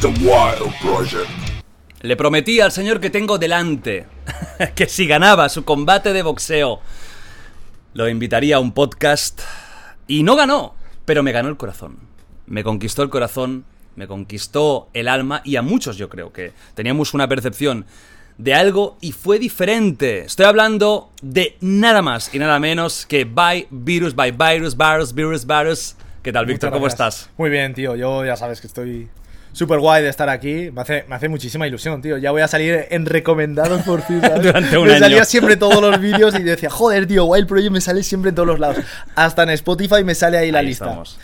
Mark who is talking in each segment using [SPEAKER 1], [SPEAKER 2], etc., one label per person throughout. [SPEAKER 1] The Wild Project.
[SPEAKER 2] Le prometí al señor que tengo delante que si ganaba su combate de boxeo, lo invitaría a un podcast. Y no ganó, pero me ganó el corazón. Me conquistó el corazón, me conquistó el alma y a muchos yo creo que teníamos una percepción de algo y fue diferente. Estoy hablando de nada más y nada menos que By Virus, By Virus, Virus, Virus, Virus. ¿Qué tal, Víctor?
[SPEAKER 3] Muchas
[SPEAKER 2] ¿Cómo
[SPEAKER 3] gracias.
[SPEAKER 2] estás?
[SPEAKER 3] Muy bien, tío. Yo ya sabes que estoy súper guay de estar aquí. Me hace, me hace muchísima ilusión, tío. Ya voy a salir en recomendados por fin. ¿sabes?
[SPEAKER 2] Durante un
[SPEAKER 3] me
[SPEAKER 2] año.
[SPEAKER 3] salía siempre todos los vídeos y decía, joder, tío, Wild Project me sale siempre en todos los lados. Hasta en Spotify me sale ahí la
[SPEAKER 2] Ahí
[SPEAKER 3] lista.
[SPEAKER 2] estamos.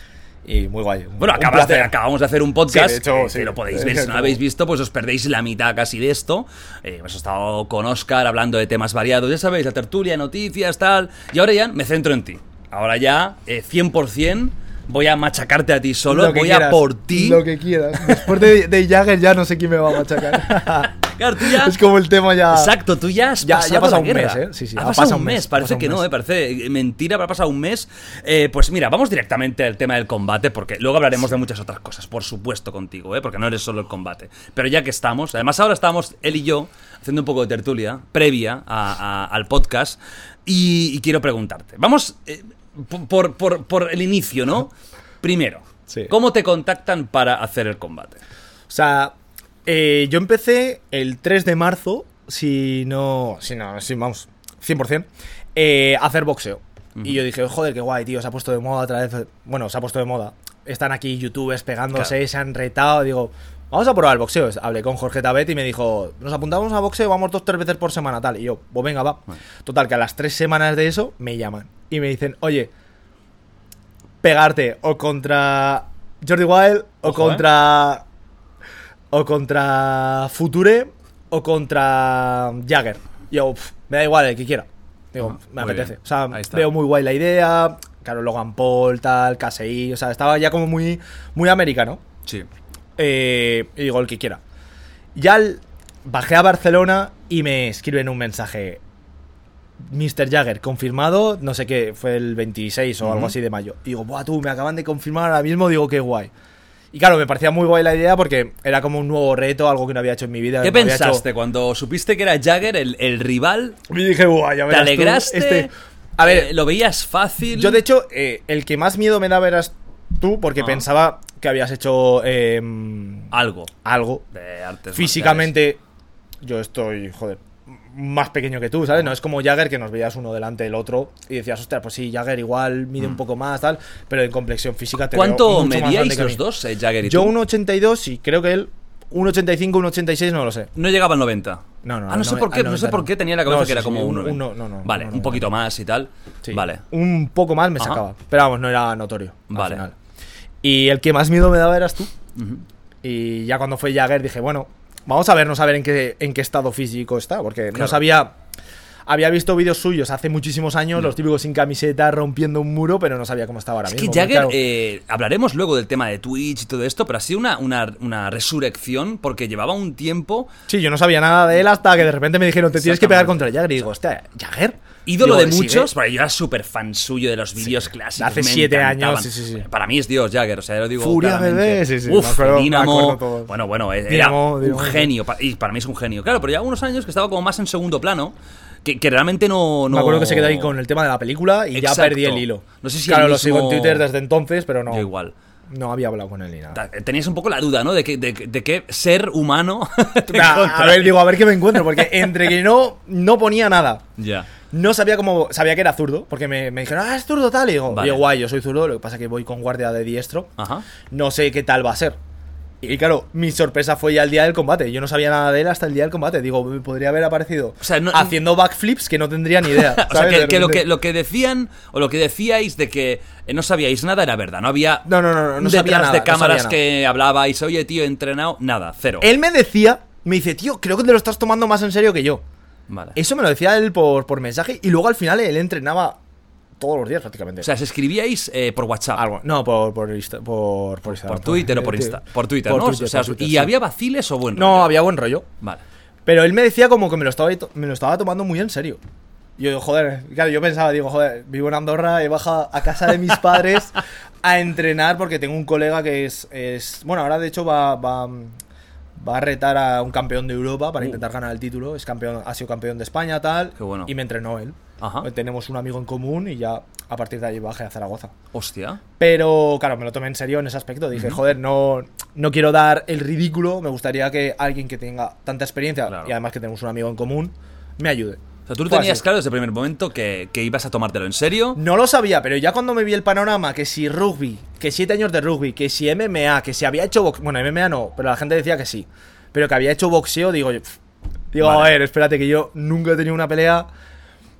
[SPEAKER 3] Y muy guay. un-
[SPEAKER 2] Bueno,
[SPEAKER 3] un
[SPEAKER 2] acabas de-
[SPEAKER 3] placer.
[SPEAKER 2] acabamos de hacer un podcast. eh,
[SPEAKER 3] Sí, de hecho,
[SPEAKER 2] que-
[SPEAKER 3] sí.
[SPEAKER 2] que lo podéis ver. Si no lo
[SPEAKER 3] Como-
[SPEAKER 2] habéis visto, pues os perdéis la mitad casi de esto. Eh, hemos estado con Oscar hablando de temas variados. Ya sabéis, la tertulia, noticias, tal. Y ahora ya me centro en ti. Ahora ya, eh, 100%, voy a machacarte a ti solo.
[SPEAKER 3] Lo que
[SPEAKER 2] Voy a
[SPEAKER 3] quieras,
[SPEAKER 2] por ti.
[SPEAKER 3] Lo que quieras. Después de, de Jagger ya no sé quién me va a machacar.
[SPEAKER 2] Claro, tú ya-
[SPEAKER 3] es como el tema ya.
[SPEAKER 2] Exacto, tú ya has
[SPEAKER 3] Ya- ya
[SPEAKER 2] pasado,
[SPEAKER 3] ha pasado
[SPEAKER 2] la
[SPEAKER 3] un
[SPEAKER 2] guerra.
[SPEAKER 3] mes, ¿eh? Sí, sí,
[SPEAKER 2] ha,
[SPEAKER 3] ha
[SPEAKER 2] pasado, un mes,
[SPEAKER 3] ha
[SPEAKER 2] parece
[SPEAKER 3] pasado
[SPEAKER 2] que
[SPEAKER 3] un
[SPEAKER 2] no,
[SPEAKER 3] mes.
[SPEAKER 2] ¿eh? parece mentira, pero ha pasado un mes. Eh, pues mira, vamos directamente al tema del combate, porque luego hablaremos de muchas otras cosas, por supuesto, contigo, ¿eh? porque no eres solo el combate. Pero ya que estamos, además ahora estamos él y yo haciendo un poco de tertulia previa a- a- al podcast, y, y quiero preguntarte. Vamos eh, por, por- por el inicio, ¿no? Primero,
[SPEAKER 3] Sí.
[SPEAKER 2] ¿cómo te contactan para hacer el combate?
[SPEAKER 3] O sea, eh, yo empecé el 3 de marzo, si no, si no, si vamos, 100%, eh, a hacer boxeo. Y yo dije, joder, qué guay, tío, se ha puesto de moda otra vez. Bueno, se ha puesto de moda. Están aquí youtubers pegándose,
[SPEAKER 2] Claro.
[SPEAKER 3] se han retado. Digo, vamos a probar el boxeo. Hablé con Jorge Tabet y me dijo, nos apuntamos a boxeo, vamos dos, tres veces por semana, tal. Y yo, pues venga, va. Total, que a las tres semanas de eso me llaman y me dicen, oye, pegarte o contra Jordi Wild o
[SPEAKER 2] Ojo, eh.
[SPEAKER 3] contra o contra Future o contra Jagger. Yo, pf, me da igual el que quiera. Digo,
[SPEAKER 2] Ajá,
[SPEAKER 3] me
[SPEAKER 2] muy
[SPEAKER 3] apetece.
[SPEAKER 2] bien.
[SPEAKER 3] O sea,
[SPEAKER 2] Ahí está.
[SPEAKER 3] veo muy guay la idea. Claro, Logan Paul, tal, KSI. O sea, estaba ya como muy, muy americano.
[SPEAKER 2] Sí.
[SPEAKER 3] Eh, y digo, el que quiera. Ya al- bajé a Barcelona y me escriben un mensaje. Mr. Jagger, confirmado, no sé qué, fue el 26 o algo así de mayo. Y digo, buah, tú, me acaban de confirmar ahora mismo, digo, qué guay. Y claro, me parecía muy guay la idea porque era como un nuevo reto, algo que no había hecho en mi vida.
[SPEAKER 2] ¿Qué
[SPEAKER 3] no había hecho-
[SPEAKER 2] pensaste cuando supiste que era Jagger el, el rival?
[SPEAKER 3] Y dije, guau,
[SPEAKER 2] ¿Te
[SPEAKER 3] ya verás tú,
[SPEAKER 2] alegraste?
[SPEAKER 3] este- A ver,
[SPEAKER 2] Eh, ¿lo veías fácil?
[SPEAKER 3] Yo, de hecho, eh, el que más miedo me daba eras tú porque
[SPEAKER 2] Ah.
[SPEAKER 3] pensaba que habías hecho em,
[SPEAKER 2] Algo
[SPEAKER 3] algo
[SPEAKER 2] de artes
[SPEAKER 3] físicamente yo estoy, joder, más pequeño que tú,
[SPEAKER 2] Ah.
[SPEAKER 3] ¿sabes? No es como Jagger que nos veías uno delante del otro y decías, ostras, pues sí, Jagger igual mide un poco más, tal, pero en complexión física te veo
[SPEAKER 2] Mm. ¿Cuánto
[SPEAKER 3] mucho más grande
[SPEAKER 2] medíais
[SPEAKER 3] que a
[SPEAKER 2] los
[SPEAKER 3] mí.
[SPEAKER 2] dos, eh, Jagger y
[SPEAKER 3] Yo
[SPEAKER 2] tú?
[SPEAKER 3] 1,82 y creo que él 1,85, 1,86, no lo sé.
[SPEAKER 2] No llegaba al 90.
[SPEAKER 3] No, no,
[SPEAKER 2] Ah, no
[SPEAKER 3] no,
[SPEAKER 2] sé por
[SPEAKER 3] al
[SPEAKER 2] qué, no
[SPEAKER 3] 90
[SPEAKER 2] sé por
[SPEAKER 3] no.
[SPEAKER 2] qué tenía la cabeza
[SPEAKER 3] No,
[SPEAKER 2] que
[SPEAKER 3] sí,
[SPEAKER 2] era
[SPEAKER 3] sí,
[SPEAKER 2] como
[SPEAKER 3] un-
[SPEAKER 2] uno. eh.
[SPEAKER 3] un- no, no, no,
[SPEAKER 2] Vale,
[SPEAKER 3] no, no,
[SPEAKER 2] un poquito
[SPEAKER 3] no.
[SPEAKER 2] más y tal.
[SPEAKER 3] Sí.
[SPEAKER 2] Vale.
[SPEAKER 3] Un poco más me
[SPEAKER 2] Ajá.
[SPEAKER 3] sacaba. Pero vamos, no era notorio. al
[SPEAKER 2] Vale.
[SPEAKER 3] final. Y el que más miedo me daba eras tú. Y ya cuando fue Jagger dije, bueno, vamos a vernos a ver en qué, en qué estado físico está. Porque no
[SPEAKER 2] Claro.
[SPEAKER 3] sabía. Había visto vídeos suyos hace muchísimos años, los típicos sin camiseta, rompiendo un muro, pero no sabía cómo estaba ahora
[SPEAKER 2] Es que
[SPEAKER 3] mismo.
[SPEAKER 2] Jagger,
[SPEAKER 3] claro.
[SPEAKER 2] eh, hablaremos luego del tema de Twitch y todo esto, pero ha sido una, una, una resurrección porque llevaba un tiempo
[SPEAKER 3] Sí, yo no sabía nada de él hasta que de repente me dijeron, te tienes que pegar
[SPEAKER 2] eh, Exactamente.
[SPEAKER 3] contra Jagger. Y digo, hostia, Jagger.
[SPEAKER 2] Ídolo
[SPEAKER 3] Digo,
[SPEAKER 2] de
[SPEAKER 3] "Sigue".
[SPEAKER 2] muchos, porque yo era súper fan suyo de los vídeos clásicos.
[SPEAKER 3] hace
[SPEAKER 2] me
[SPEAKER 3] siete años,
[SPEAKER 2] encantaban.
[SPEAKER 3] sí, sí, sí.
[SPEAKER 2] Para mí es Dios Jagger, o sea, lo digo.
[SPEAKER 3] Furia,
[SPEAKER 2] claramente.
[SPEAKER 3] bebé, sí, sí, me
[SPEAKER 2] Uf,
[SPEAKER 3] acuerdo- me
[SPEAKER 2] Dínamo.
[SPEAKER 3] acuerdo todo.
[SPEAKER 2] Bueno, bueno, eh, era
[SPEAKER 3] Dínamo,
[SPEAKER 2] un
[SPEAKER 3] Dínamo, sí.
[SPEAKER 2] genio. pa- Y para mí es un genio. Claro, pero ya unos años que estaba como más en segundo plano, que, que realmente no, no.
[SPEAKER 3] Me acuerdo que se quedó ahí con el tema de la película y
[SPEAKER 2] Exacto.
[SPEAKER 3] ya perdí el hilo.
[SPEAKER 2] No sé si
[SPEAKER 3] Claro,
[SPEAKER 2] el
[SPEAKER 3] lo sigo en
[SPEAKER 2] mismo-
[SPEAKER 3] Twitter desde entonces, pero no.
[SPEAKER 2] Yo igual.
[SPEAKER 3] No había hablado con él ni nada.
[SPEAKER 2] Ta- Tenías un poco la duda, ¿no? De que, de, de qué ser humano. te
[SPEAKER 3] A
[SPEAKER 2] encontrarías.
[SPEAKER 3] ver, digo, a ver qué me encuentro, porque entre que no, no ponía nada.
[SPEAKER 2] Ya.
[SPEAKER 3] No sabía cómo. Sabía que era zurdo, porque me, me dijeron, ah, es zurdo tal. Y digo,
[SPEAKER 2] Vale.
[SPEAKER 3] "Yo, guay, yo soy zurdo, lo que pasa es que voy con guardia de diestro.
[SPEAKER 2] Ajá.
[SPEAKER 3] No sé qué tal va a ser. Y claro, mi sorpresa fue ya el día del combate. Yo no sabía nada de él hasta el día del combate. Digo, me podría haber aparecido
[SPEAKER 2] O sea, no-
[SPEAKER 3] haciendo backflips que no tendría ni idea.
[SPEAKER 2] O sea,
[SPEAKER 3] ¿sabes?
[SPEAKER 2] que,
[SPEAKER 3] De
[SPEAKER 2] que lo
[SPEAKER 3] repente.
[SPEAKER 2] que lo que decían o lo que decíais de que eh, no sabíais nada era verdad. No había
[SPEAKER 3] No, no, no, no, no sabía
[SPEAKER 2] detrás
[SPEAKER 3] nada,
[SPEAKER 2] de
[SPEAKER 3] no
[SPEAKER 2] cámaras
[SPEAKER 3] sabía
[SPEAKER 2] que hablabais, oye, tío, he entrenado, nada, cero.
[SPEAKER 3] Él me decía, me dice, tío, creo que te lo estás tomando más en serio que yo.
[SPEAKER 2] Vale.
[SPEAKER 3] Eso me lo decía él por, por mensaje y luego al final él entrenaba todos los días prácticamente.
[SPEAKER 2] O sea, se escribíais eh, por WhatsApp.
[SPEAKER 3] Algo. No, por, por, Insta- por, por Instagram.
[SPEAKER 2] Por Twitter o por Insta. Por Twitter, ¿no? O sea,
[SPEAKER 3] por Twitter,
[SPEAKER 2] ¿Y
[SPEAKER 3] sí.
[SPEAKER 2] había vaciles o bueno?
[SPEAKER 3] No, había buen rollo.
[SPEAKER 2] Vale.
[SPEAKER 3] Pero él me decía como que me lo estaba, me lo estaba tomando muy en serio. Yo digo, joder, claro, yo pensaba, digo, joder, vivo en Andorra, he bajado a casa de mis padres a entrenar porque tengo un colega que es, es bueno, ahora de hecho va, va, va a retar a un campeón de Europa para intentar ganar el título, es campeón, ha sido campeón de España, tal,
[SPEAKER 2] Uh. Qué bueno.
[SPEAKER 3] y me entrenó él.
[SPEAKER 2] Ajá.
[SPEAKER 3] Tenemos un amigo en común y ya a partir de allí bajé a Zaragoza.
[SPEAKER 2] Hostia.
[SPEAKER 3] Pero claro, me lo tomé en serio en ese aspecto. Dije, joder, no, no quiero dar el ridículo. Me gustaría que alguien que tenga tanta experiencia
[SPEAKER 2] Claro.
[SPEAKER 3] y además que tenemos un amigo en común me ayude.
[SPEAKER 2] O sea, tú lo
[SPEAKER 3] Fue
[SPEAKER 2] tenías
[SPEAKER 3] así.
[SPEAKER 2] claro desde el primer momento que, que ibas a tomártelo en serio.
[SPEAKER 3] No lo sabía, pero ya cuando me vi el panorama, que si rugby, que siete años de rugby, que si MMA, que si había hecho boxeo. Bueno, MMA no, pero la gente decía que sí. Pero que había hecho boxeo, digo yo. pff, Digo,
[SPEAKER 2] Vale.
[SPEAKER 3] a ver, espérate, que yo nunca he tenido una pelea.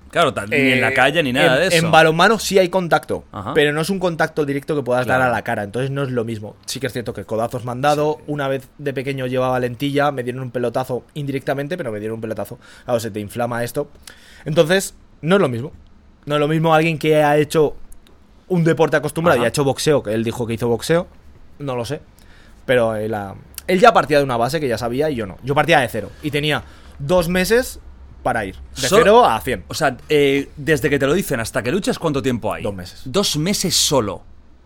[SPEAKER 2] Claro, tal- ni en
[SPEAKER 3] Eh,
[SPEAKER 2] la calle ni nada
[SPEAKER 3] en-
[SPEAKER 2] de eso.
[SPEAKER 3] En balonmano sí hay contacto,
[SPEAKER 2] Ajá.
[SPEAKER 3] pero no es un contacto directo que puedas dar
[SPEAKER 2] Claro.
[SPEAKER 3] a la cara, entonces no es lo mismo. Sí que es cierto que codazos me han dado, una vez de pequeño llevaba lentilla, me dieron un pelotazo indirectamente, pero me dieron un pelotazo. Claro, se te inflama esto. Entonces, no es lo mismo. No es lo mismo alguien que ha hecho un deporte acostumbrado
[SPEAKER 2] Ajá.
[SPEAKER 3] y ha hecho boxeo, que él dijo que hizo boxeo, no lo sé. Pero él, ha- él ya partía de una base que ya sabía y yo no. Yo partía de cero y tenía dos meses para ir. De
[SPEAKER 2] Solo-
[SPEAKER 3] cero a cien.
[SPEAKER 2] O sea, eh, desde que te lo dicen hasta que luchas, ¿cuánto tiempo hay?
[SPEAKER 3] Dos meses.
[SPEAKER 2] Dos meses solo.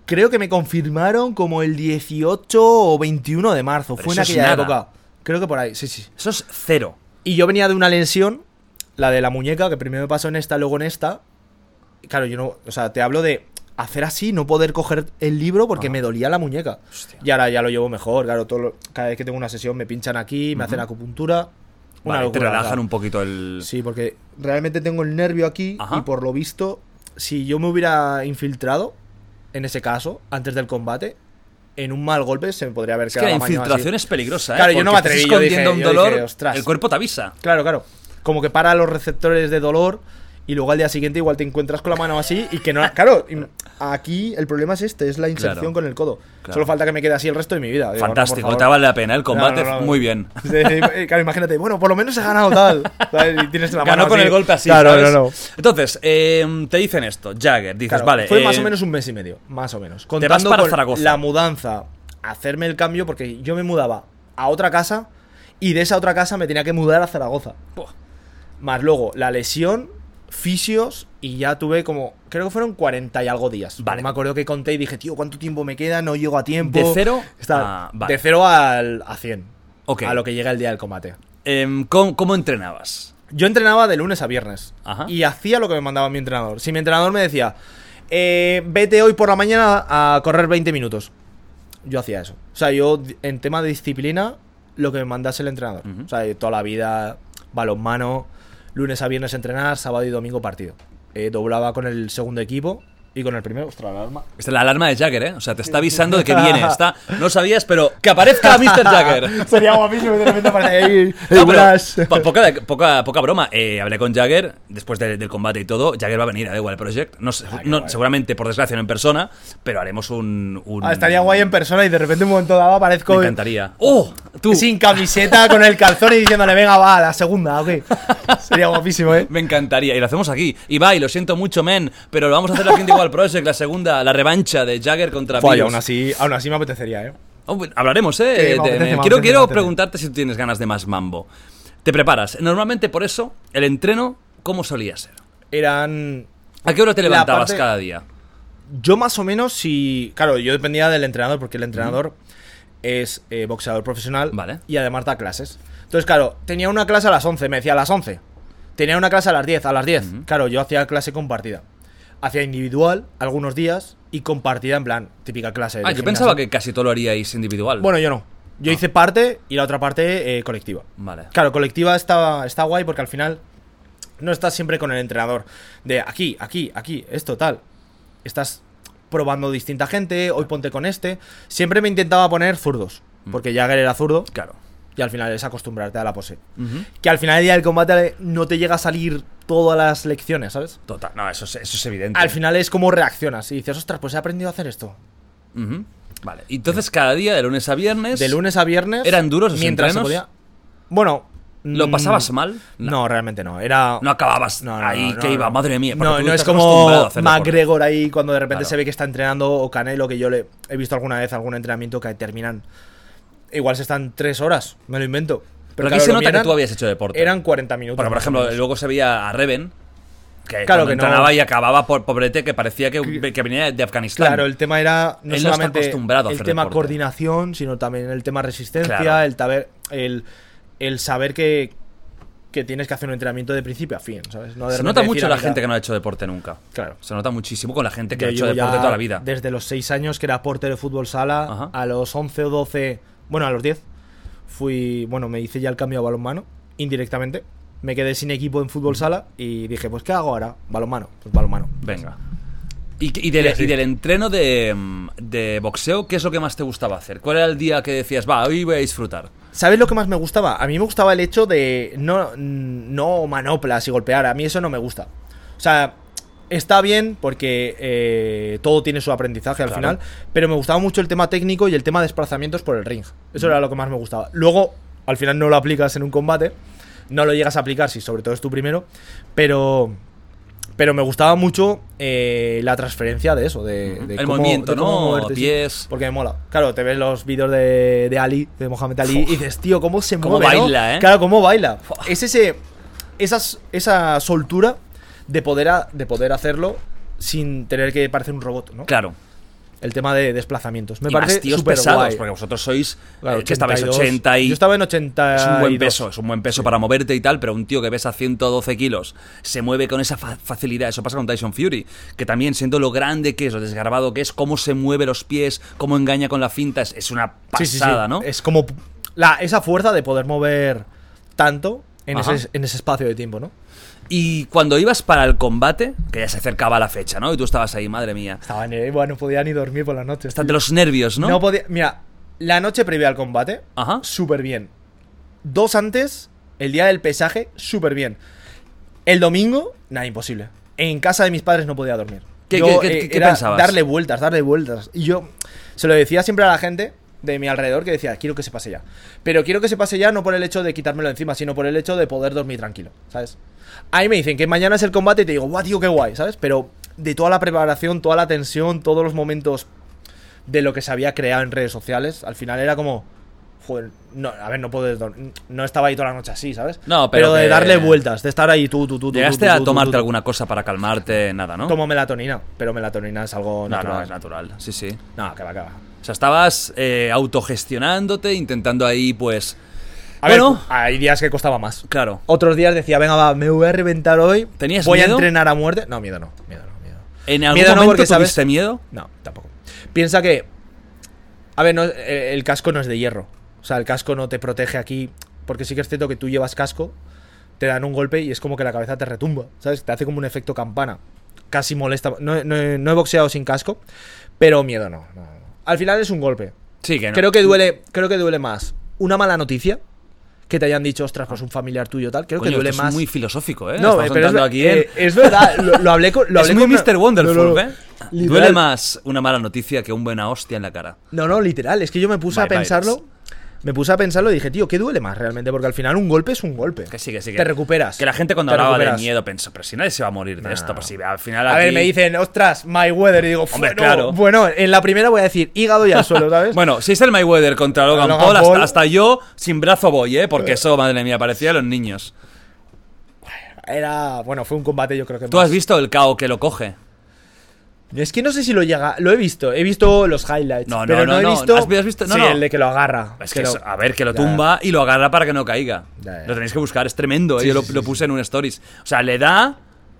[SPEAKER 3] Creo que me confirmaron como el 18 o 21 de marzo.
[SPEAKER 2] Pero
[SPEAKER 3] Fue en
[SPEAKER 2] eso es
[SPEAKER 3] aquella
[SPEAKER 2] nada.
[SPEAKER 3] época. Creo que por ahí, sí, sí.
[SPEAKER 2] Eso es cero.
[SPEAKER 3] Y yo venía de una lesión, la de la muñeca, que primero me pasó en esta, luego en esta. Y Claro, yo no. O sea, te hablo de hacer así, no poder coger el libro porque me dolía la muñeca.
[SPEAKER 2] Ah. Hostia.
[SPEAKER 3] Y ahora ya lo llevo mejor, claro. todo lo- cada vez que tengo una sesión me pinchan aquí, me hacen acupuntura. Una
[SPEAKER 2] Vale, te
[SPEAKER 3] locura, la
[SPEAKER 2] relajan
[SPEAKER 3] verdad.
[SPEAKER 2] un poquito el.
[SPEAKER 3] Sí, porque realmente tengo el nervio aquí
[SPEAKER 2] Ajá.
[SPEAKER 3] y por lo visto, si yo me hubiera infiltrado, en ese caso, antes del combate, en un mal golpe se me podría haber
[SPEAKER 2] Es que
[SPEAKER 3] quedado
[SPEAKER 2] la
[SPEAKER 3] mañana así.
[SPEAKER 2] infiltración es peligrosa, ¿eh?
[SPEAKER 3] Claro, yo no me
[SPEAKER 2] Porque
[SPEAKER 3] atreví,
[SPEAKER 2] estás
[SPEAKER 3] yo dije-
[SPEAKER 2] escondiendo un
[SPEAKER 3] yo
[SPEAKER 2] dolor,
[SPEAKER 3] dije, "Ostras".
[SPEAKER 2] el cuerpo te avisa.
[SPEAKER 3] Claro, claro. Como que para los receptores de dolor y luego al día siguiente igual te encuentras con la mano así y que no... la- Claro, y aquí el problema es este, es la inserción
[SPEAKER 2] Claro.
[SPEAKER 3] con el codo.
[SPEAKER 2] Claro.
[SPEAKER 3] Solo falta que me quede así el resto de mi vida. Digo, no, por
[SPEAKER 2] Fantástico,
[SPEAKER 3] favor.
[SPEAKER 2] te vale la pena ¿eh? el combate,
[SPEAKER 3] No, no, no.
[SPEAKER 2] muy bien.
[SPEAKER 3] Sí, sí, claro, imagínate, bueno, por lo menos he ganado tal. ¿sabes? Y tienes la mano
[SPEAKER 2] Ganó con el golpe así.
[SPEAKER 3] Claro,
[SPEAKER 2] ¿sabes?
[SPEAKER 3] no, no.
[SPEAKER 2] Entonces, eh, te dicen esto, Jagger, dices,
[SPEAKER 3] Claro,
[SPEAKER 2] vale.
[SPEAKER 3] Fue
[SPEAKER 2] eh,
[SPEAKER 3] más o menos un mes y medio, más o menos.
[SPEAKER 2] vas
[SPEAKER 3] Contando
[SPEAKER 2] para
[SPEAKER 3] con
[SPEAKER 2] Zaragoza.
[SPEAKER 3] la mudanza, hacerme el cambio, porque yo me mudaba a otra casa y de esa otra casa me tenía que mudar a Zaragoza.
[SPEAKER 2] Buah.
[SPEAKER 3] Más luego la lesión, fisios y ya tuve como, creo que fueron 40 y algo días.
[SPEAKER 2] Vale.
[SPEAKER 3] Me acuerdo que conté y dije, tío, ¿cuánto tiempo me queda? No llego a tiempo.
[SPEAKER 2] De cero
[SPEAKER 3] Está-
[SPEAKER 2] a- vale.
[SPEAKER 3] De cero al, a 100.
[SPEAKER 2] Ok.
[SPEAKER 3] A lo que llega el día del combate.
[SPEAKER 2] em, ¿cómo, cómo entrenabas?
[SPEAKER 3] Yo entrenaba de lunes a viernes
[SPEAKER 2] Ajá.
[SPEAKER 3] y hacía lo que me mandaba mi entrenador. Si mi entrenador me decía, eh, vete hoy por la mañana a correr 20 minutos, yo hacía eso. O sea, yo di- en tema de disciplina, lo que me mandase el entrenador. O sea, yo toda la vida, balonmano, lunes a viernes entrenar, sábado y domingo partido. Eh, doblaba con el segundo equipo y con el primero. Ostras, la alarma.
[SPEAKER 2] Esta es la alarma de Jagger, ¿eh? O sea, te está avisando de que viene. Está, no sabías, pero que aparezca Mr. Jagger.
[SPEAKER 3] Sería guapísimo que de repente aparece ahí.
[SPEAKER 2] No,
[SPEAKER 3] "Hey,
[SPEAKER 2] pero
[SPEAKER 3] buenas".
[SPEAKER 2] po- poca, poca, poca broma. Eh, hablé con Jagger después de- del combate y todo. Jagger va a venir a The Wild Project. No, sé-
[SPEAKER 3] Ah,
[SPEAKER 2] no- seguramente, por desgracia, no en persona, pero haremos un. un-
[SPEAKER 3] Ah, estaría guay en persona y de repente un momento dado aparezco.
[SPEAKER 2] Me encantaría. ¡Oh! Tú.
[SPEAKER 3] Sin camiseta, con el calzón y diciéndole, venga, va, a la segunda, ok. Sería guapísimo, ¿eh?
[SPEAKER 2] Me encantaría. Y lo hacemos aquí. Y va, y lo siento mucho, men, pero lo vamos a hacer aquí en The Wild Project, la segunda, la revancha de Jagger contra
[SPEAKER 3] Fua, y
[SPEAKER 2] Virus.
[SPEAKER 3] aún así, aún así me apetecería, ¿eh?
[SPEAKER 2] Oh, bueno, hablaremos, ¿eh?
[SPEAKER 3] Sí, me
[SPEAKER 2] de-
[SPEAKER 3] apetece, me
[SPEAKER 2] quiero
[SPEAKER 3] apetece,
[SPEAKER 2] quiero
[SPEAKER 3] me apetece.
[SPEAKER 2] preguntarte si tú tienes ganas de más mambo. Te preparas. Normalmente, por eso, el entreno, ¿cómo solía ser?
[SPEAKER 3] Eran.
[SPEAKER 2] ¿A qué hora te
[SPEAKER 3] La
[SPEAKER 2] levantabas
[SPEAKER 3] parte-
[SPEAKER 2] cada día?
[SPEAKER 3] Yo más o menos, si. Claro, yo dependía del entrenador, porque el entrenador es eh, boxeador profesional
[SPEAKER 2] Vale.
[SPEAKER 3] y además da clases. Entonces, claro, tenía una clase a las 11, me decía a las 11. Tenía una clase a las 10, a las 10. Claro, yo hacía clase compartida. Hacía individual algunos días y compartida en plan, típica clase. de
[SPEAKER 2] Ah, yo
[SPEAKER 3] gimnasio.
[SPEAKER 2] pensaba que Ah. casi todo lo haríais individual.
[SPEAKER 3] Bueno, yo no. Yo hice parte y la otra parte eh, colectiva.
[SPEAKER 2] Vale.
[SPEAKER 3] Claro, colectiva está, está guay porque al final no estás siempre con el entrenador. De aquí, aquí, aquí, esto, tal. Estás probando distinta gente, hoy ponte con este. Siempre me intentaba poner zurdos. porque Jagger era zurdo.
[SPEAKER 2] Mm. Claro.
[SPEAKER 3] Y al final es acostumbrarte a la pose. Que al final del día del combate no te llega a salir todas las lecciones, ¿sabes?
[SPEAKER 2] Total, no, eso es, eso es evidente.
[SPEAKER 3] Al final es como reaccionas y dices, ostras, pues he aprendido a hacer esto.
[SPEAKER 2] Ujú. Vale, y entonces cada día, de lunes a viernes.
[SPEAKER 3] De lunes a viernes.
[SPEAKER 2] Pues ¿Eran duros esos
[SPEAKER 3] mientras se
[SPEAKER 2] entrenos?
[SPEAKER 3] podía- Bueno.
[SPEAKER 2] ¿Lo
[SPEAKER 3] mm,
[SPEAKER 2] pasabas mal?
[SPEAKER 3] No, realmente no. Era.
[SPEAKER 2] No acabas
[SPEAKER 3] No, no,
[SPEAKER 2] ahí
[SPEAKER 3] no,
[SPEAKER 2] que
[SPEAKER 3] no,
[SPEAKER 2] iba,
[SPEAKER 3] no.
[SPEAKER 2] madre mía. porque
[SPEAKER 3] No,
[SPEAKER 2] tú
[SPEAKER 3] no es
[SPEAKER 2] estás acostumbrado a
[SPEAKER 3] como
[SPEAKER 2] hacer deporte.
[SPEAKER 3] McGregor ahí cuando de repente
[SPEAKER 2] Claro.
[SPEAKER 3] se ve que está entrenando o Canelo, que yo le he visto alguna vez algún entrenamiento que terminan. Igual se están tres horas, me lo invento.
[SPEAKER 2] Pero aquí
[SPEAKER 3] claro,
[SPEAKER 2] se
[SPEAKER 3] lo
[SPEAKER 2] nota
[SPEAKER 3] mío
[SPEAKER 2] que
[SPEAKER 3] eran-
[SPEAKER 2] tú habías hecho deporte.
[SPEAKER 3] Eran 40 minutos.
[SPEAKER 2] Porque, por
[SPEAKER 3] más o
[SPEAKER 2] ejemplo,
[SPEAKER 3] menos.
[SPEAKER 2] luego se veía a Reven. Que
[SPEAKER 3] Claro
[SPEAKER 2] cuando
[SPEAKER 3] que no.
[SPEAKER 2] entrenaba y acababa por pobrete que parecía que, que venía de Afganistán.
[SPEAKER 3] Claro, el tema era no
[SPEAKER 2] Él no está
[SPEAKER 3] solamente
[SPEAKER 2] acostumbrado a
[SPEAKER 3] el
[SPEAKER 2] hacer
[SPEAKER 3] tema
[SPEAKER 2] deporte.
[SPEAKER 3] coordinación, sino también el tema resistencia,
[SPEAKER 2] Claro.
[SPEAKER 3] el, taber- el, el saber que, que tienes que hacer un entrenamiento de principio a fin, ¿sabes? No de
[SPEAKER 2] Se
[SPEAKER 3] repente
[SPEAKER 2] nota
[SPEAKER 3] decir,
[SPEAKER 2] mucho
[SPEAKER 3] "Ah,
[SPEAKER 2] la
[SPEAKER 3] mira,
[SPEAKER 2] gente que no ha hecho deporte nunca.
[SPEAKER 3] Claro.
[SPEAKER 2] Se nota muchísimo con la gente que
[SPEAKER 3] yo
[SPEAKER 2] ha hecho
[SPEAKER 3] llevo
[SPEAKER 2] deporte
[SPEAKER 3] ya
[SPEAKER 2] toda la vida.
[SPEAKER 3] Desde los 6 años que era portero de fútbol sala,
[SPEAKER 2] Ajá.
[SPEAKER 3] a los 11 o 12, bueno, a los 10, fui, bueno, me hice ya el cambio a balonmano, indirectamente. Me quedé sin equipo en fútbol sala y dije, pues ¿qué hago ahora? Balonmano, pues balonmano.
[SPEAKER 2] Venga. Y, y del,
[SPEAKER 3] Y así.
[SPEAKER 2] y del entreno de, mm, de boxeo, ¿qué es lo que más te gustaba hacer? ¿Cuál era el día que decías, va, hoy voy a disfrutar?
[SPEAKER 3] ¿Sabes lo que más me gustaba? A mí me gustaba el hecho de no, no manoplas y golpear. A mí eso no me gusta. O sea, está bien porque eh, todo tiene su aprendizaje al
[SPEAKER 2] Claro.
[SPEAKER 3] final. Pero me gustaba mucho el tema técnico y el tema de desplazamientos por el ring. Eso era lo que más me gustaba. Luego, al final no lo aplicas en un combate. No lo llegas a aplicar si sobre todo es tu primero. Pero... Pero me gustaba mucho eh, la transferencia de eso, de, de
[SPEAKER 2] El
[SPEAKER 3] cómo-
[SPEAKER 2] movimiento,
[SPEAKER 3] de cómo
[SPEAKER 2] ¿no?
[SPEAKER 3] moverte, sí.
[SPEAKER 2] Pies.
[SPEAKER 3] Porque me mola. Claro, te ves los vídeos de, de Ali, de Mohamed Ali, y dices, tío, ¿cómo se
[SPEAKER 2] Cómo
[SPEAKER 3] mueve? no?".
[SPEAKER 2] baila, ¿eh?
[SPEAKER 3] Claro, ¿cómo baila? Es ese, esas, esa soltura de poder, a- de poder hacerlo sin tener que parecer un robot, ¿no?
[SPEAKER 2] Claro.
[SPEAKER 3] El tema de desplazamientos. Me
[SPEAKER 2] y
[SPEAKER 3] parece
[SPEAKER 2] más tíos
[SPEAKER 3] súper
[SPEAKER 2] pesados,
[SPEAKER 3] guay.
[SPEAKER 2] porque vosotros sois
[SPEAKER 3] Claro,
[SPEAKER 2] eh, que estabais
[SPEAKER 3] 82.
[SPEAKER 2] 80 y
[SPEAKER 3] Yo estaba en 80.
[SPEAKER 2] es un buen peso, es un buen peso para moverte y tal, pero un tío que pesa 112 kilos se mueve con esa fa- facilidad. Eso pasa con Tyson Fury, que también siendo lo grande que es, lo desgarbado que es, cómo se mueve los pies, cómo engaña con la finta, es, es una pasada,
[SPEAKER 3] Sí, sí, sí.
[SPEAKER 2] ¿no?
[SPEAKER 3] Es como p- la, esa fuerza de poder mover tanto en
[SPEAKER 2] Ajá.
[SPEAKER 3] ese, en ese espacio de tiempo, ¿no?
[SPEAKER 2] Y cuando ibas para el combate, que ya se acercaba la fecha, ¿no? Y tú estabas ahí, madre mía.
[SPEAKER 3] Estaba en el- bueno, no podía ni dormir por la noche.
[SPEAKER 2] Estás de los nervios, ¿no?
[SPEAKER 3] No podía. Mira, la noche previa al combate,
[SPEAKER 2] Ajá.
[SPEAKER 3] súper bien. Dos antes, el día del pesaje, súper bien. El domingo, nada, imposible. En casa de mis padres no podía dormir.
[SPEAKER 2] ¿Qué-
[SPEAKER 3] Yo,
[SPEAKER 2] qué- qué-
[SPEAKER 3] eh,
[SPEAKER 2] qué
[SPEAKER 3] era
[SPEAKER 2] pensabas?
[SPEAKER 3] Darle vueltas, darle vueltas. Y yo se lo decía siempre a la gente de mi alrededor que decía, quiero que se pase ya. Pero quiero que se pase ya no por el hecho de quitármelo encima, sino por el hecho de poder dormir tranquilo, ¿sabes? Ahí me dicen que mañana es el combate y te digo, guau, tío, qué guay, ¿sabes? Pero de toda la preparación, toda la tensión, todos los momentos de lo que se había creado en redes sociales. Al final era como. Joder, no, a ver, no puedes. dor- No estaba ahí toda la noche así, ¿sabes?
[SPEAKER 2] No, pero
[SPEAKER 3] de
[SPEAKER 2] que-
[SPEAKER 3] darle vueltas, de estar ahí tú, tú, tú. tú,
[SPEAKER 2] Llegaste
[SPEAKER 3] tú, tú,
[SPEAKER 2] a
[SPEAKER 3] tú,
[SPEAKER 2] tomarte
[SPEAKER 3] tú.
[SPEAKER 2] alguna cosa para calmarte, nada, ¿no?
[SPEAKER 3] Tomo melatonina, pero melatonina es algo
[SPEAKER 2] no,
[SPEAKER 3] natural.
[SPEAKER 2] no, es natural, sí, sí.
[SPEAKER 3] No, que va, que va.
[SPEAKER 2] O sea, estabas eh, autogestionándote, intentando ahí, pues...
[SPEAKER 3] A
[SPEAKER 2] Bueno.
[SPEAKER 3] ver, hay días que costaba más.
[SPEAKER 2] Claro.
[SPEAKER 3] Otros días decía, venga, va, me voy a reventar hoy.
[SPEAKER 2] ¿Tenías
[SPEAKER 3] voy
[SPEAKER 2] miedo?
[SPEAKER 3] a entrenar a muerte. No, miedo no, miedo no, miedo.
[SPEAKER 2] ¿En algún
[SPEAKER 3] Miedo no,
[SPEAKER 2] momento
[SPEAKER 3] porque,
[SPEAKER 2] tuviste
[SPEAKER 3] ¿sabes?
[SPEAKER 2] miedo?
[SPEAKER 3] No, tampoco. Piensa que. A ver, no, eh, el casco no es de hierro. O sea, el casco no te protege aquí. Porque sí que es cierto que tú llevas casco, te dan un golpe y es como que la cabeza te retumba. ¿Sabes? Te hace como un efecto campana. Casi molesta. No, no he- no he boxeado sin casco, pero miedo no. no, no. Al final es un golpe.
[SPEAKER 2] Sí, que no.
[SPEAKER 3] Creo que duele, creo que duele más una mala noticia que te hayan dicho, ostras, pues un familiar tuyo tal. Creo
[SPEAKER 2] Coño,
[SPEAKER 3] que duele
[SPEAKER 2] esto
[SPEAKER 3] más.
[SPEAKER 2] Es muy filosófico, ¿eh?
[SPEAKER 3] No,
[SPEAKER 2] Estamos
[SPEAKER 3] pero es,
[SPEAKER 2] entrando
[SPEAKER 3] ver-
[SPEAKER 2] aquí en-
[SPEAKER 3] eh, es verdad, lo, lo hablé con. Lo
[SPEAKER 2] es
[SPEAKER 3] hablé
[SPEAKER 2] muy
[SPEAKER 3] con una-
[SPEAKER 2] Mr. Wonderful,
[SPEAKER 3] No, no, no.
[SPEAKER 2] ¿eh?
[SPEAKER 3] Literal.
[SPEAKER 2] Duele más una mala noticia que un buena hostia en la cara.
[SPEAKER 3] No, no, literal. Es que yo me puse
[SPEAKER 2] Bye,
[SPEAKER 3] a pensarlo.
[SPEAKER 2] virus.
[SPEAKER 3] Me puse a pensarlo y dije, tío, ¿qué duele más realmente? Porque al final un golpe es un golpe.
[SPEAKER 2] Que sí, que sí. que-
[SPEAKER 3] Te recuperas.
[SPEAKER 2] Que la gente cuando
[SPEAKER 3] Te
[SPEAKER 2] hablaba
[SPEAKER 3] recuperas.
[SPEAKER 2] de miedo pensó, pero si nadie se va a morir de esto, pues si al final
[SPEAKER 3] A ver,
[SPEAKER 2] aquí-
[SPEAKER 3] me dicen, ostras, my weather. Y digo,
[SPEAKER 2] Hombre,
[SPEAKER 3] bueno,
[SPEAKER 2] claro.
[SPEAKER 3] bueno, en la primera voy a decir hígado y al suelo, ¿sabes?
[SPEAKER 2] Bueno, si es el Mayweather contra Logan,
[SPEAKER 3] Logan
[SPEAKER 2] Paul,
[SPEAKER 3] Paul.
[SPEAKER 2] Hasta, hasta yo sin brazo voy, ¿eh? Porque eso, madre mía, parecía a los niños.
[SPEAKER 3] Era. Bueno, fue un combate, yo creo que.
[SPEAKER 2] ¿Tú
[SPEAKER 3] más.
[SPEAKER 2] has visto el cao que lo coge?
[SPEAKER 3] Es que no sé si lo llega. Lo he visto. He visto los highlights.
[SPEAKER 2] No, no,
[SPEAKER 3] pero no,
[SPEAKER 2] no,
[SPEAKER 3] he
[SPEAKER 2] no.
[SPEAKER 3] visto.
[SPEAKER 2] ¿Has vi- has visto? No,
[SPEAKER 3] sí,
[SPEAKER 2] no.
[SPEAKER 3] el de que lo agarra.
[SPEAKER 2] Es que,
[SPEAKER 3] lo-
[SPEAKER 2] eso- a ver, que lo
[SPEAKER 3] Ya.
[SPEAKER 2] tumba y lo agarra para que no caiga.
[SPEAKER 3] Ya, ya.
[SPEAKER 2] Lo tenéis que buscar, es tremendo. ¿eh?
[SPEAKER 3] Sí,
[SPEAKER 2] Yo lo,
[SPEAKER 3] sí, sí,
[SPEAKER 2] lo
[SPEAKER 3] sí.
[SPEAKER 2] puse en un stories. O sea, le da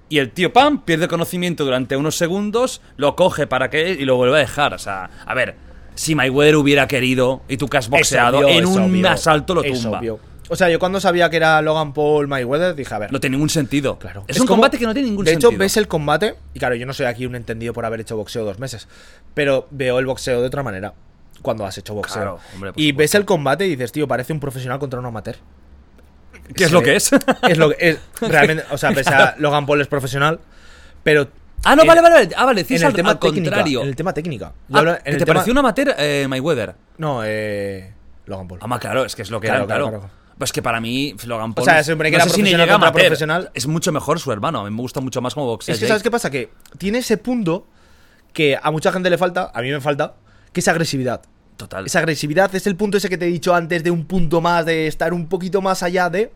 [SPEAKER 2] y el tío, pam, pierde conocimiento durante unos segundos, lo coge para que y lo vuelve a dejar. O sea, a ver, si Mayweather hubiera querido y tú que has boxeado,
[SPEAKER 3] Es obvio,
[SPEAKER 2] en
[SPEAKER 3] es
[SPEAKER 2] un
[SPEAKER 3] obvio,
[SPEAKER 2] asalto lo
[SPEAKER 3] es
[SPEAKER 2] tumba.
[SPEAKER 3] obvio. O sea, yo cuando sabía que era Logan Paul Mayweather, dije, a ver.
[SPEAKER 2] No tiene ningún sentido.
[SPEAKER 3] Claro.
[SPEAKER 2] Es, un
[SPEAKER 3] como-
[SPEAKER 2] combate que no tiene ningún
[SPEAKER 3] de
[SPEAKER 2] sentido.
[SPEAKER 3] hecho, ves el combate, y claro, yo no soy aquí un entendido por haber hecho boxeo dos meses, pero veo el boxeo de otra manera. cuando has hecho boxeo.
[SPEAKER 2] Claro, hombre, por
[SPEAKER 3] y ves
[SPEAKER 2] supuesto.
[SPEAKER 3] el combate y dices, tío, parece un profesional contra un amateur.
[SPEAKER 2] ¿Qué es
[SPEAKER 3] Sí.
[SPEAKER 2] lo que es?
[SPEAKER 3] Es lo que es. Realmente, o sea, pese a Logan Paul es profesional, pero.
[SPEAKER 2] ah, no,
[SPEAKER 3] en-
[SPEAKER 2] vale, vale, vale. Ah, vale,
[SPEAKER 3] En
[SPEAKER 2] decís
[SPEAKER 3] el
[SPEAKER 2] al,
[SPEAKER 3] tema
[SPEAKER 2] al
[SPEAKER 3] técnica,
[SPEAKER 2] contrario.
[SPEAKER 3] En el tema técnica. Yo
[SPEAKER 2] Ah,
[SPEAKER 3] hablo- en
[SPEAKER 2] ¿que
[SPEAKER 3] el
[SPEAKER 2] ¿Te
[SPEAKER 3] tema-
[SPEAKER 2] pareció un amateur eh, Mayweather?
[SPEAKER 3] No, eh. Logan Paul.
[SPEAKER 2] Ah, ma, claro, es que es lo que
[SPEAKER 3] Claro,
[SPEAKER 2] era, claro.
[SPEAKER 3] claro, claro.
[SPEAKER 2] Pues que para mí, Logan Paul.
[SPEAKER 3] sea, se supone que
[SPEAKER 2] no
[SPEAKER 3] era
[SPEAKER 2] sé si ni
[SPEAKER 3] profesional
[SPEAKER 2] llega a
[SPEAKER 3] contra
[SPEAKER 2] amateur.
[SPEAKER 3] profesional.
[SPEAKER 2] Es mucho mejor su hermano. A mí me gusta mucho más como boxeo.
[SPEAKER 3] Es que, ¿sabes qué pasa? Que tiene ese punto que a mucha gente le falta, a mí me falta, que es agresividad.
[SPEAKER 2] Total.
[SPEAKER 3] Esa agresividad es el punto ese que te he dicho antes de un punto más, de estar un poquito más allá de.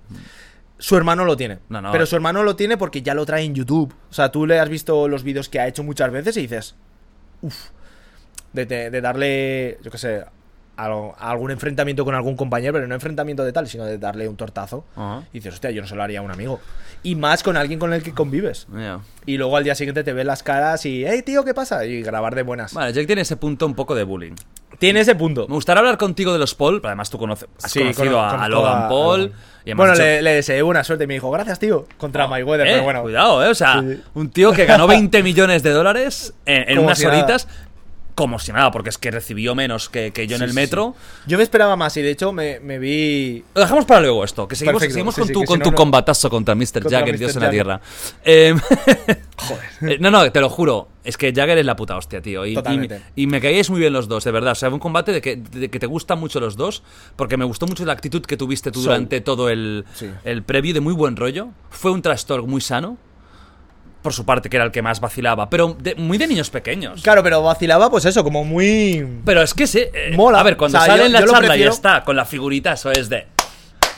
[SPEAKER 3] Su hermano lo tiene.
[SPEAKER 2] No, eh. no.
[SPEAKER 3] pero su hermano lo tiene porque ya lo trae en YouTube. O sea, tú le has visto los vídeos que ha hecho muchas veces y dices. Uff. De, de- de darle, yo qué sé, a lo- a algún enfrentamiento con algún compañero, pero no enfrentamiento de tal, sino de darle un tortazo.
[SPEAKER 2] Ajá.
[SPEAKER 3] Y dices, hostia, yo no se lo haría a un amigo. Y más con alguien con el que convives.
[SPEAKER 2] Ya.
[SPEAKER 3] Y luego al día siguiente te ven las caras y, hey, tío, ¿qué pasa? Y grabar de buenas.
[SPEAKER 2] Vale, Jake tiene ese punto un poco de bullying.
[SPEAKER 3] Tiene ese punto.
[SPEAKER 2] Me gustaría hablar contigo de los Paul, pero además tú conoces, has
[SPEAKER 3] Sí,
[SPEAKER 2] conocido
[SPEAKER 3] cono-
[SPEAKER 2] a- a,
[SPEAKER 3] conozco
[SPEAKER 2] Logan
[SPEAKER 3] a-
[SPEAKER 2] Paul.
[SPEAKER 3] a
[SPEAKER 2] y
[SPEAKER 3] Logan.
[SPEAKER 2] además
[SPEAKER 3] bueno,
[SPEAKER 2] has hecho-
[SPEAKER 3] le, le deseé buena suerte y me dijo, gracias, tío, contra Mayweather,
[SPEAKER 2] Eh,
[SPEAKER 3] pero bueno.
[SPEAKER 2] Cuidado, ¿eh? O sea,
[SPEAKER 3] Sí, sí.
[SPEAKER 2] un tío que ganó 20 millones de dólares en, en
[SPEAKER 3] Como
[SPEAKER 2] unas
[SPEAKER 3] si nada.
[SPEAKER 2] horitas, como si nada, porque es que recibió menos que, que yo en
[SPEAKER 3] Sí,
[SPEAKER 2] el
[SPEAKER 3] sí.
[SPEAKER 2] metro.
[SPEAKER 3] Yo me esperaba más y de hecho me, me vi.
[SPEAKER 2] Lo dejamos para luego esto, que seguimos,
[SPEAKER 3] Perfecto,
[SPEAKER 2] seguimos
[SPEAKER 3] sí,
[SPEAKER 2] con
[SPEAKER 3] sí,
[SPEAKER 2] tu,
[SPEAKER 3] que
[SPEAKER 2] con
[SPEAKER 3] si
[SPEAKER 2] tu
[SPEAKER 3] no, no.
[SPEAKER 2] combatazo contra Mr.
[SPEAKER 3] Contra
[SPEAKER 2] Jagger,
[SPEAKER 3] Mr.
[SPEAKER 2] Dios en la
[SPEAKER 3] Jagger.
[SPEAKER 2] tierra. Eh, eh, no, no, te lo juro, es que Jagger es la puta hostia, tío. Y, y,
[SPEAKER 3] Totalmente.
[SPEAKER 2] y me caíais muy bien los dos, de verdad. O sea, fue un combate de que, de que te gustan mucho los dos, porque me gustó mucho la actitud que tuviste tú
[SPEAKER 3] So-
[SPEAKER 2] durante todo el,
[SPEAKER 3] Sí.
[SPEAKER 2] el preview de muy buen rollo. Fue un trash talk muy sano. Por su parte, que era el que más vacilaba, pero de- muy de niños pequeños.
[SPEAKER 3] Claro, pero vacilaba, pues eso, como muy.
[SPEAKER 2] Pero es que se. eh,
[SPEAKER 3] Mola.
[SPEAKER 2] A ver, cuando
[SPEAKER 3] O sea,
[SPEAKER 2] sale
[SPEAKER 3] yo-
[SPEAKER 2] en la
[SPEAKER 3] yo lo
[SPEAKER 2] charla
[SPEAKER 3] prefiero-
[SPEAKER 2] ya está, con la figurita, eso es de.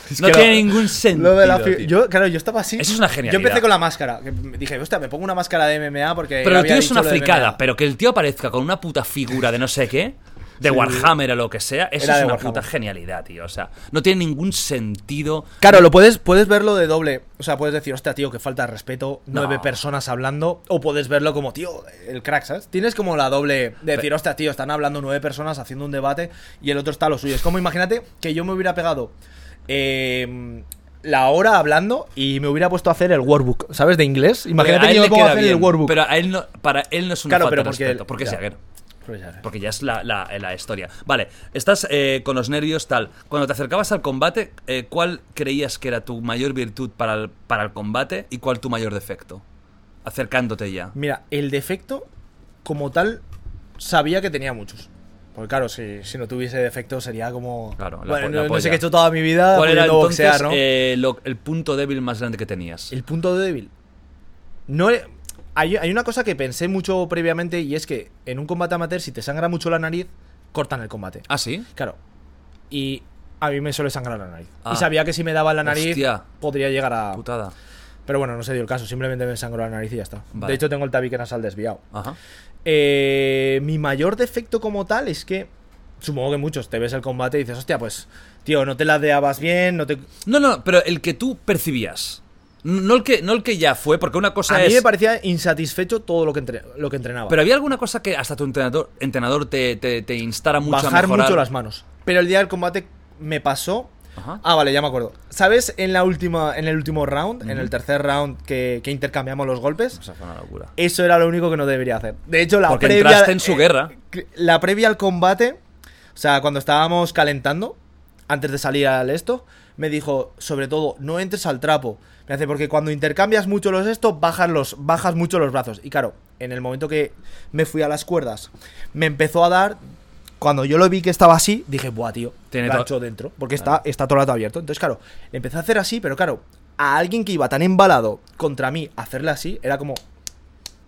[SPEAKER 3] Es
[SPEAKER 2] no
[SPEAKER 3] que
[SPEAKER 2] tiene
[SPEAKER 3] lo-
[SPEAKER 2] ningún sentido.
[SPEAKER 3] Lo de la fi-
[SPEAKER 2] tío.
[SPEAKER 3] yo, claro, yo estaba así.
[SPEAKER 2] Eso es una
[SPEAKER 3] Yo
[SPEAKER 2] genialidad.
[SPEAKER 3] empecé con la máscara. que me dije, hostia, me pongo una máscara de MMA porque.
[SPEAKER 2] pero el
[SPEAKER 3] había
[SPEAKER 2] tío es
[SPEAKER 3] dicho
[SPEAKER 2] una
[SPEAKER 3] lo de
[SPEAKER 2] fricada,
[SPEAKER 3] MMA.
[SPEAKER 2] pero que el tío aparezca con una puta figura de no sé qué, de Warhammer o lo que sea, eso
[SPEAKER 3] Era
[SPEAKER 2] es
[SPEAKER 3] de
[SPEAKER 2] una
[SPEAKER 3] Warhammer.
[SPEAKER 2] puta genialidad, tío. O sea, no tiene ningún sentido.
[SPEAKER 3] Claro, lo puedes, puedes verlo de doble. O sea, puedes decir, hostia, tío, que falta de respeto, nueve
[SPEAKER 2] No.
[SPEAKER 3] personas hablando. O puedes verlo como, tío, el crack, ¿sabes? Tienes como la doble de decir, hostia, tío, están hablando nueve personas haciendo un debate y el otro está a lo suyo. Es como, imagínate que yo me hubiera pegado eh, la hora hablando y me hubiera puesto a hacer el workbook, ¿sabes? De inglés.
[SPEAKER 2] Pero a
[SPEAKER 3] Imagínate que
[SPEAKER 2] él
[SPEAKER 3] yo
[SPEAKER 2] le
[SPEAKER 3] me pongo a
[SPEAKER 2] queda
[SPEAKER 3] hacer el
[SPEAKER 2] bien,
[SPEAKER 3] workbook.
[SPEAKER 2] Pero a él no, para él no es una
[SPEAKER 3] Claro,
[SPEAKER 2] falta
[SPEAKER 3] pero
[SPEAKER 2] de
[SPEAKER 3] porque
[SPEAKER 2] respeto,
[SPEAKER 3] él-
[SPEAKER 2] porque es
[SPEAKER 3] ya.
[SPEAKER 2] Jagger.
[SPEAKER 3] Pues ya,
[SPEAKER 2] Porque ya es la, la- la historia. Vale, estás eh, con los nervios tal. Cuando te acercabas al combate, eh, ¿cuál creías que era tu mayor virtud para el, para el combate y cuál tu mayor defecto? Acercándote ya.
[SPEAKER 3] Mira, el defecto, como tal, sabía que tenía muchos. Porque claro, si, si no tuviese defecto sería como...
[SPEAKER 2] Claro, la
[SPEAKER 3] bueno,
[SPEAKER 2] po-
[SPEAKER 3] no,
[SPEAKER 2] la
[SPEAKER 3] no
[SPEAKER 2] polla.
[SPEAKER 3] sé qué he hecho toda mi vida
[SPEAKER 2] ¿Cuál era
[SPEAKER 3] pudiendo
[SPEAKER 2] entonces
[SPEAKER 3] boxear, ¿no?
[SPEAKER 2] eh, lo- el punto débil más grande que tenías?
[SPEAKER 3] El punto débil. No he- hay, hay una cosa que pensé mucho previamente y es que en un combate amateur, si te sangra mucho la nariz, cortan el combate.
[SPEAKER 2] ¿Ah, sí?
[SPEAKER 3] Claro. Y a mí me suele sangrar la nariz.
[SPEAKER 2] Ah.
[SPEAKER 3] Y sabía que si me daba en la nariz,
[SPEAKER 2] Hostia.
[SPEAKER 3] podría llegar a...
[SPEAKER 2] Putada.
[SPEAKER 3] Pero bueno, no se dio el caso, simplemente me sangró la nariz y ya está.
[SPEAKER 2] Vale.
[SPEAKER 3] De hecho, tengo el tabique nasal desviado.
[SPEAKER 2] Ajá.
[SPEAKER 3] Eh, mi mayor defecto como tal es que supongo que muchos te ves el combate y dices, hostia, pues, tío, no te ladeabas bien, no te.
[SPEAKER 2] No, no, pero el que tú percibías. N- No el que, no el que ya fue, porque una cosa
[SPEAKER 3] a
[SPEAKER 2] es.
[SPEAKER 3] mí me parecía insatisfecho todo lo que, entre- lo que entrenaba.
[SPEAKER 2] Pero había alguna cosa que hasta tu entrenador, entrenador te, te- te instara mucho a
[SPEAKER 3] Bajar
[SPEAKER 2] mejorar.
[SPEAKER 3] mucho las manos. Pero el día del combate me pasó.
[SPEAKER 2] Ajá.
[SPEAKER 3] Ah, vale, ya me acuerdo. ¿Sabes en la última, en el último round, en el tercer round que, que intercambiamos los golpes?
[SPEAKER 2] O sea, fue una locura.
[SPEAKER 3] Eso era lo único que no debería hacer. De hecho, la
[SPEAKER 2] Porque
[SPEAKER 3] previa. eh,
[SPEAKER 2] entraste en su guerra.
[SPEAKER 3] La previa al combate, o sea, cuando estábamos calentando, antes de salir al esto, me dijo, sobre todo, no entres al trapo. Me hace, porque cuando intercambias mucho los estos, bajas, los, bajas mucho los brazos. Y claro, en el momento que me fui a las cuerdas, me empezó a dar. Cuando yo lo vi que estaba así, dije, buah, tío,
[SPEAKER 2] Tiene
[SPEAKER 3] tiene
[SPEAKER 2] to-
[SPEAKER 3] gancho dentro. Porque está, está todo el rato abierto. Entonces, claro, le empecé a hacer así, pero claro, a alguien que iba tan embalado contra mí, hacerle así, era como,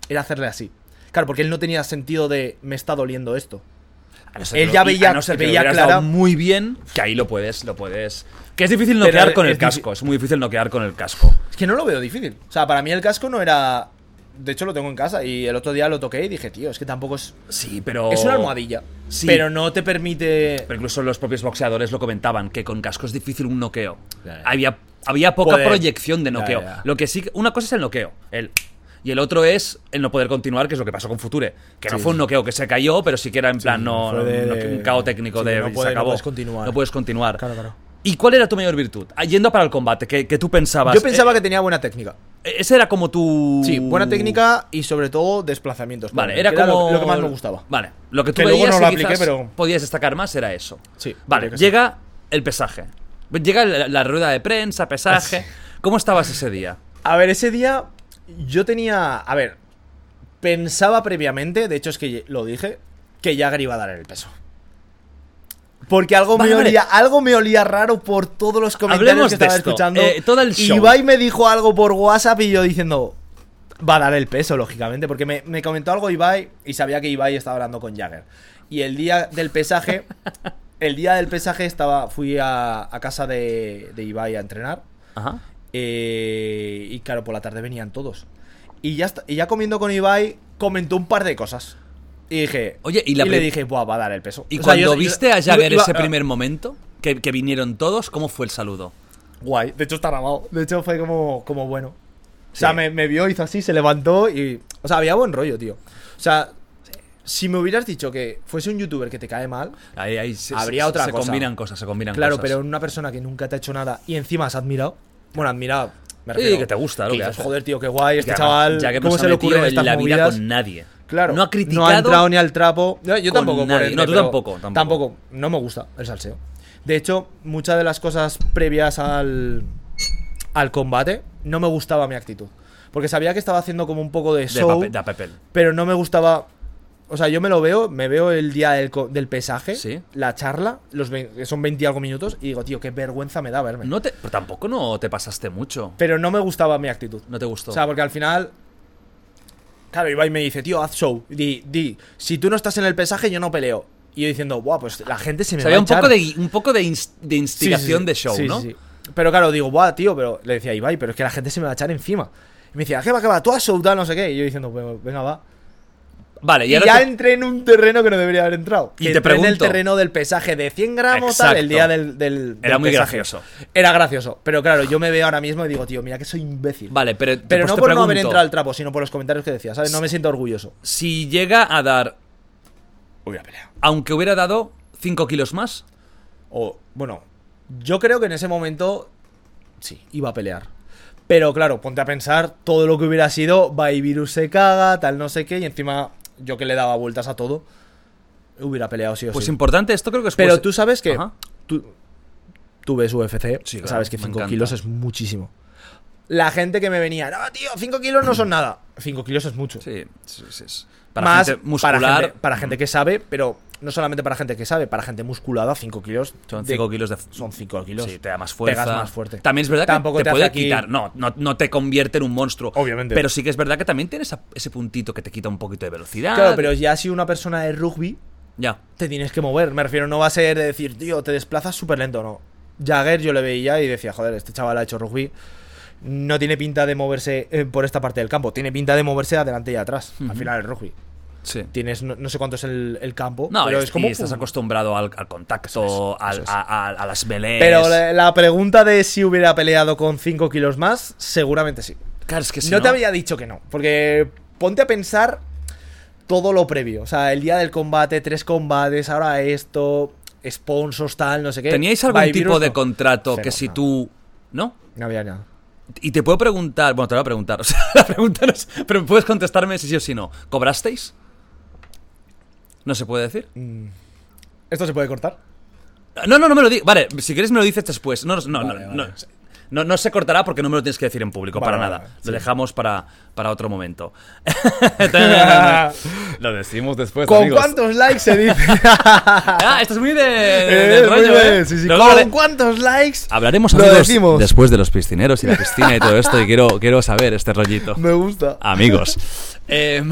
[SPEAKER 3] era hacerle así. Claro, porque él no tenía sentido de me está doliendo esto.
[SPEAKER 2] A no ser que
[SPEAKER 3] Él
[SPEAKER 2] lo-
[SPEAKER 3] ya
[SPEAKER 2] y
[SPEAKER 3] veía-
[SPEAKER 2] a no ser que lo
[SPEAKER 3] veía
[SPEAKER 2] hubieras
[SPEAKER 3] clara-
[SPEAKER 2] dado muy bien, que ahí lo puedes, lo puedes. Que es difícil noquear
[SPEAKER 3] Pero
[SPEAKER 2] con
[SPEAKER 3] es
[SPEAKER 2] el
[SPEAKER 3] difi-
[SPEAKER 2] casco, es muy difícil noquear con el casco.
[SPEAKER 3] Es que no lo veo difícil. O sea, para mí el casco no era. De hecho, lo tengo en casa y el otro día lo toqué y dije, tío, es que tampoco es.
[SPEAKER 2] Sí, pero.
[SPEAKER 3] Es una almohadilla.
[SPEAKER 2] Oh. Sí.
[SPEAKER 3] Pero no te permite.
[SPEAKER 2] Pero incluso los propios boxeadores lo comentaban, que con casco es difícil un noqueo.
[SPEAKER 3] Ya, ya.
[SPEAKER 2] Había, había poca
[SPEAKER 3] Poder.
[SPEAKER 2] proyección de
[SPEAKER 3] Ya,
[SPEAKER 2] noqueo.
[SPEAKER 3] ya, ya.
[SPEAKER 2] Lo que sí, que- una cosa es el noqueo, el y el otro es el no poder continuar, que es lo que pasó con Future. Que no fue un noqueo que se cayó, pero sí que era en plan, no,
[SPEAKER 3] fue
[SPEAKER 2] no-
[SPEAKER 3] de-
[SPEAKER 2] no- un caos técnico
[SPEAKER 3] sí,
[SPEAKER 2] de
[SPEAKER 3] no
[SPEAKER 2] se
[SPEAKER 3] puede- no
[SPEAKER 2] acabó.
[SPEAKER 3] puedes continuar.
[SPEAKER 2] No puedes continuar.
[SPEAKER 3] Claro, claro.
[SPEAKER 2] ¿Y cuál era tu mayor virtud? Ah, Yendo para el combate, que, que tú pensabas.
[SPEAKER 3] Yo pensaba que tenía buena técnica.
[SPEAKER 2] eh, ese era como tu.
[SPEAKER 3] Sí, buena técnica y sobre todo desplazamientos.
[SPEAKER 2] Uh. Vale,
[SPEAKER 3] Que
[SPEAKER 2] era
[SPEAKER 3] lo-
[SPEAKER 2] como.
[SPEAKER 3] Lo, que más me gustaba.
[SPEAKER 2] Vale, lo que tú
[SPEAKER 3] Que luego
[SPEAKER 2] veías
[SPEAKER 3] no lo
[SPEAKER 2] y quizás
[SPEAKER 3] apliqué, pero-
[SPEAKER 2] podías destacar más era eso.
[SPEAKER 3] Sí,
[SPEAKER 2] Vale,
[SPEAKER 3] creo que sí.
[SPEAKER 2] llega el pesaje. Llega la, la rueda de prensa, pesaje. ¿Cómo estabas ese día?
[SPEAKER 3] A ver, ese día yo tenía. A ver, pensaba previamente, de hecho es que lo dije, que Jagger iba a dar el peso. Porque algo,
[SPEAKER 2] Vale,
[SPEAKER 3] me,
[SPEAKER 2] vale.
[SPEAKER 3] olía, algo me olía raro por todos los comentarios
[SPEAKER 2] Hablemos
[SPEAKER 3] que
[SPEAKER 2] de
[SPEAKER 3] estaba
[SPEAKER 2] esto.
[SPEAKER 3] escuchando.
[SPEAKER 2] Eh, todo el
[SPEAKER 3] y
[SPEAKER 2] show.
[SPEAKER 3] Ibai me dijo algo por WhatsApp y yo diciendo. Va a dar el peso, lógicamente, porque me, me comentó algo Ibai y sabía que Ibai estaba hablando con Jagger. Y el día del pesaje, el día del pesaje estaba, fui a, a casa de, de Ibai a entrenar.
[SPEAKER 2] Ajá.
[SPEAKER 3] Eh, y claro, por la tarde venían todos. Y ya, está- y ya comiendo con Ibai, comentó un par de cosas. Y dije,
[SPEAKER 2] Oye, y la
[SPEAKER 3] le
[SPEAKER 2] pri-
[SPEAKER 3] dije, Buah, va a dar el peso.
[SPEAKER 2] ¿Y
[SPEAKER 3] O sea,
[SPEAKER 2] cuando
[SPEAKER 3] yo- ah. yo-
[SPEAKER 2] viste a
[SPEAKER 3] yo
[SPEAKER 2] Jagger
[SPEAKER 3] iba-
[SPEAKER 2] ese primer momento, que, que vinieron todos, cómo fue el saludo?
[SPEAKER 3] Guay, de hecho está grabado. De hecho fue como, como bueno. O sea, me, me vio, hizo así, se levantó y. O sea, había buen rollo, tío. O sea, si me hubieras dicho que fuese un youtuber que te cae mal,
[SPEAKER 2] Ahí, ahí se,
[SPEAKER 3] Habría
[SPEAKER 2] se-
[SPEAKER 3] otra
[SPEAKER 2] se
[SPEAKER 3] cosa.
[SPEAKER 2] combinan cosas, se combinan
[SPEAKER 3] claro,
[SPEAKER 2] cosas.
[SPEAKER 3] pero una persona que nunca te ha hecho nada y encima has admirado. Bueno, admirado. Me
[SPEAKER 2] Sí,
[SPEAKER 3] refiero,
[SPEAKER 2] que te gusta lo que
[SPEAKER 3] dices,
[SPEAKER 2] hace.
[SPEAKER 3] Joder, tío, qué guay,
[SPEAKER 2] Y
[SPEAKER 3] este
[SPEAKER 2] además,
[SPEAKER 3] chaval.
[SPEAKER 2] Jagger
[SPEAKER 3] ¿Cómo
[SPEAKER 2] no se,
[SPEAKER 3] se le
[SPEAKER 2] ha metido
[SPEAKER 3] ocurren
[SPEAKER 2] en
[SPEAKER 3] estas
[SPEAKER 2] la vida
[SPEAKER 3] movidas?
[SPEAKER 2] con nadie.
[SPEAKER 3] Claro.
[SPEAKER 2] No ha criticado.
[SPEAKER 3] No ha entrado ni al trapo. No, yo
[SPEAKER 2] con
[SPEAKER 3] tampoco, por
[SPEAKER 2] nadie.
[SPEAKER 3] ende,
[SPEAKER 2] No, tú
[SPEAKER 3] pero
[SPEAKER 2] tampoco, tampoco.
[SPEAKER 3] no me gusta el salseo. De hecho, muchas de las cosas previas al, al combate no me gustaba mi actitud. Porque sabía que estaba haciendo como un poco de
[SPEAKER 2] De,
[SPEAKER 3] show,
[SPEAKER 2] papel, de papel.
[SPEAKER 3] pero no me gustaba. O sea, yo me lo veo, me veo el día del, co- del pesaje,
[SPEAKER 2] Sí.
[SPEAKER 3] la charla, los ve- que son 20 y algo minutos, y digo, tío, qué vergüenza me da verme.
[SPEAKER 2] No te, pero tampoco no te pasaste mucho.
[SPEAKER 3] Pero no me gustaba mi actitud.
[SPEAKER 2] No te gustó.
[SPEAKER 3] O sea, porque al final. Claro, Ibai me dice, tío, haz show. Di, di, si tú no estás en el pesaje, yo no peleo. Y yo diciendo, guau, pues la gente se me
[SPEAKER 2] O sea,
[SPEAKER 3] va
[SPEAKER 2] había
[SPEAKER 3] a
[SPEAKER 2] un
[SPEAKER 3] echar".
[SPEAKER 2] poco de, un poco de, ins- de
[SPEAKER 3] Sí, sí, sí.
[SPEAKER 2] instigación de show,
[SPEAKER 3] Sí,
[SPEAKER 2] ¿no?
[SPEAKER 3] sí, sí. Pero claro, digo, guau, tío, pero le decía Ibai, pero es que la gente se me va a echar encima. Y me decía, ¿qué va, qué va? Tú has showdado, no sé qué. Y yo diciendo, "Venga, venga, va.
[SPEAKER 2] Vale,
[SPEAKER 3] Y,
[SPEAKER 2] y ahora
[SPEAKER 3] ya
[SPEAKER 2] te-
[SPEAKER 3] entré en un terreno que no debería haber entrado.
[SPEAKER 2] Y
[SPEAKER 3] Que
[SPEAKER 2] te
[SPEAKER 3] entré En el
[SPEAKER 2] pregunto.
[SPEAKER 3] terreno del pesaje de 100 gramos, tal, el
[SPEAKER 2] Exacto.
[SPEAKER 3] día del. del-
[SPEAKER 2] Era
[SPEAKER 3] del
[SPEAKER 2] muy
[SPEAKER 3] pesaje.
[SPEAKER 2] gracioso.
[SPEAKER 3] Era gracioso. Pero claro, yo me veo ahora mismo y digo, tío, mira que soy imbécil.
[SPEAKER 2] Vale, pero, te-
[SPEAKER 3] Pero
[SPEAKER 2] pues
[SPEAKER 3] no
[SPEAKER 2] te
[SPEAKER 3] por no haber
[SPEAKER 2] pregunto,
[SPEAKER 3] entrado al trapo, sino por los comentarios que decía, ¿sabes? No me siento orgulloso.
[SPEAKER 2] Si llega a dar,
[SPEAKER 3] Hubiera peleado.
[SPEAKER 2] aunque hubiera dado 5 kilos más,
[SPEAKER 3] Pues O, bueno, yo creo que en ese momento sí, iba a pelear. Pero claro, ponte a pensar todo lo que hubiera sido, Virus se caga, tal no sé qué, y encima yo que le daba vueltas a todo, hubiera peleado sí o
[SPEAKER 2] pues
[SPEAKER 3] sí.
[SPEAKER 2] importante, esto creo que es
[SPEAKER 3] Pero
[SPEAKER 2] pues-
[SPEAKER 3] tú sabes que
[SPEAKER 2] Ajá.
[SPEAKER 3] tú, tú ves UFC,
[SPEAKER 2] Sí, claro,
[SPEAKER 3] sabes que
[SPEAKER 2] me
[SPEAKER 3] 5
[SPEAKER 2] encanta.
[SPEAKER 3] kilos es muchísimo. La gente que me venía, no, tío, 5 kilos no son nada. 5 kilos es mucho.
[SPEAKER 2] Sí, sí, sí, sí. Para
[SPEAKER 3] Más
[SPEAKER 2] gente muscular. Mm.
[SPEAKER 3] Para gente, para gente que sabe, pero no solamente para gente que sabe, para gente musculada, 5 kilos.
[SPEAKER 2] Son
[SPEAKER 3] de-
[SPEAKER 2] 5 kilos de.
[SPEAKER 3] Son 5 kilos.
[SPEAKER 2] Sí, te da más fuerza.
[SPEAKER 3] Pegas más fuerte.
[SPEAKER 2] También es verdad
[SPEAKER 3] Tampoco
[SPEAKER 2] que te,
[SPEAKER 3] te hace
[SPEAKER 2] puede
[SPEAKER 3] aquí-
[SPEAKER 2] quitar. No, no, no te convierte en un monstruo.
[SPEAKER 3] Obviamente.
[SPEAKER 2] Pero sí que es verdad que también tienes a- ese puntito que te quita un poquito de velocidad.
[SPEAKER 3] Claro, pero ya si una persona de rugby,
[SPEAKER 2] Ya.
[SPEAKER 3] te tienes que mover. Me refiero, no va a ser de decir, tío, te desplazas súper lento, no. Jagger yo le veía y decía, joder, este chaval ha hecho rugby. No tiene pinta de moverse eh, por esta parte del campo, tiene pinta de moverse adelante y atrás. Al final el rugby.
[SPEAKER 2] Sí.
[SPEAKER 3] Tienes, no, no sé cuánto es el, el campo,
[SPEAKER 2] No,
[SPEAKER 3] pero
[SPEAKER 2] y-
[SPEAKER 3] es como...
[SPEAKER 2] y estás acostumbrado al, al contacto,
[SPEAKER 3] Eso es,
[SPEAKER 2] al-
[SPEAKER 3] eso es.
[SPEAKER 2] A, a- a las melees.
[SPEAKER 3] Pero eh, la, la pregunta de si hubiera peleado con 5 kilos más, seguramente sí.
[SPEAKER 2] Claro, es que si
[SPEAKER 3] no,
[SPEAKER 2] no,
[SPEAKER 3] te había dicho que no, porque ponte a pensar todo lo previo. O sea, el día del combate, tres combates, ahora esto, sponsors, tal, no sé qué.
[SPEAKER 2] ¿Teníais algún
[SPEAKER 3] By
[SPEAKER 2] tipo
[SPEAKER 3] Virus,
[SPEAKER 2] de
[SPEAKER 3] no.
[SPEAKER 2] contrato
[SPEAKER 3] Cero,
[SPEAKER 2] que si
[SPEAKER 3] nada.
[SPEAKER 2] tú. ¿No?
[SPEAKER 3] No había nada.
[SPEAKER 2] Y te puedo preguntar. Bueno, te lo voy a preguntar. O sea, la pregunta no es- Pero puedes contestarme si sí o si no. ¿Cobrasteis? ¿No se puede decir?
[SPEAKER 3] Mm. ¿Esto se puede cortar?
[SPEAKER 2] No, no, no me lo digas. Vale, si quieres me lo dices después. No, no, no,
[SPEAKER 3] Vale,
[SPEAKER 2] no,
[SPEAKER 3] vale.
[SPEAKER 2] no. No, no se cortará porque no me lo tienes que decir en público,
[SPEAKER 3] Vale,
[SPEAKER 2] para
[SPEAKER 3] vale,
[SPEAKER 2] nada.
[SPEAKER 3] vale,
[SPEAKER 2] Lo
[SPEAKER 3] sí.
[SPEAKER 2] dejamos para, para otro momento. lo decimos después.
[SPEAKER 3] ¿Con cuántos likes se dice?
[SPEAKER 2] Ah, esto es muy de,
[SPEAKER 3] Eh,
[SPEAKER 2] del
[SPEAKER 3] muy
[SPEAKER 2] rollo,
[SPEAKER 3] bien,
[SPEAKER 2] ¿eh?
[SPEAKER 3] sí, sí.
[SPEAKER 2] Luego lo
[SPEAKER 3] ¿Con
[SPEAKER 2] de-
[SPEAKER 3] cuántos likes?
[SPEAKER 2] Hablaremos
[SPEAKER 3] Lo
[SPEAKER 2] amigos
[SPEAKER 3] decimos.
[SPEAKER 2] después de los piscineros y la piscina y todo esto y quiero, quiero saber este rollito.
[SPEAKER 3] Me gusta.
[SPEAKER 2] Amigos. Em,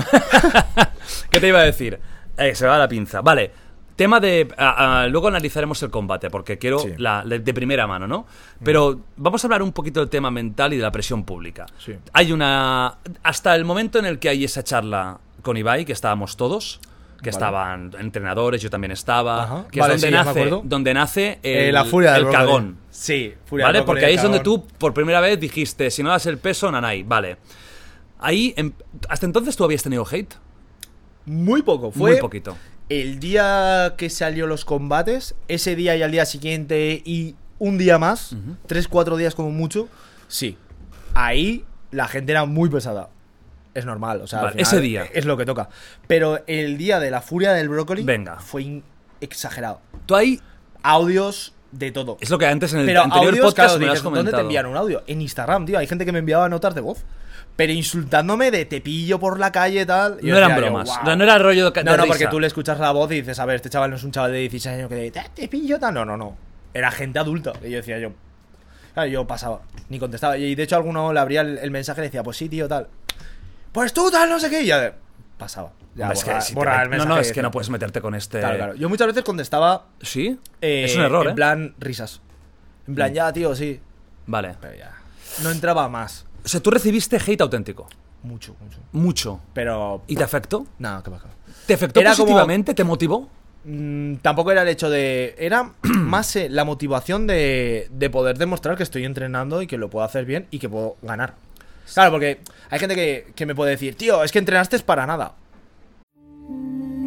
[SPEAKER 2] ¿Qué te iba a decir? Eh, se va la pinza. Vale. Tema de. a- a- luego analizaremos el combate, porque quiero
[SPEAKER 3] Sí. Mm.
[SPEAKER 2] la, la- de primera mano, ¿no? Pero vamos a hablar un poquito del tema mental y de la presión pública.
[SPEAKER 3] Sí.
[SPEAKER 2] Hay una. Hasta el momento en el que hay esa charla con Ibai, que estábamos todos, que
[SPEAKER 3] Vale.
[SPEAKER 2] estaban entrenadores, yo también estaba.
[SPEAKER 3] Ajá.
[SPEAKER 2] Que
[SPEAKER 3] Vale,
[SPEAKER 2] es donde
[SPEAKER 3] sí, ya me
[SPEAKER 2] nace,
[SPEAKER 3] acuerdo.
[SPEAKER 2] donde nace el,
[SPEAKER 3] Eh, la furia del
[SPEAKER 2] el
[SPEAKER 3] brócoli.
[SPEAKER 2] cagón.
[SPEAKER 3] Sí, furia
[SPEAKER 2] ¿Vale?
[SPEAKER 3] del brócoli,
[SPEAKER 2] Porque ahí
[SPEAKER 3] el
[SPEAKER 2] es donde
[SPEAKER 3] cagón.
[SPEAKER 2] tú por primera vez dijiste, si no das el peso, nanay, vale. Ahí, em- hasta entonces tú habías tenido hate.
[SPEAKER 3] Muy poco, fue.
[SPEAKER 2] Muy poquito.
[SPEAKER 3] El día que salió los combates, ese día y al día siguiente y un día más, tres, cuatro días como mucho, sí. Ahí la gente era muy pesada. Es normal, o sea, al
[SPEAKER 2] Vale,
[SPEAKER 3] final
[SPEAKER 2] ese día.
[SPEAKER 3] es lo que toca. Pero el día de la furia del brócoli
[SPEAKER 2] Venga.
[SPEAKER 3] fue in- exagerado.
[SPEAKER 2] Tú ahí.
[SPEAKER 3] Audios de todo.
[SPEAKER 2] Es lo que antes en el
[SPEAKER 3] Pero
[SPEAKER 2] anterior
[SPEAKER 3] audios,
[SPEAKER 2] podcast
[SPEAKER 3] claro,
[SPEAKER 2] me lo has
[SPEAKER 3] dices, ¿dónde te
[SPEAKER 2] comentado.
[SPEAKER 3] enviaron un audio? En Instagram, tío. Hay gente que me enviaba notas de voz. Pero insultándome de te pillo por la calle tal. y
[SPEAKER 2] No
[SPEAKER 3] yo
[SPEAKER 2] eran
[SPEAKER 3] decía yo,
[SPEAKER 2] bromas.
[SPEAKER 3] "Guau".
[SPEAKER 2] No, no era rollo de,
[SPEAKER 3] No,
[SPEAKER 2] de
[SPEAKER 3] no,
[SPEAKER 2] risa.
[SPEAKER 3] porque tú le escuchas la voz y dices, a ver, este chaval no es un chaval de 16 años que te, "Te- te pillo tal. No, no, no. Era gente adulta. Y yo decía yo. Claro, yo pasaba, ni contestaba. Y de hecho, alguno le abría el, el mensaje y le decía, pues sí, tío, tal. Pues tú, tal, no sé qué. Y ya eh, pasaba. Ya,
[SPEAKER 2] Hombre, es
[SPEAKER 3] borra-
[SPEAKER 2] que si te-
[SPEAKER 3] borra
[SPEAKER 2] no,
[SPEAKER 3] el mensaje
[SPEAKER 2] no,
[SPEAKER 3] y
[SPEAKER 2] es que
[SPEAKER 3] decía,
[SPEAKER 2] no puedes meterte con este.
[SPEAKER 3] Claro, claro. Yo muchas veces contestaba.
[SPEAKER 2] ¿Sí?
[SPEAKER 3] eh,
[SPEAKER 2] es un error,
[SPEAKER 3] En
[SPEAKER 2] ¿eh? Mm.
[SPEAKER 3] plan, risas. En plan, ya, tío, sí.
[SPEAKER 2] Vale.
[SPEAKER 3] Pero ya. No entraba más.
[SPEAKER 2] O sea, tú recibiste hate auténtico.
[SPEAKER 3] Mucho, mucho.
[SPEAKER 2] Mucho.
[SPEAKER 3] Pero.
[SPEAKER 2] ¿Y te afectó?
[SPEAKER 3] Nada, que va, que va.
[SPEAKER 2] ¿Te afectó
[SPEAKER 3] Era como-
[SPEAKER 2] positivamente? ¿Te motivó?
[SPEAKER 3] Mm, tampoco era el hecho de. Era más eh, la motivación de, de poder demostrar que estoy entrenando y que lo puedo hacer bien y que puedo ganar. Claro, porque hay gente que, que me puede decir, tío, es que entrenaste es para nada.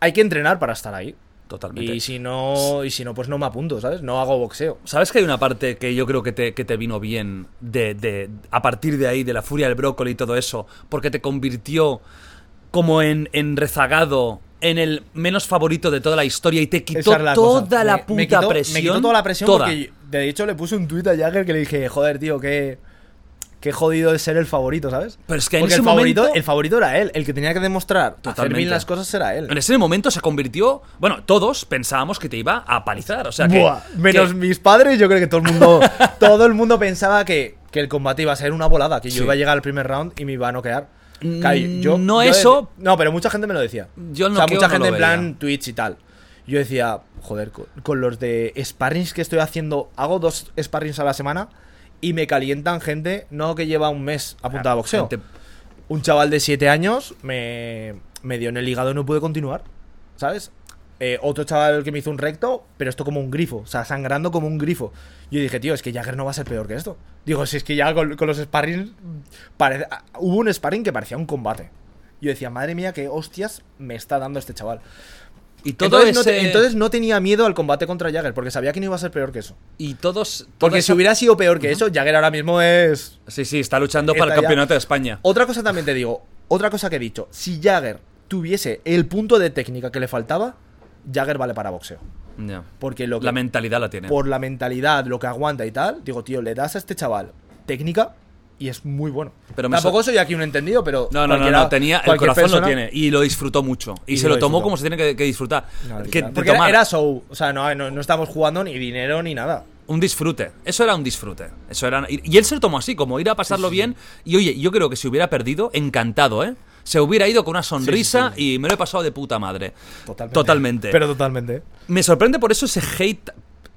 [SPEAKER 3] Hay que entrenar para estar ahí.
[SPEAKER 2] Totalmente.
[SPEAKER 3] Y si no, y si no, pues no me apunto, ¿sabes? No hago boxeo.
[SPEAKER 2] ¿Sabes que hay una parte que yo creo que te, que te vino bien de, de- a partir de ahí, de la furia del brócoli y todo eso? Porque te convirtió como en, en rezagado, en el menos favorito de toda la historia y te quitó
[SPEAKER 3] Esa es la
[SPEAKER 2] toda
[SPEAKER 3] cosa.
[SPEAKER 2] la
[SPEAKER 3] Me-
[SPEAKER 2] puta
[SPEAKER 3] me quitó-
[SPEAKER 2] presión.
[SPEAKER 3] Me quitó toda la presión
[SPEAKER 2] toda.
[SPEAKER 3] porque yo- de hecho le puse un tuit a Jagger que le dije, joder, tío, qué, qué jodido es ser el favorito, ¿sabes?
[SPEAKER 2] Pero es que en
[SPEAKER 3] Porque
[SPEAKER 2] ese
[SPEAKER 3] el favorito,
[SPEAKER 2] momento-
[SPEAKER 3] el favorito era él, el que tenía que demostrar hacer
[SPEAKER 2] Totalmente.
[SPEAKER 3] bien las cosas era él.
[SPEAKER 2] En ese momento se convirtió. Bueno, todos pensábamos que te iba a palizar. O sea que.
[SPEAKER 3] Buah, menos
[SPEAKER 2] que-
[SPEAKER 3] mis padres, yo creo que todo el mundo, todo el mundo pensaba que, que el combate iba a ser una volada, que
[SPEAKER 2] Sí.
[SPEAKER 3] yo iba a llegar al primer round y me iba a noquear.
[SPEAKER 2] Mm,
[SPEAKER 3] Claro, yo-
[SPEAKER 2] no
[SPEAKER 3] yo
[SPEAKER 2] eso.
[SPEAKER 3] dec- no, pero mucha gente me lo decía.
[SPEAKER 2] Yo el
[SPEAKER 3] o sea,
[SPEAKER 2] noqueo
[SPEAKER 3] mucha
[SPEAKER 2] no
[SPEAKER 3] gente
[SPEAKER 2] lo
[SPEAKER 3] en plan
[SPEAKER 2] veía.
[SPEAKER 3] Twitch y tal. Yo decía, joder, con, con los de sparrings que estoy haciendo, hago dos sparrings a la semana y me calientan gente, no que lleva un mes apuntada a boxeo.
[SPEAKER 2] gente-
[SPEAKER 3] Un chaval de 7 años me, me dio en el hígado y no pude continuar, ¿sabes? Eh, otro chaval que me hizo un recto, pero esto como un grifo, o sea, sangrando como un grifo. Yo dije, tío, es que Jagger no va a ser peor que esto. Digo, si es que ya con, con los sparring parece- ah, hubo un sparring que parecía un combate. Yo decía, madre mía, qué hostias me está dando este chaval.
[SPEAKER 2] Y todo
[SPEAKER 3] entonces, no te-
[SPEAKER 2] ese-
[SPEAKER 3] entonces no tenía miedo al combate contra Jagger, porque sabía que no iba a ser peor que eso.
[SPEAKER 2] Y todos. toda
[SPEAKER 3] Porque si
[SPEAKER 2] esa-
[SPEAKER 3] hubiera sido peor que eso, Jagger ahora mismo es
[SPEAKER 2] Sí, sí, está luchando para el
[SPEAKER 3] Está ya. Oh,
[SPEAKER 2] campeonato de España.
[SPEAKER 3] Otra cosa también te digo, otra cosa que he dicho, si Jagger tuviese el punto de técnica que le faltaba, Jagger vale para boxeo.
[SPEAKER 2] Ya.
[SPEAKER 3] Porque lo que,
[SPEAKER 2] La mentalidad la tiene.
[SPEAKER 3] por la mentalidad, lo que aguanta y tal, digo, tío, le das a este chaval técnica y es muy bueno.
[SPEAKER 2] Pero me
[SPEAKER 3] Tampoco
[SPEAKER 2] so-
[SPEAKER 3] soy aquí un entendido, pero
[SPEAKER 2] No, no, no,
[SPEAKER 3] cualquiera-
[SPEAKER 2] no, tenía el
[SPEAKER 3] cualquier
[SPEAKER 2] corazón lo
[SPEAKER 3] persona-
[SPEAKER 2] tiene y lo disfrutó mucho y,
[SPEAKER 3] Y
[SPEAKER 2] se
[SPEAKER 3] lo
[SPEAKER 2] lo tomó
[SPEAKER 3] disfrutó.
[SPEAKER 2] como se tiene que, que disfrutar.
[SPEAKER 3] No,
[SPEAKER 2] que, de
[SPEAKER 3] porque era,
[SPEAKER 2] tomar
[SPEAKER 3] era show, o sea, no, no, no estamos jugando ni dinero ni nada.
[SPEAKER 2] un disfrute, eso era un disfrute, eso era y y él se lo tomó así como ir a pasarlo bien y oye, yo creo que si hubiera perdido encantado, ¿eh? Se hubiera ido con una sonrisa y me lo he pasado de puta madre.
[SPEAKER 3] Totalmente.
[SPEAKER 2] Totalmente.
[SPEAKER 3] Pero totalmente.
[SPEAKER 2] Me sorprende por eso ese hate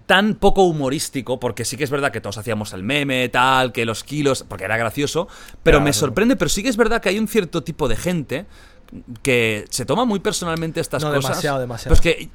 [SPEAKER 2] tan poco humorístico, porque sí que es verdad que todos hacíamos el meme, tal, que los kilos, porque era gracioso, pero me sorprende, pero sí que es verdad que hay un cierto tipo de gente que se toma muy personalmente estas
[SPEAKER 3] No,
[SPEAKER 2] cosas.
[SPEAKER 3] demasiado,
[SPEAKER 2] Pero
[SPEAKER 3] demasiado.
[SPEAKER 2] es que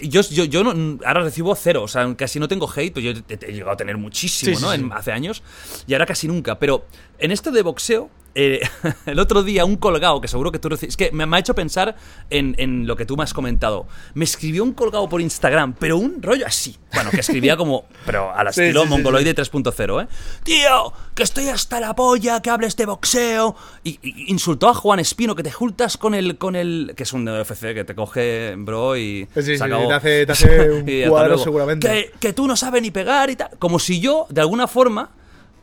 [SPEAKER 2] yo, yo, yo no- ahora recibo cero, o sea, casi no tengo hate, pero yo he, he llegado a tener muchísimo,
[SPEAKER 3] Sí,
[SPEAKER 2] ¿no?
[SPEAKER 3] sí, sí.
[SPEAKER 2] En- hace años, y ahora casi nunca. Pero en esto de boxeo, eh, el otro día un colgado, que seguro que tú recibes, es que me, me ha hecho pensar en, en lo que tú me has comentado. Me escribió un colgado por Instagram, pero un rollo así. Bueno, que escribía como, pero al
[SPEAKER 3] Sí,
[SPEAKER 2] estilo
[SPEAKER 3] sí, sí,
[SPEAKER 2] mongoloide 3.0, ¿eh? Tío, que estoy hasta la polla, que hables de boxeo. Y, y insultó a Juan Espino, que te juntas con el, con el, que es un UFC, que te coge, bro, y
[SPEAKER 3] Sí, sí,
[SPEAKER 2] se
[SPEAKER 3] sí,
[SPEAKER 2] acabó.
[SPEAKER 3] te hace- te hace un
[SPEAKER 2] Y hasta
[SPEAKER 3] cuadro
[SPEAKER 2] luego.
[SPEAKER 3] seguramente.
[SPEAKER 2] Que, que tú no sabes ni pegar y tal. Como si yo, de alguna forma,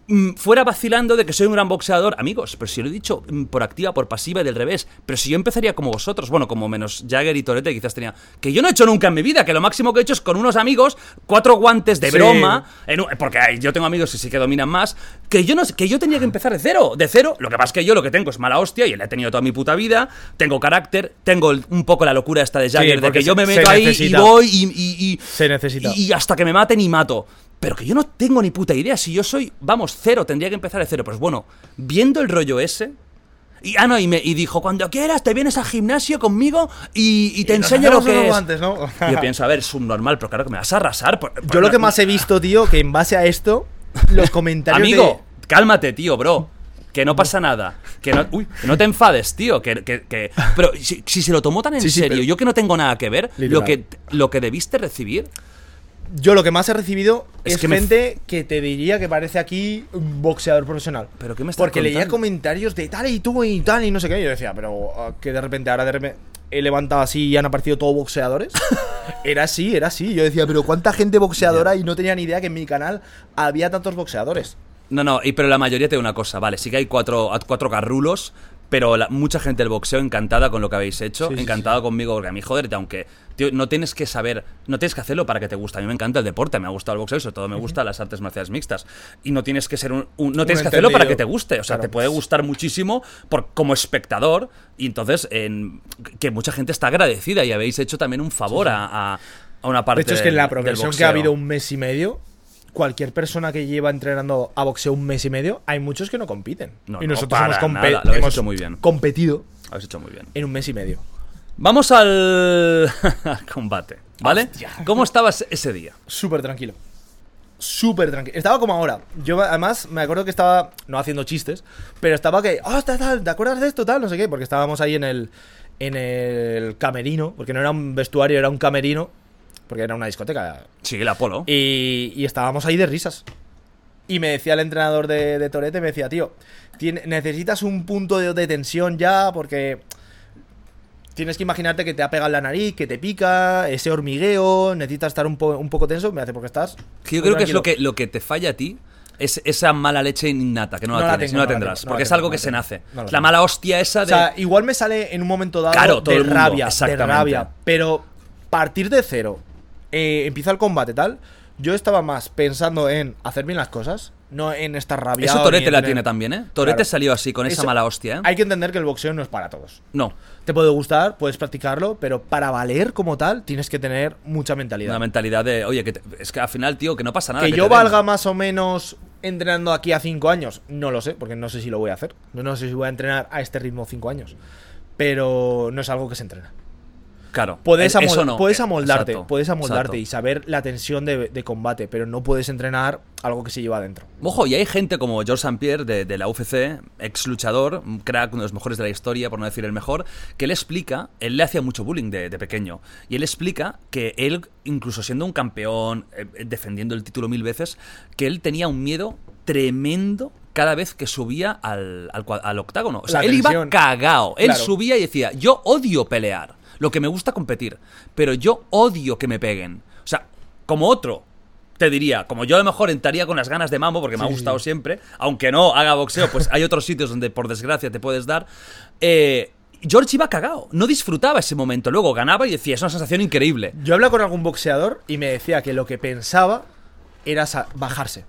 [SPEAKER 2] mm, fuera vacilando de que soy un gran boxeador. Amigos, pero si lo he dicho mm, por activa, por pasiva y del revés. Pero si yo empezaría como vosotros, bueno, como menos Jagger y Torete, quizás tenía. Que yo no he hecho nunca en mi vida, que lo máximo que he hecho es con unos amigos, cuatro guantes de
[SPEAKER 3] Sí.
[SPEAKER 2] broma. en un- porque ay, yo tengo amigos que sí que dominan más. Que yo, no, sé- que yo tenía que empezar de cero. De cero. Lo que pasa es que yo lo que tengo es mala hostia y la he tenido toda mi puta vida. Tengo carácter, tengo el- un poco la locura esta de Jagger, de
[SPEAKER 3] porque
[SPEAKER 2] que yo
[SPEAKER 3] se-
[SPEAKER 2] me
[SPEAKER 3] se
[SPEAKER 2] meto ahí y
[SPEAKER 3] necesita.
[SPEAKER 2] voy y, y- y-
[SPEAKER 3] Se necesita.
[SPEAKER 2] Y, y hasta que me maten y mato. Pero que yo no tengo ni puta idea. Si yo soy, vamos, cero, tendría que empezar de cero. Pues bueno, viendo el rollo ese. Y, ah, no, y, me, y dijo, cuando quieras, te vienes al gimnasio conmigo y, y te
[SPEAKER 3] Y nos
[SPEAKER 2] enseño lo
[SPEAKER 3] hacemos unos
[SPEAKER 2] que es.
[SPEAKER 3] guantes, ¿no?
[SPEAKER 2] Y yo pienso, a ver, subnormal, pero claro que me vas a arrasar. por- por
[SPEAKER 3] Yo lo
[SPEAKER 2] la-
[SPEAKER 3] que más he visto, tío, que en base a esto, los comentarios. de-
[SPEAKER 2] Amigo, cálmate, tío, bro. Que no pasa nada. Que no, uy, que no te enfades, tío. Que, que- que- pero si, si se lo tomó tan en
[SPEAKER 3] Sí, sí,
[SPEAKER 2] serio,
[SPEAKER 3] pero-
[SPEAKER 2] yo que no tengo nada que ver,
[SPEAKER 3] Literal.
[SPEAKER 2] lo que, lo que debiste recibir.
[SPEAKER 3] Yo lo que más he recibido
[SPEAKER 2] Es
[SPEAKER 3] es,
[SPEAKER 2] que me-
[SPEAKER 3] gente que te diría que parece aquí un boxeador profesional.
[SPEAKER 2] ¿Pero qué me estás
[SPEAKER 3] Porque leía
[SPEAKER 2] contando?
[SPEAKER 3] comentarios de tal y tú y tal y no sé qué. Y yo decía, pero ah, que de repente ahora de repente he levantado así y han aparecido todos boxeadores. era así, era así. Yo decía, pero ¿cuánta gente boxeadora? Y no tenía ni idea que en mi canal había tantos boxeadores.
[SPEAKER 2] No, no, y, pero la mayoría te da una cosa, vale, sí que hay cuatro, a- cuatro garrulos, pero la- mucha gente del boxeo encantada con lo que habéis hecho, encantada conmigo, porque a mí, joder, aunque tío, no tienes que saber, no tienes que hacerlo para que te guste, a mí me encanta el deporte, me ha gustado el boxeo y sobre todo me gustan las artes marciales mixtas, y no tienes que ser un, un- no tienes que hacerlo para que te
[SPEAKER 3] entendido.
[SPEAKER 2] guste, o sea,
[SPEAKER 3] Claro.
[SPEAKER 2] te puede gustar muchísimo por, como espectador, y entonces en- que mucha gente está agradecida y habéis hecho también un favor a, a- a una parte
[SPEAKER 3] De hecho, es que en la
[SPEAKER 2] del- del
[SPEAKER 3] progresión que
[SPEAKER 2] boxeo.
[SPEAKER 3] ha habido un mes y medio, cualquier persona que lleva entrenando a boxeo un mes y medio, hay muchos que no compiten.
[SPEAKER 2] No,
[SPEAKER 3] y
[SPEAKER 2] no,
[SPEAKER 3] nosotros
[SPEAKER 2] para
[SPEAKER 3] hemos, compe-
[SPEAKER 2] nada, lo habéis
[SPEAKER 3] hemos
[SPEAKER 2] hecho muy bien.
[SPEAKER 3] competido
[SPEAKER 2] Habéis hecho muy bien.
[SPEAKER 3] en un mes y medio.
[SPEAKER 2] Vamos al, al combate, ¿vale? ¿Cómo estabas ese día?
[SPEAKER 3] Súper tranquilo. Súper tranquilo. Estaba como ahora. Yo además me acuerdo que estaba, no haciendo chistes, pero estaba que, ah, está tal, ¿te acuerdas de esto? Tal, no sé qué, porque estábamos ahí en el, en el camerino, porque no era un vestuario, era un camerino, porque era una discoteca.
[SPEAKER 2] Sí, el Apolo.
[SPEAKER 3] Y, y estábamos ahí de risas. Y me decía el entrenador de, de Torete, me decía, tío, tiene- necesitas un punto de, de tensión ya porque tienes que imaginarte que te ha pegado en la nariz, que te pica, ese hormigueo, necesitas estar un, po- un poco tenso, me hace porque estás...
[SPEAKER 2] Que yo
[SPEAKER 3] muy
[SPEAKER 2] creo que es lo que,
[SPEAKER 3] tranquilo".
[SPEAKER 2] lo que te falla a ti. Es esa mala leche innata, que no,
[SPEAKER 3] No
[SPEAKER 2] la
[SPEAKER 3] la
[SPEAKER 2] tienes,
[SPEAKER 3] tengo,
[SPEAKER 2] no la
[SPEAKER 3] no la
[SPEAKER 2] tendrás.
[SPEAKER 3] tengo, no la
[SPEAKER 2] porque es
[SPEAKER 3] tengo,
[SPEAKER 2] algo
[SPEAKER 3] no
[SPEAKER 2] que
[SPEAKER 3] la
[SPEAKER 2] se
[SPEAKER 3] tengo.
[SPEAKER 2] nace.
[SPEAKER 3] No la
[SPEAKER 2] la
[SPEAKER 3] tengo.
[SPEAKER 2] mala hostia esa
[SPEAKER 3] O
[SPEAKER 2] de.
[SPEAKER 3] sea, igual me sale en un momento dado
[SPEAKER 2] Claro, todo
[SPEAKER 3] de
[SPEAKER 2] el mundo,
[SPEAKER 3] rabia, de
[SPEAKER 2] exactamente.
[SPEAKER 3] rabia, pero partir de cero, eh, empieza el combate tal, yo estaba más pensando en hacer bien las cosas, no en estar rabia.
[SPEAKER 2] eso Torete la tiene también, ¿eh? Torete
[SPEAKER 3] Claro.
[SPEAKER 2] salió así, con esa
[SPEAKER 3] Eso-
[SPEAKER 2] mala hostia, ¿eh?
[SPEAKER 3] Hay que entender que el boxeo no es para todos.
[SPEAKER 2] No,
[SPEAKER 3] Te puede gustar, puedes practicarlo, pero para valer como tal tienes que tener mucha mentalidad.
[SPEAKER 2] una mentalidad de, oye, que te- es que al final, tío, que no pasa nada.
[SPEAKER 3] que
[SPEAKER 2] te
[SPEAKER 3] yo
[SPEAKER 2] den.
[SPEAKER 3] valga más o menos entrenando aquí a 5 años, no lo sé, porque no sé si lo voy a hacer. No, no sé si voy a entrenar a este ritmo 5 años. Pero no es algo que se entrena.
[SPEAKER 2] Claro.
[SPEAKER 3] Puedes,
[SPEAKER 2] e-
[SPEAKER 3] amol-
[SPEAKER 2] eso no.
[SPEAKER 3] puedes
[SPEAKER 2] eh,
[SPEAKER 3] amoldarte,
[SPEAKER 2] exacto,
[SPEAKER 3] puedes amoldarte y
[SPEAKER 2] exacto.
[SPEAKER 3] saber la tensión de, de combate, pero no puedes entrenar algo que se lleva adentro.
[SPEAKER 2] Ojo, y hay gente como George St. Pierre de, de la UFC, ex luchador, un crack, uno de los mejores de la historia, por no decir el mejor, que él explica, él le hacía mucho bullying de, de pequeño, y él explica que él, incluso siendo un campeón, eh, eh, defendiendo el título mil veces, que él tenía un miedo tremendo cada vez que subía al, al cua- al octágono. O sea,
[SPEAKER 3] La
[SPEAKER 2] él iba
[SPEAKER 3] tensión.
[SPEAKER 2] cagao, él
[SPEAKER 3] Claro.
[SPEAKER 2] subía y decía, yo odio pelear, lo que me gusta competir, pero yo odio que me peguen. O sea, como otro. Te diría, como yo a lo mejor entraría con las ganas de mambo, porque me ha gustado siempre, aunque no haga boxeo, pues hay otros sitios donde por desgracia te puedes dar. Eh, George iba cagado, no disfrutaba ese momento, luego ganaba y decía, es una sensación increíble.
[SPEAKER 3] Yo hablaba con algún boxeador y me decía que lo que pensaba era sa- bajarse.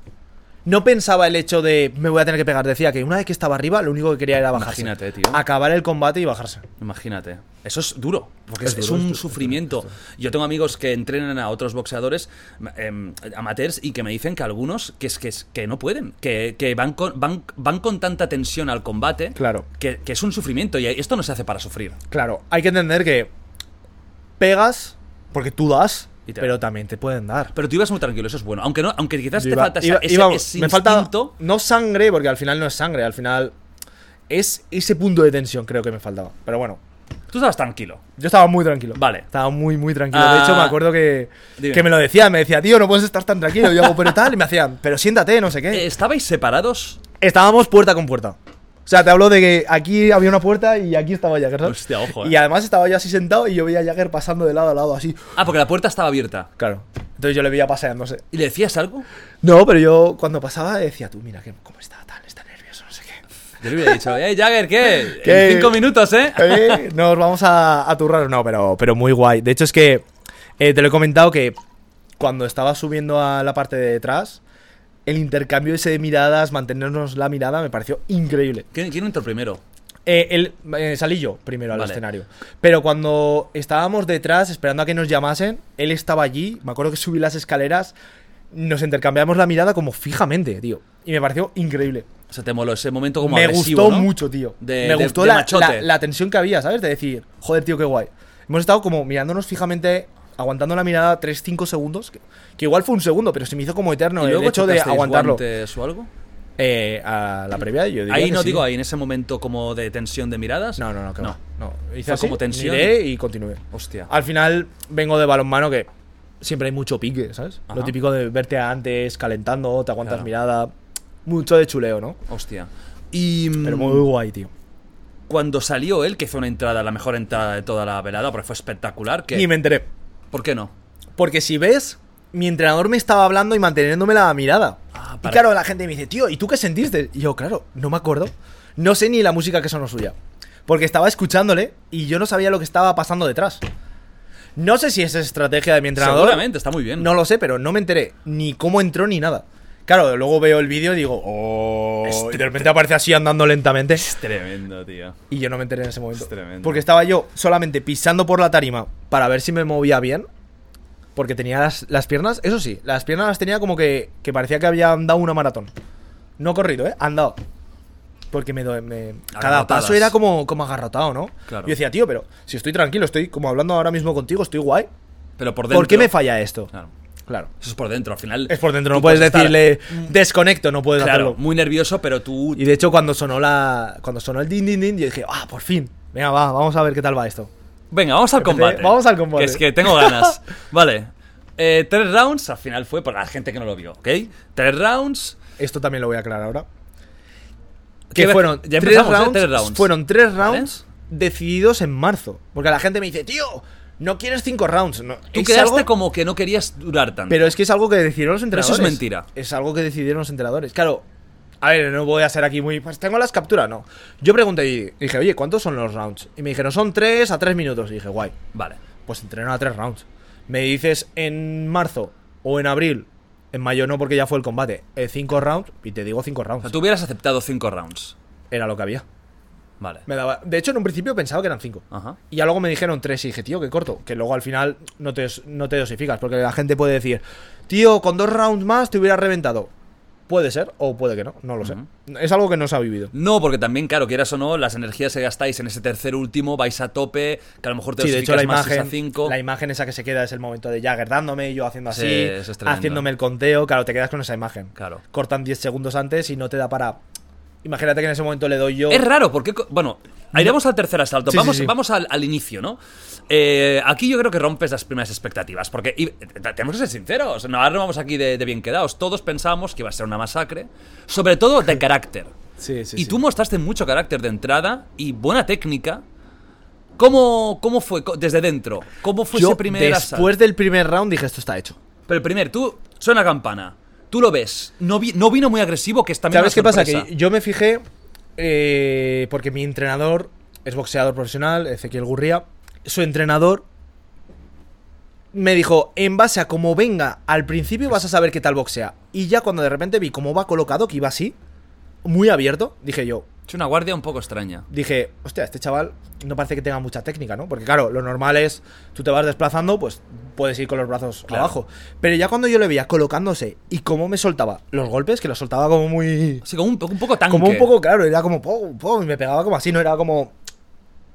[SPEAKER 3] No pensaba el hecho de me voy a tener que pegar. Decía que una vez que estaba arriba, lo único que quería era bajarse.
[SPEAKER 2] Imagínate, tío.
[SPEAKER 3] Acabar el combate y bajarse.
[SPEAKER 2] Imagínate. Eso es duro, porque es,
[SPEAKER 3] Es
[SPEAKER 2] es
[SPEAKER 3] duro,
[SPEAKER 2] un
[SPEAKER 3] es duro,
[SPEAKER 2] sufrimiento. Yo tengo amigos que entrenan a otros boxeadores ma- em, amateurs y que me dicen que algunos que, es, que, es- que no pueden, que, que van, con, van, van con tanta tensión al combate
[SPEAKER 3] Claro.
[SPEAKER 2] que, que es un sufrimiento y esto no se hace para sufrir.
[SPEAKER 3] Claro, hay que entender que pegas porque tú das,
[SPEAKER 2] Y te-
[SPEAKER 3] pero también te pueden dar.
[SPEAKER 2] Pero tú ibas muy tranquilo, eso es bueno. Aunque, no, aunque quizás
[SPEAKER 3] Yo
[SPEAKER 2] te
[SPEAKER 3] iba-
[SPEAKER 2] falta esa-
[SPEAKER 3] iba-
[SPEAKER 2] ese,
[SPEAKER 3] iba-
[SPEAKER 2] ese
[SPEAKER 3] me falta
[SPEAKER 2] instinto.
[SPEAKER 3] no sangre porque al final no es sangre, al final es ese punto de tensión creo que me faltaba. Pero bueno,
[SPEAKER 2] Tú estabas tranquilo.
[SPEAKER 3] Yo estaba muy tranquilo.
[SPEAKER 2] Vale.
[SPEAKER 3] Estaba muy, muy tranquilo.
[SPEAKER 2] Ah,
[SPEAKER 3] de hecho, me acuerdo que,
[SPEAKER 2] dime.
[SPEAKER 3] que me lo decía. Me decía, tío, no puedes estar tan tranquilo. Y yo hago, pero tal. Y me hacían, pero siéntate, no sé
[SPEAKER 2] Eh,
[SPEAKER 3] qué.
[SPEAKER 2] ¿Estabais separados?
[SPEAKER 3] Estábamos puerta con puerta. O sea, te hablo de que aquí había una puerta y aquí estaba Jagger. ¿sabes?
[SPEAKER 2] Hostia, ojo, eh.
[SPEAKER 3] Y además estaba yo así sentado y yo veía a Jagger pasando de lado a lado, así.
[SPEAKER 2] Ah, porque la puerta estaba abierta.
[SPEAKER 3] Claro. Entonces yo le veía paseándose.
[SPEAKER 2] ¿Y le decías algo?
[SPEAKER 3] No, pero yo cuando pasaba decía, tú, mira, que, cómo está, tal, está nervioso, no sé qué.
[SPEAKER 2] Yo le hubiera dicho, ¡eh, Jagger, qué!
[SPEAKER 3] ¿Qué?
[SPEAKER 2] En cinco minutos, ¿eh?
[SPEAKER 3] Eh, Nos vamos a, a turrar, no, pero, pero muy guay. De hecho, es que eh, te lo he comentado que cuando estaba subiendo a la parte de detrás, el intercambio ese de miradas, mantenernos la mirada, me pareció increíble.
[SPEAKER 2] ¿Quién, quién entró primero?
[SPEAKER 3] Eh, el, eh, salí yo primero al
[SPEAKER 2] Vale.
[SPEAKER 3] escenario. Pero cuando estábamos detrás, esperando a que nos llamasen, él estaba allí. Me acuerdo que subí las escaleras. nos intercambiamos la mirada como fijamente, tío. Y me pareció increíble.
[SPEAKER 2] O sea, te moló ese momento como
[SPEAKER 3] me
[SPEAKER 2] agresivo,
[SPEAKER 3] gustó
[SPEAKER 2] ¿no?
[SPEAKER 3] mucho, tío.
[SPEAKER 2] De-
[SPEAKER 3] me
[SPEAKER 2] de-
[SPEAKER 3] gustó
[SPEAKER 2] de
[SPEAKER 3] la,
[SPEAKER 2] machote.
[SPEAKER 3] la- la tensión que había, ¿sabes? De decir, joder, tío, qué guay. Hemos estado como mirándonos fijamente, aguantando la mirada 3-5 segundos, que, que igual fue un segundo, pero se me hizo como eterno
[SPEAKER 2] ¿Y
[SPEAKER 3] el
[SPEAKER 2] luego
[SPEAKER 3] hecho de
[SPEAKER 2] chocasteis
[SPEAKER 3] aguantarlo.
[SPEAKER 2] guantes o algo?
[SPEAKER 3] Eh, a la previa, yo diría
[SPEAKER 2] Ahí
[SPEAKER 3] que
[SPEAKER 2] no
[SPEAKER 3] sí.
[SPEAKER 2] digo, ahí en ese momento como de tensión de miradas.
[SPEAKER 3] No, no, no, que va. no. Ah. Hice
[SPEAKER 2] Fue
[SPEAKER 3] así,
[SPEAKER 2] como tensión.
[SPEAKER 3] miré y continué.
[SPEAKER 2] Hostia.
[SPEAKER 3] Al final vengo de balonmano que siempre hay mucho pique, ¿sabes?
[SPEAKER 2] Ajá.
[SPEAKER 3] Lo típico de verte antes calentando, te aguantas
[SPEAKER 2] Claro.
[SPEAKER 3] mirada, mucho de chuleo, ¿no?
[SPEAKER 2] Hostia. Y mm,
[SPEAKER 3] Pero muy guay, tío.
[SPEAKER 2] cuando salió él, que hizo una entrada, la mejor entrada de toda la velada, porque fue espectacular, que...
[SPEAKER 3] Ni me enteré.
[SPEAKER 2] ¿Por qué no?
[SPEAKER 3] Porque si ves, mi entrenador me estaba hablando y manteniéndome la mirada.
[SPEAKER 2] Ah,
[SPEAKER 3] y
[SPEAKER 2] para-
[SPEAKER 3] claro, la gente me dice, tío, ¿y tú qué sentiste? Y yo, claro, no me acuerdo. No sé ni la música que sonó suya. Porque estaba escuchándole y yo no sabía lo que estaba pasando detrás. No sé si es estrategia de mi entrenador.
[SPEAKER 2] Seguramente, está muy bien.
[SPEAKER 3] No lo sé, pero no me enteré ni cómo entró ni nada. Claro, luego veo el vídeo y digo, oh, y de repente aparece así andando lentamente.
[SPEAKER 2] Es tremendo, tío.
[SPEAKER 3] Y yo no me enteré en ese momento.
[SPEAKER 2] Es tremendo.
[SPEAKER 3] Porque estaba yo solamente pisando por la tarima para ver si me movía bien. Porque tenía las, las piernas, eso sí, las piernas las tenía como que, que parecía que había andado una maratón. No corrido, ¿eh? Andado. Porque me, do- me- cada
[SPEAKER 2] Agarrotadas.
[SPEAKER 3] paso era como, como agarrotado, ¿no?
[SPEAKER 2] Claro.
[SPEAKER 3] Yo decía, tío, pero si estoy tranquilo, estoy como hablando ahora mismo contigo, estoy guay.
[SPEAKER 2] Pero por dentro...
[SPEAKER 3] ¿Por qué me falla esto?
[SPEAKER 2] Claro.
[SPEAKER 3] Claro.
[SPEAKER 2] Eso es por dentro, al final...
[SPEAKER 3] Es por dentro,
[SPEAKER 2] tú
[SPEAKER 3] no puedes
[SPEAKER 2] estar-
[SPEAKER 3] decirle desconecto, no puedes
[SPEAKER 2] Claro,
[SPEAKER 3] hacerlo.
[SPEAKER 2] muy nervioso, pero tú...
[SPEAKER 3] Y de hecho, cuando sonó la. Cuando sonó el din din din, yo dije, ah, por fin. Venga, va, vamos a ver qué tal va esto.
[SPEAKER 2] Venga, vamos al
[SPEAKER 3] Empecé-
[SPEAKER 2] combate.
[SPEAKER 3] vamos al combate.
[SPEAKER 2] Que es que tengo ganas. vale. Eh, tres rounds, al final fue para la gente que no lo vio, ¿ok? Tres rounds...
[SPEAKER 3] Esto también lo voy a aclarar ahora.
[SPEAKER 2] ¿Qué
[SPEAKER 3] Que
[SPEAKER 2] ve-
[SPEAKER 3] fueron
[SPEAKER 2] ya
[SPEAKER 3] tres,
[SPEAKER 2] empezamos, ¿eh?
[SPEAKER 3] rounds,
[SPEAKER 2] Tres rounds.
[SPEAKER 3] Fueron tres
[SPEAKER 2] ¿Vale?
[SPEAKER 3] rounds decididos en marzo. Porque la gente me dice, tío, no quieres cinco rounds. No,
[SPEAKER 2] Tú
[SPEAKER 3] es
[SPEAKER 2] quedaste
[SPEAKER 3] algo-
[SPEAKER 2] como que no querías durar tanto.
[SPEAKER 3] Pero es que es algo que decidieron los
[SPEAKER 2] Pero eso
[SPEAKER 3] entrenadores.
[SPEAKER 2] es mentira.
[SPEAKER 3] Es algo que decidieron los entrenadores. Claro, a ver, no voy a ser aquí muy. Pues tengo las capturas, no. Yo pregunté y dije, oye, ¿cuántos son los rounds? Y me dijeron, son tres a tres minutos. Y dije, guay.
[SPEAKER 2] Vale.
[SPEAKER 3] Pues entreno a tres rounds. Me dices en marzo o en abril. En mayo no, porque ya fue el combate. eh, cinco rounds. Y te digo cinco
[SPEAKER 2] O sea,
[SPEAKER 3] rounds.
[SPEAKER 2] tú hubieras aceptado cinco rounds.
[SPEAKER 3] Era lo que había.
[SPEAKER 2] Vale.
[SPEAKER 3] Me daba- De hecho, en un principio pensaba que eran cinco.
[SPEAKER 2] Ajá.
[SPEAKER 3] Y ya luego me dijeron tres y dije, tío, qué corto. Que luego al final no te, no te dosificas. Porque la gente puede decir, tío, con dos rounds más te hubieras reventado. Puede ser o puede que no, no lo sé. Es algo que no se ha vivido.
[SPEAKER 2] No, porque también, claro, quieras o no, las energías que gastáis en ese tercer último vais a tope, que a lo mejor te
[SPEAKER 3] Sí, de hecho la
[SPEAKER 2] más
[SPEAKER 3] imagen,
[SPEAKER 2] a cinco.
[SPEAKER 3] la imagen esa que se queda es el momento de Jagger dándome, yo haciendo
[SPEAKER 2] Sí,
[SPEAKER 3] así,
[SPEAKER 2] eso es tremendo.
[SPEAKER 3] haciéndome el conteo, claro, te quedas con esa imagen.
[SPEAKER 2] Claro.
[SPEAKER 3] Cortan 10 segundos antes y no te da para... Imagínate que en ese momento le doy yo...
[SPEAKER 2] Es raro, porque. co- Bueno, iremos al tercer asalto.
[SPEAKER 3] Sí, sí,
[SPEAKER 2] vamos
[SPEAKER 3] sí.
[SPEAKER 2] vamos al, al inicio, ¿no? Eh, aquí yo creo que rompes las primeras expectativas. Porque y- t- tenemos que ser sinceros. No, ahora no vamos aquí de, de bien quedados. Todos pensábamos que iba a ser una masacre. Sobre todo de carácter.
[SPEAKER 3] Sí, sí,
[SPEAKER 2] y
[SPEAKER 3] sí.
[SPEAKER 2] tú mostraste mucho carácter de entrada y buena técnica. ¿Cómo, cómo fue Co- desde dentro? ¿Cómo fue
[SPEAKER 3] Yo,
[SPEAKER 2] ese primer asalto?
[SPEAKER 3] después del primer round dije, esto está hecho.
[SPEAKER 2] Pero el primer, tú suena campana. Tú lo ves. No, vi- no vino muy agresivo, que es también
[SPEAKER 3] ¿Sabes qué
[SPEAKER 2] una
[SPEAKER 3] pasa?
[SPEAKER 2] sorpresa.
[SPEAKER 3] Que yo me fijé, eh, porque mi entrenador es boxeador profesional, Ezequiel Gurría, su entrenador me dijo, en base a cómo venga al principio vas a saber qué tal boxea. Y ya cuando de repente vi cómo va colocado, que iba así, muy abierto, dije yo,
[SPEAKER 2] Es una guardia un poco extraña.
[SPEAKER 3] dije, hostia, este chaval no parece que tenga mucha técnica, ¿no? Porque claro, lo normal es, tú te vas desplazando, pues puedes ir con los brazos
[SPEAKER 2] Claro.
[SPEAKER 3] abajo. Pero ya cuando yo le veía colocándose y cómo me soltaba los golpes, que los soltaba como muy...
[SPEAKER 2] Así como un, un poco tanque.
[SPEAKER 3] Como un poco, claro, era como pum, pum, y me pegaba como así, no era como.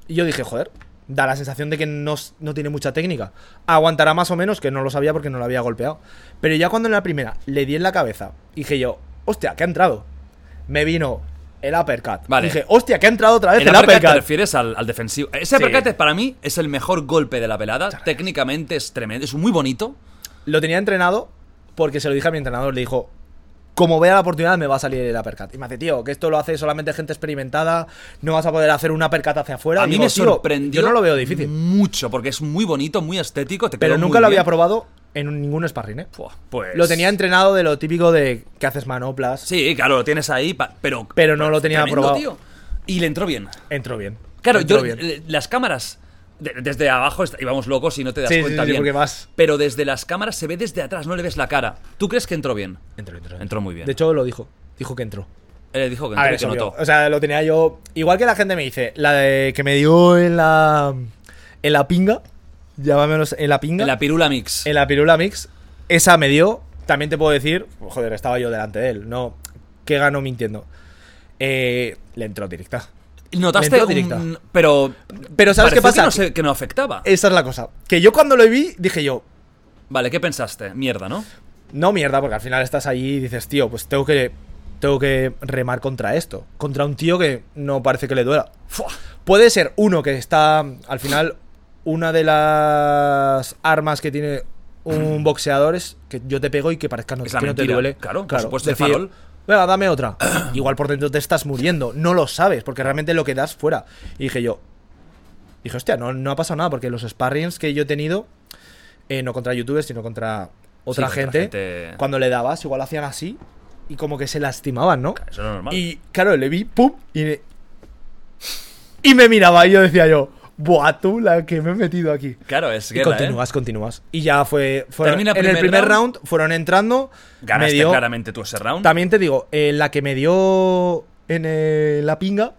[SPEAKER 3] Y yo dije, joder, da la sensación de que no, s- no tiene mucha técnica. Aguantará más o menos, que no lo sabía porque no lo había golpeado. Pero ya cuando en la primera le di en la cabeza, dije yo, hostia, que ha entrado. Me vino el uppercut.
[SPEAKER 2] Vale.
[SPEAKER 3] Dije, hostia, que ha entrado otra vez
[SPEAKER 2] El
[SPEAKER 3] el,
[SPEAKER 2] uppercut
[SPEAKER 3] uppercut.
[SPEAKER 2] te refieres al, al defensivo. Ese
[SPEAKER 3] Sí.
[SPEAKER 2] uppercut para mí es el mejor golpe de la velada. Técnicamente es tremendo. Es muy bonito.
[SPEAKER 3] Lo tenía entrenado porque se lo dije a mi entrenador, le dijo. Como vea la oportunidad, me va a salir el uppercut. Y me hace, tío, que esto lo hace solamente gente experimentada. No vas a poder hacer un uppercut hacia afuera.
[SPEAKER 2] A mí
[SPEAKER 3] Digo,
[SPEAKER 2] me
[SPEAKER 3] "Tío,
[SPEAKER 2] sorprendió.
[SPEAKER 3] Yo no lo veo difícil.
[SPEAKER 2] Mucho, porque es muy bonito, muy estético. te
[SPEAKER 3] Pero
[SPEAKER 2] quedó
[SPEAKER 3] nunca
[SPEAKER 2] muy
[SPEAKER 3] lo
[SPEAKER 2] bien.
[SPEAKER 3] había probado en un- ningún sparring, ¿eh?
[SPEAKER 2] Buah, Pues.
[SPEAKER 3] Lo tenía entrenado de lo típico de que haces manoplas.
[SPEAKER 2] Sí, claro, lo tienes ahí. pa- Pero.
[SPEAKER 3] Pero no lo tenía
[SPEAKER 2] tremendo,
[SPEAKER 3] probado.
[SPEAKER 2] tío. Y le entró bien.
[SPEAKER 3] Entró bien.
[SPEAKER 2] Claro,
[SPEAKER 3] Entró
[SPEAKER 2] yo,
[SPEAKER 3] bien.
[SPEAKER 2] eh, las cámaras de- desde abajo est- íbamos locos y no te das
[SPEAKER 3] Sí, sí,
[SPEAKER 2] cuenta
[SPEAKER 3] sí,
[SPEAKER 2] bien.
[SPEAKER 3] porque vas-
[SPEAKER 2] Pero desde las cámaras se ve desde atrás, no le ves la cara. ¿Tú crees que entró bien?
[SPEAKER 3] entró, entró,
[SPEAKER 2] Entró muy bien.
[SPEAKER 3] De hecho, lo dijo. Dijo que entró.
[SPEAKER 2] Él dijo que
[SPEAKER 3] A
[SPEAKER 2] entró
[SPEAKER 3] ver,
[SPEAKER 2] y que
[SPEAKER 3] eso vio.
[SPEAKER 2] notó.
[SPEAKER 3] O sea, lo tenía yo. Igual que la gente me dice, la de que me dio en la. En la pinga. Llamámoslo en la pinga.
[SPEAKER 2] En la pirula mix.
[SPEAKER 3] en la pirula mix. Esa me dio. también te puedo decir, joder, estaba yo delante de él, no, que ganó mintiendo. Eh, le entró directa. Le
[SPEAKER 2] Notaste
[SPEAKER 3] entró directa.
[SPEAKER 2] un- Pero.
[SPEAKER 3] Pero ¿sabes qué
[SPEAKER 2] pareció
[SPEAKER 3] pasa? Eh,
[SPEAKER 2] Que no, se- que no afectaba.
[SPEAKER 3] Esa es la cosa. Que yo cuando lo vi, dije yo,
[SPEAKER 2] Vale, ¿qué pensaste? Mierda, ¿no?
[SPEAKER 3] no mierda, porque al final estás allí y dices, tío, pues tengo que, tengo que remar contra esto. Contra un tío que no parece que le duela.
[SPEAKER 2] Fua.
[SPEAKER 3] Puede ser uno que está, al final, una de las armas que tiene un boxeador es que yo te pego y que parezca no,
[SPEAKER 2] Es la
[SPEAKER 3] que no te
[SPEAKER 2] mentira,
[SPEAKER 3] duele.
[SPEAKER 2] claro, por supuesto, el farol.
[SPEAKER 3] Venga, dame otra. Igual por dentro te estás muriendo, no lo sabes, porque realmente lo que das fuera. Y dije yo, dije, hostia, no, no ha pasado nada, porque los sparrings que yo he tenido, eh, no contra youtubers, sino contra otra
[SPEAKER 2] contra
[SPEAKER 3] gente,
[SPEAKER 2] gente-
[SPEAKER 3] cuando le dabas, igual hacían así y como que se lastimaban, ¿no?
[SPEAKER 2] Eso es normal.
[SPEAKER 3] Y claro, le vi, pum, y me, y me miraba y yo decía yo, buah, tú la que me he metido aquí.
[SPEAKER 2] claro, es
[SPEAKER 3] Y
[SPEAKER 2] guerra. ¿eh?
[SPEAKER 3] continúas, continúas. Y ya fue. fueron-
[SPEAKER 2] Termina
[SPEAKER 3] en el
[SPEAKER 2] primer
[SPEAKER 3] primer
[SPEAKER 2] round.
[SPEAKER 3] round, fueron entrando.
[SPEAKER 2] Ganaste
[SPEAKER 3] me dio-
[SPEAKER 2] claramente tú ese round.
[SPEAKER 3] También te digo, eh, la que me dio en eh, la pinga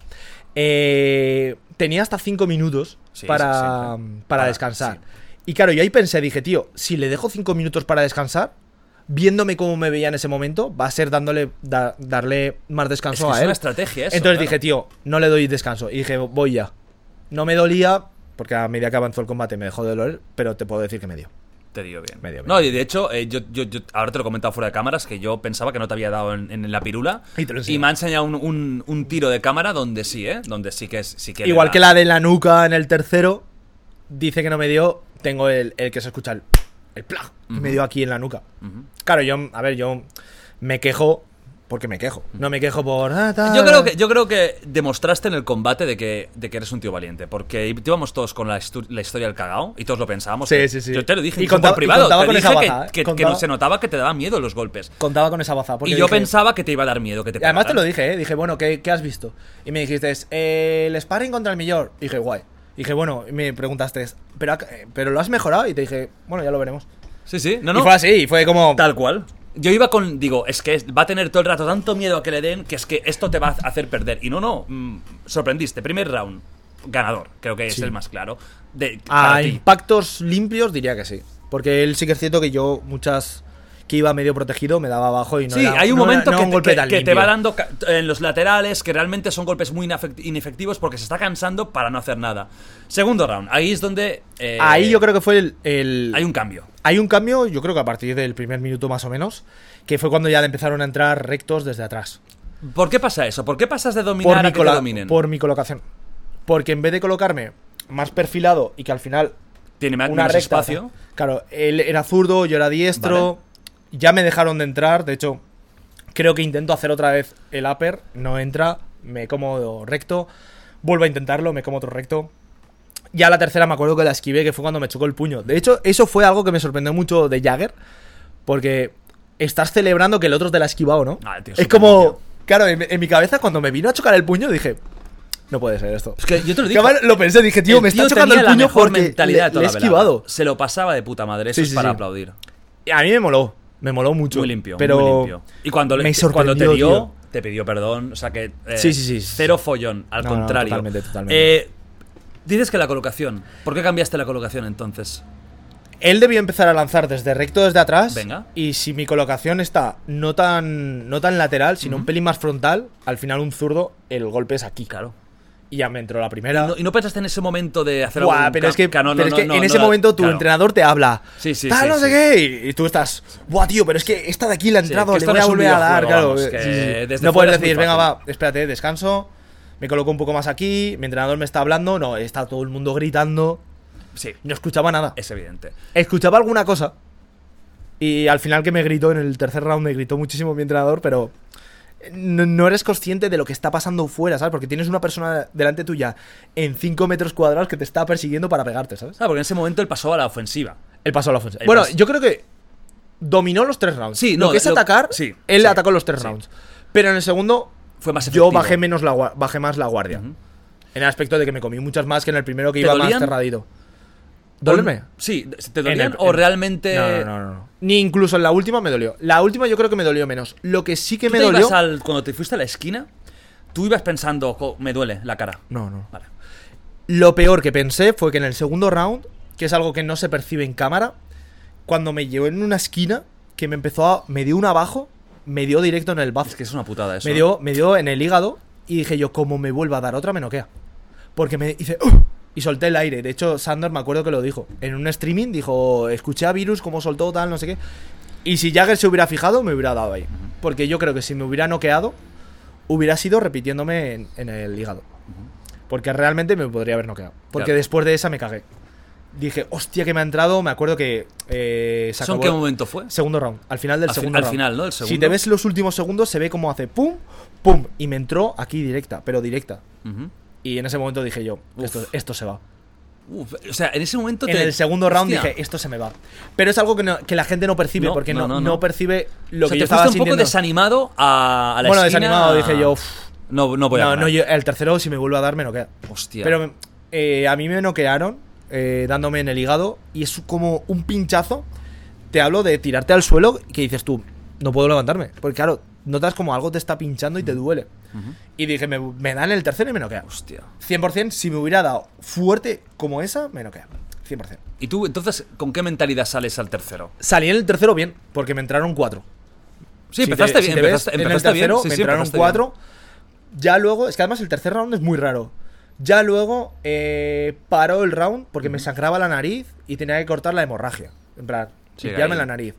[SPEAKER 3] eh, tenía hasta 5 minutos
[SPEAKER 2] Sí, sí,
[SPEAKER 3] para,
[SPEAKER 2] siempre.
[SPEAKER 3] para,
[SPEAKER 2] Para,
[SPEAKER 3] descansar.
[SPEAKER 2] sí.
[SPEAKER 3] Y claro, yo ahí pensé, dije, tío, si le dejo 5 minutos para descansar, viéndome cómo me veía en ese momento, va a ser dándole da- darle más
[SPEAKER 2] es,
[SPEAKER 3] descanso
[SPEAKER 2] que
[SPEAKER 3] a
[SPEAKER 2] es
[SPEAKER 3] él.
[SPEAKER 2] una estrategia eso.
[SPEAKER 3] Entonces
[SPEAKER 2] claro.
[SPEAKER 3] dije, tío, no le doy descanso. Y dije, voy ya. No me dolía, porque a medida que avanzó el combate me dejó de doler, pero te puedo decir que me dio.
[SPEAKER 2] Te dio bien.
[SPEAKER 3] Me dio bien.
[SPEAKER 2] No, y de hecho, eh, yo, yo- yo- ahora te lo he comentado fuera de cámaras que yo pensaba que no te había dado en, en la pirula.
[SPEAKER 3] Y te lo he enseñado.
[SPEAKER 2] me ha enseñado un, un- un tiro de cámara donde sí, ¿eh? Donde sí que es. Sí que le
[SPEAKER 3] Igual
[SPEAKER 2] da-
[SPEAKER 3] que la de la nuca en el tercero, dice que no me dio, tengo el, el que se escucha el, el plag, que me dio aquí en la nuca. Claro, yo, a ver, yo me quejo porque me quejo. No me quejo por... ah, tal.
[SPEAKER 2] Yo creo, que, yo creo que demostraste en el combate de que, de que eres un tío valiente, porque íbamos todos con la, estu- la historia del cagao y todos lo pensábamos.
[SPEAKER 3] Sí,
[SPEAKER 2] que-
[SPEAKER 3] sí, sí.
[SPEAKER 2] Yo te lo dije
[SPEAKER 3] Y
[SPEAKER 2] incluso
[SPEAKER 3] contaba-
[SPEAKER 2] por
[SPEAKER 3] y
[SPEAKER 2] privado,
[SPEAKER 3] contaba
[SPEAKER 2] te
[SPEAKER 3] con
[SPEAKER 2] dije
[SPEAKER 3] esa
[SPEAKER 2] que-
[SPEAKER 3] baza, ¿eh?
[SPEAKER 2] que, que
[SPEAKER 3] Contaba-
[SPEAKER 2] se notaba que te daba miedo los golpes.
[SPEAKER 3] Contaba con esa baza.
[SPEAKER 2] Y
[SPEAKER 3] Porque
[SPEAKER 2] yo
[SPEAKER 3] dije-
[SPEAKER 2] pensaba que te iba a dar miedo que te
[SPEAKER 3] Y además te lo
[SPEAKER 2] pegaran.
[SPEAKER 3] dije, ¿eh? Dije, bueno, ¿qué, qué has visto? Y me dijiste, es, eh, el sparring contra el millor. Y dije, guay. Y dije, bueno, y me preguntaste, es, ¿pero, ha- eh, pero lo has mejorado? Y te dije, bueno, ya lo veremos.
[SPEAKER 2] Sí, sí, no, no.
[SPEAKER 3] Y fue así, y fue como...
[SPEAKER 2] Tal cual. Yo iba con, digo, es que va a tener todo el rato tanto miedo a que le den que es que esto te va a hacer perder. Y no, no, mm, sorprendiste. Primer round, ganador, creo que es el más claro. De, para
[SPEAKER 3] A
[SPEAKER 2] ti.
[SPEAKER 3] impactos Ah, limpios diría que sí. Porque él sí que es cierto que yo muchas que iba medio protegido me daba abajo y no
[SPEAKER 2] Sí,
[SPEAKER 3] era-
[SPEAKER 2] hay un
[SPEAKER 3] no era-
[SPEAKER 2] momento
[SPEAKER 3] no
[SPEAKER 2] que,
[SPEAKER 3] un
[SPEAKER 2] te-
[SPEAKER 3] golpe
[SPEAKER 2] que-
[SPEAKER 3] tan
[SPEAKER 2] que te
[SPEAKER 3] limpio.
[SPEAKER 2] va dando ca- en los laterales, que realmente son golpes muy inefect- inefectivos porque se está cansando para no hacer nada. Segundo round, ahí es donde... eh,
[SPEAKER 3] Ahí yo creo que fue el, el-
[SPEAKER 2] Hay un cambio.
[SPEAKER 3] hay un cambio, yo creo que a partir del primer minuto más o menos, que fue cuando ya le empezaron a entrar rectos desde atrás.
[SPEAKER 2] ¿Por qué pasa eso? ¿Por qué pasas de
[SPEAKER 3] Por
[SPEAKER 2] dominar
[SPEAKER 3] mi,
[SPEAKER 2] a que te
[SPEAKER 3] cola-
[SPEAKER 2] dominen?
[SPEAKER 3] por mi colocación. Porque en vez de colocarme más perfilado y que al final
[SPEAKER 2] Tiene más,
[SPEAKER 3] una
[SPEAKER 2] menos
[SPEAKER 3] recta,
[SPEAKER 2] espacio.
[SPEAKER 3] Claro, él era zurdo, yo era diestro. Ya me dejaron de entrar. De hecho, creo que intento hacer otra vez el upper. No entra. Me como recto. Vuelvo a intentarlo, me como otro recto. Ya la tercera me acuerdo que la esquivé, que fue cuando me chocó el puño. De hecho, eso fue algo que me sorprendió mucho de Jagger. Porque estás celebrando que el otro te la ha esquivado, ¿no?
[SPEAKER 2] Ah, tío,
[SPEAKER 3] es
[SPEAKER 2] súper
[SPEAKER 3] como.
[SPEAKER 2] limpio.
[SPEAKER 3] Claro, en, en mi cabeza cuando me vino a chocar el puño dije. No puede ser esto.
[SPEAKER 2] Es que yo te lo
[SPEAKER 3] Que
[SPEAKER 2] dije.
[SPEAKER 3] además lo pensé, dije, tío, me está chocando
[SPEAKER 2] tenía
[SPEAKER 3] el
[SPEAKER 2] la
[SPEAKER 3] puño
[SPEAKER 2] mejor
[SPEAKER 3] porque
[SPEAKER 2] mentalidad de
[SPEAKER 3] le-
[SPEAKER 2] toda
[SPEAKER 3] le he
[SPEAKER 2] la velada.
[SPEAKER 3] esquivado.
[SPEAKER 2] Se lo pasaba de puta madre. Eso
[SPEAKER 3] Sí,
[SPEAKER 2] es
[SPEAKER 3] sí,
[SPEAKER 2] para
[SPEAKER 3] sí.
[SPEAKER 2] aplaudir.
[SPEAKER 3] Y A mí me moló, me moló mucho.
[SPEAKER 2] Muy limpio.
[SPEAKER 3] pero
[SPEAKER 2] muy limpio. Y cuando, le-
[SPEAKER 3] me
[SPEAKER 2] cuando te
[SPEAKER 3] sorprendió,
[SPEAKER 2] dio,
[SPEAKER 3] tío.
[SPEAKER 2] te pidió perdón. O sea que. eh,
[SPEAKER 3] Sí, sí, sí, sí.
[SPEAKER 2] Cero follón, al
[SPEAKER 3] No, no,
[SPEAKER 2] contrario.
[SPEAKER 3] totalmente, totalmente.
[SPEAKER 2] Eh, dices que la colocación. ¿Por qué cambiaste la colocación entonces?
[SPEAKER 3] Él debió empezar a lanzar desde recto desde atrás.
[SPEAKER 2] Venga.
[SPEAKER 3] Y si mi colocación está no tan, no tan lateral, sino un pelín más frontal, al final un zurdo, el golpe es aquí.
[SPEAKER 2] Claro.
[SPEAKER 3] Y ya me entró la primera.
[SPEAKER 2] No- ¿Y no pensaste en ese momento de hacer
[SPEAKER 3] Buah,
[SPEAKER 2] algún
[SPEAKER 3] pero es que,
[SPEAKER 2] ca- no, no,
[SPEAKER 3] pero es
[SPEAKER 2] no,
[SPEAKER 3] que
[SPEAKER 2] no,
[SPEAKER 3] en
[SPEAKER 2] no,
[SPEAKER 3] ese
[SPEAKER 2] no,
[SPEAKER 3] momento tu
[SPEAKER 2] claro.
[SPEAKER 3] entrenador te habla.
[SPEAKER 2] Sí, sí,
[SPEAKER 3] tal,
[SPEAKER 2] sí,
[SPEAKER 3] no sé
[SPEAKER 2] sí.
[SPEAKER 3] qué. Y, y tú estás, buah, tío, pero es que esta de aquí la ha
[SPEAKER 2] Sí,
[SPEAKER 3] entrado,
[SPEAKER 2] que
[SPEAKER 3] le
[SPEAKER 2] esto no
[SPEAKER 3] voy a
[SPEAKER 2] es un
[SPEAKER 3] volver a dar,
[SPEAKER 2] videojuego,
[SPEAKER 3] claro.
[SPEAKER 2] vamos,
[SPEAKER 3] eh,
[SPEAKER 2] que
[SPEAKER 3] sí, sí.
[SPEAKER 2] desde fuera
[SPEAKER 3] No puedes
[SPEAKER 2] es muy
[SPEAKER 3] decir, venga,
[SPEAKER 2] fácil".
[SPEAKER 3] va, espérate, descanso. Me coloco un poco más aquí, mi entrenador me está hablando, no, está todo el mundo gritando,
[SPEAKER 2] Sí,
[SPEAKER 3] no escuchaba nada.
[SPEAKER 2] es evidente.
[SPEAKER 3] Escuchaba alguna cosa. Y al final que me gritó, en el tercer round me gritó muchísimo mi entrenador, pero eh, no, no eres consciente de lo que está pasando fuera, ¿sabes? Porque tienes una persona delante tuya en 5 metros cuadrados que te está persiguiendo para pegarte, ¿sabes?
[SPEAKER 2] Ah, porque en ese momento él pasó a la ofensiva.
[SPEAKER 3] El paso a la ofensiva.
[SPEAKER 2] El
[SPEAKER 3] Bueno,
[SPEAKER 2] paso.
[SPEAKER 3] yo creo que dominó los tres rounds.
[SPEAKER 2] Sí,
[SPEAKER 3] lo
[SPEAKER 2] no,
[SPEAKER 3] que es
[SPEAKER 2] lo-
[SPEAKER 3] atacar,
[SPEAKER 2] sí,
[SPEAKER 3] él
[SPEAKER 2] sí,
[SPEAKER 3] atacó los tres
[SPEAKER 2] sí.
[SPEAKER 3] rounds. Pero en el segundo
[SPEAKER 2] Fue más efectivo.
[SPEAKER 3] yo bajé menos la gua- bajé más la guardia.
[SPEAKER 2] Ujú.
[SPEAKER 3] En el aspecto de que me comí muchas más que en el primero que
[SPEAKER 2] ¿Te
[SPEAKER 3] iba
[SPEAKER 2] dolían?
[SPEAKER 3] más cerradito. ¿Dolerme?
[SPEAKER 2] Sí, ¿te
[SPEAKER 3] En el-
[SPEAKER 2] dolían o
[SPEAKER 3] en-
[SPEAKER 2] realmente.?
[SPEAKER 3] No, no, no, no, no. Este, Ni incluso en la última me dolió. La última yo creo que me dolió menos. Lo que sí que
[SPEAKER 2] ¿Tú
[SPEAKER 3] me
[SPEAKER 2] te
[SPEAKER 3] dolió.
[SPEAKER 2] ibas al- cuando te fuiste a la esquina, tú ibas pensando, "Jo, me duele la cara.
[SPEAKER 3] No, no.
[SPEAKER 2] Vale.
[SPEAKER 3] Lo peor que pensé fue que en el segundo round, que es algo que no se percibe en cámara, cuando me llevó en una esquina, que me empezó a. Me dio un abajo, me dio directo en el bazo.
[SPEAKER 2] Es que es una putada eso.
[SPEAKER 3] me,
[SPEAKER 2] ¿eh?
[SPEAKER 3] dio, me dio en el hígado y dije yo, como me vuelva a dar otra, me noquea. Porque me hice. "Ugh", Y solté el aire. De hecho, Sandor me acuerdo que lo dijo. En un streaming dijo: Escuché a Virus cómo soltó tal, no sé qué. Y si Jagger se hubiera fijado, me hubiera dado ahí. Porque yo creo que si me hubiera noqueado, hubiera sido repitiéndome en, en el hígado. Porque realmente me podría haber noqueado. Porque
[SPEAKER 2] Claro.
[SPEAKER 3] después de esa me cagué. Dije, hostia, que me ha entrado. Me acuerdo que. Eh, se
[SPEAKER 2] ¿Eso en
[SPEAKER 3] acabó-
[SPEAKER 2] qué momento fue?
[SPEAKER 3] Segundo round, al final del
[SPEAKER 2] Al fi-
[SPEAKER 3] segundo
[SPEAKER 2] al
[SPEAKER 3] round.
[SPEAKER 2] final, ¿no? El segundo.
[SPEAKER 3] Si te ves los últimos segundos, se ve como hace pum, pum, y me entró aquí directa, pero directa.
[SPEAKER 2] Ujú.
[SPEAKER 3] Y en ese momento dije yo, esto,
[SPEAKER 2] Uf.
[SPEAKER 3] esto se va.
[SPEAKER 2] Uf, o sea, en ese momento
[SPEAKER 3] En
[SPEAKER 2] te-
[SPEAKER 3] el segundo round
[SPEAKER 2] Hostia.
[SPEAKER 3] dije, esto se me va. Pero es algo que, no- que la gente no percibe,
[SPEAKER 2] No,
[SPEAKER 3] porque no,
[SPEAKER 2] no, no,
[SPEAKER 3] no
[SPEAKER 2] no.
[SPEAKER 3] percibe lo
[SPEAKER 2] O sea, te
[SPEAKER 3] que yo estaba
[SPEAKER 2] fuiste un poco
[SPEAKER 3] sintiendo.
[SPEAKER 2] desanimado a, a la
[SPEAKER 3] Bueno,
[SPEAKER 2] esquina.
[SPEAKER 3] desanimado, dije yo, "Uf".
[SPEAKER 2] No, no voy a
[SPEAKER 3] no,
[SPEAKER 2] ganar".
[SPEAKER 3] no, yo- el tercero, si me vuelve a dar, me noquea.
[SPEAKER 2] Hostia.
[SPEAKER 3] Pero eh, a mí me noquearon eh, dándome en el hígado y es como un pinchazo. Te hablo de tirarte al suelo que dices tú, no puedo levantarme. Porque claro, notas como algo te está pinchando y te duele. Y dije, me, me dan el tercero y me noquea.
[SPEAKER 2] Hostia.
[SPEAKER 3] 100%, si me hubiera dado fuerte como esa, me noquea. 100%.
[SPEAKER 2] ¿Y tú entonces con qué mentalidad sales al tercero?
[SPEAKER 3] Salí en el tercero bien, porque me entraron cuatro.
[SPEAKER 2] Sí,
[SPEAKER 3] Si
[SPEAKER 2] empezaste
[SPEAKER 3] te- si
[SPEAKER 2] bien.
[SPEAKER 3] te
[SPEAKER 2] empezaste,
[SPEAKER 3] ves, en el
[SPEAKER 2] empezaste bien.
[SPEAKER 3] tercero
[SPEAKER 2] sí,
[SPEAKER 3] me
[SPEAKER 2] sí,
[SPEAKER 3] entraron
[SPEAKER 2] empezaste
[SPEAKER 3] cuatro. Ya luego, es que además el tercer round es muy raro. Ya luego eh, paró el round porque me sangraba la nariz y tenía que cortar la hemorragia. En plan,
[SPEAKER 2] Sí,
[SPEAKER 3] limpiarme
[SPEAKER 2] ahí.
[SPEAKER 3] la nariz.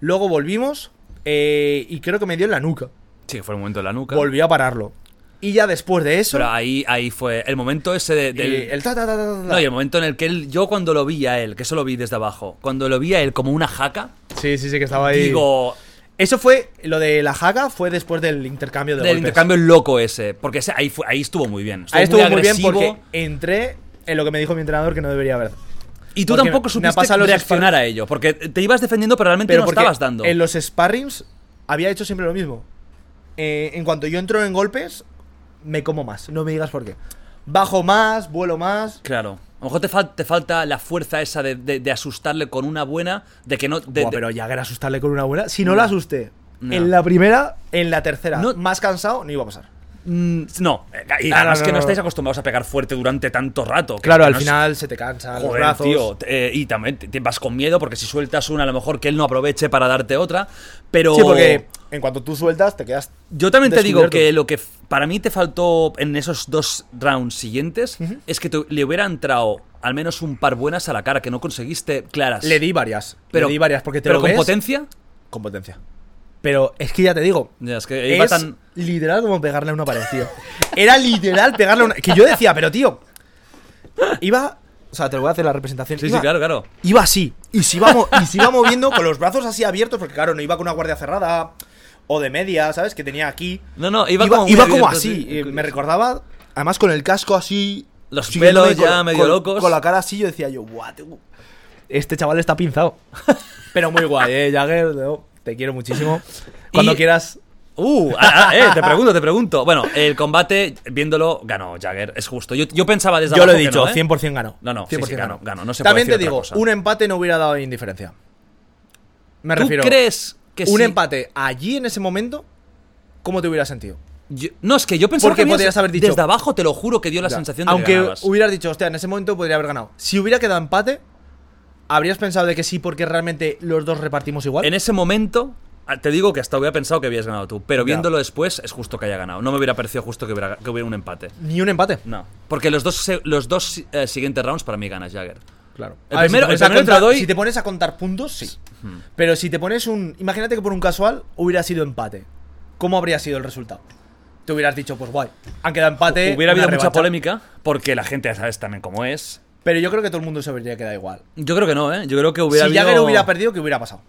[SPEAKER 3] Luego volvimos eh, y creo que me dio en la nuca.
[SPEAKER 2] bien. Sí, fue el momento de la nuca.
[SPEAKER 3] Volví a pararlo. Y ya después de eso,
[SPEAKER 2] Pero ahí, ahí fue el momento ese de- del.
[SPEAKER 3] eh, el ta, ta, ta, ta, ta, ta.
[SPEAKER 2] No, y el momento en el que él. Yo cuando lo vi a él, que eso lo vi desde abajo, cuando lo vi a él como una jaca,
[SPEAKER 3] Sí, sí, sí, que estaba ahí.
[SPEAKER 2] digo.
[SPEAKER 3] Eso fue, lo de la jaca fue después del intercambio de
[SPEAKER 2] Del
[SPEAKER 3] golpes.
[SPEAKER 2] intercambio loco ese. Porque ese- ahí, fue, ahí estuvo muy bien.
[SPEAKER 3] Ahí estuvo muy bien
[SPEAKER 2] agresivo.
[SPEAKER 3] porque entré en lo que me dijo mi entrenador que no debería haber.
[SPEAKER 2] Y tú
[SPEAKER 3] Porque
[SPEAKER 2] tampoco
[SPEAKER 3] me
[SPEAKER 2] supiste
[SPEAKER 3] pasa los
[SPEAKER 2] reaccionar
[SPEAKER 3] espal-
[SPEAKER 2] a ello, porque te ibas defendiendo pero realmente
[SPEAKER 3] Pero
[SPEAKER 2] no
[SPEAKER 3] porque
[SPEAKER 2] estabas dando.
[SPEAKER 3] En los sparrings había hecho siempre lo mismo. Eh, en cuanto yo entro en golpes, me como más. No me digas por qué. Bajo más, vuelo más.
[SPEAKER 2] Claro. A lo mejor te, fal- te falta la fuerza esa de, de- de asustarle con una buena, de que no... de-
[SPEAKER 3] Buah,
[SPEAKER 2] de-
[SPEAKER 3] pero Jagger asustarle con una buena. Si no, la asusté
[SPEAKER 2] No.
[SPEAKER 3] en la primera, en la tercera,
[SPEAKER 2] No.
[SPEAKER 3] más cansado, no iba a pasar.
[SPEAKER 2] Mm, no, Eh, y
[SPEAKER 3] No,
[SPEAKER 2] además
[SPEAKER 3] no, no,
[SPEAKER 2] que no
[SPEAKER 3] no.
[SPEAKER 2] estáis acostumbrados a pegar fuerte durante tanto rato. que
[SPEAKER 3] Claro, al
[SPEAKER 2] no es-
[SPEAKER 3] final se te cansan los
[SPEAKER 2] Joder,
[SPEAKER 3] brazos.
[SPEAKER 2] tío. eh, y también te, te vas con miedo porque si sueltas una a lo mejor que él no aproveche para darte otra, pero...
[SPEAKER 3] Sí, porque en cuanto tú sueltas, te quedas.
[SPEAKER 2] Yo también te digo
[SPEAKER 3] descubierto.
[SPEAKER 2] que lo que f- para mí te faltó en esos dos rounds siguientes es que te- le hubiera entrado al menos un par buenas a la cara que no conseguiste claras.
[SPEAKER 3] Le di varias. Pero, le di varias porque te
[SPEAKER 2] pero
[SPEAKER 3] lo
[SPEAKER 2] con
[SPEAKER 3] ves-
[SPEAKER 2] potencia.
[SPEAKER 3] Con potencia. Pero es que ya te digo,
[SPEAKER 2] Ya, es que iba
[SPEAKER 3] es
[SPEAKER 2] tan-
[SPEAKER 3] literal como pegarle a una pared, tío. Era literal pegarle a una... Que yo decía, pero tío, iba... O sea, te lo voy a hacer la representación.
[SPEAKER 2] Sí, sí,
[SPEAKER 3] Iba-
[SPEAKER 2] claro, claro.
[SPEAKER 3] Iba así. Y se iba, mo- y se iba moviendo con los brazos así abiertos, porque claro, no iba con una guardia cerrada o de media, ¿sabes? Que tenía aquí.
[SPEAKER 2] No, no, iba como muy abierto,
[SPEAKER 3] así.
[SPEAKER 2] sí.
[SPEAKER 3] Eh, Me recordaba, además con el casco así...
[SPEAKER 2] Los
[SPEAKER 3] siguiéndome
[SPEAKER 2] pelos ya medio locos.
[SPEAKER 3] Con la cara así, yo decía yo, guau, tengo- este chaval está pinzado. Pero muy guay, eh, Jagger. yo Te quiero muchísimo. Cuando
[SPEAKER 2] Y-
[SPEAKER 3] quieras.
[SPEAKER 2] Uh, ah, ah, eh, te pregunto, te pregunto. Bueno, el combate, viéndolo, ganó Jagger, es justo. Yo, yo pensaba desde
[SPEAKER 3] Yo lo
[SPEAKER 2] abajo
[SPEAKER 3] he
[SPEAKER 2] que
[SPEAKER 3] dicho,
[SPEAKER 2] no, ¿eh?
[SPEAKER 3] 100% ganó.
[SPEAKER 2] No, no, sí,
[SPEAKER 3] 100%
[SPEAKER 2] sí, ganó, ganó, no se puede
[SPEAKER 3] También
[SPEAKER 2] decir
[SPEAKER 3] te
[SPEAKER 2] otra
[SPEAKER 3] digo,
[SPEAKER 2] cosa.
[SPEAKER 3] un empate no hubiera dado indiferencia. Me
[SPEAKER 2] ¿Tú
[SPEAKER 3] refiero.
[SPEAKER 2] crees que
[SPEAKER 3] Un
[SPEAKER 2] sí?
[SPEAKER 3] empate allí en ese momento, ¿cómo te hubiera sentido?
[SPEAKER 2] Yo- no, es que yo pensaba
[SPEAKER 3] Porque
[SPEAKER 2] que habías-
[SPEAKER 3] podrías haber dicho-
[SPEAKER 2] desde abajo, te lo juro que dio la
[SPEAKER 3] Ya.
[SPEAKER 2] sensación de que
[SPEAKER 3] Aunque
[SPEAKER 2] ganabas.
[SPEAKER 3] hubieras dicho, hostia, en ese momento podría haber ganado. Si hubiera quedado empate, ¿habrías pensado de que sí porque realmente los dos repartimos igual?
[SPEAKER 2] En ese momento, ah, te digo que hasta hubiera pensado que habías ganado tú, pero
[SPEAKER 3] Ya.
[SPEAKER 2] viéndolo después es justo que haya ganado. No me hubiera parecido justo que hubiera, que hubiera un empate.
[SPEAKER 3] Ni un empate.
[SPEAKER 2] No, porque los dos, se- los dos eh, siguientes rounds para mí gana Jagger.
[SPEAKER 3] Claro.
[SPEAKER 2] El primero-
[SPEAKER 3] si te, pones
[SPEAKER 2] el primero te
[SPEAKER 3] a
[SPEAKER 2] lo
[SPEAKER 3] contar-
[SPEAKER 2] doy-
[SPEAKER 3] si te pones a contar puntos, sí. Pero si te pones un. Imagínate que por un casual hubiera sido empate. ¿Cómo habría sido el resultado? Te hubieras dicho, pues guay. Han quedado
[SPEAKER 2] Hubiera
[SPEAKER 3] empate. Eh, una
[SPEAKER 2] habido mucha
[SPEAKER 3] revancha.
[SPEAKER 2] polémica, porque la gente ya sabes también cómo es.
[SPEAKER 3] Pero yo creo que todo el mundo se habría quedado igual.
[SPEAKER 2] Yo creo que no, ¿eh? Yo creo que hubiera
[SPEAKER 3] si
[SPEAKER 2] habido...
[SPEAKER 3] Jagger hubiera perdido, ¿qué hubiera pasado?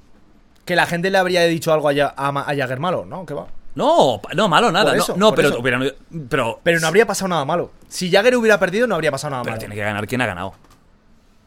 [SPEAKER 3] Que la gente le habría dicho algo a, Ja- a Ma- a Jagger malo, ¿no? ¿Qué va?
[SPEAKER 2] No, pa- no, malo, nada.
[SPEAKER 3] Por
[SPEAKER 2] no,
[SPEAKER 3] eso,
[SPEAKER 2] no,
[SPEAKER 3] por
[SPEAKER 2] pero,
[SPEAKER 3] eso.
[SPEAKER 2] hubieran- pero...
[SPEAKER 3] Pero no habría pasado nada malo. Si Jagger hubiera perdido, no habría pasado nada
[SPEAKER 2] pero
[SPEAKER 3] malo.
[SPEAKER 2] tiene que ganar quien ha ganado.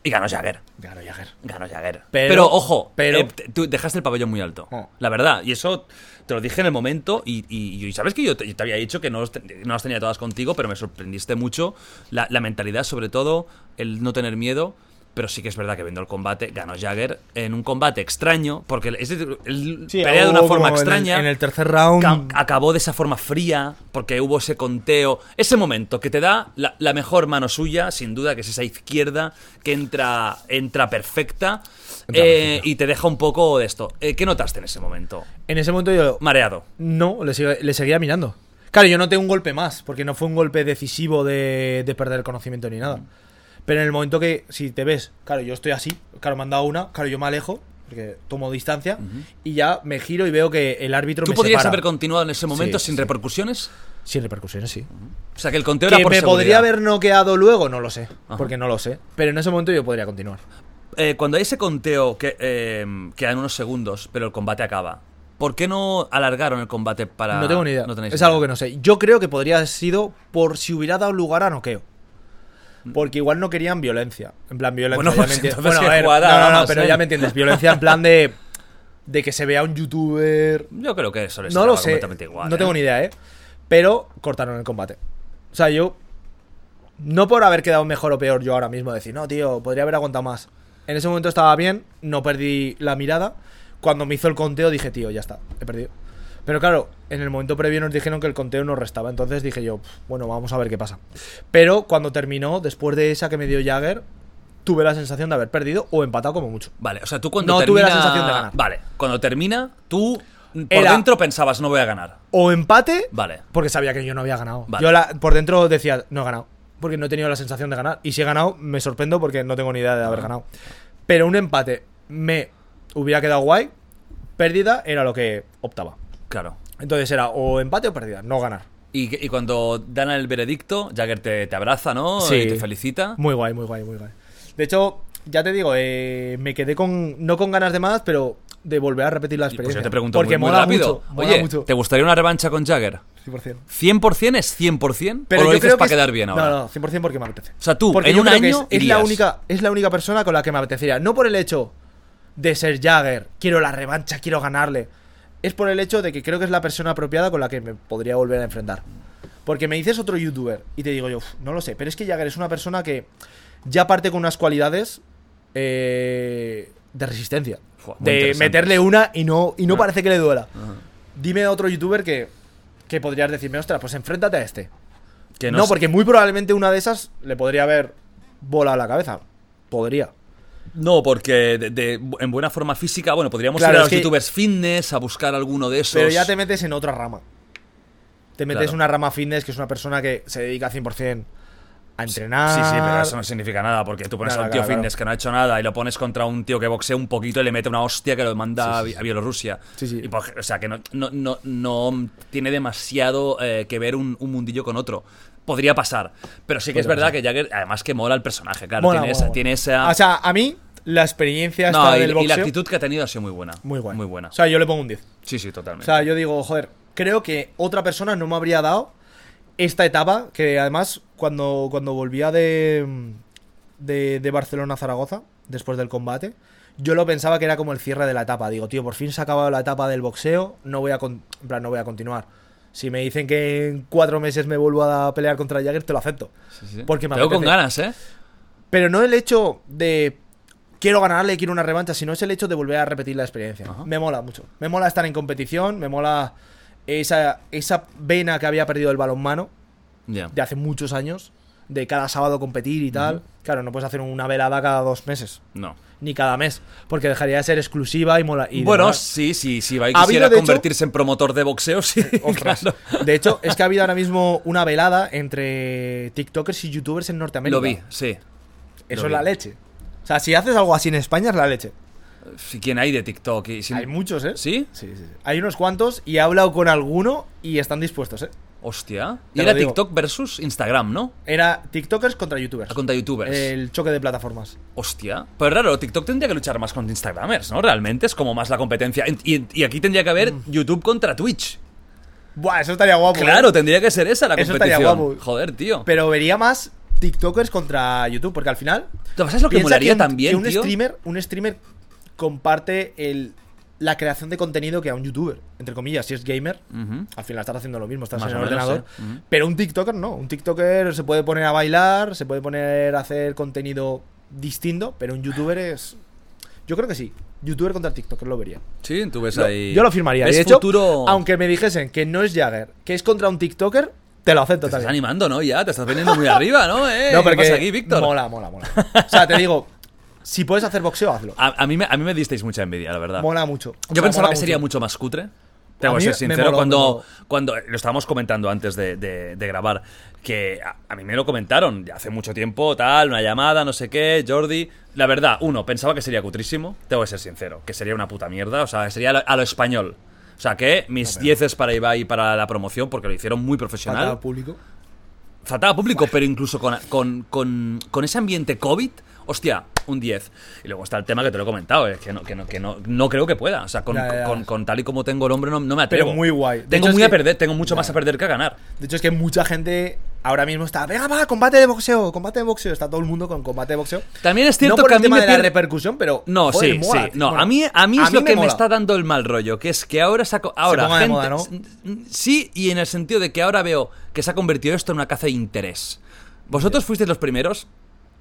[SPEAKER 2] Y ganó Jagger.
[SPEAKER 3] Claro, Jagger.
[SPEAKER 2] Ganó Jagger. Pero,
[SPEAKER 3] Pero-
[SPEAKER 2] ojo,
[SPEAKER 3] pero-
[SPEAKER 2] eh, te- tú dejaste el pabellón muy alto.
[SPEAKER 3] Oh.
[SPEAKER 2] La verdad. Y eso te lo dije en el momento. Y, y- y sabes que yo te, yo te había dicho que no, los ten- no las tenía todas contigo, pero me sorprendiste mucho. La, la mentalidad, sobre todo, el no tener miedo. Pero sí que es verdad que viendo el combate, ganó Jagger en un combate extraño, porque él- es decir, él
[SPEAKER 3] Sí,
[SPEAKER 2] pelea de
[SPEAKER 3] o
[SPEAKER 2] una forma
[SPEAKER 3] como en el-
[SPEAKER 2] extraña.
[SPEAKER 3] En el, tercer round.
[SPEAKER 2] Ca- acabó de esa forma fría, porque hubo ese conteo. Ese momento que te da la, la mejor mano suya, sin duda, que es esa izquierda que entra, entra perfecta eh, y te deja un poco de esto. Eh, ¿Qué notaste en ese momento?
[SPEAKER 3] En ese momento yo.
[SPEAKER 2] Mareado.
[SPEAKER 3] No, le, sigue- le seguía mirando. Claro, yo noté un golpe más, porque no fue un golpe decisivo de, de perder el conocimiento ni nada. Pero en el momento que, si te ves, claro, yo estoy así, claro, me han dado una, claro, yo me alejo, porque tomo distancia, y ya me giro y veo que el árbitro
[SPEAKER 2] ¿Tú
[SPEAKER 3] me
[SPEAKER 2] podrías
[SPEAKER 3] separa.
[SPEAKER 2] haber continuado en ese momento
[SPEAKER 3] Sí,
[SPEAKER 2] sin
[SPEAKER 3] sí.
[SPEAKER 2] repercusiones?
[SPEAKER 3] Sin repercusiones, sí.
[SPEAKER 2] O sea, que el conteo
[SPEAKER 3] Que
[SPEAKER 2] era
[SPEAKER 3] me
[SPEAKER 2] por
[SPEAKER 3] podría
[SPEAKER 2] seguridad.
[SPEAKER 3] haber noqueado luego, no lo sé,
[SPEAKER 2] Ajá.
[SPEAKER 3] porque no lo sé. Pero en ese momento yo podría continuar.
[SPEAKER 2] Eh, cuando hay ese conteo que eh, quedan unos segundos, pero el combate acaba. ¿Por qué no alargaron el combate para.?
[SPEAKER 3] No tengo ni idea.
[SPEAKER 2] No tenéis
[SPEAKER 3] es
[SPEAKER 2] ni
[SPEAKER 3] algo
[SPEAKER 2] idea.
[SPEAKER 3] que no sé. Yo creo que podría haber sido por si hubiera dado lugar a noqueo. Porque igual no querían violencia. En plan, violencia.
[SPEAKER 2] Bueno,
[SPEAKER 3] ya
[SPEAKER 2] pues
[SPEAKER 3] me entiendes.
[SPEAKER 2] entonces
[SPEAKER 3] Bueno, a
[SPEAKER 2] qué
[SPEAKER 3] ver,
[SPEAKER 2] jugada,
[SPEAKER 3] no, no, no,
[SPEAKER 2] vamos,
[SPEAKER 3] pero
[SPEAKER 2] ¿eh?
[SPEAKER 3] ya me entiendes. Violencia en plan de. De que se vea un youtuber.
[SPEAKER 2] Yo creo que eso les
[SPEAKER 3] No
[SPEAKER 2] daba
[SPEAKER 3] lo sé.
[SPEAKER 2] Pues completamente igual.
[SPEAKER 3] no
[SPEAKER 2] ¿eh?
[SPEAKER 3] tengo ni idea, ¿eh? Pero cortaron el combate. O sea, yo. No por haber quedado mejor o peor yo ahora mismo, decir, no, tío, podría haber aguantado más. En ese momento estaba bien, no perdí la mirada. Cuando me hizo el conteo dije, tío, ya está, he perdido. Pero claro, en el momento previo nos dijeron que el conteo nos restaba, entonces dije yo, "Pf, bueno, vamos a ver qué pasa. Pero cuando terminó, después de esa que me dio Jagger, tuve la sensación de haber perdido o empatado como mucho.
[SPEAKER 2] Vale, o sea, tú cuando
[SPEAKER 3] No
[SPEAKER 2] termina...
[SPEAKER 3] tuve la sensación de ganar.
[SPEAKER 2] Vale, cuando termina, tú por
[SPEAKER 3] Era-
[SPEAKER 2] dentro pensabas, no voy a ganar.
[SPEAKER 3] O empate
[SPEAKER 2] Vale.
[SPEAKER 3] Porque sabía que yo no había ganado.
[SPEAKER 2] Vale.
[SPEAKER 3] Yo la- por dentro decía, no he ganado. Porque no he tenido la sensación de ganar. Y si he ganado, me sorprendo porque no tengo ni idea de
[SPEAKER 2] Ah.
[SPEAKER 3] haber ganado. Pero un empate me hubiera quedado guay. Pérdida era lo que optaba.
[SPEAKER 2] Claro.
[SPEAKER 3] Entonces era o empate o pérdida, no ganar.
[SPEAKER 2] Y, y cuando dan el veredicto, Jagger te, te abraza, ¿no? Y pues, te felicita.
[SPEAKER 3] Muy guay, muy guay, muy guay. De hecho, ya te digo, eh, me quedé con. No con ganas de más, pero de volver a repetir la
[SPEAKER 2] Y, pues
[SPEAKER 3] experiencia.
[SPEAKER 2] yo te pregunto
[SPEAKER 3] porque
[SPEAKER 2] muy, muy
[SPEAKER 3] mola
[SPEAKER 2] rápido.
[SPEAKER 3] mucho. mola
[SPEAKER 2] Oye,
[SPEAKER 3] mucho.
[SPEAKER 2] ¿te gustaría una revancha con Jagger?
[SPEAKER 3] 100%.
[SPEAKER 2] 100% es 100%, pero o lo
[SPEAKER 3] yo
[SPEAKER 2] dices
[SPEAKER 3] creo que
[SPEAKER 2] para
[SPEAKER 3] es-
[SPEAKER 2] quedar bien ahora.
[SPEAKER 3] No, no, 100% porque me apetece.
[SPEAKER 2] O sea, tú,
[SPEAKER 3] Porque
[SPEAKER 2] en
[SPEAKER 3] yo
[SPEAKER 2] un
[SPEAKER 3] creo que es-
[SPEAKER 2] año,
[SPEAKER 3] es, la
[SPEAKER 2] irías.
[SPEAKER 3] única es la única persona con la que me apetecería, no por el hecho de ser Jagger, quiero la revancha, quiero ganarle. Es por el hecho de que creo que es la persona apropiada con la que me podría volver a enfrentar. Porque me dices otro youtuber y te digo yo, "Uf, no lo sé, pero es que Jagger es una persona que ya parte con unas cualidades eh, de resistencia.
[SPEAKER 2] Fua, muy Ah.
[SPEAKER 3] de
[SPEAKER 2] interesantes.
[SPEAKER 3] meterle una y no, y no parece que le duela. Dime a otro youtuber que, que podrías decirme, ostras, pues enfréntate a este.
[SPEAKER 2] Que
[SPEAKER 3] No, porque muy probablemente una de esas le podría haber volado la cabeza. Podría.
[SPEAKER 2] No, porque de- de- en buena forma física, bueno, podríamos
[SPEAKER 3] Claro,
[SPEAKER 2] ir a
[SPEAKER 3] es
[SPEAKER 2] los
[SPEAKER 3] que-
[SPEAKER 2] youtubers fitness a buscar alguno de esos.
[SPEAKER 3] Pero ya te metes en otra rama. Te metes
[SPEAKER 2] Claro.
[SPEAKER 3] en una rama fitness que es una persona que se dedica 100% a entrenar.
[SPEAKER 2] Sí, sí, pero eso no significa nada, porque tú pones
[SPEAKER 3] Ah. Nada,
[SPEAKER 2] a un tío
[SPEAKER 3] claro,
[SPEAKER 2] fitness que no ha hecho nada y lo pones contra un tío que boxea un poquito y le mete una hostia que lo manda a Bi- a Bielorrusia.
[SPEAKER 3] Sí, sí.
[SPEAKER 2] Y por- o sea, que no, no, no, no tiene demasiado eh, que ver un, un mundillo con otro. Podría pasar. Pero sí que es verdad que Jagger, además que mola el personaje, claro.
[SPEAKER 3] Mola,
[SPEAKER 2] tiene,
[SPEAKER 3] mola,
[SPEAKER 2] esa,
[SPEAKER 3] mola.
[SPEAKER 2] tiene esa-
[SPEAKER 3] O sea, a mí la experiencia
[SPEAKER 2] No,
[SPEAKER 3] esta
[SPEAKER 2] y,
[SPEAKER 3] del
[SPEAKER 2] y la
[SPEAKER 3] boxeo...
[SPEAKER 2] actitud que ha tenido ha sido muy buena.
[SPEAKER 3] muy buena.
[SPEAKER 2] Muy buena.
[SPEAKER 3] O sea, yo le pongo un 10.
[SPEAKER 2] sí, sí,
[SPEAKER 3] O
[SPEAKER 2] totalmente.
[SPEAKER 3] sea, yo digo, joder, creo que otra persona no me habría dado esta etapa, que además cuando, cuando volvía de, de, de Barcelona a Zaragoza, después del combate, yo lo pensaba que era como el cierre de la etapa. Digo, tío, por fin se ha acabado la etapa del boxeo, no voy a, con- en plan, no voy a continuar. Si me dicen que en cuatro meses me vuelvo a pelear contra Jagger, te lo acepto.
[SPEAKER 2] Sí.
[SPEAKER 3] Porque me
[SPEAKER 2] Te veo con
[SPEAKER 3] apetece.
[SPEAKER 2] ganas, ¿eh?
[SPEAKER 3] Pero no el hecho de quiero ganarle, quiero una revancha, sino es el hecho de volver a repetir la experiencia. Me mola mucho. Me mola estar en competición, me mola esa, esa vena que había perdido el balonmano
[SPEAKER 2] Ya.
[SPEAKER 3] de hace muchos años, de cada sábado competir y tal. Claro, no puedes hacer una velada cada dos meses,
[SPEAKER 2] No.
[SPEAKER 3] ni cada mes, porque dejaría de ser exclusiva y mola. y
[SPEAKER 2] bueno,
[SPEAKER 3] demás.
[SPEAKER 2] sí, sí, sí. Va y
[SPEAKER 3] Ha habido,
[SPEAKER 2] quisiera
[SPEAKER 3] de hecho-
[SPEAKER 2] convertirse en promotor de boxeo, sí.
[SPEAKER 3] Ostras.
[SPEAKER 2] claro.
[SPEAKER 3] De hecho, es que ha habido ahora mismo una velada entre TikTokers y YouTubers en Norteamérica.
[SPEAKER 2] Lo vi, sí.
[SPEAKER 3] Eso
[SPEAKER 2] lo
[SPEAKER 3] es
[SPEAKER 2] vi.
[SPEAKER 3] la leche. O sea, si haces algo así en España es la leche.
[SPEAKER 2] Sí, ¿Quién hay de TikTok? Y sin-
[SPEAKER 3] Hay muchos, ¿eh?
[SPEAKER 2] ¿Sí?
[SPEAKER 3] Sí, sí, sí. Hay unos cuantos y he hablado con alguno y están dispuestos, ¿eh?
[SPEAKER 2] Hostia. Y
[SPEAKER 3] Te lo
[SPEAKER 2] era
[SPEAKER 3] digo.
[SPEAKER 2] TikTok versus Instagram, ¿no?
[SPEAKER 3] Era TikTokers contra YouTubers.
[SPEAKER 2] A Ah, contra youtubers.
[SPEAKER 3] El choque de plataformas.
[SPEAKER 2] Hostia. Pero es raro, TikTok tendría que luchar más contra Instagramers, ¿no? Realmente es como más la competencia. En- Y, y aquí tendría que haber
[SPEAKER 3] Mm.
[SPEAKER 2] YouTube contra Twitch.
[SPEAKER 3] Buah, eso estaría guapo. ¿eh?
[SPEAKER 2] Claro, tendría que ser esa la
[SPEAKER 3] Eso estaría
[SPEAKER 2] competición.
[SPEAKER 3] guapo.
[SPEAKER 2] Joder, tío.
[SPEAKER 3] Pero vería más TikTokers contra YouTube, porque al final.
[SPEAKER 2] Pero ¿sabes lo que
[SPEAKER 3] piensa
[SPEAKER 2] molaría
[SPEAKER 3] un-
[SPEAKER 2] también,
[SPEAKER 3] que un
[SPEAKER 2] tío?
[SPEAKER 3] Streamer, un streamer comparte el, la creación de contenido que a un YouTuber, entre comillas, si es gamer.
[SPEAKER 2] Ujú.
[SPEAKER 3] Al final estás haciendo lo mismo, estás
[SPEAKER 2] Más
[SPEAKER 3] en
[SPEAKER 2] o
[SPEAKER 3] el
[SPEAKER 2] menos,
[SPEAKER 3] ordenador.
[SPEAKER 2] sí. Ujú.
[SPEAKER 3] Pero un TikToker no. Un TikToker se puede poner a bailar, se puede poner a hacer contenido distinto, pero un youtuber es. Yo creo que sí. Youtuber contra TikTok, lo vería.
[SPEAKER 2] Sí, tú ves
[SPEAKER 3] Lo-
[SPEAKER 2] ahí.
[SPEAKER 3] Yo lo firmaría.
[SPEAKER 2] ¿Ves
[SPEAKER 3] Y de hecho,
[SPEAKER 2] futuro?
[SPEAKER 3] aunque me dijesen que no es Jagger, que es contra un TikToker, te lo
[SPEAKER 2] Te
[SPEAKER 3] acepto
[SPEAKER 2] estás
[SPEAKER 3] también.
[SPEAKER 2] animando, ¿no? Ya, te estás viniendo muy arriba, ¿no? ¿Eh?
[SPEAKER 3] No,
[SPEAKER 2] ¿Qué
[SPEAKER 3] porque
[SPEAKER 2] pasa aquí, Víctor?
[SPEAKER 3] Mola, mola, mola. O sea, te digo, si puedes hacer boxeo, hazlo.
[SPEAKER 2] A, a mí me, a mí me disteis mucha envidia, la verdad.
[SPEAKER 3] Mola mucho. O
[SPEAKER 2] Yo
[SPEAKER 3] sea,
[SPEAKER 2] pensaba
[SPEAKER 3] mola
[SPEAKER 2] que sería mucho más cutre.
[SPEAKER 3] A
[SPEAKER 2] Tengo que
[SPEAKER 3] mí
[SPEAKER 2] ser
[SPEAKER 3] me
[SPEAKER 2] sincero,
[SPEAKER 3] moló,
[SPEAKER 2] cuando, cuando lo estábamos comentando antes de, de- de grabar, que a, a mí me lo comentaron ya hace mucho tiempo, tal, una llamada, no sé qué, Jordi. La verdad, uno, pensaba que sería cutrísimo, tengo que ser sincero, que sería una puta mierda, o sea, sería lo- a lo español. O sea, que mis dieces para Ibai para la promoción, porque lo hicieron muy
[SPEAKER 3] Falta
[SPEAKER 2] profesional.
[SPEAKER 3] al público.
[SPEAKER 2] Faltaba público, pero incluso con, con, con- con ese ambiente COVID, hostia, un 10. Y luego está el tema que te lo he comentado, es que no, que no, que no, no creo que pueda. O sea, con,
[SPEAKER 3] Ya, ya, ya.
[SPEAKER 2] con- con tal y como tengo el hombre no, no me
[SPEAKER 3] Pero
[SPEAKER 2] atrevo.
[SPEAKER 3] muy guay. De
[SPEAKER 2] Tengo,
[SPEAKER 3] hecho, es
[SPEAKER 2] muy a
[SPEAKER 3] que-
[SPEAKER 2] perder, tengo mucho más a perder que a ganar.
[SPEAKER 3] De hecho, es que mucha gente ahora mismo está, venga, va, combate de boxeo, combate de boxeo. Está todo el mundo con combate de boxeo.
[SPEAKER 2] También es cierto
[SPEAKER 3] no por
[SPEAKER 2] que
[SPEAKER 3] el
[SPEAKER 2] a mí
[SPEAKER 3] tema
[SPEAKER 2] me
[SPEAKER 3] de la
[SPEAKER 2] pierde-
[SPEAKER 3] repercusión, pero.
[SPEAKER 2] No,
[SPEAKER 3] joder,
[SPEAKER 2] sí,
[SPEAKER 3] mola.
[SPEAKER 2] sí. No,
[SPEAKER 3] Bueno,
[SPEAKER 2] a mí, a mí es lo que me
[SPEAKER 3] mola.
[SPEAKER 2] está dando el mal rollo, que es que ahora saco. Ahora,
[SPEAKER 3] ponga de
[SPEAKER 2] gente-
[SPEAKER 3] moda, ¿no?
[SPEAKER 2] s- n- Sí, y en el sentido de que ahora veo que se ha convertido esto en una caza de interés. Vosotros fuisteis los primeros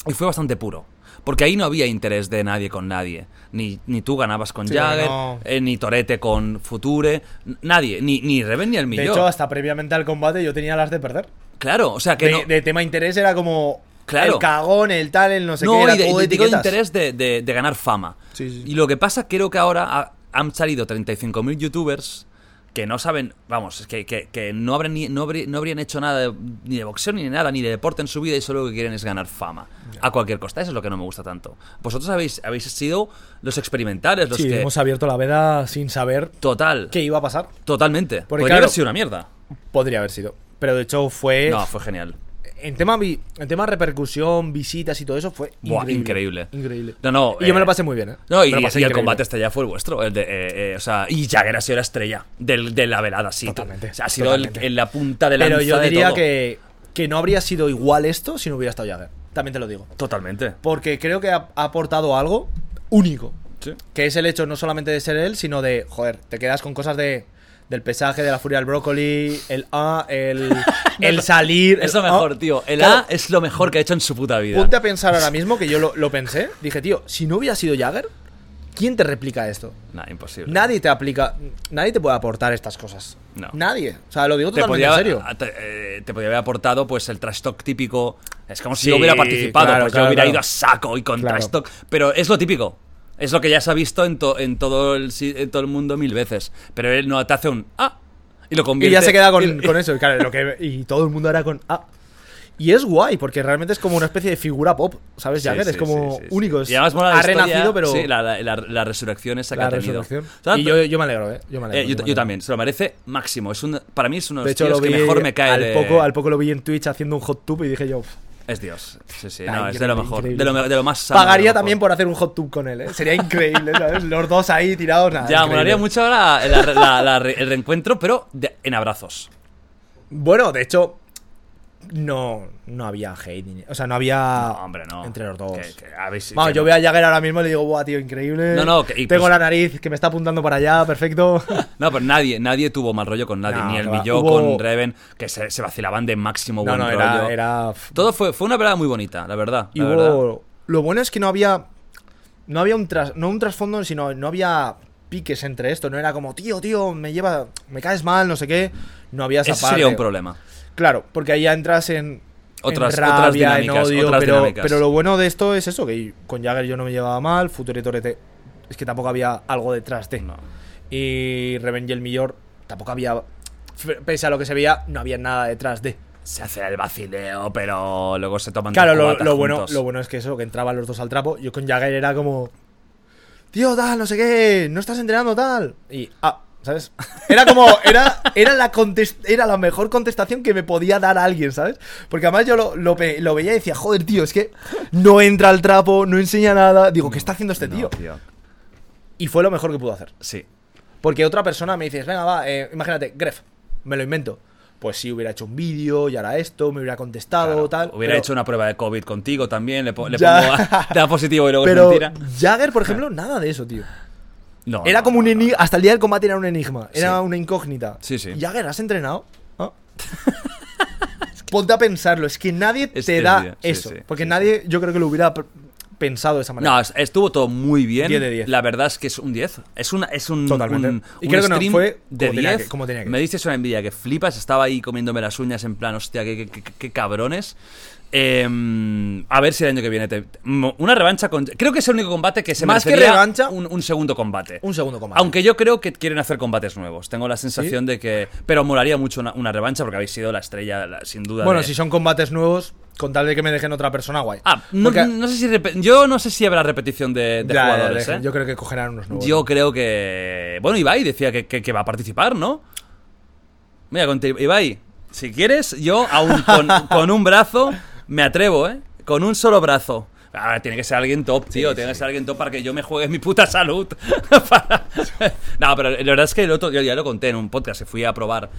[SPEAKER 2] y fue bastante puro. Porque ahí no había interés de nadie con nadie. Ni, ni tú ganabas con
[SPEAKER 3] Sí,
[SPEAKER 2] Jagger,
[SPEAKER 3] no.
[SPEAKER 2] eh, ni Torete con Future, n- nadie, ni, ni Reven ni el
[SPEAKER 3] De
[SPEAKER 2] millón.
[SPEAKER 3] hecho, hasta previamente al combate yo tenía las de perder.
[SPEAKER 2] Claro, o sea que
[SPEAKER 3] De,
[SPEAKER 2] no.
[SPEAKER 3] de tema interés era como.
[SPEAKER 2] Claro.
[SPEAKER 3] El cagón, el tal, el no sé qué.
[SPEAKER 2] no,
[SPEAKER 3] Era
[SPEAKER 2] y de,
[SPEAKER 3] todo
[SPEAKER 2] y de-
[SPEAKER 3] de
[SPEAKER 2] digo de
[SPEAKER 3] etiquetas.
[SPEAKER 2] interés de, de- de ganar fama.
[SPEAKER 3] Sí, sí.
[SPEAKER 2] Y lo que pasa, creo que ahora ha- han salido 35.000 youtubers que no saben, vamos, que, que, que no, habrán ni- no, habrí- no habrían hecho nada de- ni de boxeo ni de nada, ni de deporte en su vida y solo lo que quieren es ganar fama. A cualquier costa, eso es lo que no me gusta tanto. Vosotros habéis, habéis sido los experimentales, los
[SPEAKER 3] Sí,
[SPEAKER 2] que...
[SPEAKER 3] hemos abierto la veda sin saber
[SPEAKER 2] Total,
[SPEAKER 3] qué iba a pasar.
[SPEAKER 2] totalmente. Podría
[SPEAKER 3] claro- eh,
[SPEAKER 2] haber sido una mierda.
[SPEAKER 3] Podría haber sido. Pero de hecho fue.
[SPEAKER 2] No, fue genial.
[SPEAKER 3] En tema, vi- en tema repercusión, visitas y todo eso fue
[SPEAKER 2] Buah,
[SPEAKER 3] increíble.
[SPEAKER 2] increíble.
[SPEAKER 3] Increíble.
[SPEAKER 2] No, no,
[SPEAKER 3] Y yo
[SPEAKER 2] eh,
[SPEAKER 3] me lo pasé muy bien, ¿eh?
[SPEAKER 2] No,
[SPEAKER 3] Me
[SPEAKER 2] y,
[SPEAKER 3] lo
[SPEAKER 2] y
[SPEAKER 3] pasé
[SPEAKER 2] el
[SPEAKER 3] increíble.
[SPEAKER 2] combate este ya fue el vuestro. El de, eh, eh, o sea, y Jagger ha sido la estrella del, de la velada, sí.
[SPEAKER 3] Totalmente,
[SPEAKER 2] O sea, ha sido el-
[SPEAKER 3] totalmente.
[SPEAKER 2] en la punta de la
[SPEAKER 3] Pero yo diría que, que no habría sido igual esto si no hubiera estado Jagger. También te lo digo.
[SPEAKER 2] Totalmente.
[SPEAKER 3] Porque creo que ha, ha aportado algo único.
[SPEAKER 2] Sí.
[SPEAKER 3] Que es el hecho no solamente de ser él, sino de, joder, te quedas con cosas de, del pesaje, de la furia del brócoli, el A, el, el salir. el
[SPEAKER 2] Es lo
[SPEAKER 3] ah.
[SPEAKER 2] mejor, tío. El A
[SPEAKER 3] Claro,
[SPEAKER 2] es lo mejor que ha hecho en su puta vida.
[SPEAKER 3] Ponte a pensar ahora mismo que yo lo, lo pensé. Dije, tío, si no hubiera sido Jagger, ¿quién te replica esto?
[SPEAKER 2] Nah, imposible.
[SPEAKER 3] Nadie te aplica, nadie te puede aportar estas cosas.
[SPEAKER 2] No.
[SPEAKER 3] Nadie. O sea, lo digo
[SPEAKER 2] te
[SPEAKER 3] totalmente
[SPEAKER 2] podía,
[SPEAKER 3] en serio.
[SPEAKER 2] a- te, eh, te podía haber aportado pues el trash talk típico. Es como si
[SPEAKER 3] Sí,
[SPEAKER 2] yo hubiera participado,
[SPEAKER 3] claro,
[SPEAKER 2] pues
[SPEAKER 3] claro,
[SPEAKER 2] yo hubiera
[SPEAKER 3] claro.
[SPEAKER 2] ido a saco y con
[SPEAKER 3] Claro.
[SPEAKER 2] trash talk. Pero es lo típico. Es lo que ya se ha visto en, to- en, todo, el, si- en todo el mundo mil veces. Pero él no te hace un ah y lo
[SPEAKER 3] Y
[SPEAKER 2] convierte.
[SPEAKER 3] ya se queda con,
[SPEAKER 2] y-
[SPEAKER 3] con eso. Y, claro, lo que, y todo el mundo era con ah. Y es guay, porque realmente es como una especie de figura pop, ¿sabes?
[SPEAKER 2] Sí,
[SPEAKER 3] Jagger
[SPEAKER 2] sí,
[SPEAKER 3] es como
[SPEAKER 2] sí, sí, sí.
[SPEAKER 3] único. es-
[SPEAKER 2] Y además mola la
[SPEAKER 3] ha
[SPEAKER 2] historia,
[SPEAKER 3] renacido, pero
[SPEAKER 2] sí, la, la- la- la resurrección esa que
[SPEAKER 3] la
[SPEAKER 2] ha tenido.
[SPEAKER 3] resurrección.
[SPEAKER 2] O sea,
[SPEAKER 3] Y yo, yo me alegro, ¿eh? Yo me alegro.
[SPEAKER 2] eh, yo,
[SPEAKER 3] me
[SPEAKER 2] yo
[SPEAKER 3] alegro.
[SPEAKER 2] también, se lo merece máximo. Es un, para mí es uno de
[SPEAKER 3] De
[SPEAKER 2] los
[SPEAKER 3] hecho,
[SPEAKER 2] tíos
[SPEAKER 3] lo vi
[SPEAKER 2] que mejor me cae.
[SPEAKER 3] al,
[SPEAKER 2] de-
[SPEAKER 3] poco, al poco lo vi en Twitch haciendo un hot tub y dije yo. "Uf,
[SPEAKER 2] Es Dios. Sí, sí,
[SPEAKER 3] está
[SPEAKER 2] no, es de lo
[SPEAKER 3] increíble,
[SPEAKER 2] mejor.
[SPEAKER 3] increíble".
[SPEAKER 2] De lo, me- de lo más sano, de
[SPEAKER 3] Pagaría
[SPEAKER 2] lo mejor.
[SPEAKER 3] también por hacer un hot tub con él, ¿eh? Sería increíble, ¿sabes? Los dos ahí tirados, nada.
[SPEAKER 2] Ya,
[SPEAKER 3] increíble.
[SPEAKER 2] molaría mucho ahora la- la- la- la- el reencuentro, pero de- en abrazos.
[SPEAKER 3] Bueno, de hecho, no, no había hate. ni- O sea, no había.
[SPEAKER 2] No, Ah, hombre, no.
[SPEAKER 3] Entre los dos.
[SPEAKER 2] Que- que habéis-
[SPEAKER 3] Vamos,
[SPEAKER 2] que
[SPEAKER 3] yo
[SPEAKER 2] no.
[SPEAKER 3] veo a Jagger ahora mismo y le digo, ¡buah, tío, increíble!
[SPEAKER 2] No, no, que- y
[SPEAKER 3] Tengo
[SPEAKER 2] pues-
[SPEAKER 3] la nariz que me está apuntando para allá, perfecto.
[SPEAKER 2] No, pero nadie, nadie tuvo mal rollo con nadie,
[SPEAKER 3] No,
[SPEAKER 2] ni el
[SPEAKER 3] que va.
[SPEAKER 2] Millo
[SPEAKER 3] Hubo-
[SPEAKER 2] con Reven, que se, se vacilaban de máximo
[SPEAKER 3] no,
[SPEAKER 2] buen
[SPEAKER 3] no,
[SPEAKER 2] rollo.
[SPEAKER 3] era. era...
[SPEAKER 2] Todo fue, fue una verdad muy bonita, la verdad.
[SPEAKER 3] Y
[SPEAKER 2] la verdad.
[SPEAKER 3] hubo- Lo bueno es que no había. No había un tras, no un trasfondo, sino no había piques entre esto. No era como, tío, tío, me lleva. Me caes mal, no sé qué. No había esa
[SPEAKER 2] Ese
[SPEAKER 3] parte.
[SPEAKER 2] sería un problema.
[SPEAKER 3] Claro, porque ahí ya entras en.
[SPEAKER 2] Otras-
[SPEAKER 3] en
[SPEAKER 2] otras
[SPEAKER 3] rabia,
[SPEAKER 2] dinámicas,
[SPEAKER 3] en odio,
[SPEAKER 2] otras
[SPEAKER 3] pero,
[SPEAKER 2] dinámicas.
[SPEAKER 3] pero lo bueno de esto es eso, que con Jagger yo no me llevaba mal, Future y Torete es que tampoco había algo detrás de.
[SPEAKER 2] No.
[SPEAKER 3] Y Revenge y el Millor tampoco había, pese a lo que se veía, no había nada detrás de.
[SPEAKER 2] se hace el vacileo, pero luego se toman
[SPEAKER 3] Claro, lo,
[SPEAKER 2] cubata
[SPEAKER 3] lo bueno,
[SPEAKER 2] juntos.
[SPEAKER 3] lo bueno es que eso, que entraban los dos al trapo, yo con Jagger era como, tío, tal, no sé qué, no estás entrenando tal. Y, ah, ¿sabes? Era como, era, era, la contest- era la mejor contestación que me podía dar a alguien, ¿sabes? Porque además yo lo, lo, pe- lo veía y decía, joder, tío, es que no entra al trapo, no enseña nada. Digo, ¿qué está haciendo este
[SPEAKER 2] No,
[SPEAKER 3] tío? Y fue lo mejor que pudo hacer.
[SPEAKER 2] Sí.
[SPEAKER 3] Porque otra persona me dices, venga, va, eh, imagínate, Gref, me lo invento. Pues sí, hubiera hecho un vídeo y ahora esto, me hubiera contestado,
[SPEAKER 2] Claro.
[SPEAKER 3] tal.
[SPEAKER 2] Hubiera
[SPEAKER 3] pero-
[SPEAKER 2] hecho una prueba de COVID contigo también, le, po- le
[SPEAKER 3] Ya.
[SPEAKER 2] pongo a- da positivo y luego es
[SPEAKER 3] Pero
[SPEAKER 2] mentira. Ah.
[SPEAKER 3] Jagger, por ejemplo, nada de eso, tío.
[SPEAKER 2] No,
[SPEAKER 3] Era
[SPEAKER 2] no,
[SPEAKER 3] como un
[SPEAKER 2] no, no.
[SPEAKER 3] enigma. Hasta el día del combate era un enigma. Era
[SPEAKER 2] Sí.
[SPEAKER 3] una incógnita.
[SPEAKER 2] Sí, sí.
[SPEAKER 3] Jagger, ¿has entrenado? ¿Ah? Ponte a pensarlo. Es que nadie
[SPEAKER 2] Es
[SPEAKER 3] te
[SPEAKER 2] que
[SPEAKER 3] da
[SPEAKER 2] es día. Sí,
[SPEAKER 3] eso.
[SPEAKER 2] sí,
[SPEAKER 3] porque
[SPEAKER 2] sí,
[SPEAKER 3] nadie, yo creo que lo hubiera pr- pensado de esa manera.
[SPEAKER 2] No, es- estuvo todo muy bien.
[SPEAKER 3] 10 de 10.
[SPEAKER 2] La verdad es que es un 10. Es, una, es un.
[SPEAKER 3] Totalmente.
[SPEAKER 2] un-
[SPEAKER 3] Y
[SPEAKER 2] un
[SPEAKER 3] creo que no,
[SPEAKER 2] stream
[SPEAKER 3] fue
[SPEAKER 2] de
[SPEAKER 3] como tenía
[SPEAKER 2] 10.
[SPEAKER 3] que- como tenía que
[SPEAKER 2] Me
[SPEAKER 3] ser.
[SPEAKER 2] diste una envidia que flipas. Estaba ahí comiéndome las uñas en plan, hostia, qué, qué- qué- qué cabrones. Em, a ver si el año que viene. te- mo- una revancha con. Creo que es el único combate que se
[SPEAKER 3] Más que
[SPEAKER 2] merecería
[SPEAKER 3] revancha,
[SPEAKER 2] Un, un segundo combate.
[SPEAKER 3] un segundo combate.
[SPEAKER 2] Aunque yo creo que quieren hacer combates nuevos. Tengo la sensación de que. Pero molaría mucho una, una revancha porque habéis sido la estrella, la- sin duda.
[SPEAKER 3] Bueno,
[SPEAKER 2] de-
[SPEAKER 3] si son combates nuevos, con tal de que me dejen otra persona, guay.
[SPEAKER 2] eh. Ah, no,
[SPEAKER 3] Porque-
[SPEAKER 2] no sé si. repe- Yo no sé si habrá repetición de, de
[SPEAKER 3] Ya, ya,
[SPEAKER 2] jugadores,
[SPEAKER 3] dejen-
[SPEAKER 2] ¿eh?
[SPEAKER 3] Yo creo que cogerán unos nuevos.
[SPEAKER 2] Yo creo que. Bueno, Ibai decía que, que- que va a participar, ¿no? Mira, con te- Ibai, si quieres, yo aún con, con un brazo me atrevo, ¿eh? Con un solo brazo. Ahora tiene que ser alguien top, tío. tiene que ser alguien top para que yo me juegue mi puta salud. Para- no, pero la verdad es que el otro, yo ya lo conté en un podcast, que fui a probar.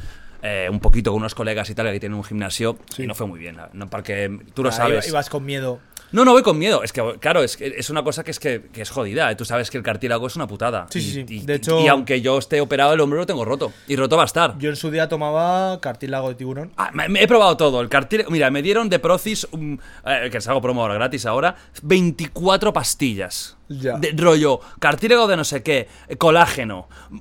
[SPEAKER 2] eh, un poquito con unos colegas y tal que tienen un gimnasio y no fue muy bien la- no, porque tú lo
[SPEAKER 3] Ah,
[SPEAKER 2] sabes
[SPEAKER 3] iba- Ibas con miedo.
[SPEAKER 2] no, no voy con miedo. Es que, claro, es, que es una cosa que es, que, que es jodida. ¿eh? Tú sabes que el cartílago es una putada.
[SPEAKER 3] Sí,
[SPEAKER 2] Y-
[SPEAKER 3] sí, sí.
[SPEAKER 2] Y,
[SPEAKER 3] De hecho-
[SPEAKER 2] y aunque yo esté operado, el hombro lo tengo roto. Y roto va a estar.
[SPEAKER 3] Yo en su día tomaba cartílago de tiburón.
[SPEAKER 2] Ah, me, me he probado todo. El cartílago. Mira, me dieron de Procis, un- eh, que les hago promo ahora gratis ahora, 24 pastillas.
[SPEAKER 3] Ya.
[SPEAKER 2] De rollo, cartílago de no sé qué, eh, colágeno. M-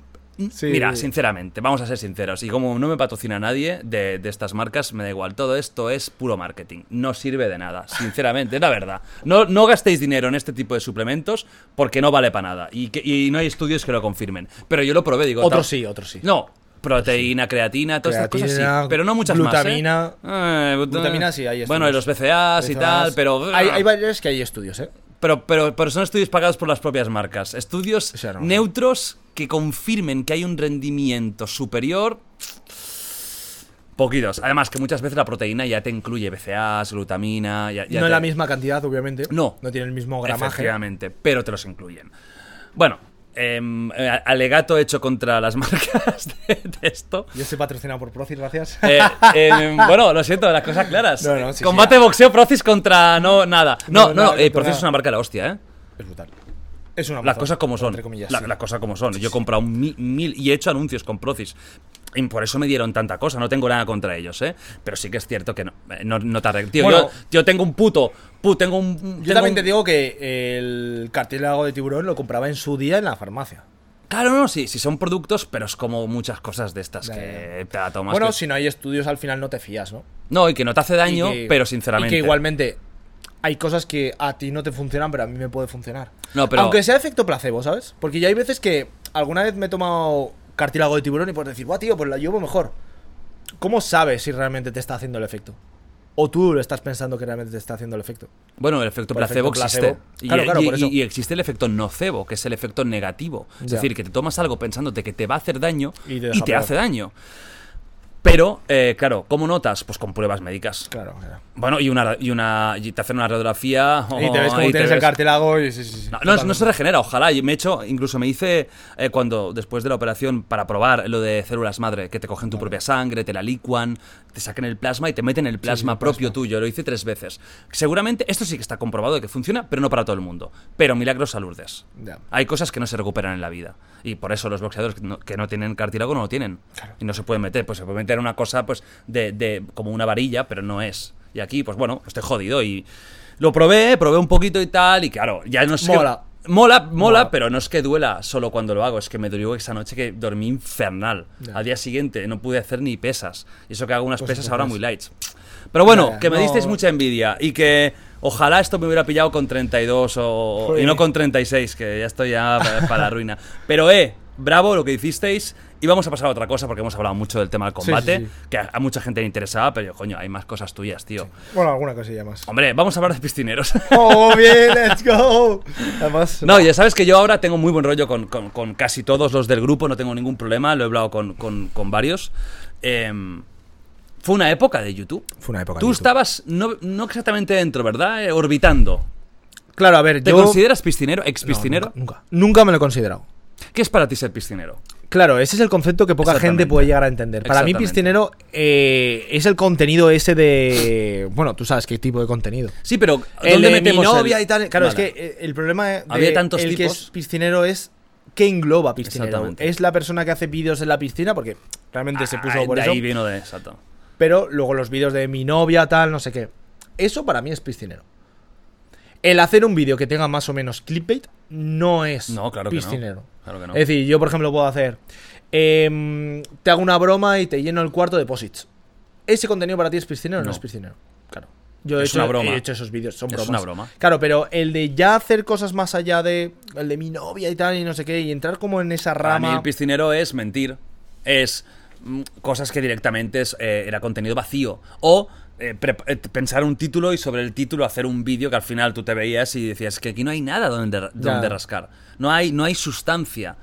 [SPEAKER 3] Sí.
[SPEAKER 2] Mira, sinceramente, vamos a ser sinceros. Y como no me patrocina nadie de, de estas marcas, me da igual. Todo esto es puro marketing. No sirve de nada, sinceramente, es la verdad. No, no gastéis dinero en este tipo de suplementos porque no vale para nada. Y, que- y no hay estudios que lo confirmen. Pero yo lo probé, digo.
[SPEAKER 3] Otros
[SPEAKER 2] tal-
[SPEAKER 3] sí, otros sí.
[SPEAKER 2] No, proteína, creatina, todas estas cosas sí.
[SPEAKER 3] Creatina,
[SPEAKER 2] Pero no muchas
[SPEAKER 3] glutamina.
[SPEAKER 2] más. ¿eh? Eh, but-
[SPEAKER 3] Glutamina sí, hay
[SPEAKER 2] Bueno, y los
[SPEAKER 3] estudios.
[SPEAKER 2] BCAAs y tal, pero. ah.
[SPEAKER 3] Hay, hay varios que hay estudios, ¿eh?
[SPEAKER 2] pero, pero, pero son estudios pagados por las propias marcas. Estudios
[SPEAKER 3] O sea, no.
[SPEAKER 2] neutros que confirmen que hay un rendimiento superior. Poquitos. Además, que muchas veces la proteína ya te incluye BCAAs, glutamina. Ya, ya te-
[SPEAKER 3] no es la misma cantidad, obviamente.
[SPEAKER 2] No.
[SPEAKER 3] No tiene el mismo gramaje.
[SPEAKER 2] Efectivamente, pero te los incluyen. Bueno, em, eh, alegato hecho contra las marcas de- de esto.
[SPEAKER 3] Yo estoy patrocinado por Procis, gracias.
[SPEAKER 2] Eh, eh, bueno, lo siento, las cosas claras.
[SPEAKER 3] No, no, sí,
[SPEAKER 2] Combate
[SPEAKER 3] sí.
[SPEAKER 2] boxeo Procis contra no nada. No, no,
[SPEAKER 3] No, nada,
[SPEAKER 2] eh,
[SPEAKER 3] contra
[SPEAKER 2] Procis
[SPEAKER 3] nada.
[SPEAKER 2] es una marca de la hostia, ¿eh?
[SPEAKER 3] es brutal. Es una
[SPEAKER 2] Las
[SPEAKER 3] moza,
[SPEAKER 2] cosas como son.
[SPEAKER 3] entre comillas,
[SPEAKER 2] La-
[SPEAKER 3] sí.
[SPEAKER 2] Las cosas como son. Yo he comprado mi- mil y he hecho anuncios con Procis. Y por eso me dieron tanta cosa, no tengo nada contra ellos, ¿eh? Pero sí que es cierto que no, eh, no, no te arreglo. Tío,
[SPEAKER 3] Bueno.
[SPEAKER 2] yo, yo tengo un puto. pu- tengo un. tengo
[SPEAKER 3] Yo también
[SPEAKER 2] un-
[SPEAKER 3] te digo que el cartílago de tiburón lo compraba en su día en la farmacia.
[SPEAKER 2] Claro, no, sí, sí son productos, pero es como muchas cosas de estas
[SPEAKER 3] Ya,
[SPEAKER 2] que te la tomas.
[SPEAKER 3] bueno,
[SPEAKER 2] que-
[SPEAKER 3] si no hay estudios, al final no te fías, ¿no?
[SPEAKER 2] No, y que no te hace daño,
[SPEAKER 3] Y que-
[SPEAKER 2] pero sinceramente.
[SPEAKER 3] Y que igualmente hay cosas que a ti no te funcionan, pero a mí me puede funcionar.
[SPEAKER 2] No, pero-
[SPEAKER 3] Aunque sea efecto placebo, ¿sabes? Porque ya hay veces que alguna vez me he tomado cartílago de tiburón y puedes decir, guau, tío, pues la llevo mejor. ¿Cómo sabes si realmente te está haciendo el efecto? O tú lo estás pensando que realmente te está haciendo el efecto.
[SPEAKER 2] Bueno, el efecto
[SPEAKER 3] Por
[SPEAKER 2] placebo,
[SPEAKER 3] efecto
[SPEAKER 2] existe.
[SPEAKER 3] placebo. Claro,
[SPEAKER 2] y,
[SPEAKER 3] claro,
[SPEAKER 2] y-
[SPEAKER 3] por eso.
[SPEAKER 2] y- y existe el efecto nocebo, que es el efecto negativo. Es
[SPEAKER 3] Ya.
[SPEAKER 2] decir, que te tomas algo pensándote que te va a hacer daño y
[SPEAKER 3] Y
[SPEAKER 2] te,
[SPEAKER 3] te deja peor.
[SPEAKER 2] hace daño. Pero, eh, claro, ¿cómo notas? Pues con pruebas médicas.
[SPEAKER 3] Claro, claro.
[SPEAKER 2] Bueno, y una, y una y te hacen una radiografía.
[SPEAKER 3] y te ves
[SPEAKER 2] oh,
[SPEAKER 3] como tienes el
[SPEAKER 2] ves-
[SPEAKER 3] cartílago y sí, sí, sí.
[SPEAKER 2] no, no, no se
[SPEAKER 3] Totalmente.
[SPEAKER 2] regenera, ojalá. Y me he hecho, incluso me hice eh, cuando después de la operación para probar lo de células madre, que te cogen tu propia sangre, te la licuan, te sacan el plasma y te meten el plasma propio tuyo. Lo hice tres veces. Seguramente esto sí que está comprobado de que funciona, pero no para todo el mundo. Pero milagros a Lourdes.
[SPEAKER 3] Ya.
[SPEAKER 2] Hay cosas que no se recuperan en la vida. Y por eso los boxeadores que no, que no tienen cartílago no lo tienen. Y no se pueden meter. Pues se puede meter una cosa pues de, de- como una varilla, pero no es. Y aquí, pues bueno, estoy jodido y. Lo probé, probé un poquito y tal, y claro, ya no sé.
[SPEAKER 3] Mola.
[SPEAKER 2] Mola, mola,
[SPEAKER 3] Mola.
[SPEAKER 2] pero no es que duela solo cuando lo hago, es que me dolió esa noche que dormí infernal. Al día siguiente no pude hacer ni pesas. Y eso que hago unas pesas ahora muy lights. Pero bueno,
[SPEAKER 3] Ya,
[SPEAKER 2] que me
[SPEAKER 3] Pues no.
[SPEAKER 2] disteis mucha envidia y que ojalá esto me hubiera pillado con 32 o,
[SPEAKER 3] Joder.
[SPEAKER 2] y no con 36, que ya estoy ya para, para la ruina. Pero eh, bravo lo que hicisteis. Y vamos a pasar a otra cosa porque hemos hablado mucho del tema del combate,
[SPEAKER 3] sí, sí.
[SPEAKER 2] que a, a mucha gente le interesaba, pero coño, hay más cosas tuyas, tío.
[SPEAKER 3] Bueno, alguna cosilla más.
[SPEAKER 2] Hombre, vamos a hablar de piscineros.
[SPEAKER 3] ¡Oh, bien! ¡Let's go! Además,
[SPEAKER 2] No, ya sabes que yo ahora tengo muy buen rollo con, con- con casi todos los del grupo, no tengo ningún problema, lo he hablado con, con- con varios. Em, fue una época de YouTube.
[SPEAKER 3] Fue una época
[SPEAKER 2] Tú
[SPEAKER 3] de YouTube.
[SPEAKER 2] estabas no, no exactamente dentro, ¿verdad? Eh, orbitando.
[SPEAKER 3] Claro, a ver,
[SPEAKER 2] ¿Te
[SPEAKER 3] yo.
[SPEAKER 2] consideras piscinero, ex piscinero?
[SPEAKER 3] Nunca, nunca. Nunca me lo he considerado.
[SPEAKER 2] ¿Qué es para ti ser piscinero?
[SPEAKER 3] Claro, ese es el concepto que poca
[SPEAKER 2] Exactamente.
[SPEAKER 3] gente puede llegar a entender. Para mí,
[SPEAKER 2] Exactamente.
[SPEAKER 3] piscinero eh, es el contenido ese de. Bueno, tú sabes qué tipo de contenido.
[SPEAKER 2] Sí, pero ¿dónde
[SPEAKER 3] El de mi
[SPEAKER 2] metemos el-
[SPEAKER 3] novia y tal. Claro,
[SPEAKER 2] Vale.
[SPEAKER 3] es que eh, el problema de
[SPEAKER 2] Había tantos
[SPEAKER 3] el que
[SPEAKER 2] tipos.
[SPEAKER 3] es piscinero es qué engloba piscinero.
[SPEAKER 2] Exactamente.
[SPEAKER 3] Es la persona que hace vídeos en la piscina porque realmente se puso
[SPEAKER 2] Ah,
[SPEAKER 3] por
[SPEAKER 2] de
[SPEAKER 3] eso.
[SPEAKER 2] ahí vino de exacto.
[SPEAKER 3] Pero luego los vídeos de mi novia, tal, no sé qué. Eso para mí es piscinero. el hacer un vídeo que tenga más o menos clickbait no es
[SPEAKER 2] No, claro que no.
[SPEAKER 3] piscinero.
[SPEAKER 2] Claro que no.
[SPEAKER 3] Es decir, yo por ejemplo puedo hacer, em, te hago una broma y te lleno el cuarto de posits. Ese contenido para ti es piscinero o no,
[SPEAKER 2] No.
[SPEAKER 3] es piscinero. Claro. Yo he,
[SPEAKER 2] Es
[SPEAKER 3] hecho,
[SPEAKER 2] una broma.
[SPEAKER 3] he hecho esos vídeos, son
[SPEAKER 2] Es
[SPEAKER 3] bromas.
[SPEAKER 2] una broma.
[SPEAKER 3] Claro, pero el de ya hacer cosas más allá de el de mi novia y tal y no sé qué y entrar como en esa
[SPEAKER 2] Para
[SPEAKER 3] rama.
[SPEAKER 2] mí el piscinero es mentir. Es mm, cosas que directamente es, eh, era contenido vacío. O eh, pre- eh, pensar un título y sobre el título hacer un vídeo que al final tú te veías y decías que aquí no hay nada donde, donde
[SPEAKER 3] Ya.
[SPEAKER 2] rascar. No hay, no hay sustancia.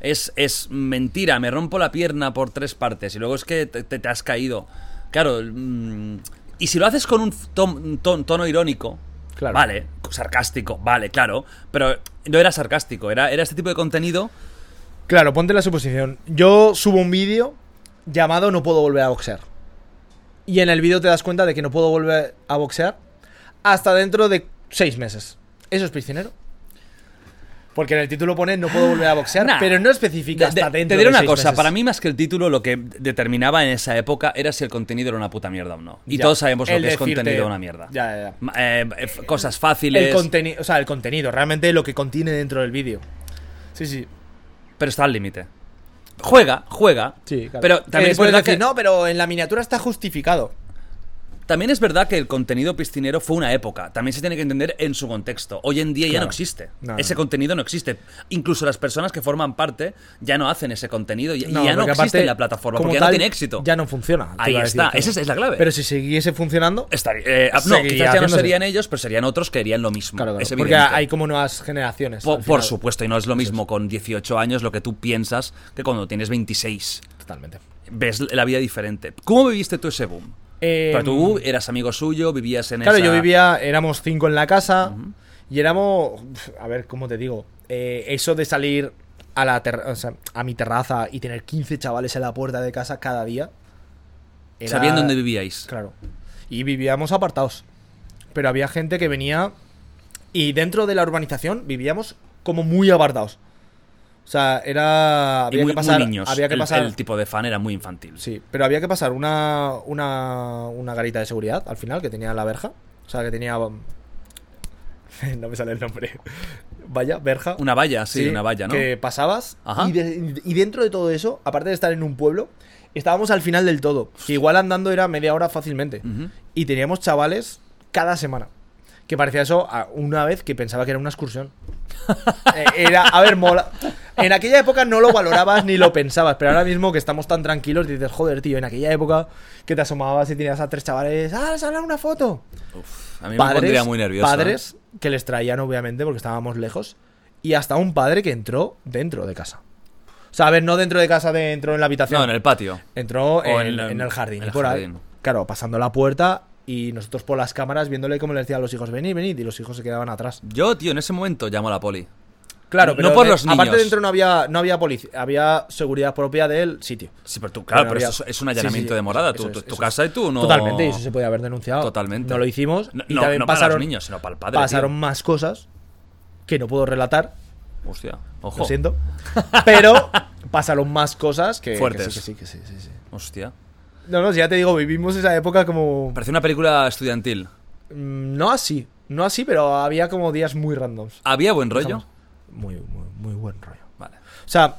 [SPEAKER 2] Es, es mentira, me rompo la pierna por tres partes y luego es que te, te- te has caído. Claro, mm, y si lo haces con un tom- un ton- tono irónico,
[SPEAKER 3] Claro.
[SPEAKER 2] vale, sarcástico, vale, claro, pero no era sarcástico, era, era este tipo de contenido
[SPEAKER 3] Claro, ponte la suposición. Yo subo un vídeo llamado No puedo volver a boxear. Y en el vídeo te das cuenta de que no puedo volver a boxear hasta dentro de seis meses. ¿Eso es piscinero? Porque en el título pone No puedo volver a boxear,
[SPEAKER 2] Nah.
[SPEAKER 3] pero no especifica
[SPEAKER 2] De- de-
[SPEAKER 3] hasta dentro
[SPEAKER 2] Te diré
[SPEAKER 3] de
[SPEAKER 2] una
[SPEAKER 3] seis
[SPEAKER 2] cosa,
[SPEAKER 3] meses.
[SPEAKER 2] para mí más que el título lo que determinaba en esa época era si el contenido era una puta mierda o no. Y
[SPEAKER 3] Ya.
[SPEAKER 2] todos sabemos lo
[SPEAKER 3] El
[SPEAKER 2] que es
[SPEAKER 3] decirte-
[SPEAKER 2] contenido una mierda.
[SPEAKER 3] Ya, ya, ya.
[SPEAKER 2] Ma- eh, eh, f- cosas
[SPEAKER 3] El
[SPEAKER 2] fáciles,
[SPEAKER 3] contenido, o sea, el contenido, realmente lo que contiene dentro del vídeo. Sí, sí.
[SPEAKER 2] pero está al límite. Juega, juega.
[SPEAKER 3] Sí, claro.
[SPEAKER 2] Pero también
[SPEAKER 3] Eh,
[SPEAKER 2] es
[SPEAKER 3] puedes
[SPEAKER 2] verdad
[SPEAKER 3] decir,
[SPEAKER 2] que
[SPEAKER 3] no, pero en la miniatura está justificado.
[SPEAKER 2] También es verdad que el contenido piscinero fue una época. También se tiene que entender en su contexto. Hoy en día ya no
[SPEAKER 3] Claro.
[SPEAKER 2] existe.
[SPEAKER 3] No, no.
[SPEAKER 2] ese contenido no existe. Incluso las personas que forman parte ya no hacen ese contenido y, y
[SPEAKER 3] No,
[SPEAKER 2] ya no
[SPEAKER 3] porque
[SPEAKER 2] existe
[SPEAKER 3] aparte,
[SPEAKER 2] en la plataforma
[SPEAKER 3] como
[SPEAKER 2] porque ya no
[SPEAKER 3] tal,
[SPEAKER 2] tiene éxito.
[SPEAKER 3] Ya no funciona. te
[SPEAKER 2] Ahí
[SPEAKER 3] iba a decir,
[SPEAKER 2] está,
[SPEAKER 3] claro.
[SPEAKER 2] esa es la clave.
[SPEAKER 3] Pero si siguiese funcionando.
[SPEAKER 2] Estaría- eh, ah, no,
[SPEAKER 3] Seguiría
[SPEAKER 2] quizás ya no
[SPEAKER 3] haciéndose.
[SPEAKER 2] serían ellos, pero serían otros que harían lo mismo.
[SPEAKER 3] Claro, claro,
[SPEAKER 2] Es
[SPEAKER 3] porque
[SPEAKER 2] evidente.
[SPEAKER 3] hay como nuevas generaciones.
[SPEAKER 2] Po-
[SPEAKER 3] al
[SPEAKER 2] por,
[SPEAKER 3] final.
[SPEAKER 2] supuesto, y no es lo mismo con 18 años lo que tú piensas que cuando tienes 26.
[SPEAKER 3] Totalmente.
[SPEAKER 2] Ves la vida diferente. ¿Cómo viviste tú ese boom?
[SPEAKER 3] Eh,
[SPEAKER 2] Pero tú eras amigo suyo, vivías en
[SPEAKER 3] Claro,
[SPEAKER 2] esa-
[SPEAKER 3] yo vivía, éramos cinco en la casa y éramos, pf, a ver, ¿cómo te digo? Eh, eso de salir a, la terra- o sea, a mi terraza y tener 15 chavales en la puerta de casa cada día. era-
[SPEAKER 2] Sabiendo dónde vivíais.
[SPEAKER 3] Claro. Y vivíamos apartados. Pero había gente que venía y dentro de la urbanización vivíamos como muy apartados. O sea, era...
[SPEAKER 2] Y
[SPEAKER 3] Había
[SPEAKER 2] muy, muy
[SPEAKER 3] que pasar...
[SPEAKER 2] niños.
[SPEAKER 3] Había que
[SPEAKER 2] El-
[SPEAKER 3] pasar
[SPEAKER 2] el, tipo de fan era muy infantil.
[SPEAKER 3] Sí, pero había que pasar una, una, una garita de seguridad al final que tenía la verja. O sea, que tenía. um, no me sale el nombre. Vaya, verja.
[SPEAKER 2] Una valla, sí, una valla, ¿no?
[SPEAKER 3] Que pasabas.
[SPEAKER 2] Ajá.
[SPEAKER 3] Y, de- y dentro de todo eso, aparte de estar en un pueblo, estábamos al final del todo. Que igual andando era media hora fácilmente.
[SPEAKER 2] Ujú.
[SPEAKER 3] Y teníamos chavales cada semana. Que parecía eso a- una vez que pensaba que era una excursión. Eh, Era, a ver, mola. En aquella época no lo valorabas ni lo pensabas, pero ahora mismo que estamos tan tranquilos, dices, joder, tío, en aquella época que te asomabas y tenías a tres chavales, ¡ah, se harán una foto!
[SPEAKER 2] A mí me pondría muy nervioso. ¿eh?
[SPEAKER 3] padres que les traían, obviamente, porque estábamos lejos, y hasta un padre que entró dentro de casa. O sea, a ver, no dentro de casa, de- entró en la habitación.
[SPEAKER 2] ¿eh? No, en el patio.
[SPEAKER 3] Entró en,
[SPEAKER 2] en la-
[SPEAKER 3] en el jardín.
[SPEAKER 2] en el
[SPEAKER 3] por ahí.
[SPEAKER 2] jardín.
[SPEAKER 3] Claro, pasando la puerta y nosotros por las cámaras viéndole cómo le decía a los hijos, venid, venid, y los hijos se quedaban atrás.
[SPEAKER 2] Yo, tío, en ese momento llamo a la poli.
[SPEAKER 3] Claro,
[SPEAKER 2] No
[SPEAKER 3] pero
[SPEAKER 2] por
[SPEAKER 3] de-
[SPEAKER 2] los
[SPEAKER 3] aparte
[SPEAKER 2] niños.
[SPEAKER 3] dentro no había, no había policía, había seguridad propia del sitio.
[SPEAKER 2] Sí, pero tú, claro,
[SPEAKER 3] Pero
[SPEAKER 2] pero,
[SPEAKER 3] había-
[SPEAKER 2] eso es- es un
[SPEAKER 3] sí, sí,
[SPEAKER 2] allanamiento
[SPEAKER 3] sí,
[SPEAKER 2] de morada.
[SPEAKER 3] eso
[SPEAKER 2] tú,
[SPEAKER 3] es,
[SPEAKER 2] tú-
[SPEAKER 3] eso
[SPEAKER 2] tu
[SPEAKER 3] es.
[SPEAKER 2] casa y tú no.
[SPEAKER 3] Totalmente, y eso se podía haber denunciado.
[SPEAKER 2] Totalmente.
[SPEAKER 3] No lo hicimos.
[SPEAKER 2] No-
[SPEAKER 3] y
[SPEAKER 2] no-
[SPEAKER 3] también
[SPEAKER 2] no para los
[SPEAKER 3] pasaron,
[SPEAKER 2] niños, sino para el padre,
[SPEAKER 3] Pasaron
[SPEAKER 2] tío.
[SPEAKER 3] más cosas que no puedo relatar,
[SPEAKER 2] Hostia, ojo.
[SPEAKER 3] lo siento. Pero pasaron más cosas que. que sí,
[SPEAKER 2] Fuertes.
[SPEAKER 3] Que sí, que sí, sí, sí.
[SPEAKER 2] Hostia.
[SPEAKER 3] No, no, ya te digo, vivimos esa época como.
[SPEAKER 2] Parecía una película estudiantil.
[SPEAKER 3] Mm, No así, no así, pero había como días muy randoms.
[SPEAKER 2] ¿Había buen rollo?
[SPEAKER 3] Muy, muy, muy buen rollo.
[SPEAKER 2] Vale.
[SPEAKER 3] O sea,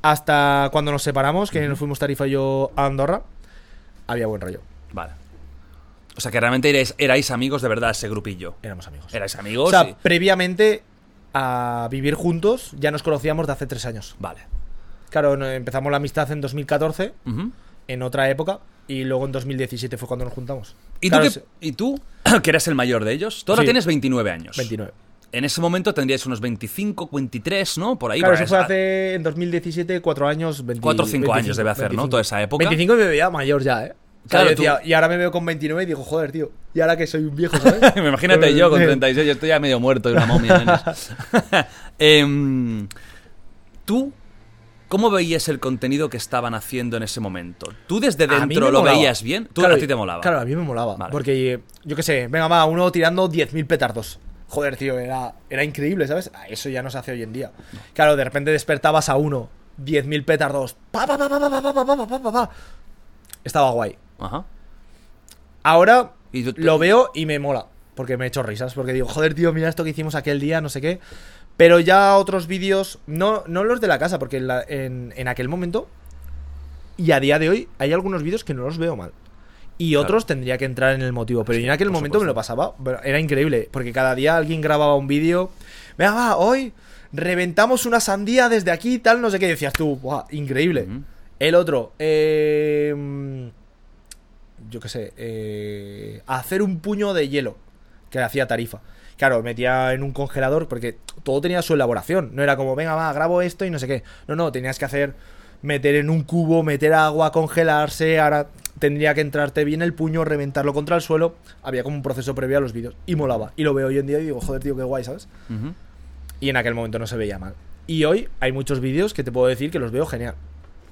[SPEAKER 3] hasta cuando nos separamos, que nos fuimos Tarifa y yo a Andorra, había buen rollo.
[SPEAKER 2] Vale. O sea que realmente erais, erais amigos de verdad, ese grupillo.
[SPEAKER 3] Éramos amigos.
[SPEAKER 2] Erais
[SPEAKER 3] o
[SPEAKER 2] amigos.
[SPEAKER 3] sea,
[SPEAKER 2] y-
[SPEAKER 3] previamente a vivir juntos, ya nos conocíamos de hace tres años.
[SPEAKER 2] Vale.
[SPEAKER 3] Claro, no- empezamos la amistad en 2014,
[SPEAKER 2] Ujú.
[SPEAKER 3] en otra época, y luego en 2017 fue cuando nos juntamos.
[SPEAKER 2] ¿Y,
[SPEAKER 3] Claro,
[SPEAKER 2] tú
[SPEAKER 3] es-
[SPEAKER 2] que, ¿Y tú, que eras el mayor de ellos? Tú ahora
[SPEAKER 3] Sí.
[SPEAKER 2] tienes 29 años.
[SPEAKER 3] 29.
[SPEAKER 2] En ese momento tendríais unos 25, 23, ¿no? Por ahí.
[SPEAKER 3] Claro,
[SPEAKER 2] para
[SPEAKER 3] eso fue
[SPEAKER 2] esa-
[SPEAKER 3] hace en 2017, cuatro años, 20,
[SPEAKER 2] 4 o 5 años debe hacer, ¿no? Toda esa época.
[SPEAKER 3] 25 y me veía mayor ya, ¿eh? O sea,
[SPEAKER 2] Claro,
[SPEAKER 3] yo decía,
[SPEAKER 2] tú-
[SPEAKER 3] y ahora me veo con 29 y digo, joder, tío, y ahora que soy un viejo, ¿sabes?
[SPEAKER 2] Imagínate yo con
[SPEAKER 3] Eh,
[SPEAKER 2] 36, yo estoy ya medio muerto y una momia. nenes. Em, ¿Tú cómo veías el contenido que estaban haciendo en ese momento? ¿Tú desde
[SPEAKER 3] A mí
[SPEAKER 2] dentro
[SPEAKER 3] me
[SPEAKER 2] lo
[SPEAKER 3] molaba.
[SPEAKER 2] veías bien? ¿Tú
[SPEAKER 3] Claro,
[SPEAKER 2] a ti te molaba?
[SPEAKER 3] Claro, a mí me molaba.
[SPEAKER 2] Vale.
[SPEAKER 3] Porque, eh, yo qué sé, venga, va, uno tirando 10.000 petardos. Joder, tío, era, era increíble, ¿sabes? Ah, Eso ya no se hace hoy en día. Claro, de repente despertabas a uno, 10.000 petardos. Pa, pa, pa, pa, pa, pa, pa, pa, pa, pa, pa, pa. Estaba guay.
[SPEAKER 2] Ajá.
[SPEAKER 3] Ahora
[SPEAKER 2] Y yo te-
[SPEAKER 3] lo veo y me mola. porque me he hecho risas, porque digo, joder, tío, mira esto que hicimos aquel día, no sé qué. Pero ya otros vídeos, no, no los de la casa, porque en, la- en- en aquel momento y a día de hoy hay algunos vídeos que no los veo mal. Y otros tendría que entrar en el motivo. Pero yo en aquel momento me lo pasaba. bueno, Era increíble. Porque cada día alguien grababa un vídeo. Venga, va, hoy reventamos una sandía desde aquí, tal, no sé qué. Y decías tú, "Buah, increíble. El otro, eh, yo qué sé, eh, hacer un puño de hielo que hacía Tarifa. Claro, metía en un congelador porque todo tenía su elaboración. No era como, venga, va, grabo esto y no sé qué. No, no, tenías que hacer, meter en un cubo, meter agua, congelarse. Ahora tendría que entrarte bien el puño, reventarlo contra el suelo. Había como un proceso previo a los vídeos y molaba. Y lo veo hoy en día y digo, joder, tío, qué guay, ¿sabes?
[SPEAKER 2] Ujú.
[SPEAKER 3] Y en aquel momento no se veía mal. Y hoy hay muchos vídeos que te puedo decir que los veo genial,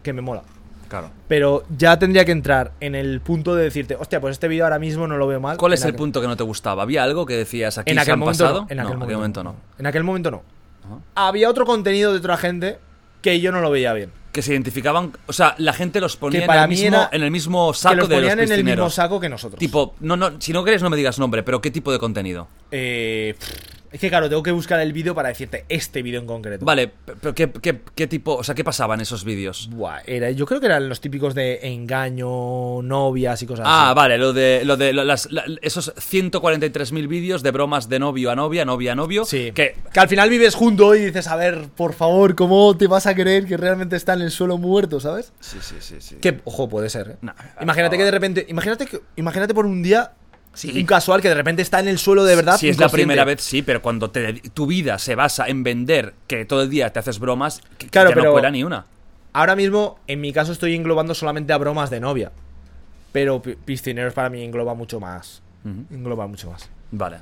[SPEAKER 3] que me mola.
[SPEAKER 2] Claro.
[SPEAKER 3] Pero ya tendría que entrar en el punto de decirte, hostia, pues este vídeo ahora mismo no lo veo mal.
[SPEAKER 2] ¿Cuál es
[SPEAKER 3] En
[SPEAKER 2] el
[SPEAKER 3] aquel-
[SPEAKER 2] punto que no te gustaba? ¿Había algo que decías aquí
[SPEAKER 3] En
[SPEAKER 2] se
[SPEAKER 3] aquel,
[SPEAKER 2] han
[SPEAKER 3] momento
[SPEAKER 2] pasado?
[SPEAKER 3] no, en
[SPEAKER 2] No,
[SPEAKER 3] aquel momento,
[SPEAKER 2] no.
[SPEAKER 3] En aquel momento no. Había otro contenido de otra gente que yo no lo veía bien.
[SPEAKER 2] Que se identificaban, o sea, la gente los ponía
[SPEAKER 3] Que
[SPEAKER 2] en
[SPEAKER 3] para
[SPEAKER 2] el,
[SPEAKER 3] mí
[SPEAKER 2] mismo,
[SPEAKER 3] era-
[SPEAKER 2] en el mismo
[SPEAKER 3] que
[SPEAKER 2] saco
[SPEAKER 3] los
[SPEAKER 2] de los
[SPEAKER 3] ponían en el mismo
[SPEAKER 2] piscineros.
[SPEAKER 3] saco que nosotros.
[SPEAKER 2] Tipo, no, no, si no querés no me digas nombre, pero ¿qué tipo de contenido?
[SPEAKER 3] Eh, pff, es que claro, tengo que buscar el vídeo para decirte este vídeo en concreto.
[SPEAKER 2] Vale, pero ¿qué, qué, qué tipo, o sea, qué pasaba en esos vídeos?
[SPEAKER 3] Buah, era, yo creo que eran los típicos de engaño, novias y cosas
[SPEAKER 2] Ah,
[SPEAKER 3] así.
[SPEAKER 2] vale, lo de, lo de lo- las- la- esos 143.000 vídeos de bromas de novio a novia, novia a novio,
[SPEAKER 3] Sí.
[SPEAKER 2] que
[SPEAKER 3] al final vives junto y dices, a ver, por favor, ¿cómo te vas a creer que realmente está en el suelo muerto, sabes? Sí, sí, sí, sí. Que, ojo, puede ser, ¿eh?
[SPEAKER 2] Nah.
[SPEAKER 3] imagínate que de repente, imagínate que, imagínate por un día,
[SPEAKER 2] Sí.
[SPEAKER 3] un casual que de repente está en el suelo de verdad.
[SPEAKER 2] Si es la
[SPEAKER 3] inconsciente.
[SPEAKER 2] primera vez, sí, pero cuando te- tu vida se basa en vender, que todo el día te haces bromas, que, que
[SPEAKER 3] Claro,
[SPEAKER 2] ya no
[SPEAKER 3] pero-
[SPEAKER 2] cuela ni una.
[SPEAKER 3] Ahora mismo, en mi caso, estoy englobando solamente a bromas de novia. Pero pi- piscineros para mí engloba mucho más. Engloba mucho más.
[SPEAKER 2] Vale.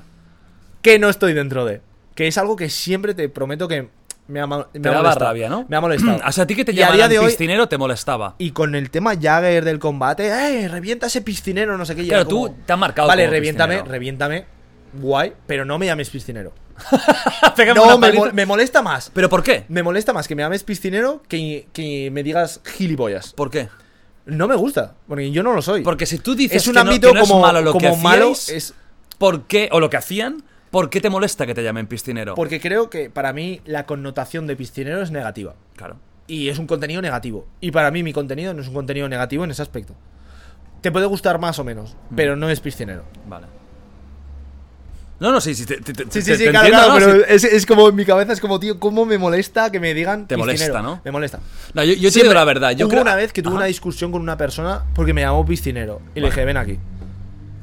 [SPEAKER 3] que no estoy dentro de. Que es algo que siempre te prometo que me ha, ma- me
[SPEAKER 2] Te
[SPEAKER 3] ha
[SPEAKER 2] daba
[SPEAKER 3] molestado.
[SPEAKER 2] rabia, ¿no?
[SPEAKER 3] Me ha molestado.
[SPEAKER 2] o sea, a ti que te
[SPEAKER 3] Y a día
[SPEAKER 2] llamaran
[SPEAKER 3] de hoy,
[SPEAKER 2] piscinero te molestaba.
[SPEAKER 3] Y con el tema Jagger del combate, ¡eh! Revienta ese piscinero, no sé qué. y era
[SPEAKER 2] Claro, tú te has marcado
[SPEAKER 3] Vale,
[SPEAKER 2] como
[SPEAKER 3] reviéntame,
[SPEAKER 2] piscinero".
[SPEAKER 3] reviéntame. Guay, pero no me llames piscinero.
[SPEAKER 2] Pégame una
[SPEAKER 3] No, me,
[SPEAKER 2] paliza.
[SPEAKER 3] mol- me molesta más.
[SPEAKER 2] ¿Pero por qué?
[SPEAKER 3] Me molesta más que me llames piscinero que, que me digas gilipollas.
[SPEAKER 2] ¿Por qué?
[SPEAKER 3] No me gusta, porque yo no lo soy.
[SPEAKER 2] Porque si tú dices
[SPEAKER 3] es un
[SPEAKER 2] que, no,
[SPEAKER 3] ámbito
[SPEAKER 2] que no
[SPEAKER 3] como
[SPEAKER 2] es malo lo que
[SPEAKER 3] como
[SPEAKER 2] hacíais,
[SPEAKER 3] malo es
[SPEAKER 2] ¿por qué? O lo que hacían, ¿por qué te molesta que te llamen piscinero?
[SPEAKER 3] porque creo que para mí la connotación de piscinero es negativa.
[SPEAKER 2] Claro.
[SPEAKER 3] y es un contenido negativo. Y para mí mi contenido no es un contenido negativo en ese aspecto. Te puede gustar más o menos,
[SPEAKER 2] Mm.
[SPEAKER 3] pero no es piscinero.
[SPEAKER 2] Vale. No, no, sí, sí, te, te- te-
[SPEAKER 3] Sí, sí,
[SPEAKER 2] te-
[SPEAKER 3] sí,
[SPEAKER 2] te
[SPEAKER 3] claro,
[SPEAKER 2] entiendo,
[SPEAKER 3] claro,
[SPEAKER 2] ¿no?
[SPEAKER 3] pero es, es como en mi cabeza, es como, tío, ¿cómo me molesta que me digan
[SPEAKER 2] Te molesta,
[SPEAKER 3] piscinero?
[SPEAKER 2] ¿no?
[SPEAKER 3] Me molesta.
[SPEAKER 2] No, yo, yo te digo
[SPEAKER 3] Siempre-
[SPEAKER 2] la verdad. Yo
[SPEAKER 3] Hubo
[SPEAKER 2] creo-
[SPEAKER 3] una vez que tuve
[SPEAKER 2] Ajá.
[SPEAKER 3] una discusión con una persona porque me llamó piscinero. Y le dije, ven aquí.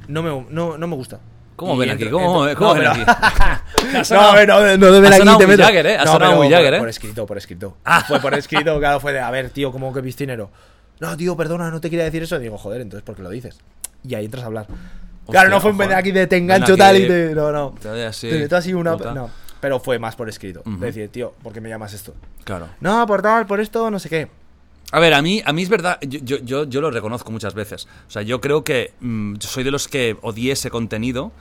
[SPEAKER 3] No me, no, no me gusta.
[SPEAKER 2] ¿Cómo
[SPEAKER 3] Y
[SPEAKER 2] ven
[SPEAKER 3] entro-
[SPEAKER 2] aquí? ¿Cómo,
[SPEAKER 3] entro-
[SPEAKER 2] cómo
[SPEAKER 3] no,
[SPEAKER 2] ven
[SPEAKER 3] pero-
[SPEAKER 2] aquí?
[SPEAKER 3] No, a ver, no, no, de ver
[SPEAKER 2] Ha
[SPEAKER 3] aquí
[SPEAKER 2] sonado
[SPEAKER 3] te
[SPEAKER 2] muy
[SPEAKER 3] meto.
[SPEAKER 2] Jagger, ¿eh? Ha
[SPEAKER 3] No,
[SPEAKER 2] sonado
[SPEAKER 3] pero
[SPEAKER 2] muy
[SPEAKER 3] por-
[SPEAKER 2] Jagger, ¿eh? Ah.
[SPEAKER 3] Por escrito, por escrito. Fue por escrito, claro, fue de, a ver, tío, como que piscinero. No, tío, perdona, no te quería decir eso. digo, joder, entonces, ¿por qué lo dices? Y ahí entras a hablar. claro, no fue un
[SPEAKER 2] joder.
[SPEAKER 3] de aquí de te engancho
[SPEAKER 2] Ven
[SPEAKER 3] tal
[SPEAKER 2] aquí,
[SPEAKER 3] y te. No, no.
[SPEAKER 2] te doy así,
[SPEAKER 3] Te meto así una.
[SPEAKER 2] puta.
[SPEAKER 3] No. Pero fue más por escrito. De decir, tío, ¿por qué me llamas esto?
[SPEAKER 2] Claro.
[SPEAKER 3] No, por tal, por esto, no sé qué.
[SPEAKER 2] A ver, a mí, a mí es verdad, yo, yo, yo, yo lo reconozco muchas veces. O sea, yo creo que mm, yo soy de los que odié ese contenido.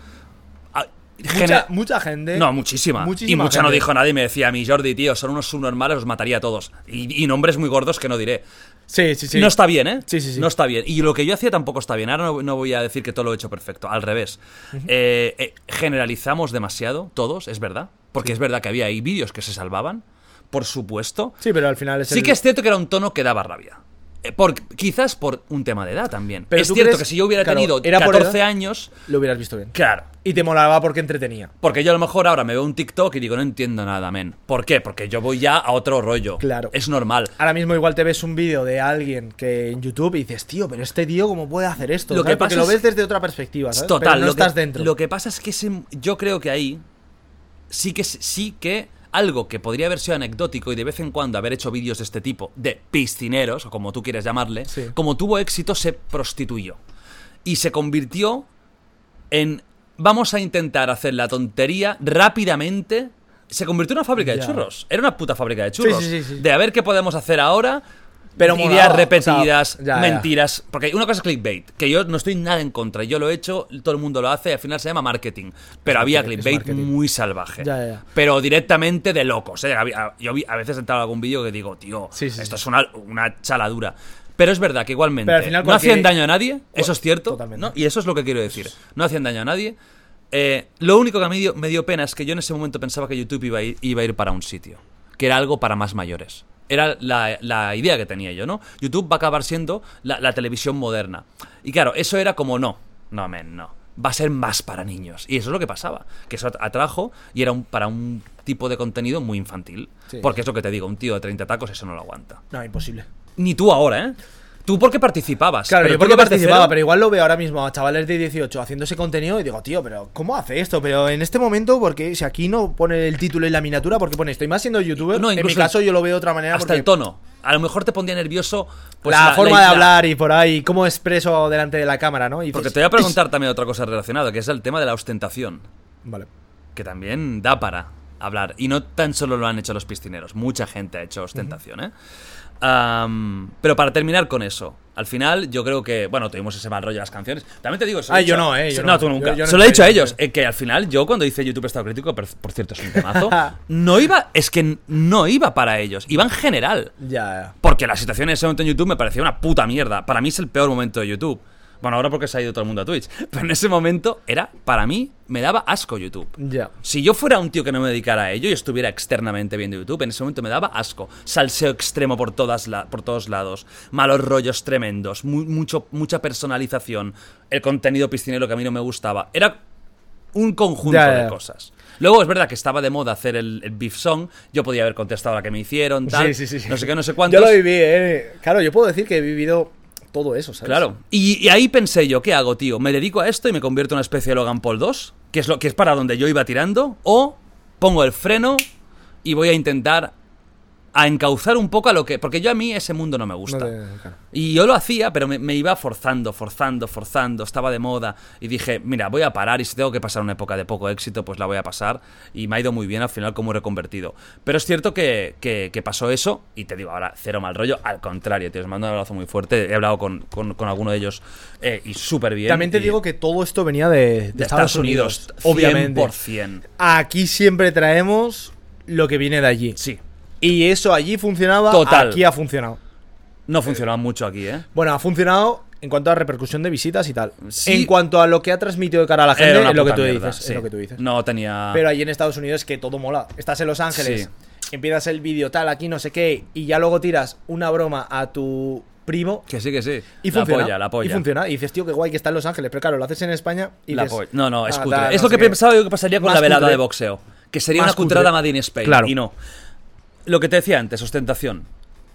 [SPEAKER 2] Ah,
[SPEAKER 3] Mucha,
[SPEAKER 2] gener-
[SPEAKER 3] mucha gente.
[SPEAKER 2] no, muchísima. Y mucha no
[SPEAKER 3] gente.
[SPEAKER 2] dijo nada y me decía a mí, Jordi, tío, son unos subnormales, los mataría a todos. Y, y nombres muy gordos que no diré.
[SPEAKER 3] Sí, sí, sí.
[SPEAKER 2] No está bien, ¿eh?
[SPEAKER 3] Sí, sí, sí.
[SPEAKER 2] No está bien. Y lo que yo hacía tampoco está bien. Ahora no, no voy a decir que todo lo he hecho perfecto. Al revés. Eh, eh, generalizamos demasiado, todos, es verdad. Porque es verdad que había ahí vídeos que se salvaban, por supuesto.
[SPEAKER 3] Sí, pero al final es
[SPEAKER 2] Sí
[SPEAKER 3] el-
[SPEAKER 2] que es cierto que era un tono que daba rabia. Eh, Por, quizás por un tema de edad también.
[SPEAKER 3] Pero
[SPEAKER 2] es
[SPEAKER 3] tú
[SPEAKER 2] cierto
[SPEAKER 3] crees-
[SPEAKER 2] que si yo hubiera
[SPEAKER 3] claro,
[SPEAKER 2] tenido
[SPEAKER 3] era por
[SPEAKER 2] 14
[SPEAKER 3] edad.
[SPEAKER 2] años,
[SPEAKER 3] Lo hubieras visto bien.
[SPEAKER 2] claro.
[SPEAKER 3] Y te molaba porque entretenía.
[SPEAKER 2] Porque yo a lo mejor ahora me veo un TikTok y digo, no entiendo nada, men. ¿Por qué? Porque yo voy ya a otro rollo.
[SPEAKER 3] Claro.
[SPEAKER 2] Es normal.
[SPEAKER 3] Ahora mismo igual te ves un vídeo de alguien que en YouTube y dices, tío, pero este tío cómo puede hacer esto.
[SPEAKER 2] Lo
[SPEAKER 3] Lo
[SPEAKER 2] que pasa
[SPEAKER 3] Porque lo
[SPEAKER 2] es-
[SPEAKER 3] ves desde otra perspectiva, ¿sabes?
[SPEAKER 2] Total,
[SPEAKER 3] Pero no
[SPEAKER 2] lo
[SPEAKER 3] estás
[SPEAKER 2] que,
[SPEAKER 3] dentro.
[SPEAKER 2] Lo que pasa es que ese- yo creo que ahí sí que sí que algo que podría haber sido anecdótico y de vez en cuando haber hecho vídeos de este tipo, de piscineros, o como tú quieras llamarle,
[SPEAKER 3] Sí.
[SPEAKER 2] como tuvo éxito, se prostituyó. Y se convirtió en vamos a intentar hacer la tontería rápidamente. Se convirtió en una fábrica de
[SPEAKER 3] Ya.
[SPEAKER 2] churros. Era una puta fábrica de churros.
[SPEAKER 3] sí, sí, sí.
[SPEAKER 2] De a ver qué podemos hacer ahora.
[SPEAKER 3] Pero
[SPEAKER 2] ideas
[SPEAKER 3] molaba, o sea,
[SPEAKER 2] repetidas,
[SPEAKER 3] ya, ya.
[SPEAKER 2] mentiras. Porque una cosa es clickbait, que yo no estoy nada en contra. Yo lo he hecho, todo el mundo lo hace, al final se llama marketing. Pero había
[SPEAKER 3] marketing, es
[SPEAKER 2] clickbait
[SPEAKER 3] marketing.
[SPEAKER 2] muy salvaje.
[SPEAKER 3] Ya, ya, ya.
[SPEAKER 2] Pero directamente de locos. ¿eh? Había- Yo vi- a veces entraba algún vídeo que digo, tío,
[SPEAKER 3] Sí, sí,
[SPEAKER 2] esto
[SPEAKER 3] sí.
[SPEAKER 2] es una, una chaladura. Pero es verdad que igualmente
[SPEAKER 3] Pero al final
[SPEAKER 2] no hacían
[SPEAKER 3] cualquier-
[SPEAKER 2] daño a nadie, eso es cierto.
[SPEAKER 3] Totalmente.
[SPEAKER 2] ¿no? Y eso es lo que quiero decir. No hacían daño a nadie. Eh, lo único que me dio, me dio pena es que yo en ese momento pensaba que YouTube iba a, ir, iba a ir para un sitio, que era algo para más mayores. Era la, la idea que tenía yo, ¿no? YouTube va a acabar siendo la, la televisión moderna. Y claro, eso era como no, no, men, no. Va a ser más para niños. Y eso es lo que pasaba. Que eso atrajo y era un, para un tipo de contenido muy infantil.
[SPEAKER 3] Sí.
[SPEAKER 2] Porque es lo que te digo, un tío de 30 tacos, eso no lo aguanta.
[SPEAKER 3] No, imposible.
[SPEAKER 2] Ni tú ahora, ¿eh? Tú porque participabas.
[SPEAKER 3] Claro,
[SPEAKER 2] pero
[SPEAKER 3] yo
[SPEAKER 2] tú
[SPEAKER 3] porque
[SPEAKER 2] que ves de
[SPEAKER 3] participaba,
[SPEAKER 2] cero-
[SPEAKER 3] pero igual lo veo ahora mismo a chavales de 18 haciendo ese contenido y digo, tío, pero ¿cómo hace esto? Pero en este momento, porque si aquí no pone el título y la miniatura, porque pone estoy más siendo youtuber,
[SPEAKER 2] No,
[SPEAKER 3] en mi
[SPEAKER 2] incluso
[SPEAKER 3] caso yo lo veo de otra manera.
[SPEAKER 2] Hasta
[SPEAKER 3] porque
[SPEAKER 2] el tono. A lo mejor te pondría nervioso pues,
[SPEAKER 3] la, forma de
[SPEAKER 2] la-
[SPEAKER 3] hablar y por ahí, cómo expreso delante de la cámara, ¿no? Y
[SPEAKER 2] Porque
[SPEAKER 3] dices,
[SPEAKER 2] te voy a preguntar también otra cosa relacionada, que es el tema de la ostentación,
[SPEAKER 3] Vale.
[SPEAKER 2] que también da para hablar. Y no tan solo lo han hecho los piscineros, mucha gente ha hecho ostentación, ¿eh? Am, pero para terminar con eso, al final yo creo que, bueno, tuvimos ese mal rollo de las canciones. También te digo, se lo
[SPEAKER 3] Ah,
[SPEAKER 2] he dicho-
[SPEAKER 3] yo no, ¿eh? Yo
[SPEAKER 2] no,
[SPEAKER 3] no.
[SPEAKER 2] tú nunca.
[SPEAKER 3] Yo- yo no
[SPEAKER 2] se lo he dicho a
[SPEAKER 3] estoy-
[SPEAKER 2] ellos, eh, que al final yo cuando hice YouTube Estado Crítico, per- por cierto, es un temazo, no iba, es que no iba para ellos, iba en general.
[SPEAKER 3] Ya,
[SPEAKER 2] Porque la situación en ese momento en YouTube me parecía una puta mierda. Para mí es el peor momento de YouTube. Bueno, ahora porque se ha ido todo el mundo a Twitch. Pero en ese momento era, para mí, me daba asco YouTube.
[SPEAKER 3] ya.
[SPEAKER 2] Si yo fuera un tío que no me dedicara a ello y estuviera externamente viendo YouTube, en ese momento me daba asco. Salseo extremo por, todas la- por todos lados, malos rollos tremendos, mu- mucho, mucha personalización, el contenido piscinero que a mí no me gustaba. Era un conjunto
[SPEAKER 3] Ya, ya,
[SPEAKER 2] de
[SPEAKER 3] ya.
[SPEAKER 2] cosas. Luego es verdad que estaba de moda hacer el, el beef song, yo podía haber contestado a la que me hicieron, tal,
[SPEAKER 3] Sí, sí, sí.
[SPEAKER 2] no sé qué, no sé cuántos.
[SPEAKER 3] Yo lo viví, ¿eh? Claro, yo puedo decir que he vivido todo eso, ¿sabes?
[SPEAKER 2] Claro. Y, y ahí pensé yo, ¿qué hago, tío? ¿Me dedico a esto y me convierto en una especie de Logan Paul 2? Que es, lo, que es para donde yo iba tirando. O pongo el freno y voy a intentar a encauzar un poco a lo que... Porque yo a mí ese mundo no me
[SPEAKER 3] No
[SPEAKER 2] gusta.
[SPEAKER 3] te- claro.
[SPEAKER 2] Y yo lo hacía, pero me, me iba forzando, forzando, forzando, estaba de moda. Y dije, mira, voy a parar y si tengo que pasar una época de poco éxito, pues la voy a pasar. Y me ha ido muy bien al final como reconvertido. Pero es cierto que, que- que pasó eso, y te digo ahora, cero mal rollo, al contrario, te os mando un abrazo muy fuerte. He hablado con, con, con alguno de ellos eh, y súper bien.
[SPEAKER 3] También te
[SPEAKER 2] y-
[SPEAKER 3] digo que todo esto venía de, de
[SPEAKER 2] de Estados, Unidos,
[SPEAKER 3] obviamente.
[SPEAKER 2] 100%.
[SPEAKER 3] Aquí siempre traemos lo que viene de allí.
[SPEAKER 2] Sí,
[SPEAKER 3] Y eso allí funcionaba,
[SPEAKER 2] Total.
[SPEAKER 3] aquí ha funcionado.
[SPEAKER 2] no funcionaba mucho aquí, ¿eh?
[SPEAKER 3] Bueno, ha funcionado en cuanto a repercusión de visitas y tal.
[SPEAKER 2] Sí.
[SPEAKER 3] En cuanto a lo que ha transmitido de cara a la
[SPEAKER 2] Era
[SPEAKER 3] gente,
[SPEAKER 2] una
[SPEAKER 3] es lo que,
[SPEAKER 2] puta
[SPEAKER 3] tú
[SPEAKER 2] mierda,
[SPEAKER 3] dices, es
[SPEAKER 2] sí.
[SPEAKER 3] lo que tú dices.
[SPEAKER 2] No tenía...
[SPEAKER 3] Pero allí en Estados Unidos es que todo mola. Estás en Los Ángeles, empiezas el vídeo tal, aquí no sé qué, y ya luego tiras una broma a tu primo.
[SPEAKER 2] que sí, que sí.
[SPEAKER 3] Y
[SPEAKER 2] la
[SPEAKER 3] funciona.
[SPEAKER 2] polla, la polla.
[SPEAKER 3] Y funciona. Y dices, tío, qué guay que está en Los Ángeles. Pero claro, lo haces en España y
[SPEAKER 2] La
[SPEAKER 3] dices,
[SPEAKER 2] polla. No, no, es
[SPEAKER 3] ah,
[SPEAKER 2] cutre.
[SPEAKER 3] tal,
[SPEAKER 2] es
[SPEAKER 3] no
[SPEAKER 2] lo que
[SPEAKER 3] sé qué.
[SPEAKER 2] pensaba yo que pasaría con
[SPEAKER 3] Más
[SPEAKER 2] la velada
[SPEAKER 3] cutre.
[SPEAKER 2] de boxeo. Que sería
[SPEAKER 3] Más
[SPEAKER 2] una cutrada
[SPEAKER 3] cutre.
[SPEAKER 2] Made in Spain.
[SPEAKER 3] Claro.
[SPEAKER 2] Y no. Lo que te decía antes, ostentación.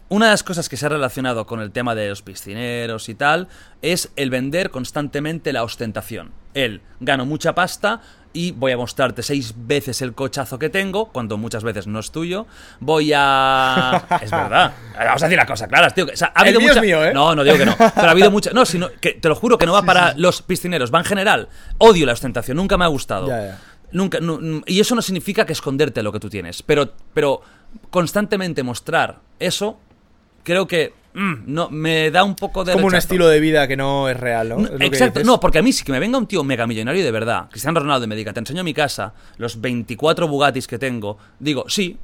[SPEAKER 2] Una de las cosas que se ha relacionado con el tema de los piscineros y tal es el vender constantemente la ostentación. El gano mucha pasta y voy a mostrarte seis veces el cochazo que tengo, cuando muchas veces no es tuyo. Voy a. Es verdad. Ahora Vamos a decir las cosas claras, tío. O sea, ha
[SPEAKER 3] El
[SPEAKER 2] habido
[SPEAKER 3] mío es
[SPEAKER 2] mucha-
[SPEAKER 3] mío, ¿eh?
[SPEAKER 2] No, no digo que no. Pero ha habido mucha. No, sino que te lo juro que no va para los piscineros, va en general. Odio la ostentación, nunca me ha gustado.
[SPEAKER 3] Ya, ya.
[SPEAKER 2] Nunca, nu- nu- y eso no significa que esconderte lo que tú tienes, pero, pero constantemente mostrar eso, creo que mm, no, me da un poco de.
[SPEAKER 3] Es como un
[SPEAKER 2] rechazo.
[SPEAKER 3] estilo de vida que no es real, ¿no?
[SPEAKER 2] No,
[SPEAKER 3] Es lo que
[SPEAKER 2] exacto,
[SPEAKER 3] dices.
[SPEAKER 2] no, porque a mí sí que me venga un tío mega millonario de verdad, Cristiano Ronaldo, y me diga, te enseño mi casa, los 24 Bugattis que tengo, digo, sí,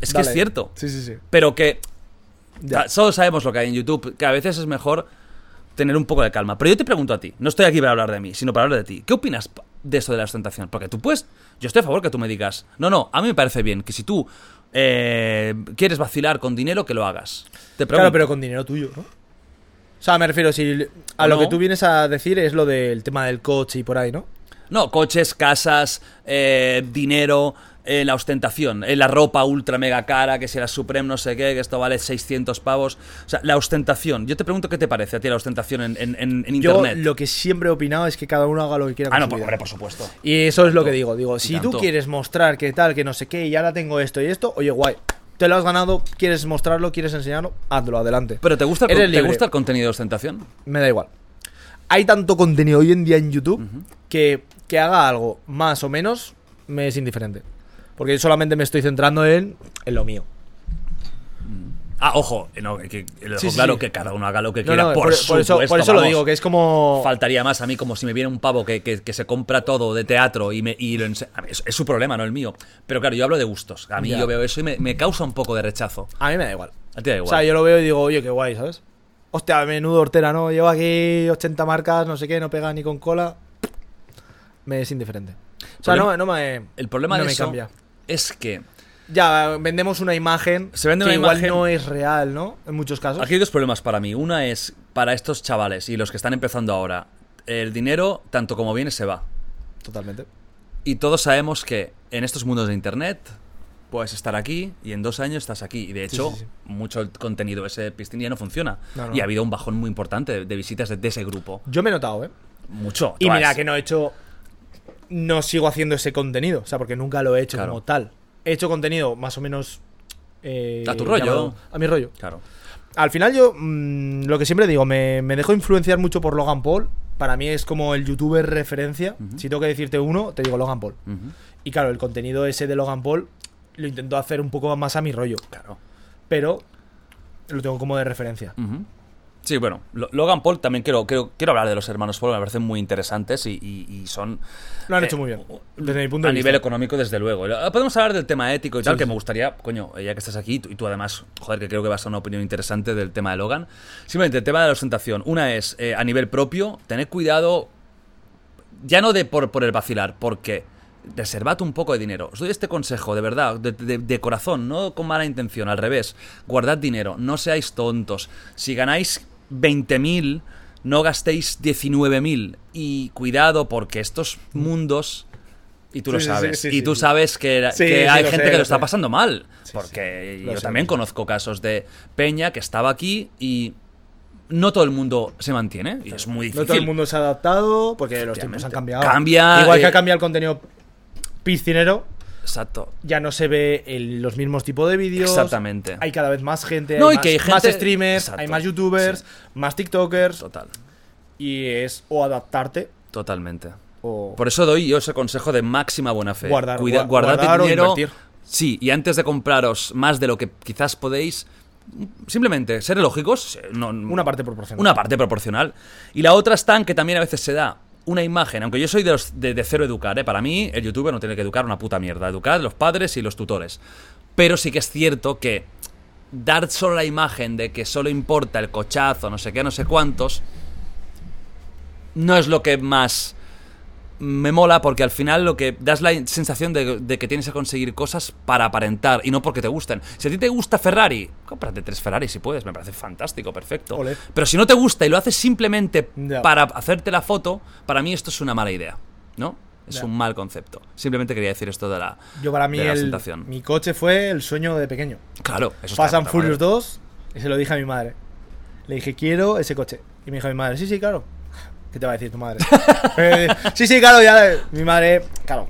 [SPEAKER 2] es que
[SPEAKER 3] Dale.
[SPEAKER 2] es cierto.
[SPEAKER 3] Sí, sí, sí.
[SPEAKER 2] Pero que
[SPEAKER 3] Ya.
[SPEAKER 2] Ta- Todos sabemos lo que hay en YouTube, que a veces es mejor tener un poco de calma. Pero yo te pregunto a ti, no estoy aquí para hablar de mí, sino para hablar de ti. ¿Qué opinas pa- de esto de la ostentación? Porque tú puedes, yo estoy a favor que tú me digas, no, no, a mí me parece bien que si tú eh, quieres vacilar con dinero, que lo hagas. Te pregunto,
[SPEAKER 3] Claro, pero con dinero tuyo, ¿no? O sea, me refiero, si a
[SPEAKER 2] ¿O
[SPEAKER 3] lo
[SPEAKER 2] no?
[SPEAKER 3] que tú vienes a decir es lo del tema del coche y por ahí, ¿no?
[SPEAKER 2] No, coches, casas, eh, dinero, eh, la ostentación, eh, la ropa ultra mega cara, que si la Supreme no sé qué, que esto vale 600 pavos. O sea, la ostentación. Yo te pregunto qué te parece a ti la ostentación en, en- en- en
[SPEAKER 3] Yo
[SPEAKER 2] Internet.
[SPEAKER 3] lo que siempre he opinado es que cada uno haga lo que quiera.
[SPEAKER 2] Ah,
[SPEAKER 3] con
[SPEAKER 2] no,
[SPEAKER 3] su
[SPEAKER 2] por,
[SPEAKER 3] vida.
[SPEAKER 2] hombre, por supuesto.
[SPEAKER 3] Y eso es lo que digo. Digo,
[SPEAKER 2] y
[SPEAKER 3] si
[SPEAKER 2] tanto.
[SPEAKER 3] tú quieres mostrar que tal, que no sé qué, y ahora tengo esto y esto, oye, guay, te lo has ganado, quieres mostrarlo, quieres enseñarlo, hazlo, adelante.
[SPEAKER 2] Pero ¿te gusta, el,
[SPEAKER 3] Eres
[SPEAKER 2] con- ¿te
[SPEAKER 3] libre.
[SPEAKER 2] gusta el contenido de ostentación?
[SPEAKER 3] Me da igual. Hay tanto contenido hoy en día en YouTube que, que haga algo más o menos me es indiferente. Porque yo solamente me estoy centrando en, en lo mío.
[SPEAKER 2] Ah, ojo, eh, no, que- que- lo dejo
[SPEAKER 3] Sí, sí,
[SPEAKER 2] claro
[SPEAKER 3] sí.
[SPEAKER 2] que cada uno haga lo que
[SPEAKER 3] No,
[SPEAKER 2] quiera.
[SPEAKER 3] no,
[SPEAKER 2] por,
[SPEAKER 3] eso, por
[SPEAKER 2] supuesto,
[SPEAKER 3] eso lo
[SPEAKER 2] vamos.
[SPEAKER 3] digo, que es como...
[SPEAKER 2] Faltaría más a mí como si me viene un pavo que, que- que se compra todo de teatro y me y lo ense- a ver, es, es su problema, no el mío. Pero claro, yo hablo de gustos. A mí
[SPEAKER 3] Ya.
[SPEAKER 2] yo veo eso y me, me causa un poco de rechazo.
[SPEAKER 3] A mí me da igual.
[SPEAKER 2] A ti da igual.
[SPEAKER 3] O sea, yo lo veo y digo, oye, qué guay, ¿sabes? Hostia, menudo hortera, ¿no? Lleva aquí 80 marcas, no sé qué, no pega ni con cola. me es indiferente. O sea, no,
[SPEAKER 2] Problema-
[SPEAKER 3] no me.
[SPEAKER 2] El problema
[SPEAKER 3] no
[SPEAKER 2] de
[SPEAKER 3] me
[SPEAKER 2] eso
[SPEAKER 3] cambia.
[SPEAKER 2] es que
[SPEAKER 3] Ya, vendemos una imagen
[SPEAKER 2] Se vende
[SPEAKER 3] que
[SPEAKER 2] una
[SPEAKER 3] igual
[SPEAKER 2] imagen-
[SPEAKER 3] no es real, ¿no? En muchos casos.
[SPEAKER 2] Aquí hay dos problemas para mí. Una es para estos chavales y los que están empezando ahora. El dinero, tanto como viene, se va.
[SPEAKER 3] Totalmente.
[SPEAKER 2] Y todos sabemos que en estos mundos de Internet puedes estar aquí y en dos años estás aquí. Y de hecho,
[SPEAKER 3] sí, sí.
[SPEAKER 2] mucho el contenido ese piscina ya no funciona.
[SPEAKER 3] No, no.
[SPEAKER 2] Y ha habido un bajón muy importante de, de visitas de, de ese grupo.
[SPEAKER 3] Yo me he notado, ¿eh?
[SPEAKER 2] Mucho.
[SPEAKER 3] Y
[SPEAKER 2] Todas.
[SPEAKER 3] mira que no he hecho. No sigo haciendo ese contenido. O sea, porque nunca lo he hecho
[SPEAKER 2] Claro.
[SPEAKER 3] como tal. He hecho contenido más o menos. eh,
[SPEAKER 2] A tu rollo.
[SPEAKER 3] llamado- A mi rollo.
[SPEAKER 2] Claro.
[SPEAKER 3] Al final, yo. mm, lo que siempre digo, me, me dejo influenciar mucho por Logan Paul. Para mí es como el youtuber referencia. Si tengo que decirte uno, te digo Logan Paul.
[SPEAKER 2] Ujú.
[SPEAKER 3] Y claro, el contenido ese de Logan Paul lo intento hacer un poco más a mi rollo.
[SPEAKER 2] Claro.
[SPEAKER 3] Pero lo tengo como de referencia.
[SPEAKER 2] Ujú. Sí, bueno, Lo- Logan Paul también quiero, quiero, quiero hablar de los hermanos Paul, me parecen muy interesantes y, y- y son...
[SPEAKER 3] Lo han
[SPEAKER 2] eh,
[SPEAKER 3] hecho muy bien. Desde mi punto
[SPEAKER 2] a
[SPEAKER 3] de vista.
[SPEAKER 2] nivel económico, desde luego. Eh, Podemos hablar del tema ético y tal, que me gustaría, coño, eh, ya que estás aquí, y tú- y tú además, joder, que creo que vas a una opinión interesante del tema de Logan. Simplemente el tema de la ostentación. Una es, eh, a nivel propio, tener cuidado, ya no de por, por el vacilar, porque reservad un poco de dinero. Os doy este consejo, de verdad, de, de- de corazón, no con mala intención, al revés. Guardad dinero, no seáis tontos. Si ganáis 20.000... No gastéis 19.000 y cuidado porque estos mundos y tú lo
[SPEAKER 3] Sí, sí,
[SPEAKER 2] sabes.
[SPEAKER 3] sí, sí,
[SPEAKER 2] y tú
[SPEAKER 3] sí.
[SPEAKER 2] sabes que, era-
[SPEAKER 3] Sí,
[SPEAKER 2] que
[SPEAKER 3] sí,
[SPEAKER 2] hay
[SPEAKER 3] lo
[SPEAKER 2] gente
[SPEAKER 3] sé,
[SPEAKER 2] que
[SPEAKER 3] lo
[SPEAKER 2] lo está
[SPEAKER 3] sé.
[SPEAKER 2] pasando mal. Porque
[SPEAKER 3] lo
[SPEAKER 2] yo
[SPEAKER 3] sé,
[SPEAKER 2] también
[SPEAKER 3] lo sé.
[SPEAKER 2] conozco casos de Peña que estaba aquí y no todo el mundo se mantiene. Y es muy difícil.
[SPEAKER 3] No todo el mundo se ha adaptado porque los tiempos han cambiado.
[SPEAKER 2] Cambia,
[SPEAKER 3] Igual que
[SPEAKER 2] eh,
[SPEAKER 3] ha cambiado el contenido piscinero,
[SPEAKER 2] Exacto.
[SPEAKER 3] ya no se ve el- los mismos tipos de vídeos.
[SPEAKER 2] Exactamente.
[SPEAKER 3] Hay cada vez más gente,
[SPEAKER 2] No,
[SPEAKER 3] hay,
[SPEAKER 2] y
[SPEAKER 3] más,
[SPEAKER 2] que hay gente-
[SPEAKER 3] más streamers,
[SPEAKER 2] Exacto.
[SPEAKER 3] hay más youtubers,
[SPEAKER 2] Sí.
[SPEAKER 3] más tiktokers.
[SPEAKER 2] Total.
[SPEAKER 3] Y es o adaptarte
[SPEAKER 2] Totalmente.
[SPEAKER 3] o...
[SPEAKER 2] Por eso doy yo ese consejo de máxima buena fe.
[SPEAKER 3] Guardar,
[SPEAKER 2] Cuida-
[SPEAKER 3] gua-
[SPEAKER 2] guardad
[SPEAKER 3] guardar o
[SPEAKER 2] dinero.
[SPEAKER 3] invertir.
[SPEAKER 2] Sí, y antes de compraros más de lo que quizás podéis, simplemente ser lógicos. no-
[SPEAKER 3] Una parte proporcional.
[SPEAKER 2] Una parte proporcional. Y la otra está en que también a veces se da una imagen, aunque yo soy de, los, de, de cero educar, ¿eh? para mí el youtuber no tiene que educar una puta mierda, educar los padres y los tutores. Pero sí que es cierto que dar solo la imagen de que solo importa el cochazo, no sé qué, no sé cuántos, no es lo que más me mola porque al final lo que das la sensación de, de que tienes que conseguir cosas para aparentar y no porque te gusten. Si a ti te gusta Ferrari, cómprate tres Ferrari si puedes, me parece fantástico, perfecto.
[SPEAKER 3] Ole.
[SPEAKER 2] Pero si no te gusta y lo haces simplemente
[SPEAKER 3] Ya.
[SPEAKER 2] para hacerte la foto, para mí esto es una mala idea, ¿no? Es
[SPEAKER 3] Ya.
[SPEAKER 2] un mal concepto. Simplemente quería decir esto de la
[SPEAKER 3] Yo para mí
[SPEAKER 2] de la
[SPEAKER 3] el-
[SPEAKER 2] ostentación.
[SPEAKER 3] mi coche fue el sueño de pequeño.
[SPEAKER 2] Claro, eso está
[SPEAKER 3] Fast and
[SPEAKER 2] de puta
[SPEAKER 3] Furious
[SPEAKER 2] madre.
[SPEAKER 3] 2 y se lo dije a mi madre. Le dije, quiero ese coche. Y me dijo mi madre, sí, sí, claro. ¿Qué te va a decir tu madre? Eh, sí, sí, claro, ya. eh, Mi madre, claro.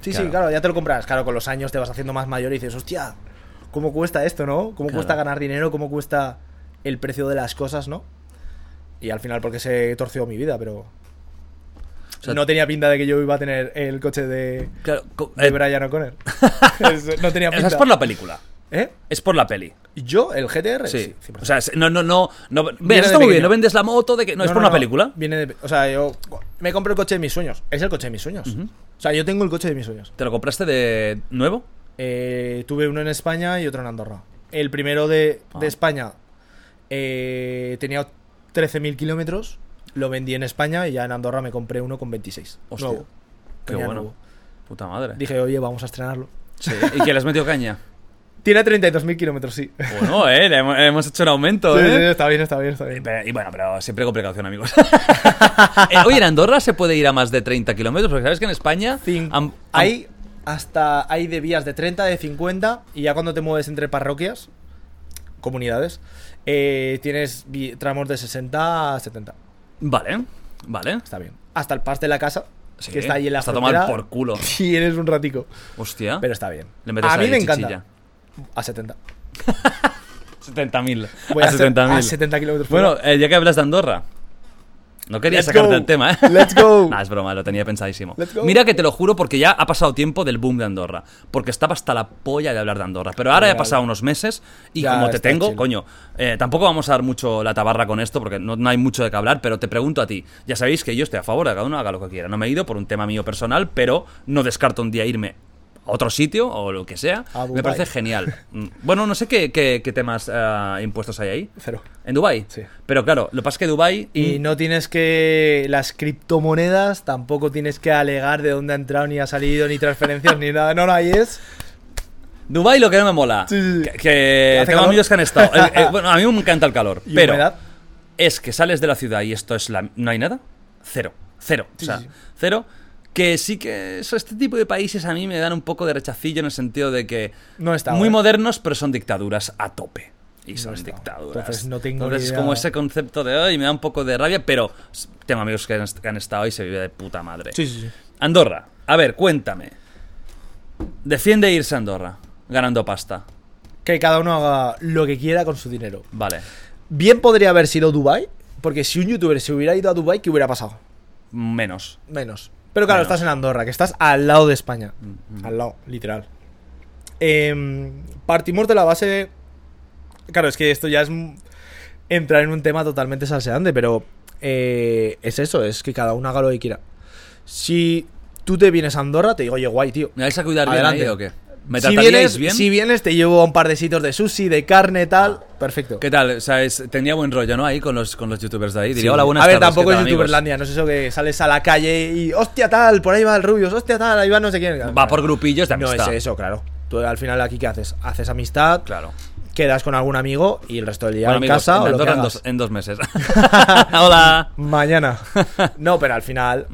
[SPEAKER 3] Sí, sí,
[SPEAKER 2] Claro.
[SPEAKER 3] claro, ya te lo compras. Claro, con los años te vas haciendo más mayor y dices, hostia, ¿cómo cuesta esto, no? ¿Cómo cuesta ganar dinero? ¿Cómo cuesta el precio de las cosas, no? Y al final, porque se torció mi vida, pero.
[SPEAKER 2] O sea,
[SPEAKER 3] no tenía pinta de que yo iba a tener el coche de,
[SPEAKER 2] claro, co-
[SPEAKER 3] de
[SPEAKER 2] eh,
[SPEAKER 3] Brian O'Connor. no tenía
[SPEAKER 2] esa
[SPEAKER 3] pinta.
[SPEAKER 2] es por la película.
[SPEAKER 3] ¿Eh?
[SPEAKER 2] Es por la peli.
[SPEAKER 3] ¿Y ¿Yo? ¿El GTR?
[SPEAKER 2] Sí.
[SPEAKER 3] 100%.
[SPEAKER 2] O sea, es- no, no, no. no ve,
[SPEAKER 3] Viene
[SPEAKER 2] eso
[SPEAKER 3] de
[SPEAKER 2] está muy bien.
[SPEAKER 3] pequeño.
[SPEAKER 2] No vendes la moto de que. No, es por una película.
[SPEAKER 3] Viene de- o sea, yo me compro el coche de mis sueños. Es el coche de mis sueños. O sea, yo tengo el coche de mis sueños.
[SPEAKER 2] ¿Te lo compraste de nuevo?
[SPEAKER 3] Eh, tuve uno en España y otro en Andorra. El primero de,
[SPEAKER 2] Ah.
[SPEAKER 3] de España eh, tenía 13.000 kilómetros. Lo vendí en España y ya en Andorra me compré uno con 26.
[SPEAKER 2] Hostia.
[SPEAKER 3] Nuevo.
[SPEAKER 2] Qué
[SPEAKER 3] Tenía
[SPEAKER 2] bueno.
[SPEAKER 3] nuevo.
[SPEAKER 2] Puta madre.
[SPEAKER 3] Dije, oye, vamos a estrenarlo.
[SPEAKER 2] Sí. ¿Y que le has metido caña?
[SPEAKER 3] Tiene 32.000 kilómetros, sí.
[SPEAKER 2] Bueno, eh, le hemos, hemos hecho un aumento,
[SPEAKER 3] Sí, sí,
[SPEAKER 2] eh.
[SPEAKER 3] está bien, está bien, está bien.
[SPEAKER 2] Pero- y bueno, pero siempre con precaución, amigos. Eh, oye, en Andorra se puede ir a más de 30 kilómetros, porque sabes que en España.
[SPEAKER 3] Cin-
[SPEAKER 2] am- am-
[SPEAKER 3] hay hasta hay de vías de 30, de 50 y ya cuando te mueves entre parroquias, comunidades, eh, tienes vi- tramos de 60 a 70.
[SPEAKER 2] Vale, vale.
[SPEAKER 3] Está bien. Hasta el pas de la casa,
[SPEAKER 2] Sí,
[SPEAKER 3] que está ahí en la
[SPEAKER 2] hasta tomar
[SPEAKER 3] frontera.
[SPEAKER 2] por culo.
[SPEAKER 3] Tienes un ratico,
[SPEAKER 2] Hostia.
[SPEAKER 3] pero está bien.
[SPEAKER 2] Le metes
[SPEAKER 3] A mí
[SPEAKER 2] ahí
[SPEAKER 3] me encanta.
[SPEAKER 2] chichilla.
[SPEAKER 3] A 70.
[SPEAKER 2] 70.000.
[SPEAKER 3] Voy
[SPEAKER 2] A
[SPEAKER 3] a,
[SPEAKER 2] 70.000.
[SPEAKER 3] 70, a 70 kilómetros por
[SPEAKER 2] Bueno,
[SPEAKER 3] hora.
[SPEAKER 2] eh, ya que hablas de Andorra. No quería
[SPEAKER 3] Let's
[SPEAKER 2] sacarte
[SPEAKER 3] go.
[SPEAKER 2] del tema, ¿eh?
[SPEAKER 3] Let's go.
[SPEAKER 2] Nah, es broma, lo tenía pensadísimo.
[SPEAKER 3] Let's go.
[SPEAKER 2] Mira que te lo juro porque ya ha pasado tiempo del boom de Andorra. Porque estaba hasta la polla de hablar de Andorra. Pero ahora ya ha
[SPEAKER 3] Real.
[SPEAKER 2] pasado unos meses y
[SPEAKER 3] Ya
[SPEAKER 2] como te
[SPEAKER 3] está
[SPEAKER 2] tengo,
[SPEAKER 3] chill.
[SPEAKER 2] coño, eh, tampoco vamos a dar mucho la tabarra con esto porque no, no hay mucho de qué hablar. Pero te pregunto a ti. Ya sabéis que yo estoy a favor de que cada uno haga lo que quiera. No me he ido por un tema mío personal, pero no descarto un día irme otro sitio o lo que sea.
[SPEAKER 3] A
[SPEAKER 2] Me
[SPEAKER 3] Dubái.
[SPEAKER 2] parece genial. Mm, Bueno, no sé qué, qué- qué temas ah, impuestos hay ahí.
[SPEAKER 3] Cero.
[SPEAKER 2] ¿En Dubai
[SPEAKER 3] Sí. Mm.
[SPEAKER 2] Pero claro, lo que pasa es que Dubai
[SPEAKER 3] Y no tienes que. Las criptomonedas tampoco tienes que alegar de dónde ha entrado, ni ha salido, ni transferencias, ni nada. No, no, ahí es.
[SPEAKER 2] Dubai lo que no me mola.
[SPEAKER 3] Sí, sí, sí.
[SPEAKER 2] Que, que tengo
[SPEAKER 3] ¿Hace calor?
[SPEAKER 2] amigos que han estado. Eh, eh, bueno, a mí me encanta el calor.
[SPEAKER 3] Y
[SPEAKER 2] pero
[SPEAKER 3] humedad.
[SPEAKER 2] es que sales de la ciudad y esto es la. No hay nada. Cero. Cero. o sea, cero. Que sí que eso- este tipo de países a mí me dan un poco de rechacillo en el sentido de que.
[SPEAKER 3] No he estado,
[SPEAKER 2] Muy
[SPEAKER 3] eh.
[SPEAKER 2] modernos, pero son dictaduras a tope. Y son
[SPEAKER 3] estado.
[SPEAKER 2] dictaduras.
[SPEAKER 3] Entonces no tengo
[SPEAKER 2] Entonces,
[SPEAKER 3] ni
[SPEAKER 2] es
[SPEAKER 3] idea.
[SPEAKER 2] como ese concepto de hoy me da un poco de rabia, pero s- tengo amigos que han, est- que han estado y se vive de puta madre.
[SPEAKER 3] sí, sí.
[SPEAKER 2] Andorra. A ver, cuéntame. Defiende irse a Andorra, ganando pasta.
[SPEAKER 3] Que cada uno haga lo que quiera con su dinero.
[SPEAKER 2] Vale.
[SPEAKER 3] Bien podría haber sido Dubai, porque si un youtuber se hubiera ido a Dubai, ¿qué hubiera pasado?
[SPEAKER 2] Menos.
[SPEAKER 3] Menos. Pero claro,
[SPEAKER 2] Menos.
[SPEAKER 3] estás en Andorra, que estás al lado de España. Al lado, literal. Em, partimos de la base. Claro, es que esto ya es m- entrar en un tema totalmente salseante, pero eh, es eso, es que cada uno haga lo que quiera. Si tú te vienes a Andorra, te digo, oye, guay, tío.
[SPEAKER 2] ¿Me vais a cuidar
[SPEAKER 3] Adelante.
[SPEAKER 2] bien ahí o qué? ¿Me
[SPEAKER 3] si
[SPEAKER 2] trataríais
[SPEAKER 3] vienes,
[SPEAKER 2] bien?
[SPEAKER 3] si vienes, te llevo a un par de sitios de sushi, de carne, tal.
[SPEAKER 2] Ah.
[SPEAKER 3] Perfecto.
[SPEAKER 2] ¿Qué tal? O sea, es- tenía buen rollo, ¿no? Ahí con los, con los youtubers de ahí. Diría, hola, buenas
[SPEAKER 3] A ver,
[SPEAKER 2] tardes,
[SPEAKER 3] tampoco
[SPEAKER 2] ¿qué
[SPEAKER 3] es
[SPEAKER 2] tal, amigos?".
[SPEAKER 3] youtuberlandia, no es eso que sales a la calle y hostia tal, por ahí va el Rubius, hostia tal, ahí va no sé quién.
[SPEAKER 2] Va por grupillos de
[SPEAKER 3] No
[SPEAKER 2] amistad.
[SPEAKER 3] es eso, claro. Tú al final aquí qué haces? Haces amistad,
[SPEAKER 2] Claro.
[SPEAKER 3] quedas con algún amigo y el resto del día
[SPEAKER 2] Bueno,
[SPEAKER 3] en
[SPEAKER 2] amigos,
[SPEAKER 3] casa
[SPEAKER 2] en
[SPEAKER 3] o lo que
[SPEAKER 2] Andorra en
[SPEAKER 3] hagas.
[SPEAKER 2] dos, en dos meses. hola.
[SPEAKER 3] Mañana. No, pero al final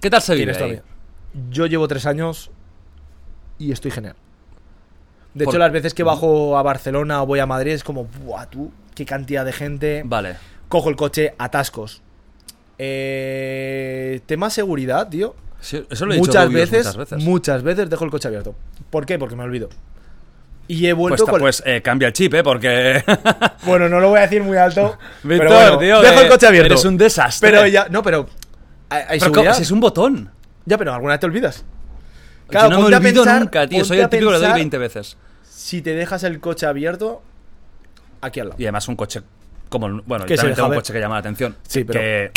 [SPEAKER 2] ¿Qué tal se Mm. vive
[SPEAKER 3] tienes
[SPEAKER 2] ahí?
[SPEAKER 3] todavía. Yo llevo tres años y estoy genial. De
[SPEAKER 2] Por-
[SPEAKER 3] hecho, las veces que bajo a Barcelona o voy a Madrid es como, ¡buah, tú! ¡Qué cantidad de gente!
[SPEAKER 2] Vale.
[SPEAKER 3] cojo el coche, atascos. Eh, tema seguridad, tío.
[SPEAKER 2] Sí, eso lo he dicho
[SPEAKER 3] muchas,
[SPEAKER 2] Rubius
[SPEAKER 3] veces,
[SPEAKER 2] muchas veces.
[SPEAKER 3] muchas veces dejo el coche abierto. ¿Por qué? Porque me olvido. Y he
[SPEAKER 2] Pues,
[SPEAKER 3] vuelto
[SPEAKER 2] ta-
[SPEAKER 3] con...
[SPEAKER 2] pues, eh, cambia el chip, ¿eh? Porque...
[SPEAKER 3] Bueno, no lo voy a decir muy alto.
[SPEAKER 2] Víctor,
[SPEAKER 3] pero bueno,
[SPEAKER 2] tío,
[SPEAKER 3] dejo el
[SPEAKER 2] eh,
[SPEAKER 3] coche abierto.
[SPEAKER 2] eres un desastre.
[SPEAKER 3] Pero ya... No, pero... Hay, hay
[SPEAKER 2] Pero, ¿cómo?
[SPEAKER 3] seguridad.
[SPEAKER 2] Si es un botón.
[SPEAKER 3] Ya, pero alguna vez te olvidas.
[SPEAKER 2] Yo no me
[SPEAKER 3] ponte a
[SPEAKER 2] olvido
[SPEAKER 3] pensar-
[SPEAKER 2] nunca, tío.
[SPEAKER 3] ponte
[SPEAKER 2] Soy el
[SPEAKER 3] a
[SPEAKER 2] típico que le doy
[SPEAKER 3] pensar
[SPEAKER 2] 20 veces.
[SPEAKER 3] Si te dejas el coche abierto... Aquí al lado.
[SPEAKER 2] Y además un coche como... el- Bueno,
[SPEAKER 3] Que
[SPEAKER 2] yo
[SPEAKER 3] se
[SPEAKER 2] también
[SPEAKER 3] deja
[SPEAKER 2] tengo un
[SPEAKER 3] ver.
[SPEAKER 2] coche que llama la atención.
[SPEAKER 3] Sí, pero-
[SPEAKER 2] Que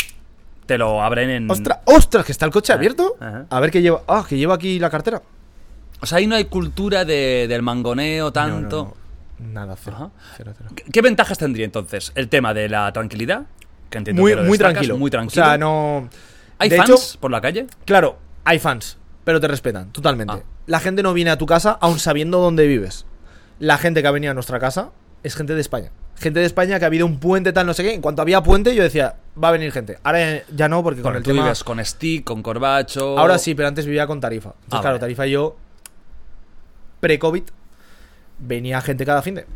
[SPEAKER 2] te lo abren en...
[SPEAKER 3] ¡Ostras! ¡Ostras! ¿Que está el coche abierto?
[SPEAKER 2] Mm. ajá.
[SPEAKER 3] A ver qué lleva... ¡Ah! Que lleva aquí la cartera.
[SPEAKER 2] O sea, ahí no hay cultura de- del mangoneo tanto.
[SPEAKER 3] No, no, no. Nada, cero.
[SPEAKER 2] Ajá.
[SPEAKER 3] Cero, cero.
[SPEAKER 2] ¿Qué, qué ventajas tendría entonces? El tema de la tranquilidad. Que entiendo
[SPEAKER 3] Muy,
[SPEAKER 2] que lo
[SPEAKER 3] muy
[SPEAKER 2] destacas,
[SPEAKER 3] tranquilo.
[SPEAKER 2] Muy tranquilo.
[SPEAKER 3] O sea, no.
[SPEAKER 2] ¿Hay
[SPEAKER 3] de
[SPEAKER 2] fans
[SPEAKER 3] hecho-
[SPEAKER 2] por la calle?
[SPEAKER 3] Claro, hay fans, pero te respetan, totalmente.
[SPEAKER 2] Ah.
[SPEAKER 3] La gente no viene a tu casa aún sabiendo dónde vives. La gente que ha venido a nuestra casa es gente de España. Gente de España que ha habido un puente tal, no sé qué. En cuanto había puente, yo decía, va a venir gente. Ahora ya no, porque con
[SPEAKER 2] Bueno,
[SPEAKER 3] el
[SPEAKER 2] tú
[SPEAKER 3] tema.
[SPEAKER 2] vives con stick, con corbacho.
[SPEAKER 3] Ahora sí, pero antes vivía con Tarifa. Entonces,
[SPEAKER 2] Ah,
[SPEAKER 3] claro,
[SPEAKER 2] vale.
[SPEAKER 3] Tarifa y yo, pre-COVID, venía gente cada fin de.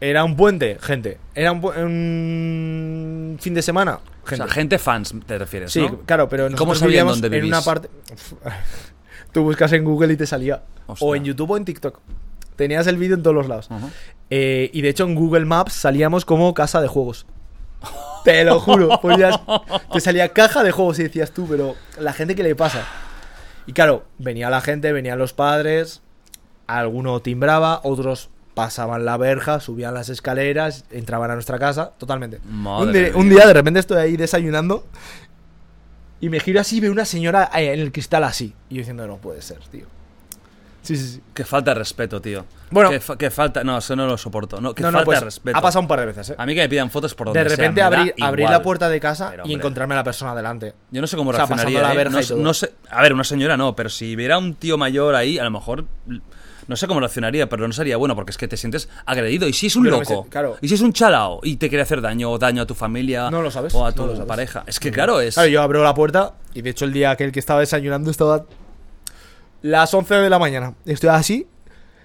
[SPEAKER 3] Era un puente, gente. Era un, pu- un fin de semana,
[SPEAKER 2] O
[SPEAKER 3] gente.
[SPEAKER 2] sea, gente fans te refieres,
[SPEAKER 3] Sí,
[SPEAKER 2] ¿no?
[SPEAKER 3] claro, pero
[SPEAKER 2] ¿Y ¿Cómo
[SPEAKER 3] nosotros
[SPEAKER 2] sabían
[SPEAKER 3] vivíamos
[SPEAKER 2] dónde
[SPEAKER 3] en
[SPEAKER 2] vivís?
[SPEAKER 3] una parte. Tú buscas en Google y te salía. O
[SPEAKER 2] Hostia.
[SPEAKER 3] en YouTube o en TikTok. Tenías el vídeo en todos los lados. Eh, y de hecho en Google Maps salíamos como casa de juegos. Te lo juro. ponías- te salía caja de juegos y decías tú, pero la gente que le pasa. Y claro, venía la gente, venían los padres, alguno timbraba, otros pasaban la verja, subían las escaleras, entraban a nuestra casa, totalmente.
[SPEAKER 2] Madre
[SPEAKER 3] un, di-
[SPEAKER 2] mía.
[SPEAKER 3] un día de repente estoy ahí desayunando y me giro así y veo una señora eh, en el cristal así. Y yo diciendo, no puede ser, tío. Sí, sí, sí.
[SPEAKER 2] Que falta de respeto, tío.
[SPEAKER 3] Bueno.
[SPEAKER 2] Que, fa- que falta. No, eso no lo soporto. No, que
[SPEAKER 3] No, no,
[SPEAKER 2] falta
[SPEAKER 3] pues,
[SPEAKER 2] de respeto.
[SPEAKER 3] ha pasado un par de veces, ¿eh?
[SPEAKER 2] A mí que me pidan fotos por donde
[SPEAKER 3] De
[SPEAKER 2] sea,
[SPEAKER 3] repente
[SPEAKER 2] me da
[SPEAKER 3] abrir, abrir
[SPEAKER 2] igual.
[SPEAKER 3] la puerta de casa
[SPEAKER 2] Pero,
[SPEAKER 3] y
[SPEAKER 2] hombre.
[SPEAKER 3] encontrarme a la persona delante.
[SPEAKER 2] Yo no sé cómo
[SPEAKER 3] O sea,
[SPEAKER 2] reaccionaría.
[SPEAKER 3] pasando la
[SPEAKER 2] ¿eh?
[SPEAKER 3] verja
[SPEAKER 2] no,
[SPEAKER 3] y todo.
[SPEAKER 2] no sé, a ver, una señora no, pero si viera un tío mayor ahí, a lo mejor no sé cómo reaccionaría, pero no sería bueno porque es que te sientes agredido. Y si es un
[SPEAKER 3] Yo no me
[SPEAKER 2] loco,
[SPEAKER 3] sé- claro.
[SPEAKER 2] y si es un chalao y te quiere hacer daño o daño a tu familia
[SPEAKER 3] No lo sabes,
[SPEAKER 2] o a tu
[SPEAKER 3] no lo sabes.
[SPEAKER 2] pareja, es que claro, es
[SPEAKER 3] Claro, yo abro la puerta y de hecho el día aquel que estaba desayunando estaba las 11 de la mañana. Estoy así.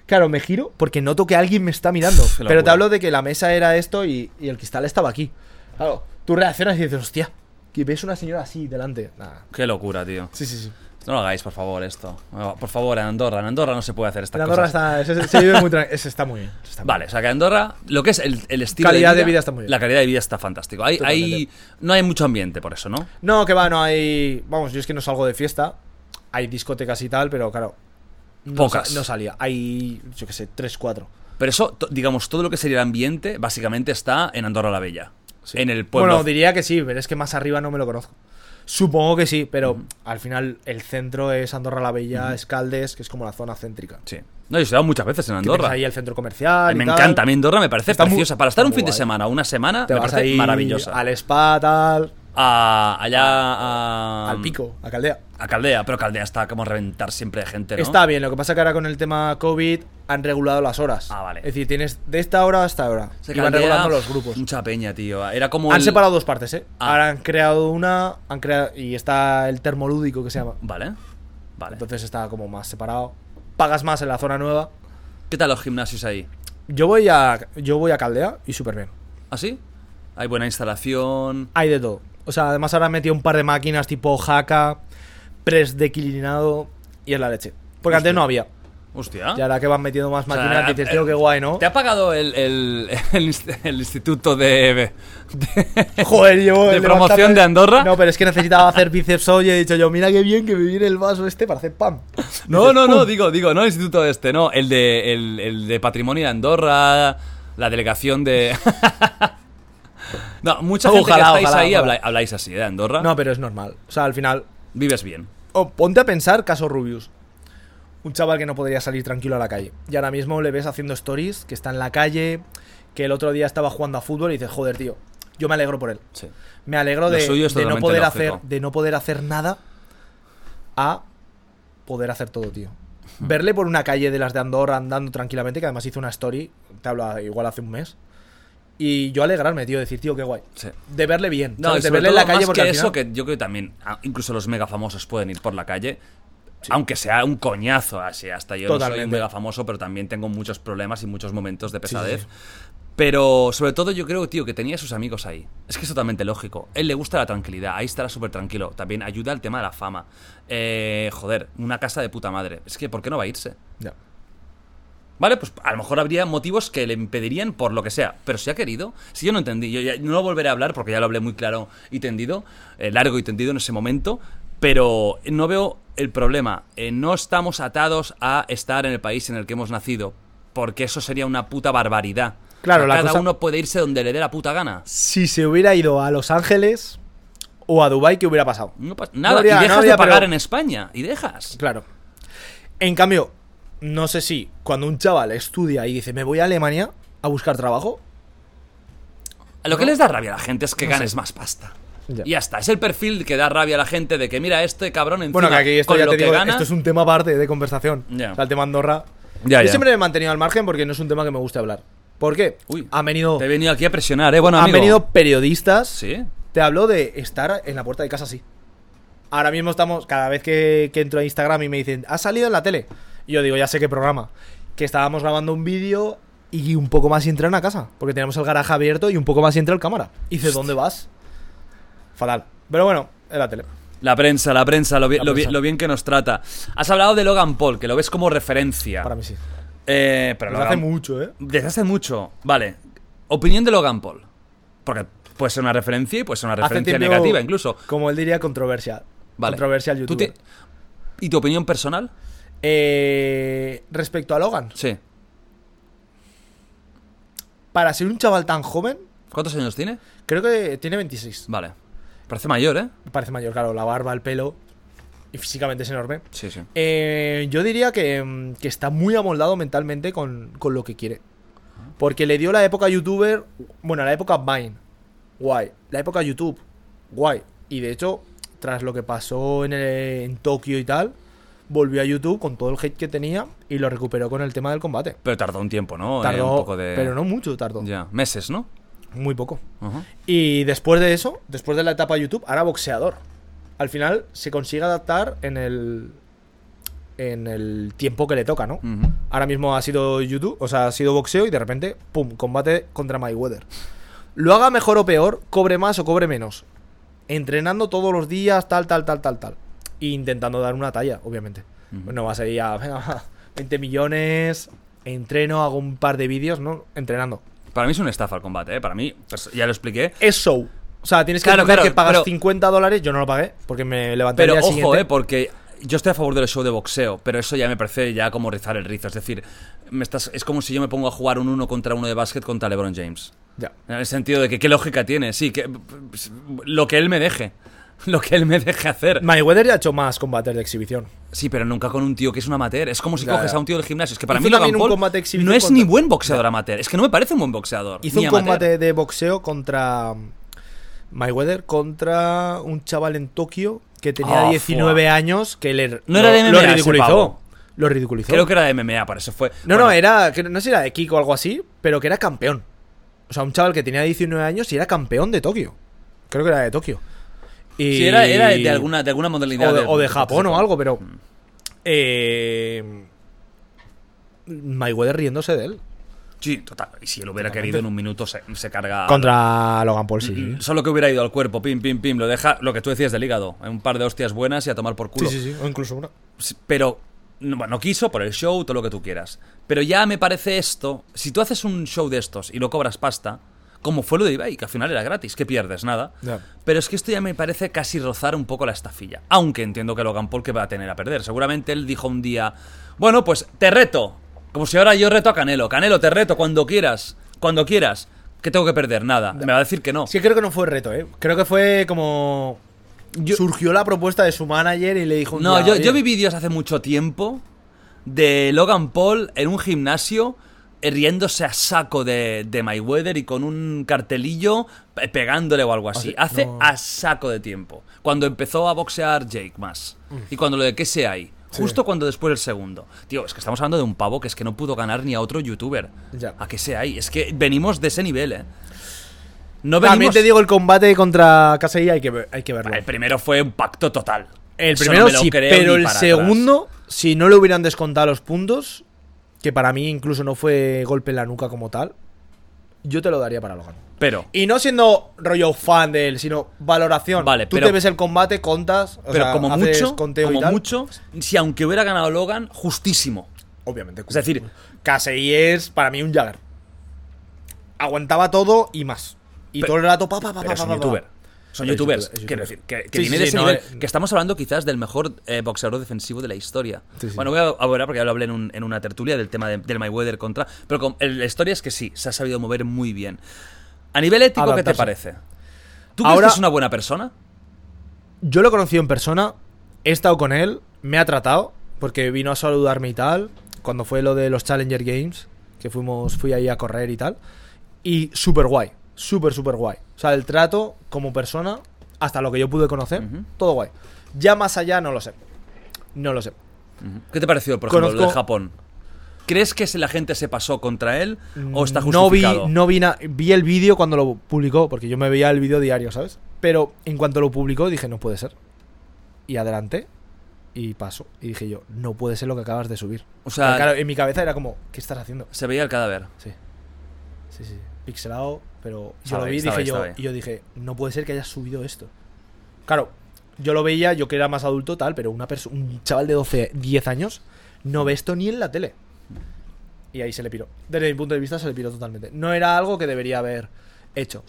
[SPEAKER 3] Claro, me giro porque noto que alguien me está mirando.
[SPEAKER 2] Uf, qué
[SPEAKER 3] Pero te
[SPEAKER 2] locura.
[SPEAKER 3] hablo de que la mesa era esto y, y el cristal estaba aquí. Claro, tú reaccionas y dices, hostia, que ves una señora así delante. Nah.
[SPEAKER 2] qué locura, tío.
[SPEAKER 3] Sí, sí, sí.
[SPEAKER 2] No lo hagáis, por favor, esto. No, Por favor, en Andorra, en Andorra no se puede hacer estas
[SPEAKER 3] En Andorra
[SPEAKER 2] cosas.
[SPEAKER 3] está, se, se vive muy tran- ese está muy bien. ese está muy
[SPEAKER 2] Vale, o sea que Andorra, lo que es el, el estilo
[SPEAKER 3] Calidad
[SPEAKER 2] de, vida,
[SPEAKER 3] de vida está muy bien.
[SPEAKER 2] La calidad de vida está fantástico. Hay,
[SPEAKER 3] Totalmente.
[SPEAKER 2] hay, no hay mucho ambiente por eso, ¿no?
[SPEAKER 3] No, que va, no hay. Vamos, yo es que no salgo de fiesta. Hay discotecas y tal, pero claro. No,
[SPEAKER 2] Pocas.
[SPEAKER 3] sa- No salía. Hay, yo qué sé, 3, 4.
[SPEAKER 2] Pero eso, to- digamos, todo lo que sería el ambiente, básicamente está en Andorra la Bella. En el pueblo.
[SPEAKER 3] Bueno, diría que sí, pero es que más arriba no me lo conozco. Supongo que sí, pero al final el centro es Andorra la Bella, Escaldes, que es como la zona céntrica.
[SPEAKER 2] Sí. No, yo he estado muchas veces en
[SPEAKER 3] Que
[SPEAKER 2] Andorra.
[SPEAKER 3] tienes ahí el centro comercial. y
[SPEAKER 2] me
[SPEAKER 3] tal.
[SPEAKER 2] encanta, a mí Andorra me parece
[SPEAKER 3] Está muy-
[SPEAKER 2] preciosa. Para estar un
[SPEAKER 3] está
[SPEAKER 2] fin de
[SPEAKER 3] muy guay.
[SPEAKER 2] semana, una semana,
[SPEAKER 3] Te
[SPEAKER 2] me
[SPEAKER 3] vas
[SPEAKER 2] parece
[SPEAKER 3] ahí
[SPEAKER 2] maravillosa.
[SPEAKER 3] Al spa, tal.
[SPEAKER 2] A- allá a,
[SPEAKER 3] al pico, a Caldea.
[SPEAKER 2] A Caldea, pero Caldea está como a reventar siempre de gente, ¿no?
[SPEAKER 3] Está bien, lo que pasa que ahora con el tema COVID han regulado las horas.
[SPEAKER 2] Ah, vale.
[SPEAKER 3] Es decir, tienes de esta hora hasta ahora.
[SPEAKER 2] Se
[SPEAKER 3] y van
[SPEAKER 2] Caldea,
[SPEAKER 3] regulando los grupos.
[SPEAKER 2] Mucha peña, tío. Era como.
[SPEAKER 3] Han
[SPEAKER 2] el-
[SPEAKER 3] separado dos partes, ¿eh?
[SPEAKER 2] Ah.
[SPEAKER 3] Ahora han creado una, han creado y está el termolúdico que se llama.
[SPEAKER 2] Vale. Vale.
[SPEAKER 3] Entonces está como más separado. Pagas más en la zona nueva.
[SPEAKER 2] ¿Qué tal los gimnasios ahí?
[SPEAKER 3] Yo voy a yo voy a Caldea y súper bien.
[SPEAKER 2] ¿Así? ¿Ah, Hay buena instalación.
[SPEAKER 3] Hay de todo. O sea, además ahora han metido un par de máquinas tipo jaca, press declinado y es la leche. Porque antes no había.
[SPEAKER 2] Hostia.
[SPEAKER 3] Y ahora que van metiendo más
[SPEAKER 2] O sea,
[SPEAKER 3] máquinas, dices,
[SPEAKER 2] eh,
[SPEAKER 3] tío, qué guay, ¿no?
[SPEAKER 2] ¿Te ha pagado el, el, el inst- el instituto de. de-
[SPEAKER 3] Joder, yo.
[SPEAKER 2] de promoción de Andorra?
[SPEAKER 3] No, pero es que necesitaba hacer bíceps hoy y he dicho yo, mira qué bien que me viene el vaso este para hacer pam.
[SPEAKER 2] No, no, no, digo, digo, no el instituto este, no. El de, el, el de Patrimonio de Andorra, la delegación de. no, mucha gente
[SPEAKER 3] Ojalá,
[SPEAKER 2] que estáis
[SPEAKER 3] ojalá,
[SPEAKER 2] ahí
[SPEAKER 3] ojalá.
[SPEAKER 2] habla- habláis así de Andorra.
[SPEAKER 3] No, pero es normal. O sea, al final.
[SPEAKER 2] Vives bien.
[SPEAKER 3] oh, ponte a pensar caso Rubius. Un chaval que no podría salir tranquilo a la calle. Y ahora mismo le ves haciendo stories, que está en la calle, que el otro día estaba jugando a fútbol y dices, joder, tío, yo me alegro por él.
[SPEAKER 2] Sí.
[SPEAKER 3] Me alegro
[SPEAKER 2] Lo
[SPEAKER 3] de,
[SPEAKER 2] suyo es
[SPEAKER 3] de no
[SPEAKER 2] totalmente
[SPEAKER 3] poder
[SPEAKER 2] lógico.
[SPEAKER 3] hacer, de no poder hacer nada a poder hacer todo, tío. Verle por una calle de las de Andorra andando tranquilamente, que además hizo una story, te habla igual hace un mes. Y yo alegrarme, tío, decir, tío, qué guay.
[SPEAKER 2] Sí.
[SPEAKER 3] De verle bien,
[SPEAKER 2] No,
[SPEAKER 3] ¿sabes?
[SPEAKER 2] y
[SPEAKER 3] de
[SPEAKER 2] sobre
[SPEAKER 3] verle en
[SPEAKER 2] todo,
[SPEAKER 3] la calle
[SPEAKER 2] más que
[SPEAKER 3] porque al
[SPEAKER 2] eso,
[SPEAKER 3] final-
[SPEAKER 2] que yo creo que también, a- incluso los mega famosos pueden ir por la calle. Aunque sea un coñazo, así hasta yo no soy un
[SPEAKER 3] Totalmente.
[SPEAKER 2] mega famoso, pero también tengo muchos problemas y muchos momentos de pesadez. Pero sobre todo yo creo, tío, que tenía a sus amigos ahí. Es que es totalmente lógico. Él le gusta la tranquilidad, ahí estará súper tranquilo. También ayuda al tema de la fama. Eh, joder, una casa de puta madre. Es que, ¿por qué no va a irse?
[SPEAKER 3] Ya.
[SPEAKER 2] Vale, pues a lo mejor habría motivos que le impedirían por lo que sea, pero si ha querido, si yo no entendí, yo ya no lo volveré a hablar porque ya lo hablé muy claro y tendido, eh, largo y tendido en ese momento, pero no veo el problema, eh, no estamos atados a estar en el país en el que hemos nacido, porque eso sería una puta barbaridad.
[SPEAKER 3] Claro,
[SPEAKER 2] O sea,
[SPEAKER 3] la
[SPEAKER 2] cada
[SPEAKER 3] cosa-
[SPEAKER 2] uno puede irse donde le dé la puta gana.
[SPEAKER 3] Si se hubiera ido a Los Ángeles o a Dubai, ¿qué hubiera pasado?
[SPEAKER 2] No pasa- nada,
[SPEAKER 3] habría-
[SPEAKER 2] y
[SPEAKER 3] no
[SPEAKER 2] dejas
[SPEAKER 3] habría,
[SPEAKER 2] de pagar
[SPEAKER 3] pero-
[SPEAKER 2] en España, y dejas.
[SPEAKER 3] Claro. En cambio, no sé si cuando un chaval estudia y dice, me voy a Alemania a buscar trabajo,
[SPEAKER 2] Lo que les da rabia a la gente es que ganes más pasta.
[SPEAKER 3] Ya.
[SPEAKER 2] Y ya está, es el perfil que da rabia a la gente de que mira este cabrón encima
[SPEAKER 3] Bueno, que aquí esto
[SPEAKER 2] con
[SPEAKER 3] ya
[SPEAKER 2] lo
[SPEAKER 3] te
[SPEAKER 2] que
[SPEAKER 3] digo,
[SPEAKER 2] gana.
[SPEAKER 3] esto es un tema aparte de conversación.
[SPEAKER 2] Ya.
[SPEAKER 3] O sea, el tema Andorra.
[SPEAKER 2] Ya,
[SPEAKER 3] Yo
[SPEAKER 2] Ah, ya.
[SPEAKER 3] siempre me he mantenido al margen porque no es un tema que me guste hablar. ¿Por qué?
[SPEAKER 2] Uy,
[SPEAKER 3] han venido,
[SPEAKER 2] Te he venido aquí a presionar, eh. Bueno,
[SPEAKER 3] han
[SPEAKER 2] amigo.
[SPEAKER 3] venido periodistas.
[SPEAKER 2] Sí.
[SPEAKER 3] Te hablo de estar en la puerta de casa así. Ahora mismo estamos, cada vez que, que entro a Instagram y me dicen, ¿has salido en la tele? Y yo digo, ya sé qué programa. Que estábamos grabando un vídeo y un poco más y entraron a casa. Porque teníamos el garaje abierto y un poco más y entra el cámara. Y dices, ¿dónde vas? Fatal. Pero bueno, en la tele.
[SPEAKER 2] La prensa, la prensa, lo, bien-
[SPEAKER 3] La
[SPEAKER 2] lo bien-
[SPEAKER 3] prensa.
[SPEAKER 2] lo bien que nos trata. Has hablado de Logan Paul, que lo ves como referencia.
[SPEAKER 3] Para mí sí.
[SPEAKER 2] Eh, pero
[SPEAKER 3] Pero
[SPEAKER 2] Logan-
[SPEAKER 3] hace mucho, ¿eh?
[SPEAKER 2] Desde hace mucho. Vale. Opinión de Logan Paul. Porque puede ser una referencia y puede ser una
[SPEAKER 3] Hace
[SPEAKER 2] referencia
[SPEAKER 3] tiempo,
[SPEAKER 2] negativa incluso.
[SPEAKER 3] Como él diría, controversial.
[SPEAKER 2] Vale.
[SPEAKER 3] Controversial
[SPEAKER 2] ¿Tú
[SPEAKER 3] youtuber.
[SPEAKER 2] te- ¿Y tu opinión personal?
[SPEAKER 3] Eh, respecto a Logan,
[SPEAKER 2] Sí.
[SPEAKER 3] para ser un chaval tan joven,
[SPEAKER 2] ¿Cuántos años tiene?
[SPEAKER 3] creo que tiene 26.
[SPEAKER 2] Vale. Parece mayor, ¿eh?
[SPEAKER 3] Me parece mayor, claro, la barba, el pelo. Y físicamente es enorme.
[SPEAKER 2] Sí, sí.
[SPEAKER 3] Eh, yo diría que, mm, que está muy amoldado mentalmente con, con lo que quiere. Porque le dio la época youtuber, bueno, la época Vine, guay. La época YouTube, guay. Y de hecho, tras lo que pasó en, eh, en Tokio y tal, volvió a YouTube con todo el hate que tenía y lo recuperó con el tema del combate.
[SPEAKER 2] Pero tardó un tiempo, ¿no? Eh,
[SPEAKER 3] Tardó,
[SPEAKER 2] un poco de.
[SPEAKER 3] pero no mucho tardó.
[SPEAKER 2] Ya. Meses, ¿no?
[SPEAKER 3] Muy poco.
[SPEAKER 2] Ajá.
[SPEAKER 3] Y después de eso, después de la etapa YouTube, ahora boxeador. Al final se consigue adaptar en el. en el tiempo que le toca, ¿no?
[SPEAKER 2] Ujú.
[SPEAKER 3] Ahora mismo ha sido YouTube, o sea, ha sido boxeo y de repente, pum, combate contra Mayweather. Lo haga mejor o peor, cobre más o cobre menos. Entrenando todos los días, tal, tal, tal, tal, tal. E intentando dar una talla, obviamente. No vas ahí a, venga, va, 20 millones, entreno, hago un par de vídeos, ¿no? Entrenando.
[SPEAKER 2] Para mí es una estafa el combate, ¿eh? Para mí, pers- ya lo expliqué.
[SPEAKER 3] es show. O sea, tienes que
[SPEAKER 2] Claro,
[SPEAKER 3] entender
[SPEAKER 2] claro,
[SPEAKER 3] que pagas
[SPEAKER 2] pero-
[SPEAKER 3] 50 dólares. Yo no lo pagué porque me levanté
[SPEAKER 2] Pero
[SPEAKER 3] el día
[SPEAKER 2] ojo,
[SPEAKER 3] siguiente.
[SPEAKER 2] eh, porque yo estoy a favor del show de boxeo, pero eso ya me parece ya como rizar el rizo. Es decir, me estás, es como si yo me pongo a jugar un uno contra uno de básquet contra LeBron James.
[SPEAKER 3] Ya.
[SPEAKER 2] En el sentido de pues, que qué lógica tiene, sí, que lo que él me deje. lo que él me deje hacer.
[SPEAKER 3] Mayweather ya ha hecho más combates de exhibición.
[SPEAKER 2] Sí, pero nunca con un tío que es un amateur. Es como si
[SPEAKER 3] Ya,
[SPEAKER 2] coges
[SPEAKER 3] ya.
[SPEAKER 2] a un tío del gimnasio. Es que para
[SPEAKER 3] Hizo
[SPEAKER 2] mí Logan
[SPEAKER 3] también un
[SPEAKER 2] Paul
[SPEAKER 3] combate exhibición
[SPEAKER 2] no es
[SPEAKER 3] contra-
[SPEAKER 2] ni buen boxeador amateur. Es que no me parece un buen boxeador.
[SPEAKER 3] Hizo
[SPEAKER 2] ni
[SPEAKER 3] un
[SPEAKER 2] amateur.
[SPEAKER 3] combate de boxeo contra Mayweather contra un chaval en Tokio que tenía
[SPEAKER 2] Ah,
[SPEAKER 3] 19 años que le,
[SPEAKER 2] No era de MMA
[SPEAKER 3] lo
[SPEAKER 2] ese
[SPEAKER 3] ridiculizó.
[SPEAKER 2] pavo.
[SPEAKER 3] Lo ridiculizó.
[SPEAKER 2] Creo que era de MMA, por eso fue.
[SPEAKER 3] No,
[SPEAKER 2] Bueno,
[SPEAKER 3] no, era. que No sé si era de Kiko o algo así, pero que era campeón. O sea, un chaval que tenía 19 años y era campeón de Tokio. Creo que era de Tokio. Y...
[SPEAKER 2] Sí, era, era de, alguna, de alguna modalidad.
[SPEAKER 3] O de, o de Japón o algo, pero.
[SPEAKER 2] Mm.
[SPEAKER 3] Eh, Mayweather riéndose de él.
[SPEAKER 2] Sí, total. Y si él hubiera querido en un minuto se, se carga.
[SPEAKER 3] Contra Logan Paul, sí. sí.
[SPEAKER 2] Solo que hubiera ido al cuerpo, pim, pim, pim. Lo deja lo que tú decías del hígado. Un par de hostias buenas y a tomar por
[SPEAKER 3] Sí,
[SPEAKER 2] culo.
[SPEAKER 3] sí, sí. O incluso una.
[SPEAKER 2] pero no, bueno, no quiso por el show, todo lo que tú quieras. Pero ya me parece esto, si tú haces un show de estos y no cobras pasta, como fue lo de Ibai, que al final era gratis, que pierdes nada.
[SPEAKER 3] Ya.
[SPEAKER 2] Pero es que esto ya me parece casi rozar un poco la estafilla. Aunque entiendo que Logan Paul que va a tener a perder. Seguramente él dijo un día, bueno, pues te reto. Como si ahora yo reto a Canelo. Canelo, te reto cuando quieras. Cuando quieras. que tengo que perder? Nada. Me va a decir que no.
[SPEAKER 3] Es que creo que no fue reto, ¿eh? Creo que fue como. Surgió la propuesta de su manager y le dijo. un
[SPEAKER 2] No,
[SPEAKER 3] día,
[SPEAKER 2] yo,
[SPEAKER 3] "Oye,
[SPEAKER 2] yo vi vídeos hace mucho tiempo de Logan Paul en un gimnasio eh, riéndose a saco de, de Mayweather y con un cartelillo pe- pegándole o algo así. Hace a saco de tiempo. Cuando empezó a boxear Jake más. Y cuando lo de qué se hay. Justo cuando después el segundo. Tío, es que estamos hablando de un pavo que es que no pudo ganar ni a otro youtuber.
[SPEAKER 3] Ya.
[SPEAKER 2] A que sea ahí. Es que venimos de ese nivel, ¿eh? No venimos...
[SPEAKER 3] También te digo el combate contra Casey hay que, ver- hay que verlo.
[SPEAKER 2] El primero fue un pacto total.
[SPEAKER 3] El
[SPEAKER 2] Eso no
[SPEAKER 3] primero
[SPEAKER 2] me lo
[SPEAKER 3] sí,
[SPEAKER 2] creo
[SPEAKER 3] pero
[SPEAKER 2] ni
[SPEAKER 3] el
[SPEAKER 2] para
[SPEAKER 3] segundo, si no le hubieran descontado los puntos, que para mí incluso no fue golpe en la nuca como tal, yo te lo daría para Logan.
[SPEAKER 2] atrás. Pero...
[SPEAKER 3] Y no siendo rollo fan de él, sino valoración.
[SPEAKER 2] Vale,
[SPEAKER 3] Tú
[SPEAKER 2] pero-
[SPEAKER 3] te ves el combate, contas, o
[SPEAKER 2] Pero
[SPEAKER 3] sea,
[SPEAKER 2] como
[SPEAKER 3] haces
[SPEAKER 2] mucho,
[SPEAKER 3] conteo y
[SPEAKER 2] como
[SPEAKER 3] tal.
[SPEAKER 2] mucho, si aunque hubiera ganado Logan, justísimo.
[SPEAKER 3] obviamente.
[SPEAKER 2] Es decir,
[SPEAKER 3] Casey es para mí un Jagger. Aguantaba todo y más. Y
[SPEAKER 2] Pe-
[SPEAKER 3] todo el rato, pa, pa, pa,
[SPEAKER 2] pero
[SPEAKER 3] pa,
[SPEAKER 2] es un
[SPEAKER 3] pa, pa, pa.
[SPEAKER 2] youtuber. Son
[SPEAKER 3] Es
[SPEAKER 2] youtubers,
[SPEAKER 3] youtuber, es
[SPEAKER 2] quiero
[SPEAKER 3] youtuber.
[SPEAKER 2] decir, que, que
[SPEAKER 3] Sí,
[SPEAKER 2] viene de
[SPEAKER 3] sí, sí,
[SPEAKER 2] ese
[SPEAKER 3] no,
[SPEAKER 2] nivel,
[SPEAKER 3] eh,
[SPEAKER 2] que estamos hablando quizás del mejor eh, boxeador defensivo de la historia.
[SPEAKER 3] Sí, sí.
[SPEAKER 2] Bueno, voy a hablar porque ya lo hablé en, un- en una tertulia del tema de- del Mayweather contra... Pero con- el- la historia es que sí, se ha sabido mover muy bien. A nivel ético, ¿qué te
[SPEAKER 3] Adaptarse.
[SPEAKER 2] parece? ¿Tú crees
[SPEAKER 3] Ahora-
[SPEAKER 2] que es una buena persona?
[SPEAKER 3] Yo lo conocí en persona, he estado con él, me ha tratado, porque vino a saludarme y tal, cuando fue lo de los Challenger Games, que fuimos, fui ahí a correr y tal, y súper guay, súper, súper guay. O sea, el trato como persona, hasta lo que yo pude conocer, todo guay. Ya más allá no lo sé, no lo sé.
[SPEAKER 2] ¿Qué te pareció, por ejemplo, lo de
[SPEAKER 3] Conozco-
[SPEAKER 2] Japón? ¿Crees que se- la gente se pasó contra él o está
[SPEAKER 3] No vi,
[SPEAKER 2] justificado?
[SPEAKER 3] no vi, na- vi el vídeo cuando lo publicó, porque yo me veía el vídeo diario, ¿sabes? Pero en cuanto lo publicó dije, no puede ser. Y adelante y paso. Y dije yo, no puede ser lo que acabas de subir.
[SPEAKER 2] O sea-
[SPEAKER 3] Pero claro, en mi cabeza era como, ¿qué estás haciendo?
[SPEAKER 2] Se veía el cadáver.
[SPEAKER 3] Sí. Sí, sí. Pixelado, pero yo
[SPEAKER 2] Estaba
[SPEAKER 3] lo
[SPEAKER 2] ahí,
[SPEAKER 3] vi y
[SPEAKER 2] estaba
[SPEAKER 3] dije
[SPEAKER 2] ahí,
[SPEAKER 3] yo,
[SPEAKER 2] estaba ahí.
[SPEAKER 3] y yo dije, no puede ser que hayas subido esto. Claro, yo lo veía, yo que era más adulto tal, pero una perso- un chaval de 12, 10 años no ve esto ni en la tele. Y ahí se le piró. Desde mi punto de vista se le piró totalmente. No era algo que debería haber hecho.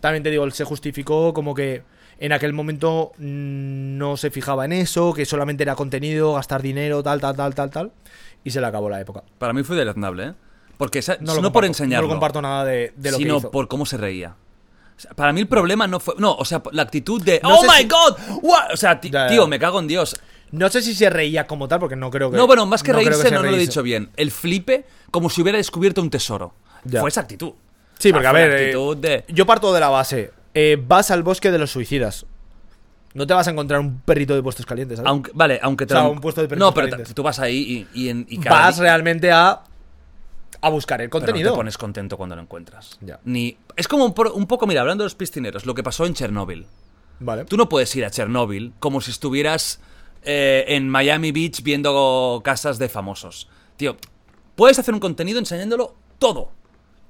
[SPEAKER 3] También te digo, él se justificó como que en aquel momento mm, no se fijaba en eso, que solamente era contenido, gastar dinero, tal, tal, tal, tal, tal. Y se le acabó la época.
[SPEAKER 2] Para mí fue deleznable, ¿eh? Porque esa- no,
[SPEAKER 3] lo
[SPEAKER 2] por
[SPEAKER 3] comparto,
[SPEAKER 2] enseñarlo,
[SPEAKER 3] No lo comparto nada de, de lo que
[SPEAKER 2] sino
[SPEAKER 3] hizo.
[SPEAKER 2] por cómo se reía. O sea, para mí el problema no fue... No, o sea, la actitud de...
[SPEAKER 3] No
[SPEAKER 2] ¡Oh,
[SPEAKER 3] sé
[SPEAKER 2] my
[SPEAKER 3] si-
[SPEAKER 2] God! what?" O sea, ti-
[SPEAKER 3] Ya, ya.
[SPEAKER 2] tío, me cago en Dios.
[SPEAKER 3] No sé si se reía como tal, porque no creo que.
[SPEAKER 2] No, bueno, más que
[SPEAKER 3] no creo
[SPEAKER 2] reírse,
[SPEAKER 3] se
[SPEAKER 2] no lo he
[SPEAKER 3] reíse.
[SPEAKER 2] dicho bien. El flipe, como si hubiera descubierto un tesoro.
[SPEAKER 3] Ya.
[SPEAKER 2] Fue esa actitud.
[SPEAKER 3] Sí,
[SPEAKER 2] O sea,
[SPEAKER 3] porque a
[SPEAKER 2] fue la
[SPEAKER 3] ver. eh,
[SPEAKER 2] actitud de...
[SPEAKER 3] Yo parto de la base. Eh, vas al bosque de los suicidas. No te vas a encontrar un perrito de puestos calientes, ¿sabes?
[SPEAKER 2] Aunque, vale, aunque te
[SPEAKER 3] ¿Eh? O sea,
[SPEAKER 2] lo-
[SPEAKER 3] un puesto de perritos
[SPEAKER 2] No, pero
[SPEAKER 3] calientes.
[SPEAKER 2] t- tú vas ahí y, y en, y cada
[SPEAKER 3] vas
[SPEAKER 2] di-
[SPEAKER 3] realmente a. a buscar el
[SPEAKER 2] pero
[SPEAKER 3] contenido.
[SPEAKER 2] no te pones contento cuando lo encuentras.
[SPEAKER 3] Ya.
[SPEAKER 2] Ni... Es como un, por- un poco, mira, hablando de los piscineros, lo que pasó en Chernóbil.
[SPEAKER 3] Vale.
[SPEAKER 2] Tú no puedes ir a Chernóbil como si estuvieras eh, en Miami Beach viendo casas de famosos. Tío, puedes hacer un contenido enseñándolo todo.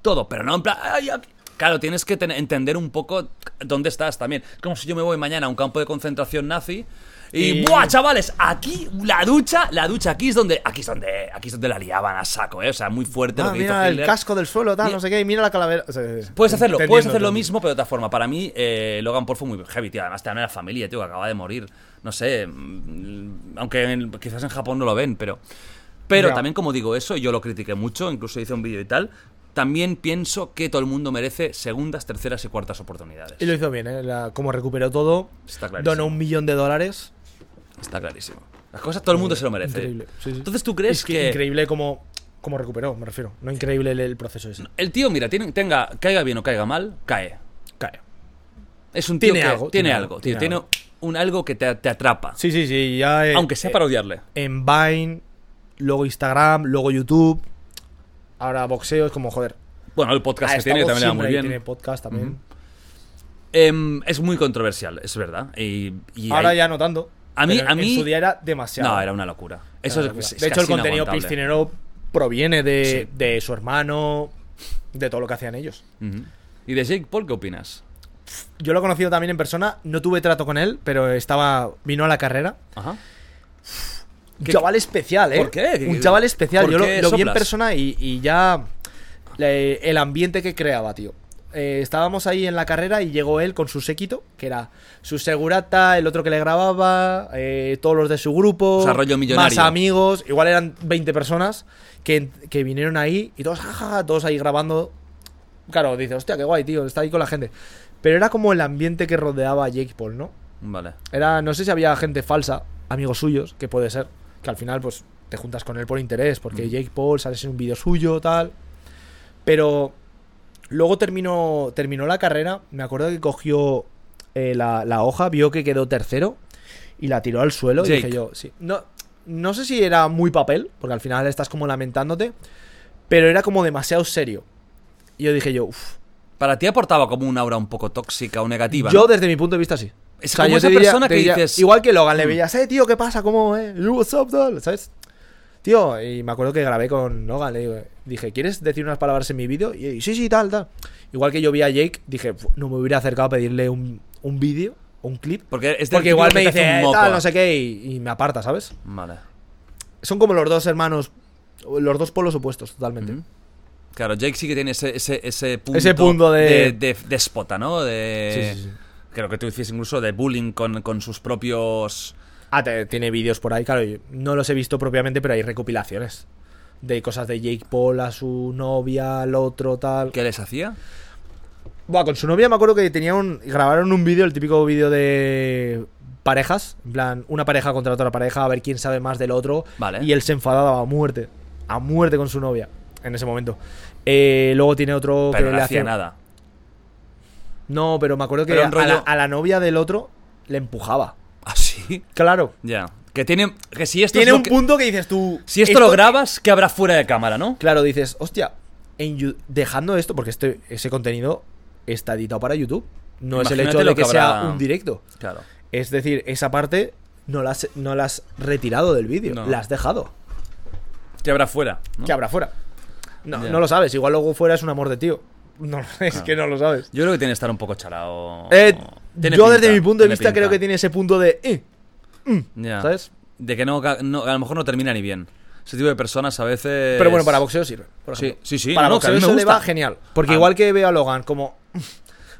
[SPEAKER 2] Todo, pero no en plan. "Ay, aquí". Claro, tienes que ten- entender un poco dónde estás también. Es como si yo me voy mañana a un campo de concentración nazi. Y,
[SPEAKER 3] Y-
[SPEAKER 2] ¡buah, chavales! Aquí, la ducha, la ducha, aquí es donde. Aquí es donde. Aquí es donde la liaban a saco, ¿eh? O sea, muy fuerte
[SPEAKER 3] Ah,
[SPEAKER 2] lo que hizo
[SPEAKER 3] mira el
[SPEAKER 2] Hitler.
[SPEAKER 3] casco del suelo, tal,
[SPEAKER 2] Mira-
[SPEAKER 3] no sé qué, y mira la calavera. O sea, eh,
[SPEAKER 2] Puedes hacerlo,
[SPEAKER 3] entendiendo,
[SPEAKER 2] puedes hacer lo
[SPEAKER 3] entendiendo.
[SPEAKER 2] mismo, pero de otra forma. Para mí, eh, Logan Paul fue muy heavy, tío. Además, te dan a la familia, tío, que acaba de morir. No sé, mm, aunque en- quizás en Japón no lo ven, pero... Pero
[SPEAKER 3] Ya.
[SPEAKER 2] también, como digo eso, yo lo critiqué mucho, incluso hice un vídeo y tal. también pienso que todo el mundo merece segundas, terceras y cuartas oportunidades.
[SPEAKER 3] Y lo hizo bien, ¿eh? La- como recuperó todo,
[SPEAKER 2] Está clarísimo.
[SPEAKER 3] donó un millón de dólares.
[SPEAKER 2] Está clarísimo. Las cosas todo el mundo se lo merece.
[SPEAKER 3] Eh, Increíble. sí, sí.
[SPEAKER 2] Entonces, ¿tú crees
[SPEAKER 3] Es
[SPEAKER 2] que-
[SPEAKER 3] Increíble como, como recuperó, me refiero. No increíble el, el proceso ese.
[SPEAKER 2] El tío, mira, tiene- tenga, caiga bien o caiga mal, cae.
[SPEAKER 3] Cae.
[SPEAKER 2] Es un tío
[SPEAKER 3] Tiene
[SPEAKER 2] que
[SPEAKER 3] algo,
[SPEAKER 2] tiene,
[SPEAKER 3] tiene
[SPEAKER 2] algo,
[SPEAKER 3] algo,
[SPEAKER 2] tío,
[SPEAKER 3] tiene
[SPEAKER 2] tiene
[SPEAKER 3] algo.
[SPEAKER 2] un algo que te, te atrapa.
[SPEAKER 3] Sí, sí, sí. Ya, eh,
[SPEAKER 2] Aunque sea
[SPEAKER 3] eh,
[SPEAKER 2] para odiarle.
[SPEAKER 3] En Vine, luego Instagram, luego YouTube. Ahora boxeo, es como, joder.
[SPEAKER 2] Bueno, el
[SPEAKER 3] ha
[SPEAKER 2] podcast que
[SPEAKER 3] estado
[SPEAKER 2] Ah, tiene también le va
[SPEAKER 3] Ah,
[SPEAKER 2] muy
[SPEAKER 3] siempre ahí,
[SPEAKER 2] bien.
[SPEAKER 3] Tiene podcast también.
[SPEAKER 2] Em, es muy controversial, es verdad. Y, y
[SPEAKER 3] Ahora
[SPEAKER 2] hay-
[SPEAKER 3] ya notando.
[SPEAKER 2] A mí-
[SPEAKER 3] pero
[SPEAKER 2] a
[SPEAKER 3] en-
[SPEAKER 2] mí-
[SPEAKER 3] En su día era demasiado.
[SPEAKER 2] No, era una locura. Eso
[SPEAKER 3] Era
[SPEAKER 2] es-
[SPEAKER 3] una
[SPEAKER 2] es,
[SPEAKER 3] locura. De hecho, el
[SPEAKER 2] casi
[SPEAKER 3] contenido
[SPEAKER 2] inaguantable.
[SPEAKER 3] piscinero proviene de,
[SPEAKER 2] Sí.
[SPEAKER 3] de su hermano, de todo lo que hacían ellos.
[SPEAKER 2] Ujú. ¿Y de Jake Paul qué opinas?
[SPEAKER 3] Yo lo he conocido también en persona, no tuve trato con él, pero estaba vino a la carrera.
[SPEAKER 2] Ajá.
[SPEAKER 3] Un
[SPEAKER 2] ¿Qué-
[SPEAKER 3] chaval especial, ¿eh?
[SPEAKER 2] ¿Por qué?
[SPEAKER 3] Un chaval especial.
[SPEAKER 2] ¿Por
[SPEAKER 3] Yo lo,
[SPEAKER 2] qué
[SPEAKER 3] lo vi en
[SPEAKER 2] soplas?
[SPEAKER 3] persona y, y ya le- el ambiente que creaba, tío. Eh, estábamos ahí en la carrera y llegó él con su séquito, que era su segurata, el otro que le grababa, eh, todos los de su grupo,
[SPEAKER 2] O sea, rollo millonario.
[SPEAKER 3] más amigos, igual eran 20 personas que, que vinieron ahí y todos, jajaja, todos ahí grabando. Claro, dice, hostia, qué guay, tío, está ahí con la gente. Pero era como el ambiente que rodeaba a Jake Paul, ¿no?
[SPEAKER 2] Vale.
[SPEAKER 3] Era, no sé si había gente falsa, amigos suyos, que puede ser, que al final pues te juntas con él por interés, porque Jake Paul sales en un vídeo suyo, tal. Pero luego terminó, terminó la carrera, me acuerdo que cogió eh, la, la hoja, vio que quedó tercero y la tiró al suelo y
[SPEAKER 2] Jake.
[SPEAKER 3] dije yo, sí. No, no sé si era muy papel, porque al final estás como lamentándote, pero era como demasiado serio. Y yo dije yo, uff.
[SPEAKER 2] Para ti aportaba como un aura un poco tóxica o negativa.
[SPEAKER 3] Yo,
[SPEAKER 2] ¿no?
[SPEAKER 3] desde mi punto de vista, sí.
[SPEAKER 2] Es como
[SPEAKER 3] yo
[SPEAKER 2] esa
[SPEAKER 3] te diría-
[SPEAKER 2] persona
[SPEAKER 3] te
[SPEAKER 2] que
[SPEAKER 3] diría-
[SPEAKER 2] dices- "Mm".
[SPEAKER 3] Igual que Logan le veías, eh, tío, ¿qué pasa? ¿Cómo, eh? You, What's up, tal? ¿Sabes? Tío, y me acuerdo que grabé con Logan, le digo, dije, ¿quieres decir unas palabras en mi vídeo? Y él, sí, sí, tal, tal. Igual que yo vi a Jake, dije, "Fu, no me hubiera acercado a pedirle un, un vídeo, un clip.
[SPEAKER 2] Porque es del
[SPEAKER 3] Porque
[SPEAKER 2] típico
[SPEAKER 3] igual
[SPEAKER 2] que
[SPEAKER 3] me
[SPEAKER 2] te hace
[SPEAKER 3] dice,
[SPEAKER 2] un
[SPEAKER 3] "Eh,
[SPEAKER 2] moco".
[SPEAKER 3] tal, no sé qué, y, y me aparta, ¿sabes?
[SPEAKER 2] Vale.
[SPEAKER 3] Son como los dos hermanos, los dos polos opuestos, totalmente.
[SPEAKER 2] Ujú. Claro, Jake sí que tiene ese, ese, ese punto,
[SPEAKER 3] Ese punto de-
[SPEAKER 2] déspota, ¿no? De,
[SPEAKER 3] Sí, sí, sí.
[SPEAKER 2] Creo que tú dices incluso de bullying con, con sus propios...
[SPEAKER 3] Ah, te- tiene vídeos por ahí, claro. yo No los he visto propiamente, pero hay recopilaciones. De cosas de Jake Paul a su novia, al otro, tal.
[SPEAKER 2] ¿Qué les hacía?
[SPEAKER 3] Buah, con su novia me acuerdo que tenía un, grabaron un vídeo, el típico vídeo de parejas. En plan, una pareja contra otra pareja, a ver quién sabe más del otro.
[SPEAKER 2] Vale.
[SPEAKER 3] Y él se enfadaba a muerte. A muerte con su novia. En ese momento. Eh, luego tiene otro
[SPEAKER 2] Pero
[SPEAKER 3] que
[SPEAKER 2] no
[SPEAKER 3] le
[SPEAKER 2] hacía
[SPEAKER 3] hace-
[SPEAKER 2] nada.
[SPEAKER 3] No, pero me acuerdo que
[SPEAKER 2] Pero un
[SPEAKER 3] a, la,
[SPEAKER 2] rollo-
[SPEAKER 3] a la novia del otro le empujaba.
[SPEAKER 2] ¿Ah, sí?
[SPEAKER 3] Claro.
[SPEAKER 2] Ya. Que tiene... Que si esto es
[SPEAKER 3] Tiene
[SPEAKER 2] lo
[SPEAKER 3] un
[SPEAKER 2] que-
[SPEAKER 3] punto que dices tú.
[SPEAKER 2] Si esto, lo grabas, que habrá fuera de cámara, ¿no?
[SPEAKER 3] Claro, dices, hostia, en Yu- dejando esto, porque este, ese contenido está editado para YouTube. No es el
[SPEAKER 2] Imagínate
[SPEAKER 3] hecho
[SPEAKER 2] lo
[SPEAKER 3] de que,
[SPEAKER 2] que habrá-
[SPEAKER 3] sea un directo.
[SPEAKER 2] Claro.
[SPEAKER 3] Es decir, esa parte no la has, no la has retirado del vídeo,
[SPEAKER 2] No.
[SPEAKER 3] la has dejado.
[SPEAKER 2] Que habrá fuera. ¿no?
[SPEAKER 3] ¿Qué habrá fuera? No,
[SPEAKER 2] Ya.
[SPEAKER 3] no lo sabes, igual luego fuera es un amor de tío. No, es que no lo sabes.
[SPEAKER 2] Yo creo que tiene que estar un poco charado.
[SPEAKER 3] Eh,
[SPEAKER 2] Oh. Tiene
[SPEAKER 3] yo
[SPEAKER 2] pinta,
[SPEAKER 3] desde mi punto de
[SPEAKER 2] tiene
[SPEAKER 3] vista creo
[SPEAKER 2] pinta.
[SPEAKER 3] que tiene ese punto de... eh,
[SPEAKER 2] Ya.
[SPEAKER 3] ¿sabes?
[SPEAKER 2] De que no, ca- no- a lo mejor no termina ni bien. Ese tipo de personas a veces.
[SPEAKER 3] Pero bueno, para boxeo sirve. por
[SPEAKER 2] Sí,
[SPEAKER 3] ejemplo.
[SPEAKER 2] sí, sí,
[SPEAKER 3] Para
[SPEAKER 2] no, no, que a
[SPEAKER 3] boxeo
[SPEAKER 2] mí me
[SPEAKER 3] eso le
[SPEAKER 2] gusta.
[SPEAKER 3] va genial. Porque
[SPEAKER 2] Ah.
[SPEAKER 3] igual que veo a Logan como...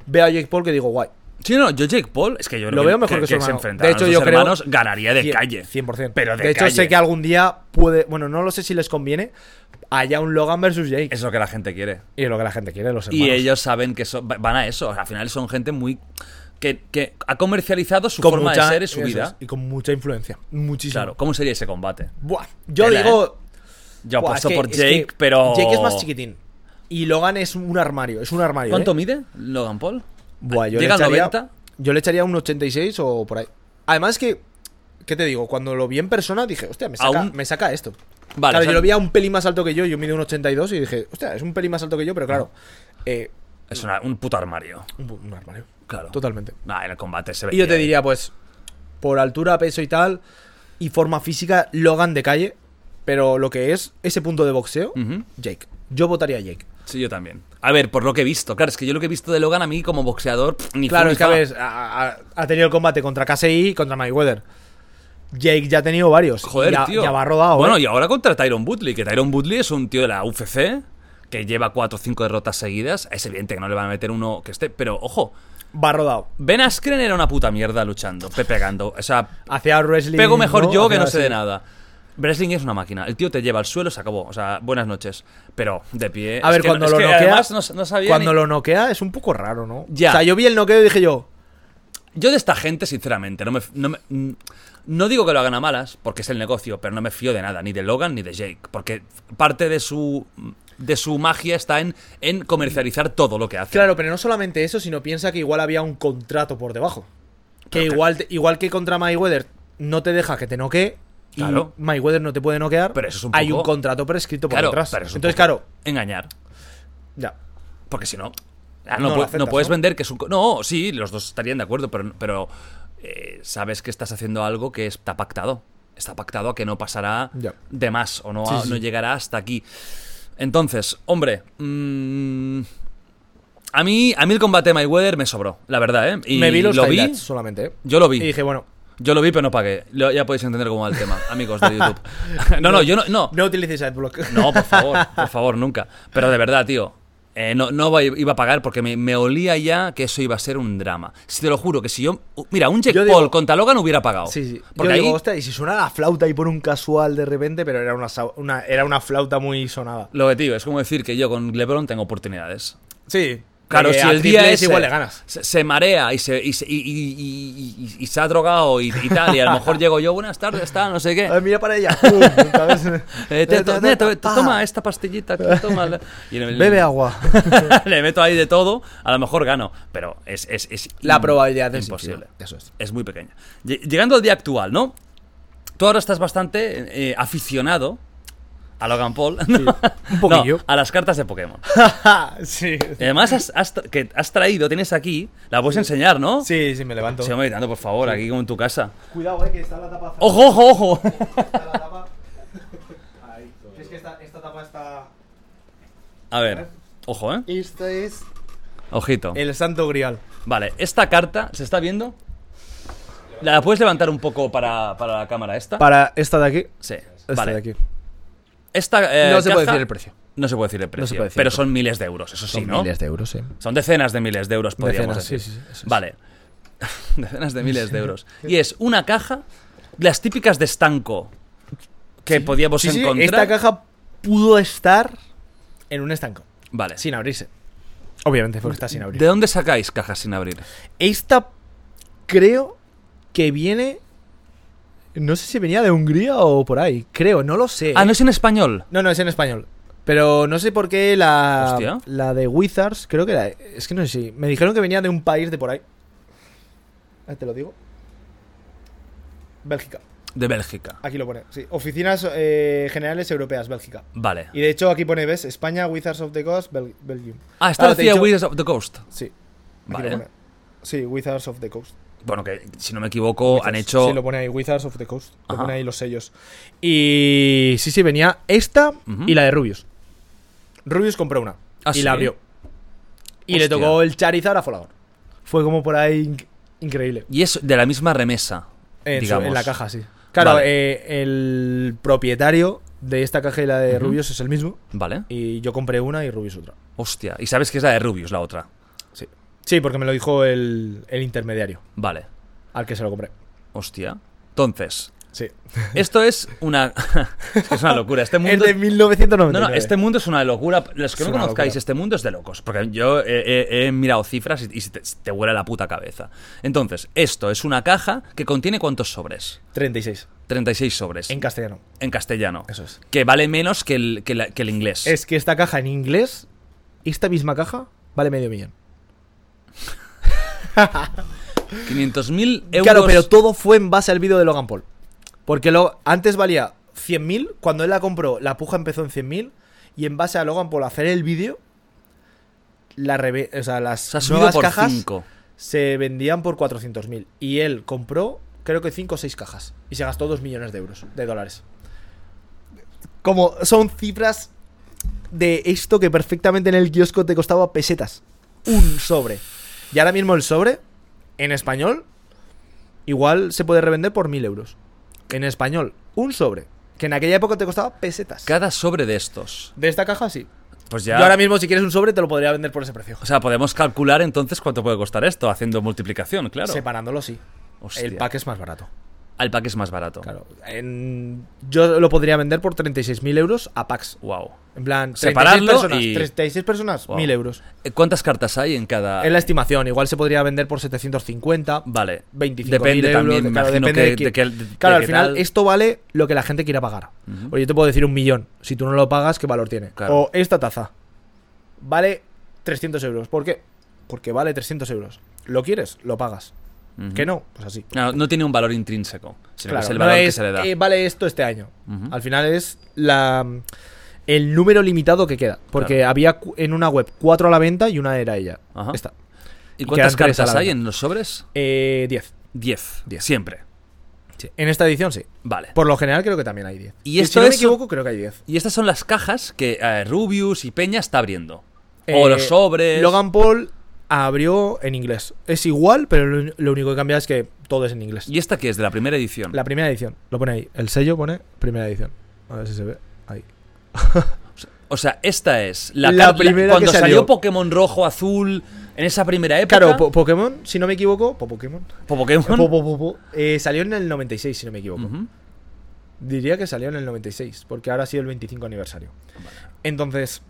[SPEAKER 3] Veo a Jake Paul que digo, guay.
[SPEAKER 2] Sí, no, yo Jake Paul es que yo creo
[SPEAKER 3] Lo veo mejor que su
[SPEAKER 2] se
[SPEAKER 3] hermano.
[SPEAKER 2] enfrentarán
[SPEAKER 3] De hecho,
[SPEAKER 2] los
[SPEAKER 3] yo
[SPEAKER 2] dos
[SPEAKER 3] creo-
[SPEAKER 2] hermanos ganaría de
[SPEAKER 3] Cien-
[SPEAKER 2] calle.
[SPEAKER 3] 100%.
[SPEAKER 2] Pero de,
[SPEAKER 3] hecho,
[SPEAKER 2] calle.
[SPEAKER 3] sé que algún día puede. Bueno, no lo sé si les conviene. Haya un Logan versus Jake.
[SPEAKER 2] Es lo que la gente quiere.
[SPEAKER 3] Y es lo que la gente quiere, los hermanos.
[SPEAKER 2] Y ellos saben que son- va- van a eso. Al final son gente muy. que, que ha comercializado su forma de ser y su
[SPEAKER 3] eso es,
[SPEAKER 2] vida.
[SPEAKER 3] y con mucha influencia. Muchísimo.
[SPEAKER 2] Claro, ¿cómo sería ese combate?
[SPEAKER 3] Buah, yo
[SPEAKER 2] Tela,
[SPEAKER 3] digo.
[SPEAKER 2] Yo
[SPEAKER 3] buah,
[SPEAKER 2] apuesto
[SPEAKER 3] es que-
[SPEAKER 2] por
[SPEAKER 3] es
[SPEAKER 2] Jake,
[SPEAKER 3] que
[SPEAKER 2] pero.
[SPEAKER 3] Jake es más chiquitín. Y Logan es un armario. Es un armario.
[SPEAKER 2] ¿Cuánto
[SPEAKER 3] eh.
[SPEAKER 2] mide Logan Paul?
[SPEAKER 3] Buah, yo le
[SPEAKER 2] ¿Llega al
[SPEAKER 3] echaría-
[SPEAKER 2] 90?
[SPEAKER 3] Yo le echaría un 86 o por ahí. Además que. ¿Qué te digo? Cuando lo vi en persona dije, hostia, me saca,
[SPEAKER 2] Aún-
[SPEAKER 3] me saca esto.
[SPEAKER 2] Vale,
[SPEAKER 3] claro,
[SPEAKER 2] o sea-
[SPEAKER 3] yo lo vi a un pelín más alto que yo, yo mido un 82 y dije, hostia, es un pelín más alto que yo, pero claro,
[SPEAKER 2] Ah.
[SPEAKER 3] eh,
[SPEAKER 2] Es una- un puto armario.
[SPEAKER 3] un, un armario.
[SPEAKER 2] Claro.
[SPEAKER 3] Totalmente.
[SPEAKER 2] Nah, en el combate se
[SPEAKER 3] Y yo
[SPEAKER 2] veía.
[SPEAKER 3] te diría, pues, por altura, peso y tal, y forma física, Logan de calle, pero lo que es ese punto de boxeo,
[SPEAKER 2] Ujú.
[SPEAKER 3] Jake. Yo votaría a Jake.
[SPEAKER 2] Sí, yo también. A ver, por lo que he visto. Claro, es que yo lo que he visto de Logan a mí como boxeador, pff, ni fu
[SPEAKER 3] Claro,
[SPEAKER 2] ni
[SPEAKER 3] es que a
[SPEAKER 2] fa.
[SPEAKER 3] ver, ha, ha- ha tenido el combate contra KSI y contra Mayweather. Jake ya ha tenido varios. y
[SPEAKER 2] Joder,
[SPEAKER 3] ya,
[SPEAKER 2] tío.
[SPEAKER 3] Ya va rodado.
[SPEAKER 2] Bueno,
[SPEAKER 3] ¿eh?
[SPEAKER 2] y ahora contra Tyron Woodley, que Tyron Woodley es un tío de la UFC que lleva cuatro o cinco derrotas seguidas. Es evidente que no le van a meter uno que esté, pero ojo,
[SPEAKER 3] Va rodado.
[SPEAKER 2] Ben Askren era una puta mierda luchando, pe- pegando. O sea,
[SPEAKER 3] Hacia wrestling.
[SPEAKER 2] pego mejor
[SPEAKER 3] ¿no?
[SPEAKER 2] yo que
[SPEAKER 3] Hacia
[SPEAKER 2] no sé
[SPEAKER 3] así.
[SPEAKER 2] de nada. Wrestling es una máquina. El tío te lleva al suelo, se acabó. O sea, buenas noches. Pero de pie.
[SPEAKER 3] A
[SPEAKER 2] es
[SPEAKER 3] ver,
[SPEAKER 2] que no-
[SPEAKER 3] cuando
[SPEAKER 2] es
[SPEAKER 3] lo
[SPEAKER 2] que
[SPEAKER 3] noquea.
[SPEAKER 2] además no- no sabía
[SPEAKER 3] cuando
[SPEAKER 2] ni-
[SPEAKER 3] lo noquea es un poco raro, ¿no?
[SPEAKER 2] Ya.
[SPEAKER 3] O sea, yo vi el noqueo y dije yo.
[SPEAKER 2] Yo de esta gente, sinceramente, no me. No, me- mm, no digo que lo hagan a malas, porque es el negocio, pero no me fío de nada, ni de Logan ni de Jake. Porque parte de su. de su magia está en, en comercializar todo lo que hace.
[SPEAKER 3] Claro, pero no solamente eso, sino piensa que igual había un contrato por debajo. Que igual, te- igual que contra Mayweather no te deja que te noquee. Y
[SPEAKER 2] Claro.
[SPEAKER 3] Mayweather no te puede noquear.
[SPEAKER 2] Pero eso es un
[SPEAKER 3] Hay
[SPEAKER 2] poco-
[SPEAKER 3] un contrato prescrito por
[SPEAKER 2] Claro,
[SPEAKER 3] detrás.
[SPEAKER 2] pero es un
[SPEAKER 3] Entonces,
[SPEAKER 2] poco
[SPEAKER 3] claro,
[SPEAKER 2] Engañar.
[SPEAKER 3] ya.
[SPEAKER 2] Porque si no. ah, no,
[SPEAKER 3] No lo
[SPEAKER 2] pu- no
[SPEAKER 3] aceptas,
[SPEAKER 2] puedes
[SPEAKER 3] ¿no?
[SPEAKER 2] vender que es un. co- No, sí, los dos estarían de acuerdo, pero. pero eh, sabes que estás haciendo algo que está pactado. Está pactado a que no pasará
[SPEAKER 3] Ya.
[SPEAKER 2] de más o no,
[SPEAKER 3] Sí,
[SPEAKER 2] a-
[SPEAKER 3] sí.
[SPEAKER 2] no llegará hasta aquí. Entonces, hombre. mm, a mí, a mí el combate de Mayweather me sobró, la verdad, ¿eh? Y
[SPEAKER 3] Me vi los
[SPEAKER 2] lo vi,
[SPEAKER 3] highlights solamente. ¿eh?
[SPEAKER 2] Yo lo vi.
[SPEAKER 3] Y dije, bueno,
[SPEAKER 2] Yo lo vi, pero no pagué. Lo- ya podéis entender cómo va el tema, amigos de YouTube. no, no, yo no. No,
[SPEAKER 3] no utilices Adblock.
[SPEAKER 2] no, por favor, por favor, nunca. Pero de verdad, tío. eh, no, no va- iba a pagar porque me, me olía ya que eso iba a ser un drama. Si te lo juro, que si yo. uh, Mira, un Jack
[SPEAKER 3] Yo
[SPEAKER 2] Paul
[SPEAKER 3] digo-
[SPEAKER 2] contra Logan hubiera pagado.
[SPEAKER 3] Sí, sí.
[SPEAKER 2] Porque
[SPEAKER 3] Yo digo,
[SPEAKER 2] ahí,
[SPEAKER 3] "Hostia, y si suena la flauta y por un casual de repente, pero era una, sau- una- era una flauta muy sonada.
[SPEAKER 2] lo que tío, es como decir que yo con LeBron tengo oportunidades.
[SPEAKER 3] Sí.
[SPEAKER 2] Claro, si el día es.
[SPEAKER 3] igual le ganas.
[SPEAKER 2] Se, se marea y se, y, se- y- y- y- y- y se ha drogado y, y tal, y a lo mejor llego yo, buenas tardes, está, no sé qué.
[SPEAKER 3] Ay, mira para ella. Pum, ¿sabes?
[SPEAKER 2] Eh, te- to- ne- to-
[SPEAKER 3] Ah,
[SPEAKER 2] toma esta pastillita, aquí, tómala. Y en el-
[SPEAKER 3] Bebe agua.
[SPEAKER 2] Le meto ahí de todo, a lo mejor gano, pero es, es, es
[SPEAKER 3] La
[SPEAKER 2] im-
[SPEAKER 3] probabilidad es
[SPEAKER 2] imposible.
[SPEAKER 3] inferior, eso es.
[SPEAKER 2] muy pequeña. Lle- Llegando al día actual, ¿no? Tú ahora estás bastante eh, aficionado a Logan Paul. ¿no?
[SPEAKER 3] un poquillo.
[SPEAKER 2] No, a las cartas de Pokémon.
[SPEAKER 3] sí.
[SPEAKER 2] Y Además, has, has tra- que has traído, tienes aquí, la puedes enseñar, ¿no?
[SPEAKER 3] Sí, sí, me levanto.
[SPEAKER 2] Sigo meditando, por favor, aquí como en tu casa.
[SPEAKER 3] Cuidado, eh, que está la tapa.
[SPEAKER 2] ¡Ojo, ojo, ojo!
[SPEAKER 3] Está la tapa. Es que esta, esta tapa está.
[SPEAKER 2] A ver, ojo, ¿eh?
[SPEAKER 3] Esta es.
[SPEAKER 2] Ojito.
[SPEAKER 3] El santo grial.
[SPEAKER 2] Vale, esta carta, ¿se está viendo? ¿La puedes levantar un poco para, para la cámara esta?
[SPEAKER 3] Para esta de aquí.
[SPEAKER 2] Sí,
[SPEAKER 3] Esta
[SPEAKER 2] vale.
[SPEAKER 3] de aquí.
[SPEAKER 2] Esta, eh,
[SPEAKER 3] No se puede
[SPEAKER 2] caja-
[SPEAKER 3] decir el precio.
[SPEAKER 2] No se puede decir el precio,
[SPEAKER 3] puede decir
[SPEAKER 2] pero
[SPEAKER 3] el
[SPEAKER 2] son miles de euros, eso sí, ¿no?
[SPEAKER 3] de euros, eh. sí.
[SPEAKER 2] Son decenas de miles de euros, podríamos
[SPEAKER 3] Decenas,
[SPEAKER 2] decir.
[SPEAKER 3] sí, sí, sí, eso es.
[SPEAKER 2] vale. decenas de miles de euros. Y es una caja, las típicas de estanco que podíamos
[SPEAKER 3] Sí, sí,
[SPEAKER 2] encontrar.
[SPEAKER 3] esta caja pudo estar en un estanco.
[SPEAKER 2] Vale.
[SPEAKER 3] Sin abrirse. Obviamente, porque está sin abrir.
[SPEAKER 2] ¿De dónde sacáis cajas sin abrir?
[SPEAKER 3] Esta creo que viene. No sé si venía de Hungría o por ahí. Creo, no lo sé.
[SPEAKER 2] Ah,
[SPEAKER 3] ¿eh?
[SPEAKER 2] no es en español.
[SPEAKER 3] no, no, es en español. Pero no sé por qué la,
[SPEAKER 2] Hostia.
[SPEAKER 3] la de Wizards, creo que era. Es que no sé si. Me dijeron que venía de un país de por ahí. Ahí te lo digo. Bélgica.
[SPEAKER 2] De Bélgica.
[SPEAKER 3] Aquí lo pone. Sí. Oficinas eh, Generales Europeas, Bélgica.
[SPEAKER 2] Vale.
[SPEAKER 3] Y de hecho aquí pone, ¿ves? España, Wizards of the Coast, Bel- Belgium.
[SPEAKER 2] Ah, esta
[SPEAKER 3] Claro, te he
[SPEAKER 2] decía
[SPEAKER 3] dicho-
[SPEAKER 2] Wizards of the Coast.
[SPEAKER 3] Sí. Aquí lo
[SPEAKER 2] Vale.
[SPEAKER 3] pone. Sí, Wizards of the Coast.
[SPEAKER 2] Bueno, que si no me equivoco, han
[SPEAKER 3] Entonces,
[SPEAKER 2] hecho.
[SPEAKER 3] Sí, lo pone ahí, Wizards of the Coast. Lo
[SPEAKER 2] Ajá.
[SPEAKER 3] pone ahí los sellos. Y sí, sí, venía esta y la de Rubius. Rubius compró una
[SPEAKER 2] Ah,
[SPEAKER 3] y
[SPEAKER 2] ¿sí?
[SPEAKER 3] la abrió. Y le
[SPEAKER 2] Hostia.
[SPEAKER 3] tocó el Charizard a Folagor. Fue como por ahí inc- increíble.
[SPEAKER 2] Y es de la misma remesa.
[SPEAKER 3] Eh, En, su-
[SPEAKER 2] digamos.
[SPEAKER 3] en la caja, sí. Claro,
[SPEAKER 2] Vale.
[SPEAKER 3] eh, el propietario de esta caja y la de Rubius es el mismo.
[SPEAKER 2] Vale.
[SPEAKER 3] Y yo compré una y Rubius otra.
[SPEAKER 2] Hostia. Y sabes que es la de Rubius, la otra.
[SPEAKER 3] Sí. Sí, porque me lo dijo el, el intermediario
[SPEAKER 2] Vale.
[SPEAKER 3] al que se lo compré.
[SPEAKER 2] Hostia. Entonces,
[SPEAKER 3] Sí.
[SPEAKER 2] esto es una. es que es una locura. Este
[SPEAKER 3] El
[SPEAKER 2] mundo.
[SPEAKER 3] de 1999.
[SPEAKER 2] No, no, este mundo es una locura. Los que
[SPEAKER 3] Es
[SPEAKER 2] no
[SPEAKER 3] una
[SPEAKER 2] conozcáis,
[SPEAKER 3] locura.
[SPEAKER 2] este mundo es de locos. Porque yo he, he- he mirado cifras y, y se te, se te huele la puta cabeza. Entonces, esto es una caja que contiene cuántos sobres?
[SPEAKER 3] 36.
[SPEAKER 2] 36 sobres.
[SPEAKER 3] En castellano.
[SPEAKER 2] en castellano.
[SPEAKER 3] Eso es.
[SPEAKER 2] Que vale menos que el, que la- que el inglés.
[SPEAKER 3] Es que esta caja en inglés, esta misma caja, vale medio millón.
[SPEAKER 2] 500.000 euros.
[SPEAKER 3] Claro, pero todo fue en base al vídeo de Logan Paul. Porque lo, antes valía 100.000, cuando él la compró, la puja empezó en 100.000, y en base a Logan Paul hacer el vídeo, la reve- o sea, las
[SPEAKER 2] se ha subido
[SPEAKER 3] nuevas
[SPEAKER 2] por
[SPEAKER 3] cajas
[SPEAKER 2] 5.
[SPEAKER 3] se vendían por 400.000. Y él compró, creo que 5 o 6 cajas, y se gastó 2 millones de euros, de dólares. Como son cifras de esto que perfectamente en el kiosco te costaba pesetas. Un sobre. Y ahora mismo el sobre, en español, igual se puede revender por mil euros. En español, un sobre. Que en aquella época te costaba pesetas.
[SPEAKER 2] Cada sobre de estos.
[SPEAKER 3] De esta caja, sí.
[SPEAKER 2] Pues ya.
[SPEAKER 3] Yo ahora mismo, si quieres un sobre, te lo podría vender por ese precio.
[SPEAKER 2] O sea, podemos calcular entonces cuánto puede costar esto haciendo multiplicación, claro.
[SPEAKER 3] Separándolo, sí.
[SPEAKER 2] Hostia.
[SPEAKER 3] El pack es más barato.
[SPEAKER 2] al pack es más barato.
[SPEAKER 3] Claro. En- yo lo podría vender por 36.000 euros a PAX.
[SPEAKER 2] Wow.
[SPEAKER 3] En plan, 36
[SPEAKER 2] Separarlo
[SPEAKER 3] personas,
[SPEAKER 2] y-
[SPEAKER 3] 36 personas,
[SPEAKER 2] Wow.
[SPEAKER 3] 1.000 euros.
[SPEAKER 2] Eh, ¿Cuántas cartas hay en cada...?
[SPEAKER 3] Es la estimación, igual se podría vender por 750.
[SPEAKER 2] Vale.
[SPEAKER 3] 25
[SPEAKER 2] Depende
[SPEAKER 3] euros,
[SPEAKER 2] también, me
[SPEAKER 3] claro,
[SPEAKER 2] imagino
[SPEAKER 3] depende
[SPEAKER 2] que-
[SPEAKER 3] de quién.
[SPEAKER 2] de qué- de
[SPEAKER 3] Claro, al
[SPEAKER 2] qué
[SPEAKER 3] final
[SPEAKER 2] tal.
[SPEAKER 3] esto vale lo que la gente quiera pagar. Oye, yo te puedo decir un millón. Si tú no lo pagas, ¿qué valor tiene?
[SPEAKER 2] Claro.
[SPEAKER 3] O esta taza vale 300 euros. ¿Por qué? Porque vale 300 euros. ¿Lo quieres? Lo pagas. ¿Que no? Pues así.
[SPEAKER 2] No, no tiene un valor intrínseco, sino
[SPEAKER 3] Claro,
[SPEAKER 2] que es el
[SPEAKER 3] no
[SPEAKER 2] valor que
[SPEAKER 3] es,
[SPEAKER 2] se le da.
[SPEAKER 3] eh, vale esto este año. Al final es la el número limitado que queda. Porque
[SPEAKER 2] Claro.
[SPEAKER 3] había cu- en una web cuatro a la venta y una era ella.
[SPEAKER 2] Ajá.
[SPEAKER 3] Esta.
[SPEAKER 2] ¿Y cuántas
[SPEAKER 3] quedan tres a
[SPEAKER 2] cartas
[SPEAKER 3] la
[SPEAKER 2] hay
[SPEAKER 3] venta.
[SPEAKER 2] en los sobres?
[SPEAKER 3] Eh, 10.
[SPEAKER 2] Diez.
[SPEAKER 3] Diez.
[SPEAKER 2] Siempre.
[SPEAKER 3] En esta edición sí.
[SPEAKER 2] Vale.
[SPEAKER 3] Por lo general creo que también hay 10.
[SPEAKER 2] Y esto
[SPEAKER 3] si no
[SPEAKER 2] es-
[SPEAKER 3] me equivoco, creo que hay 10.
[SPEAKER 2] Y estas son las cajas que eh, Rubius y Peña está abriendo. o los
[SPEAKER 3] Eh,
[SPEAKER 2] sobres.
[SPEAKER 3] Logan Paul abrió en inglés. Es igual, pero lo, lo único que cambia es que todo es en inglés.
[SPEAKER 2] ¿Y esta que es? De la primera edición.
[SPEAKER 3] La primera edición. Lo pone ahí. El sello pone primera edición. A ver si se ve. Ahí.
[SPEAKER 2] O sea, esta es la,
[SPEAKER 3] La
[SPEAKER 2] car-
[SPEAKER 3] primera
[SPEAKER 2] Cuando
[SPEAKER 3] que
[SPEAKER 2] salió
[SPEAKER 3] salió.
[SPEAKER 2] Pokémon rojo, azul, en esa primera época.
[SPEAKER 3] Claro, po- Pokémon, si no me equivoco. po- Pokémon.
[SPEAKER 2] po- Pokémon.
[SPEAKER 3] Po- po- po- po- eh, salió en el 96, si no me equivoco.
[SPEAKER 2] Ujú.
[SPEAKER 3] Diría que salió en el 96, porque ahora ha sido el 25 aniversario. Entonces,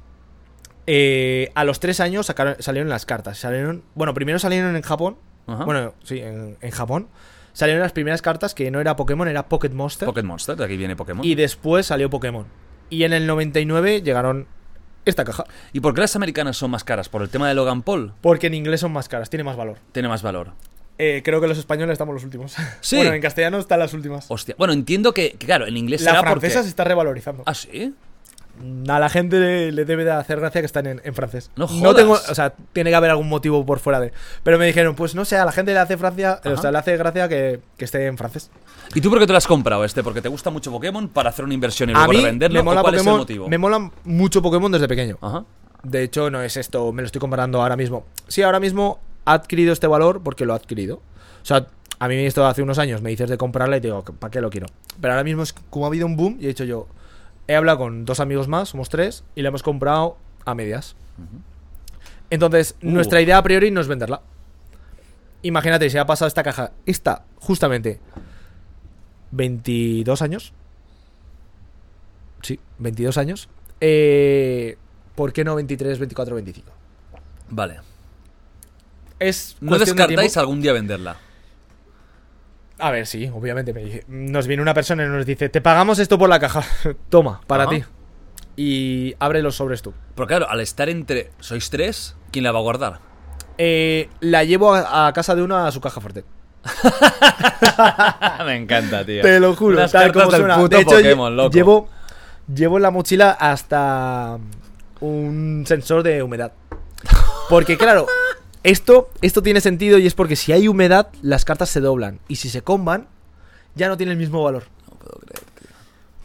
[SPEAKER 3] eh, a los tres años sacaron- salieron las cartas. Salieron, bueno, primero salieron en Japón.
[SPEAKER 2] Ajá.
[SPEAKER 3] Bueno, sí, en, en Japón. Salieron las primeras cartas que no era Pokémon, era Pocket Monster.
[SPEAKER 2] Pocket Monster, de aquí viene Pokémon.
[SPEAKER 3] y
[SPEAKER 2] ¿Y,
[SPEAKER 3] después salió Pokémon. Y en el 99 llegaron esta caja.
[SPEAKER 2] por qué las americanas son más caras? ¿Por el tema de Logan Paul?
[SPEAKER 3] Porque en inglés son más caras, tiene más valor.
[SPEAKER 2] Tiene más valor.
[SPEAKER 3] Eh, creo que los españoles estamos los últimos.
[SPEAKER 2] Sí.
[SPEAKER 3] bueno, en castellano están las últimas.
[SPEAKER 2] Hostia. Bueno, entiendo que, que, claro, en inglés
[SPEAKER 3] La
[SPEAKER 2] será
[SPEAKER 3] francesa se
[SPEAKER 2] porque...
[SPEAKER 3] está revalorizando.
[SPEAKER 2] ¿Ah, sí?
[SPEAKER 3] A la gente le, le debe de hacer gracia que están en, en francés.
[SPEAKER 2] No jodas.
[SPEAKER 3] tengo, o sea, tiene que haber algún motivo por fuera de. Pero me dijeron, pues no sé, a la gente le hace Francia, o sea, le hace gracia que, que esté en francés.
[SPEAKER 2] ¿Y tú por qué te lo has comprado este? ¿Porque te gusta mucho Pokémon para hacer una inversión y luego revenderlo?
[SPEAKER 3] me mola
[SPEAKER 2] ¿O ¿Cuál es el
[SPEAKER 3] Pokémon,
[SPEAKER 2] motivo?
[SPEAKER 3] me mola mucho Pokémon desde pequeño.
[SPEAKER 2] Ajá.
[SPEAKER 3] De hecho, no es esto, me lo estoy comparando ahora mismo. Sí, ahora mismo ha adquirido este valor porque lo ha adquirido. O sea, a mí esto hace unos años me dices de comprarla y te digo, ¿para qué lo quiero? Pero ahora mismo es como ha habido un boom y he dicho yo, he hablado con dos amigos más, somos tres, y la hemos comprado a medias. Entonces,
[SPEAKER 2] Uh.
[SPEAKER 3] nuestra idea a priori no es venderla. Imagínate, si ha pasado esta caja, esta, justamente, 22 años. Sí, 22 años. Eh, ¿Por qué no 23, 24, 25?
[SPEAKER 2] Vale.
[SPEAKER 3] Es
[SPEAKER 2] ¿No
[SPEAKER 3] cuestión de
[SPEAKER 2] descartáis
[SPEAKER 3] tiempo.
[SPEAKER 2] algún día venderla?
[SPEAKER 3] A ver, sí, obviamente. me dice- nos viene una persona y nos dice, te pagamos esto por la caja. Toma, para
[SPEAKER 2] Ajá.
[SPEAKER 3] ti. Y abre los sobres tú.
[SPEAKER 2] Pero claro, al estar entre... ¿Sois tres? ¿Quién la va a guardar?
[SPEAKER 3] Eh, la llevo a, a casa de uno a su caja fuerte.
[SPEAKER 2] Ah, Me encanta, tío.
[SPEAKER 3] Te lo juro,
[SPEAKER 2] Las
[SPEAKER 3] tal
[SPEAKER 2] cartas
[SPEAKER 3] como
[SPEAKER 2] del
[SPEAKER 3] suena.
[SPEAKER 2] puto
[SPEAKER 3] de hecho,
[SPEAKER 2] Pokémon,
[SPEAKER 3] lle-
[SPEAKER 2] loco.
[SPEAKER 3] Llevo, llevo en la mochila hasta un sensor de humedad. Porque, claro, esto, esto tiene sentido y es porque si hay humedad, las cartas se doblan. Y si se comban, ya no tiene el mismo valor.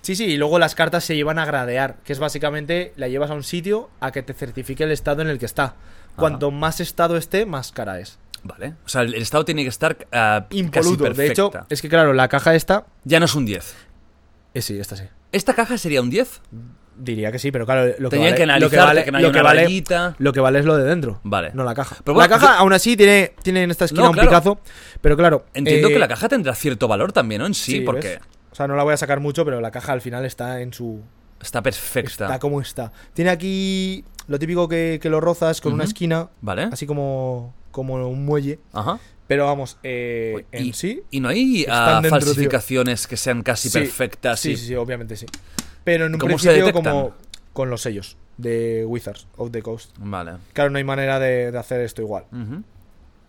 [SPEAKER 3] Sí, sí, y luego las cartas se llevan a gradear, que es básicamente la llevas a un sitio a que te certifique el estado en el que está. Cuanto más estado esté, más cara es.
[SPEAKER 2] Vale. O sea, el el estado tiene que estar ah, casi
[SPEAKER 3] Impoluto.
[SPEAKER 2] perfecta.
[SPEAKER 3] De hecho, es que claro, la caja esta.
[SPEAKER 2] Ya no es un 10.
[SPEAKER 3] Eh, sí, esta sí.
[SPEAKER 2] ¿Esta caja sería un 10?
[SPEAKER 3] Diría que sí, pero claro, lo que
[SPEAKER 2] Tenían
[SPEAKER 3] vale,
[SPEAKER 2] que analizar
[SPEAKER 3] lo que vale,
[SPEAKER 2] que no haya
[SPEAKER 3] lo que
[SPEAKER 2] una
[SPEAKER 3] vale-
[SPEAKER 2] rayita.
[SPEAKER 3] lo que vale es lo de dentro.
[SPEAKER 2] Vale.
[SPEAKER 3] No la caja.
[SPEAKER 2] Pero bueno,
[SPEAKER 3] la caja,
[SPEAKER 2] yo-
[SPEAKER 3] aún así, tiene, tiene en esta esquina
[SPEAKER 2] No,
[SPEAKER 3] un
[SPEAKER 2] claro.
[SPEAKER 3] picazo. Pero claro.
[SPEAKER 2] Entiendo
[SPEAKER 3] eh,
[SPEAKER 2] que la caja tendrá cierto valor también, ¿no? En sí,
[SPEAKER 3] ¿ves?
[SPEAKER 2] porque
[SPEAKER 3] O sea, no la voy a sacar mucho, pero la caja al final está en su.
[SPEAKER 2] está perfecta.
[SPEAKER 3] Está, como está. Tiene aquí lo típico que, que lo rozas con una
[SPEAKER 2] Ujú.
[SPEAKER 3] esquina.
[SPEAKER 2] Vale.
[SPEAKER 3] Así como, como un muelle.
[SPEAKER 2] Ajá.
[SPEAKER 3] Pero vamos, eh, en
[SPEAKER 2] y,
[SPEAKER 3] sí.
[SPEAKER 2] y no hay
[SPEAKER 3] Están
[SPEAKER 2] ah,
[SPEAKER 3] dentro, tío.
[SPEAKER 2] falsificaciones que sean casi
[SPEAKER 3] sí,
[SPEAKER 2] perfectas.
[SPEAKER 3] Sí,
[SPEAKER 2] y-
[SPEAKER 3] sí, sí, obviamente sí. Pero en un
[SPEAKER 2] ¿Cómo se
[SPEAKER 3] principio,
[SPEAKER 2] detectan?
[SPEAKER 3] como con los sellos de Wizards of the Coast.
[SPEAKER 2] Vale.
[SPEAKER 3] Claro, no hay manera de, de hacer esto igual.
[SPEAKER 2] Ujú.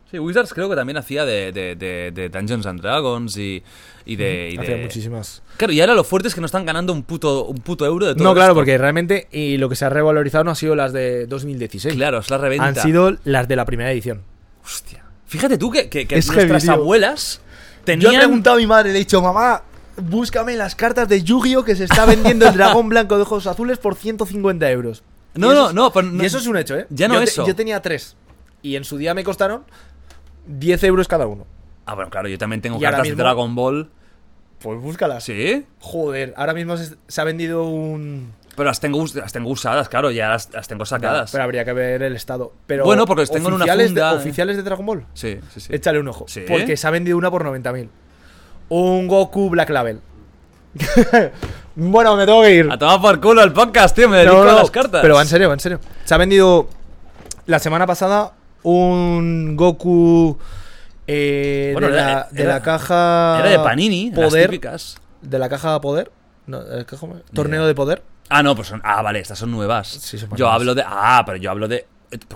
[SPEAKER 2] Sí, Wizards creo que también hacía de, de- de- de Dungeons and Dragons y, y de. y
[SPEAKER 3] Hacía
[SPEAKER 2] de-
[SPEAKER 3] muchísimas.
[SPEAKER 2] Claro, y ahora lo fuerte es que no están ganando un puto, un puto euro de todo.
[SPEAKER 3] No, claro,
[SPEAKER 2] esto.
[SPEAKER 3] porque realmente y lo que se ha revalorizado no ha sido las de 2016.
[SPEAKER 2] Claro, es la reventa.
[SPEAKER 3] Han sido las de la primera edición.
[SPEAKER 2] Hostia. Fíjate tú que, que- que
[SPEAKER 3] Es
[SPEAKER 2] nuestras
[SPEAKER 3] heavy, tío.
[SPEAKER 2] abuelas
[SPEAKER 3] Yo he
[SPEAKER 2] tenían.
[SPEAKER 3] preguntado a mi madre, le he dicho, mamá, búscame las cartas de Yu-Gi-Oh! que se está vendiendo el dragón blanco de ojos azules por 150 euros.
[SPEAKER 2] No,
[SPEAKER 3] Y eso
[SPEAKER 2] no,
[SPEAKER 3] es-
[SPEAKER 2] no, pero no-
[SPEAKER 3] Y eso es un hecho, ¿eh?
[SPEAKER 2] Ya no
[SPEAKER 3] yo te-
[SPEAKER 2] eso.
[SPEAKER 3] yo tenía tres. Y en su día me costaron 10 euros cada uno.
[SPEAKER 2] Ah, bueno, claro, yo también tengo
[SPEAKER 3] Y ahora
[SPEAKER 2] cartas de
[SPEAKER 3] mismo-
[SPEAKER 2] Dragon Ball.
[SPEAKER 3] Pues búscalas.
[SPEAKER 2] Sí.
[SPEAKER 3] Joder, ahora mismo se, se ha vendido un.
[SPEAKER 2] Pero las tengo, us- las tengo usadas, claro, ya las, las tengo sacadas.
[SPEAKER 3] Pero habría que ver el estado. Pero
[SPEAKER 2] Bueno, porque los tengo en una
[SPEAKER 3] oficiales de-
[SPEAKER 2] funda, ¿eh?
[SPEAKER 3] oficiales de Dragon Ball.
[SPEAKER 2] Sí, sí, sí.
[SPEAKER 3] Échale un ojo.
[SPEAKER 2] Sí.
[SPEAKER 3] Porque se ha vendido una por 90.000. Un Goku Black Label. bueno, me tengo que ir.
[SPEAKER 2] A tomar por culo el podcast, tío. Me dedico
[SPEAKER 3] No, no,
[SPEAKER 2] a las cartas.
[SPEAKER 3] Pero va en serio, va en serio. Se ha vendido la semana pasada un Goku eh,
[SPEAKER 2] Bueno,
[SPEAKER 3] de,
[SPEAKER 2] era-
[SPEAKER 3] la, de
[SPEAKER 2] era-
[SPEAKER 3] la caja.
[SPEAKER 2] Era de Panini, las
[SPEAKER 3] Poder.
[SPEAKER 2] típicas.
[SPEAKER 3] de la caja Poder. No, eh, ¿qué cómo es? Torneo de Poder.
[SPEAKER 2] Ah, no, pues son. Ah, vale, estas son nuevas.
[SPEAKER 3] Sí, son
[SPEAKER 2] yo
[SPEAKER 3] nuevas.
[SPEAKER 2] hablo de. Ah, pero yo hablo de.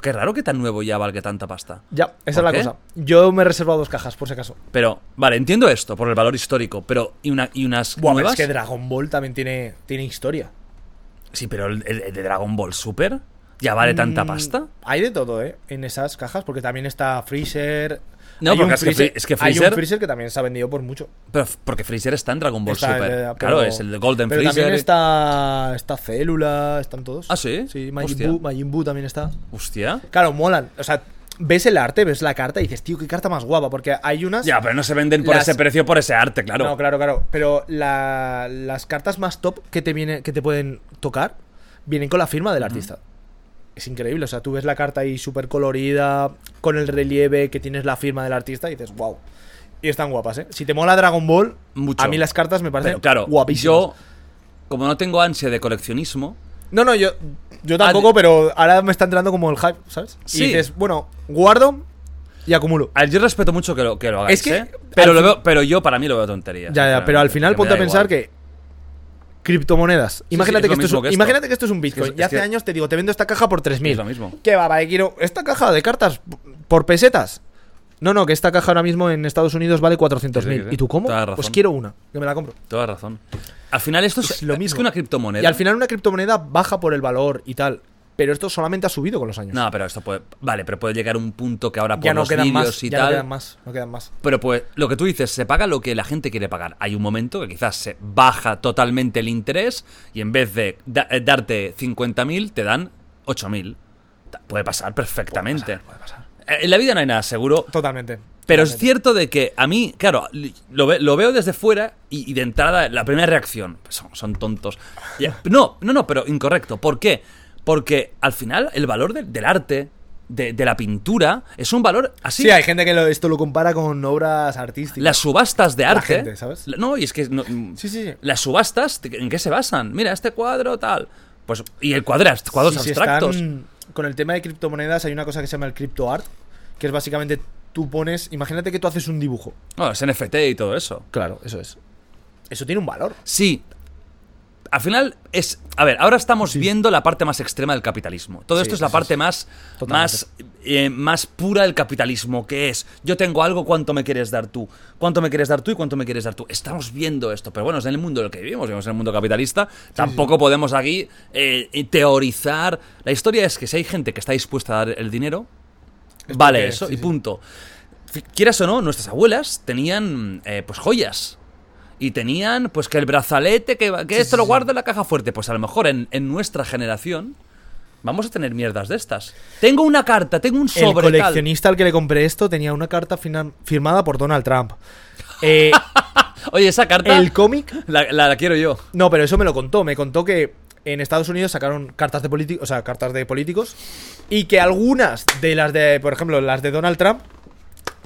[SPEAKER 2] Qué raro que tan nuevo ya valga tanta pasta.
[SPEAKER 3] Ya, esa es la
[SPEAKER 2] ¿Por qué?
[SPEAKER 3] cosa. Yo me he reservado dos cajas, por si acaso.
[SPEAKER 2] Pero, vale, entiendo esto por el valor histórico, pero. ¿Y, una, y unas
[SPEAKER 3] Buah, pero
[SPEAKER 2] nuevas?
[SPEAKER 3] es que Dragon Ball también tiene, tiene historia.
[SPEAKER 2] Sí, pero el, el- el de Dragon Ball Super ya vale
[SPEAKER 3] Mm.
[SPEAKER 2] tanta pasta.
[SPEAKER 3] Hay de todo, ¿eh? En esas cajas, porque también está Freezer.
[SPEAKER 2] No,
[SPEAKER 3] Hay un
[SPEAKER 2] porque es que Fre- es que
[SPEAKER 3] Hay
[SPEAKER 2] Freezer-
[SPEAKER 3] un Freezer que también se ha vendido por mucho.
[SPEAKER 2] Pero f- porque Freezer está en Dragon Ball
[SPEAKER 3] Está,
[SPEAKER 2] Super.
[SPEAKER 3] eh, pero-
[SPEAKER 2] claro, es el de Golden
[SPEAKER 3] pero
[SPEAKER 2] Freezer.
[SPEAKER 3] También está, está Célula, están todos.
[SPEAKER 2] Ah, ¿sí?
[SPEAKER 3] Sí, Majin
[SPEAKER 2] Hostia.
[SPEAKER 3] Buu, Majin Buu también está.
[SPEAKER 2] Hostia.
[SPEAKER 3] Claro, molan. O sea, ves el arte, ves la carta y dices, tío, qué carta más guapa, porque hay unas.
[SPEAKER 2] Ya, pero no se venden por
[SPEAKER 3] Las-
[SPEAKER 2] ese precio, por ese arte, claro.
[SPEAKER 3] No, claro, claro. Pero la- las cartas más top que te, viene, que te pueden tocar vienen con la firma del artista. Es increíble. O sea, tú ves la carta ahí súper colorida, con el relieve que tienes la firma del artista y dices, wow. Y están guapas, ¿eh? Si te mola Dragon Ball,
[SPEAKER 2] Mucho.
[SPEAKER 3] a mí las cartas me parecen
[SPEAKER 2] Pero claro,
[SPEAKER 3] guapísimas.
[SPEAKER 2] yo, como no tengo ansia de coleccionismo,
[SPEAKER 3] No, no, yo, yo tampoco,
[SPEAKER 2] Ad-
[SPEAKER 3] pero ahora me está entrando como el hype, ¿sabes?
[SPEAKER 2] Sí.
[SPEAKER 3] Y dices, bueno, guardo y acumulo.
[SPEAKER 2] a ver, yo respeto mucho que lo, que lo hagáis,
[SPEAKER 3] Es que,
[SPEAKER 2] ¿eh? Pero,
[SPEAKER 3] al
[SPEAKER 2] lo
[SPEAKER 3] fin-
[SPEAKER 2] veo, pero yo para mí lo veo tontería.
[SPEAKER 3] Ya, ya, pero al final ponte a pensar que criptomonedas. Imagínate,
[SPEAKER 2] es lo
[SPEAKER 3] que, esto
[SPEAKER 2] mismo
[SPEAKER 3] es,
[SPEAKER 2] que esto.
[SPEAKER 3] imagínate que esto es un
[SPEAKER 2] Es que
[SPEAKER 3] Bitcoin.
[SPEAKER 2] es-
[SPEAKER 3] y
[SPEAKER 2] es
[SPEAKER 3] hace
[SPEAKER 2] que-
[SPEAKER 3] años te digo, te vendo esta caja por 3.000.
[SPEAKER 2] Es lo mismo.
[SPEAKER 3] ¿Qué va, vale, quiero esta caja de cartas por pesetas? No, no, que esta caja ahora mismo en Estados Unidos vale 400.000.
[SPEAKER 2] Sí, sí, sí.
[SPEAKER 3] ¿Y tú cómo?
[SPEAKER 2] Toda la
[SPEAKER 3] Pues
[SPEAKER 2] razón.
[SPEAKER 3] quiero una, que me la compro.
[SPEAKER 2] Toda razón. Al final esto es,
[SPEAKER 3] Es Pues lo mismo.
[SPEAKER 2] que una criptomoneda.
[SPEAKER 3] Y al final una criptomoneda baja por el valor y tal. Pero esto solamente ha subido con los años.
[SPEAKER 2] No, pero esto puede. Vale, pero puede llegar un punto que ahora por
[SPEAKER 3] ya no
[SPEAKER 2] los
[SPEAKER 3] quedan más,
[SPEAKER 2] vídeos y
[SPEAKER 3] ya no
[SPEAKER 2] tal.
[SPEAKER 3] quedan más, no quedan más.
[SPEAKER 2] Pero pues, lo que tú dices, se paga lo que la gente quiere pagar. Hay un momento que quizás se baja totalmente el interés y en vez de da- eh, darte 50.000, te dan 8.000. Ta- Puede pasar perfectamente. Eh, En la vida no hay nada seguro.
[SPEAKER 3] Totalmente.
[SPEAKER 2] Pero es cierto de que a mí, claro, li- lo, ve- lo veo desde fuera y, y de entrada la primera reacción, pues son, son tontos. Ya, No, no, no, pero incorrecto. ¿Por qué? Porque al final el valor del- del arte, de, de la pintura, es un valor así.
[SPEAKER 3] Sí, hay gente que lo- esto lo compara con obras artísticas.
[SPEAKER 2] Las subastas de arte.
[SPEAKER 3] gente, ¿sabes?
[SPEAKER 2] la- No, y es que. no, mm,
[SPEAKER 3] Sí, sí, sí.
[SPEAKER 2] Las subastas, te- ¿en qué se basan? Mira, este cuadro, tal. Pues. Y el cuadro, cuadros
[SPEAKER 3] Sí, sí,
[SPEAKER 2] abstractos.
[SPEAKER 3] están- con el tema de criptomonedas hay una cosa que se llama el crypto art, que es básicamente tú pones, imagínate que tú haces un dibujo.
[SPEAKER 2] No, es NFT y todo eso.
[SPEAKER 3] Claro, eso es. Eso tiene un valor.
[SPEAKER 2] Sí. Al final es. A ver, ahora estamos viendo la parte más extrema del capitalismo. Todo
[SPEAKER 3] Sí,
[SPEAKER 2] esto es la
[SPEAKER 3] eso
[SPEAKER 2] parte
[SPEAKER 3] es.
[SPEAKER 2] más.
[SPEAKER 3] Totalmente.
[SPEAKER 2] Más, eh, más pura del capitalismo, que es. Yo tengo algo, ¿cuánto me quieres dar tú? ¿Cuánto me quieres dar tú y cuánto me quieres dar tú? Estamos viendo esto. Pero bueno, es en el mundo en el que vivimos, vivimos en el mundo capitalista. Tampoco podemos aquí eh, teorizar. La historia es que si hay gente que está dispuesta a dar el dinero, vale
[SPEAKER 3] porque-
[SPEAKER 2] eso
[SPEAKER 3] sí,
[SPEAKER 2] y
[SPEAKER 3] sí.
[SPEAKER 2] punto. Fi- Quieras o no, nuestras abuelas tenían eh, pues joyas. Y tenían, pues que el brazalete, que, va- que esto lo guarda en la caja fuerte. Pues a lo mejor en, en nuestra generación vamos a tener mierdas de estas. Tengo una carta, tengo un
[SPEAKER 3] El
[SPEAKER 2] sobre tal.
[SPEAKER 3] coleccionista al que le compré esto tenía una carta fina- firmada por Donald Trump. Eh,
[SPEAKER 2] Oye, esa carta
[SPEAKER 3] el cómic
[SPEAKER 2] la, la- la quiero yo.
[SPEAKER 3] No, pero eso me lo contó. Me contó que en Estados Unidos sacaron cartas de políticos, o sea, cartas de políticos, y que algunas de las de, por ejemplo, las de Donald Trump,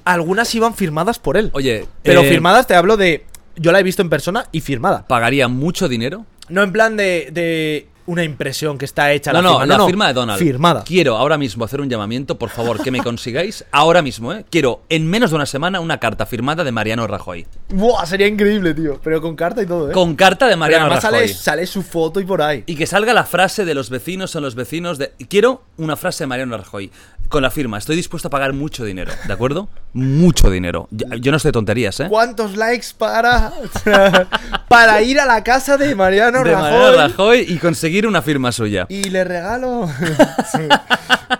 [SPEAKER 3] algunas iban firmadas por él.
[SPEAKER 2] Oye,
[SPEAKER 3] pero
[SPEAKER 2] eh,
[SPEAKER 3] firmadas te hablo de, yo la he visto en persona y firmada.
[SPEAKER 2] Pagaría mucho dinero.
[SPEAKER 3] No en plan de, de una impresión que está hecha.
[SPEAKER 2] No,
[SPEAKER 3] la
[SPEAKER 2] no,
[SPEAKER 3] firma.
[SPEAKER 2] la firma de Donald.
[SPEAKER 3] Firmada.
[SPEAKER 2] Quiero ahora mismo hacer un llamamiento, por favor, que me consigáis ahora mismo, ¿eh? Quiero en menos de una semana una carta firmada de Mariano Rajoy.
[SPEAKER 3] Buah, sería increíble, tío. Pero con carta y todo, ¿eh?
[SPEAKER 2] Con carta de
[SPEAKER 3] pero
[SPEAKER 2] Mariano
[SPEAKER 3] además
[SPEAKER 2] Rajoy.
[SPEAKER 3] sale, sale su foto y por ahí.
[SPEAKER 2] Y que salga la frase de los vecinos son los vecinos de... Quiero una frase de Mariano Rajoy con la firma. Estoy dispuesto a pagar mucho dinero, ¿de acuerdo? Mucho dinero. Yo, yo no estoy de tonterías, ¿eh?
[SPEAKER 3] ¿Cuántos likes para, para ir a la casa de Mariano
[SPEAKER 2] de
[SPEAKER 3] Rajoy?
[SPEAKER 2] Mariano Rajoy y conseguir una firma suya.
[SPEAKER 3] Y le regalo. Sí.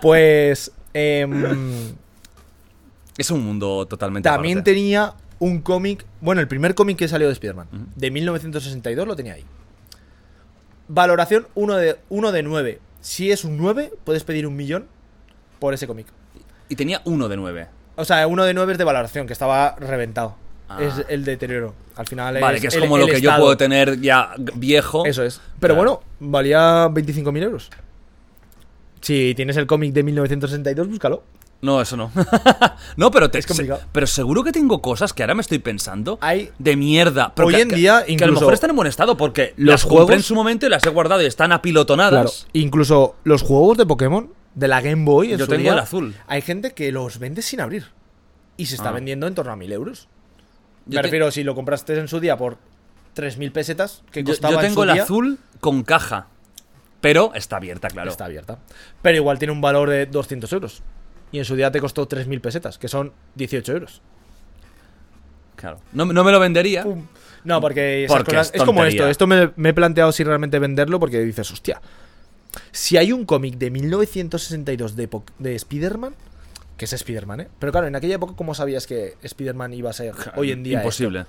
[SPEAKER 3] Pues em,
[SPEAKER 2] Es un mundo totalmente
[SPEAKER 3] también
[SPEAKER 2] aparte.
[SPEAKER 3] tenía un cómic. Bueno, el primer cómic que salió de Spider-Man, de 1962, lo tenía ahí. Valoración 1 de, 1 de 9. Si es un 9, puedes pedir un millón por ese cómic.
[SPEAKER 2] Y tenía uno de nueve.
[SPEAKER 3] O sea, 1 de 9 es de valoración, que estaba reventado.
[SPEAKER 2] Ah.
[SPEAKER 3] Es el deterioro. Al final
[SPEAKER 2] Vale,
[SPEAKER 3] es
[SPEAKER 2] que es
[SPEAKER 3] el-
[SPEAKER 2] como
[SPEAKER 3] el
[SPEAKER 2] lo que yo
[SPEAKER 3] estado.
[SPEAKER 2] puedo tener ya viejo.
[SPEAKER 3] Eso es. Pero
[SPEAKER 2] Claro.
[SPEAKER 3] bueno, valía 25.000 euros. Si tienes el cómic de 1962, búscalo.
[SPEAKER 2] No, eso no. no, pero te,
[SPEAKER 3] Es complicado.
[SPEAKER 2] se- pero seguro que tengo cosas que ahora me estoy pensando
[SPEAKER 3] Hay-
[SPEAKER 2] de mierda. pero
[SPEAKER 3] Hoy
[SPEAKER 2] que-
[SPEAKER 3] en
[SPEAKER 2] que-
[SPEAKER 3] día,
[SPEAKER 2] que a lo
[SPEAKER 3] incluso-
[SPEAKER 2] mejor están en buen estado porque
[SPEAKER 3] Los
[SPEAKER 2] las compré
[SPEAKER 3] juegos-
[SPEAKER 2] en su momento y las he guardado y están apilotonadas.
[SPEAKER 3] Incluso los juegos de Pokémon, de la Game Boy, en
[SPEAKER 2] Yo
[SPEAKER 3] su
[SPEAKER 2] tengo
[SPEAKER 3] día,
[SPEAKER 2] el azul.
[SPEAKER 3] Hay gente que los vende sin abrir. Y se está
[SPEAKER 2] Ah.
[SPEAKER 3] vendiendo en torno a 1000 euros.
[SPEAKER 2] Yo
[SPEAKER 3] Me
[SPEAKER 2] te-
[SPEAKER 3] refiero, si lo compraste en su día por 3000 pesetas, que
[SPEAKER 2] Yo,
[SPEAKER 3] costaba
[SPEAKER 2] yo
[SPEAKER 3] en
[SPEAKER 2] tengo
[SPEAKER 3] su
[SPEAKER 2] el
[SPEAKER 3] día,
[SPEAKER 2] azul con caja, pero está abierta, claro.
[SPEAKER 3] está abierta. Pero igual tiene un valor de 200 euros. Y en su día te costó 3000 pesetas, que son 18 euros.
[SPEAKER 2] Claro. No, no me lo vendería.
[SPEAKER 3] Pum. No, porque, esas
[SPEAKER 2] Porque
[SPEAKER 3] cosas-
[SPEAKER 2] es
[SPEAKER 3] es, como
[SPEAKER 2] tontería.
[SPEAKER 3] esto. Esto me, me he planteado si realmente venderlo porque dices, hostia, si hay un cómic de 1962 de, po- de Spider-Man, que es Spider-Man, ¿eh? Pero claro, en aquella época, ¿cómo sabías que Spider-Man iba a ser hoy en día? ¿eh? esto?
[SPEAKER 2] Imposible.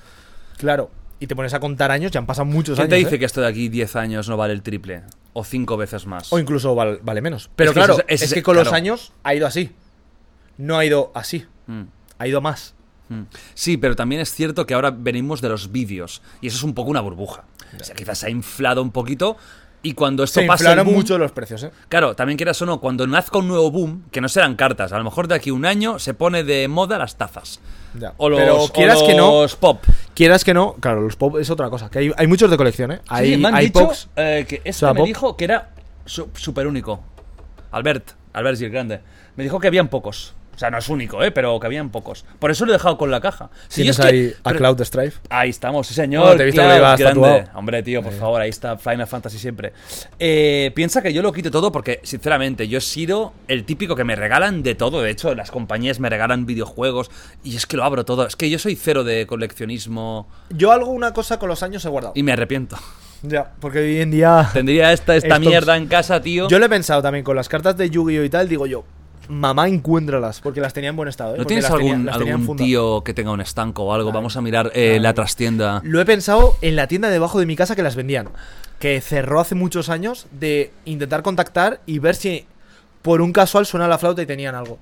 [SPEAKER 3] Claro. Y te pones a contar años, ya han pasado muchos
[SPEAKER 2] ¿Quién
[SPEAKER 3] años.
[SPEAKER 2] te dice
[SPEAKER 3] ¿eh?
[SPEAKER 2] que esto de aquí 10 años no vale el triple? O 5 veces más.
[SPEAKER 3] O incluso val- vale menos. Pero
[SPEAKER 2] Es que
[SPEAKER 3] claro,
[SPEAKER 2] ese- ese-
[SPEAKER 3] es que con los
[SPEAKER 2] claro.
[SPEAKER 3] años ha ido así. No ha ido así. Ha ido más.
[SPEAKER 2] Mm. Sí, pero también es cierto que ahora venimos de los vídeos y eso es un poco una burbuja. O sea, quizás se ha inflado un poquito y cuando esto
[SPEAKER 3] Se
[SPEAKER 2] pasa el
[SPEAKER 3] inflaron
[SPEAKER 2] boom-
[SPEAKER 3] mucho los precios, ¿eh?
[SPEAKER 2] Claro, también quieras o no, cuando nazca un nuevo boom, que no serán cartas, a lo mejor de aquí a un año se pone de moda las tazas.
[SPEAKER 3] Ya.
[SPEAKER 2] O los,
[SPEAKER 3] Pero
[SPEAKER 2] o
[SPEAKER 3] quieras que no-
[SPEAKER 2] los pop.
[SPEAKER 3] Quieras que no, claro, los pop es otra cosa. Que hay, hay muchos de colección, ¿eh? Hay,
[SPEAKER 2] Sí, me han
[SPEAKER 3] hay
[SPEAKER 2] dicho
[SPEAKER 3] pops.
[SPEAKER 2] eh, que este
[SPEAKER 3] sea,
[SPEAKER 2] me
[SPEAKER 3] pop.
[SPEAKER 2] dijo que era súper único. Albert, Albert Gil Grande. Me dijo que habían pocos. O sea, no es único, ¿eh? pero que habían pocos. Por eso lo he dejado con la caja. Si yo
[SPEAKER 3] Tienes
[SPEAKER 2] es que-
[SPEAKER 3] ahí a
[SPEAKER 2] pero-
[SPEAKER 3] Cloud Strife.
[SPEAKER 2] Ahí estamos, sí señor.
[SPEAKER 3] Bueno, te he visto que lo
[SPEAKER 2] Cloud,
[SPEAKER 3] llevas
[SPEAKER 2] grande.
[SPEAKER 3] tatuado.
[SPEAKER 2] Hombre, tío, por favor, ahí está Final Fantasy siempre. Eh, piensa que yo lo quito todo porque, sinceramente, yo he sido el típico que me regalan de todo. De hecho, las compañías me regalan videojuegos y es que lo abro todo. Es que yo soy cero de coleccionismo
[SPEAKER 3] Yo algo, una cosa con los años he guardado.
[SPEAKER 2] y me arrepiento.
[SPEAKER 3] Ya, porque hoy en día.
[SPEAKER 2] Tendría esta, esta
[SPEAKER 3] Estos-
[SPEAKER 2] mierda en casa, tío.
[SPEAKER 3] Yo lo he pensado también con las cartas de Yu-Gi-Oh! y tal, digo yo, mamá, encuéntralas, porque las tenía en buen estado. ¿eh?
[SPEAKER 2] ¿No
[SPEAKER 3] Porque
[SPEAKER 2] tienes
[SPEAKER 3] las tenía-
[SPEAKER 2] algún,
[SPEAKER 3] las tenía en
[SPEAKER 2] algún
[SPEAKER 3] funda.
[SPEAKER 2] tío que tenga un estanco o algo? Vamos a mirar eh, la trastienda.
[SPEAKER 3] Lo he pensado en la tienda debajo de mi casa que las vendían, que cerró hace muchos años, de intentar contactar y ver si por un casual suena la flauta y tenían algo.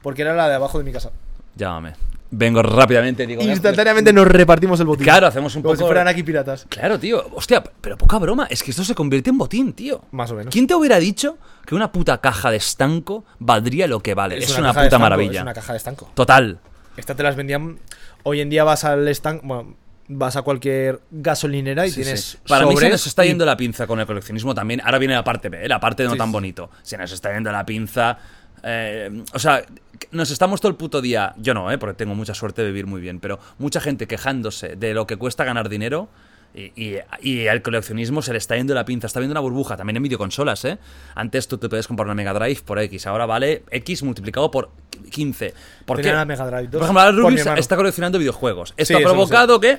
[SPEAKER 3] Porque era la de abajo de mi casa.
[SPEAKER 2] Llámame. Vengo rápidamente, digo.
[SPEAKER 3] Instantáneamente nos repartimos el botín.
[SPEAKER 2] Claro, hacemos un
[SPEAKER 3] Como
[SPEAKER 2] poco-
[SPEAKER 3] si fueran aquí piratas.
[SPEAKER 2] Claro, tío. Hostia, pero poca broma. Es que esto se convierte en botín, tío.
[SPEAKER 3] Más o menos.
[SPEAKER 2] ¿Quién te hubiera dicho que una puta caja de estanco valdría lo que vale? Es, una,
[SPEAKER 3] caja
[SPEAKER 2] puta
[SPEAKER 3] de estanco,
[SPEAKER 2] maravilla.
[SPEAKER 3] Es una caja de estanco.
[SPEAKER 2] Total.
[SPEAKER 3] Esta te las vendían. Hoy en día vas al estanco. Bueno, vas a cualquier gasolinera y
[SPEAKER 2] Sí,
[SPEAKER 3] tienes.
[SPEAKER 2] sí. Para mí se
[SPEAKER 3] sobres
[SPEAKER 2] nos está
[SPEAKER 3] y-
[SPEAKER 2] yendo la pinza con el coleccionismo también. Ahora viene la parte B, ¿eh? la parte no
[SPEAKER 3] Sí,
[SPEAKER 2] tan
[SPEAKER 3] sí.
[SPEAKER 2] bonito. Se nos está yendo la pinza. eh, o sea, nos estamos todo el puto día. Yo no, ¿eh? porque tengo mucha suerte de vivir muy bien, pero mucha gente quejándose de lo que cuesta ganar dinero. Y, y- y al coleccionismo se le está yendo la pinza, está viendo una burbuja, también en videoconsolas, ¿eh? Antes tú te podías comprar una Mega Drive por X, ahora vale X multiplicado por 15. ¿Por
[SPEAKER 3] Tenía
[SPEAKER 2] qué?
[SPEAKER 3] la Mega Drive dos.
[SPEAKER 2] por ejemplo, ahora
[SPEAKER 3] Por mi
[SPEAKER 2] Rubius
[SPEAKER 3] hermano.
[SPEAKER 2] está coleccionando videojuegos. Esto
[SPEAKER 3] Sí,
[SPEAKER 2] ha
[SPEAKER 3] eso lo sé.
[SPEAKER 2] provocado que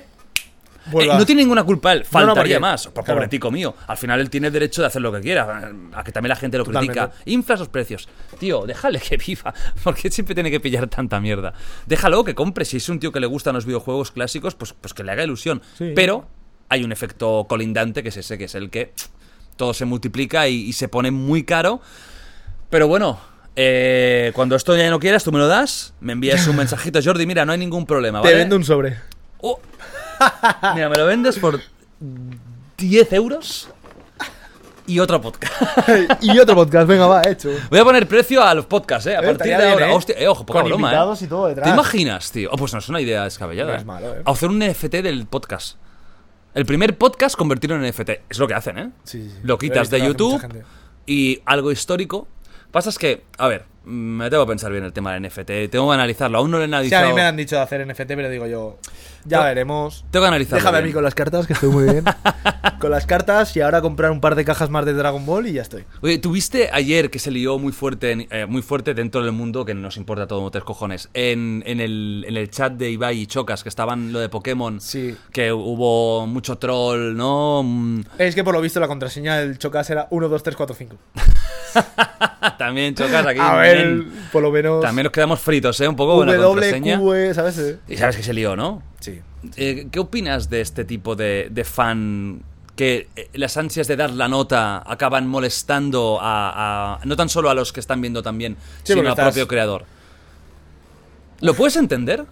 [SPEAKER 2] eh,
[SPEAKER 3] Vuelva.
[SPEAKER 2] no tiene ninguna culpa él, faltaría
[SPEAKER 3] porque-
[SPEAKER 2] más. Por
[SPEAKER 3] claro.
[SPEAKER 2] pobre tico mío. Al final él tiene el derecho de hacer lo que quiera. A que también la gente lo
[SPEAKER 3] Totalmente.
[SPEAKER 2] critica. Infla esos precios. Tío, déjale que viva. Porque siempre tiene que pillar tanta mierda. Déjalo que compre. Si es un tío que le gustan los videojuegos clásicos, pues, pues que le haga ilusión.
[SPEAKER 3] Sí.
[SPEAKER 2] Pero hay un efecto colindante que es ese, que es el que todo se multiplica y, y se pone muy caro. Pero bueno, eh, cuando esto ya no quieras, tú me lo das, me envías un mensajito, Jordi, mira, no hay ningún problema.
[SPEAKER 3] Te
[SPEAKER 2] ¿vale?
[SPEAKER 3] vendo un sobre.
[SPEAKER 2] Oh. Mira, me lo vendes por 10 euros y otro podcast.
[SPEAKER 3] y otro podcast, venga, va, hecho.
[SPEAKER 2] Voy a poner precio a los podcasts, ¿eh? A
[SPEAKER 3] Eh,
[SPEAKER 2] partir
[SPEAKER 3] estaría
[SPEAKER 2] de
[SPEAKER 3] bien,
[SPEAKER 2] ahora.
[SPEAKER 3] ¿eh?
[SPEAKER 2] Hostia, eh, ojo, poca
[SPEAKER 3] Con
[SPEAKER 2] broma, ¿eh?
[SPEAKER 3] invitados y todo detrás.
[SPEAKER 2] ¿Te imaginas, tío? Oh, pues no es una idea descabellada.
[SPEAKER 3] No es malo, ¿eh?
[SPEAKER 2] O Hacer un NFT del podcast. El primer podcast convertirlo en NFT. Es lo que hacen, ¿eh?
[SPEAKER 3] Sí, sí, sí.
[SPEAKER 2] Lo
[SPEAKER 3] Lo he
[SPEAKER 2] quitas
[SPEAKER 3] visto,
[SPEAKER 2] de
[SPEAKER 3] lo hace
[SPEAKER 2] YouTube
[SPEAKER 3] mucha gente.
[SPEAKER 2] y algo histórico. Pasa es que, a ver, me tengo que pensar bien el tema del NFT. Tengo que analizarlo. Aún no lo he
[SPEAKER 3] Sí,
[SPEAKER 2] analizado.
[SPEAKER 3] a mí me han dicho de hacer NFT, pero digo yo. Ya
[SPEAKER 2] No.
[SPEAKER 3] veremos.
[SPEAKER 2] Tengo que analizarlo.
[SPEAKER 3] Déjame a
[SPEAKER 2] bien.
[SPEAKER 3] mí con las cartas, que estoy muy bien. con las cartas y ahora comprar un par de cajas más de Dragon Ball y ya estoy.
[SPEAKER 2] Oye, tuviste ayer que se lió muy fuerte, en- eh, muy fuerte dentro del mundo, que nos importa todo tres cojones, en, en el, en el chat de Ibai y Chocas, que estaban lo de Pokémon,
[SPEAKER 3] Sí.
[SPEAKER 2] que hubo mucho troll, ¿no? Mm,
[SPEAKER 3] Es que por lo visto la contraseña del Chocas era 1, 2, 3, 4, 5.
[SPEAKER 2] También Chocas aquí.
[SPEAKER 3] A ver,
[SPEAKER 2] men.
[SPEAKER 3] por lo menos.
[SPEAKER 2] También nos quedamos fritos, ¿eh? Un poco con la
[SPEAKER 3] W,
[SPEAKER 2] contraseña.
[SPEAKER 3] Q, ¿sabes? Eh,
[SPEAKER 2] Y sabes que se lió, ¿no?
[SPEAKER 3] Sí.
[SPEAKER 2] Eh, ¿Qué opinas de este tipo de, de fan que eh, las ansias de dar la nota acaban molestando a, a- no tan solo a los que están viendo también,
[SPEAKER 3] Sí,
[SPEAKER 2] sino
[SPEAKER 3] porque
[SPEAKER 2] al
[SPEAKER 3] estás-
[SPEAKER 2] propio creador? ¿Lo puedes entender?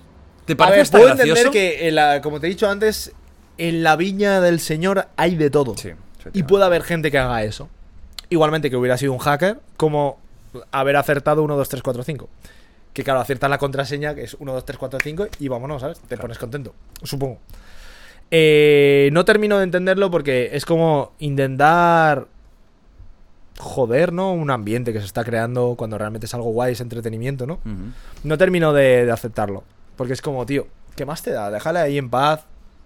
[SPEAKER 2] ¿Te
[SPEAKER 3] A
[SPEAKER 2] parece
[SPEAKER 3] ver,
[SPEAKER 2] hasta
[SPEAKER 3] puedo
[SPEAKER 2] gracioso?
[SPEAKER 3] entender que, en la- como te he dicho antes, en la viña del señor hay de todo.
[SPEAKER 2] Sí,
[SPEAKER 3] y puede haber gente que haga eso. Igualmente que hubiera sido un hacker, como haber acertado 1, 2, 3, 4, 5. que claro, aciertas la contraseña, que es 1, 2, 3, 4, 5, y vámonos, ¿sabes? Te pones contento, supongo. Eh, no termino de entenderlo porque es como intentar joder, ¿no? Un ambiente que se está creando cuando realmente es algo guay, es entretenimiento, ¿no?
[SPEAKER 2] Ujú.
[SPEAKER 3] No termino de, de aceptarlo. Porque es como, tío, ¿qué más te da? Déjale ahí en paz,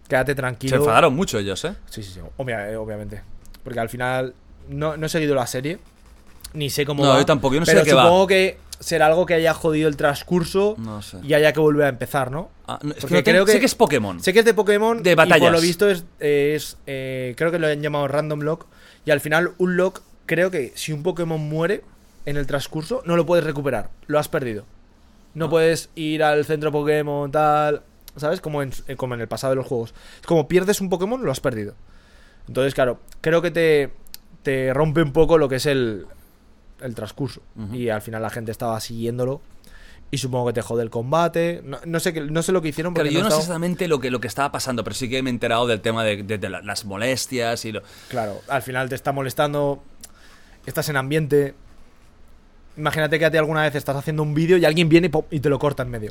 [SPEAKER 3] quédate tranquilo.
[SPEAKER 2] Se enfadaron mucho ellos, ¿eh?
[SPEAKER 3] Sí, sí, sí. obvia- eh, obviamente. Porque al final no, no he seguido la serie. Ni sé cómo.
[SPEAKER 2] No,
[SPEAKER 3] va,
[SPEAKER 2] yo tampoco, yo no sé
[SPEAKER 3] pero
[SPEAKER 2] de qué va.
[SPEAKER 3] Supongo que será algo que haya jodido el transcurso
[SPEAKER 2] No sé.
[SPEAKER 3] y haya que volver a empezar, ¿no?
[SPEAKER 2] Ah, no, es que
[SPEAKER 3] Porque
[SPEAKER 2] no tengo- sé que es Pokémon.
[SPEAKER 3] Sé que es de Pokémon.
[SPEAKER 2] De
[SPEAKER 3] Y por
[SPEAKER 2] batallas.
[SPEAKER 3] lo visto es. eh, es, eh, creo que lo han llamado Random Lock. Y al final, un lock, creo que si un Pokémon muere en el transcurso, no lo puedes recuperar. Lo has perdido.
[SPEAKER 2] Ah.
[SPEAKER 3] No puedes ir al centro Pokémon, tal. ¿Sabes? Como en, eh, como en el pasado de los juegos. Es como pierdes un Pokémon, lo has perdido. Entonces, claro, creo que te, te rompe un poco lo que es el, el transcurso. Y al final la gente estaba siguiéndolo. Y supongo que te jode el combate. No, no sé, qué- no sé lo que hicieron
[SPEAKER 2] Claro,
[SPEAKER 3] porque
[SPEAKER 2] yo no
[SPEAKER 3] he
[SPEAKER 2] sé
[SPEAKER 3] estado-
[SPEAKER 2] exactamente lo que, lo que estaba pasando, pero sí que me he enterado del tema de, de- de la- las molestias y lo.
[SPEAKER 3] Claro, al final te está molestando, estás en ambiente. Imagínate que a ti alguna vez estás haciendo un vídeo y alguien viene y, pop, y te lo corta en medio.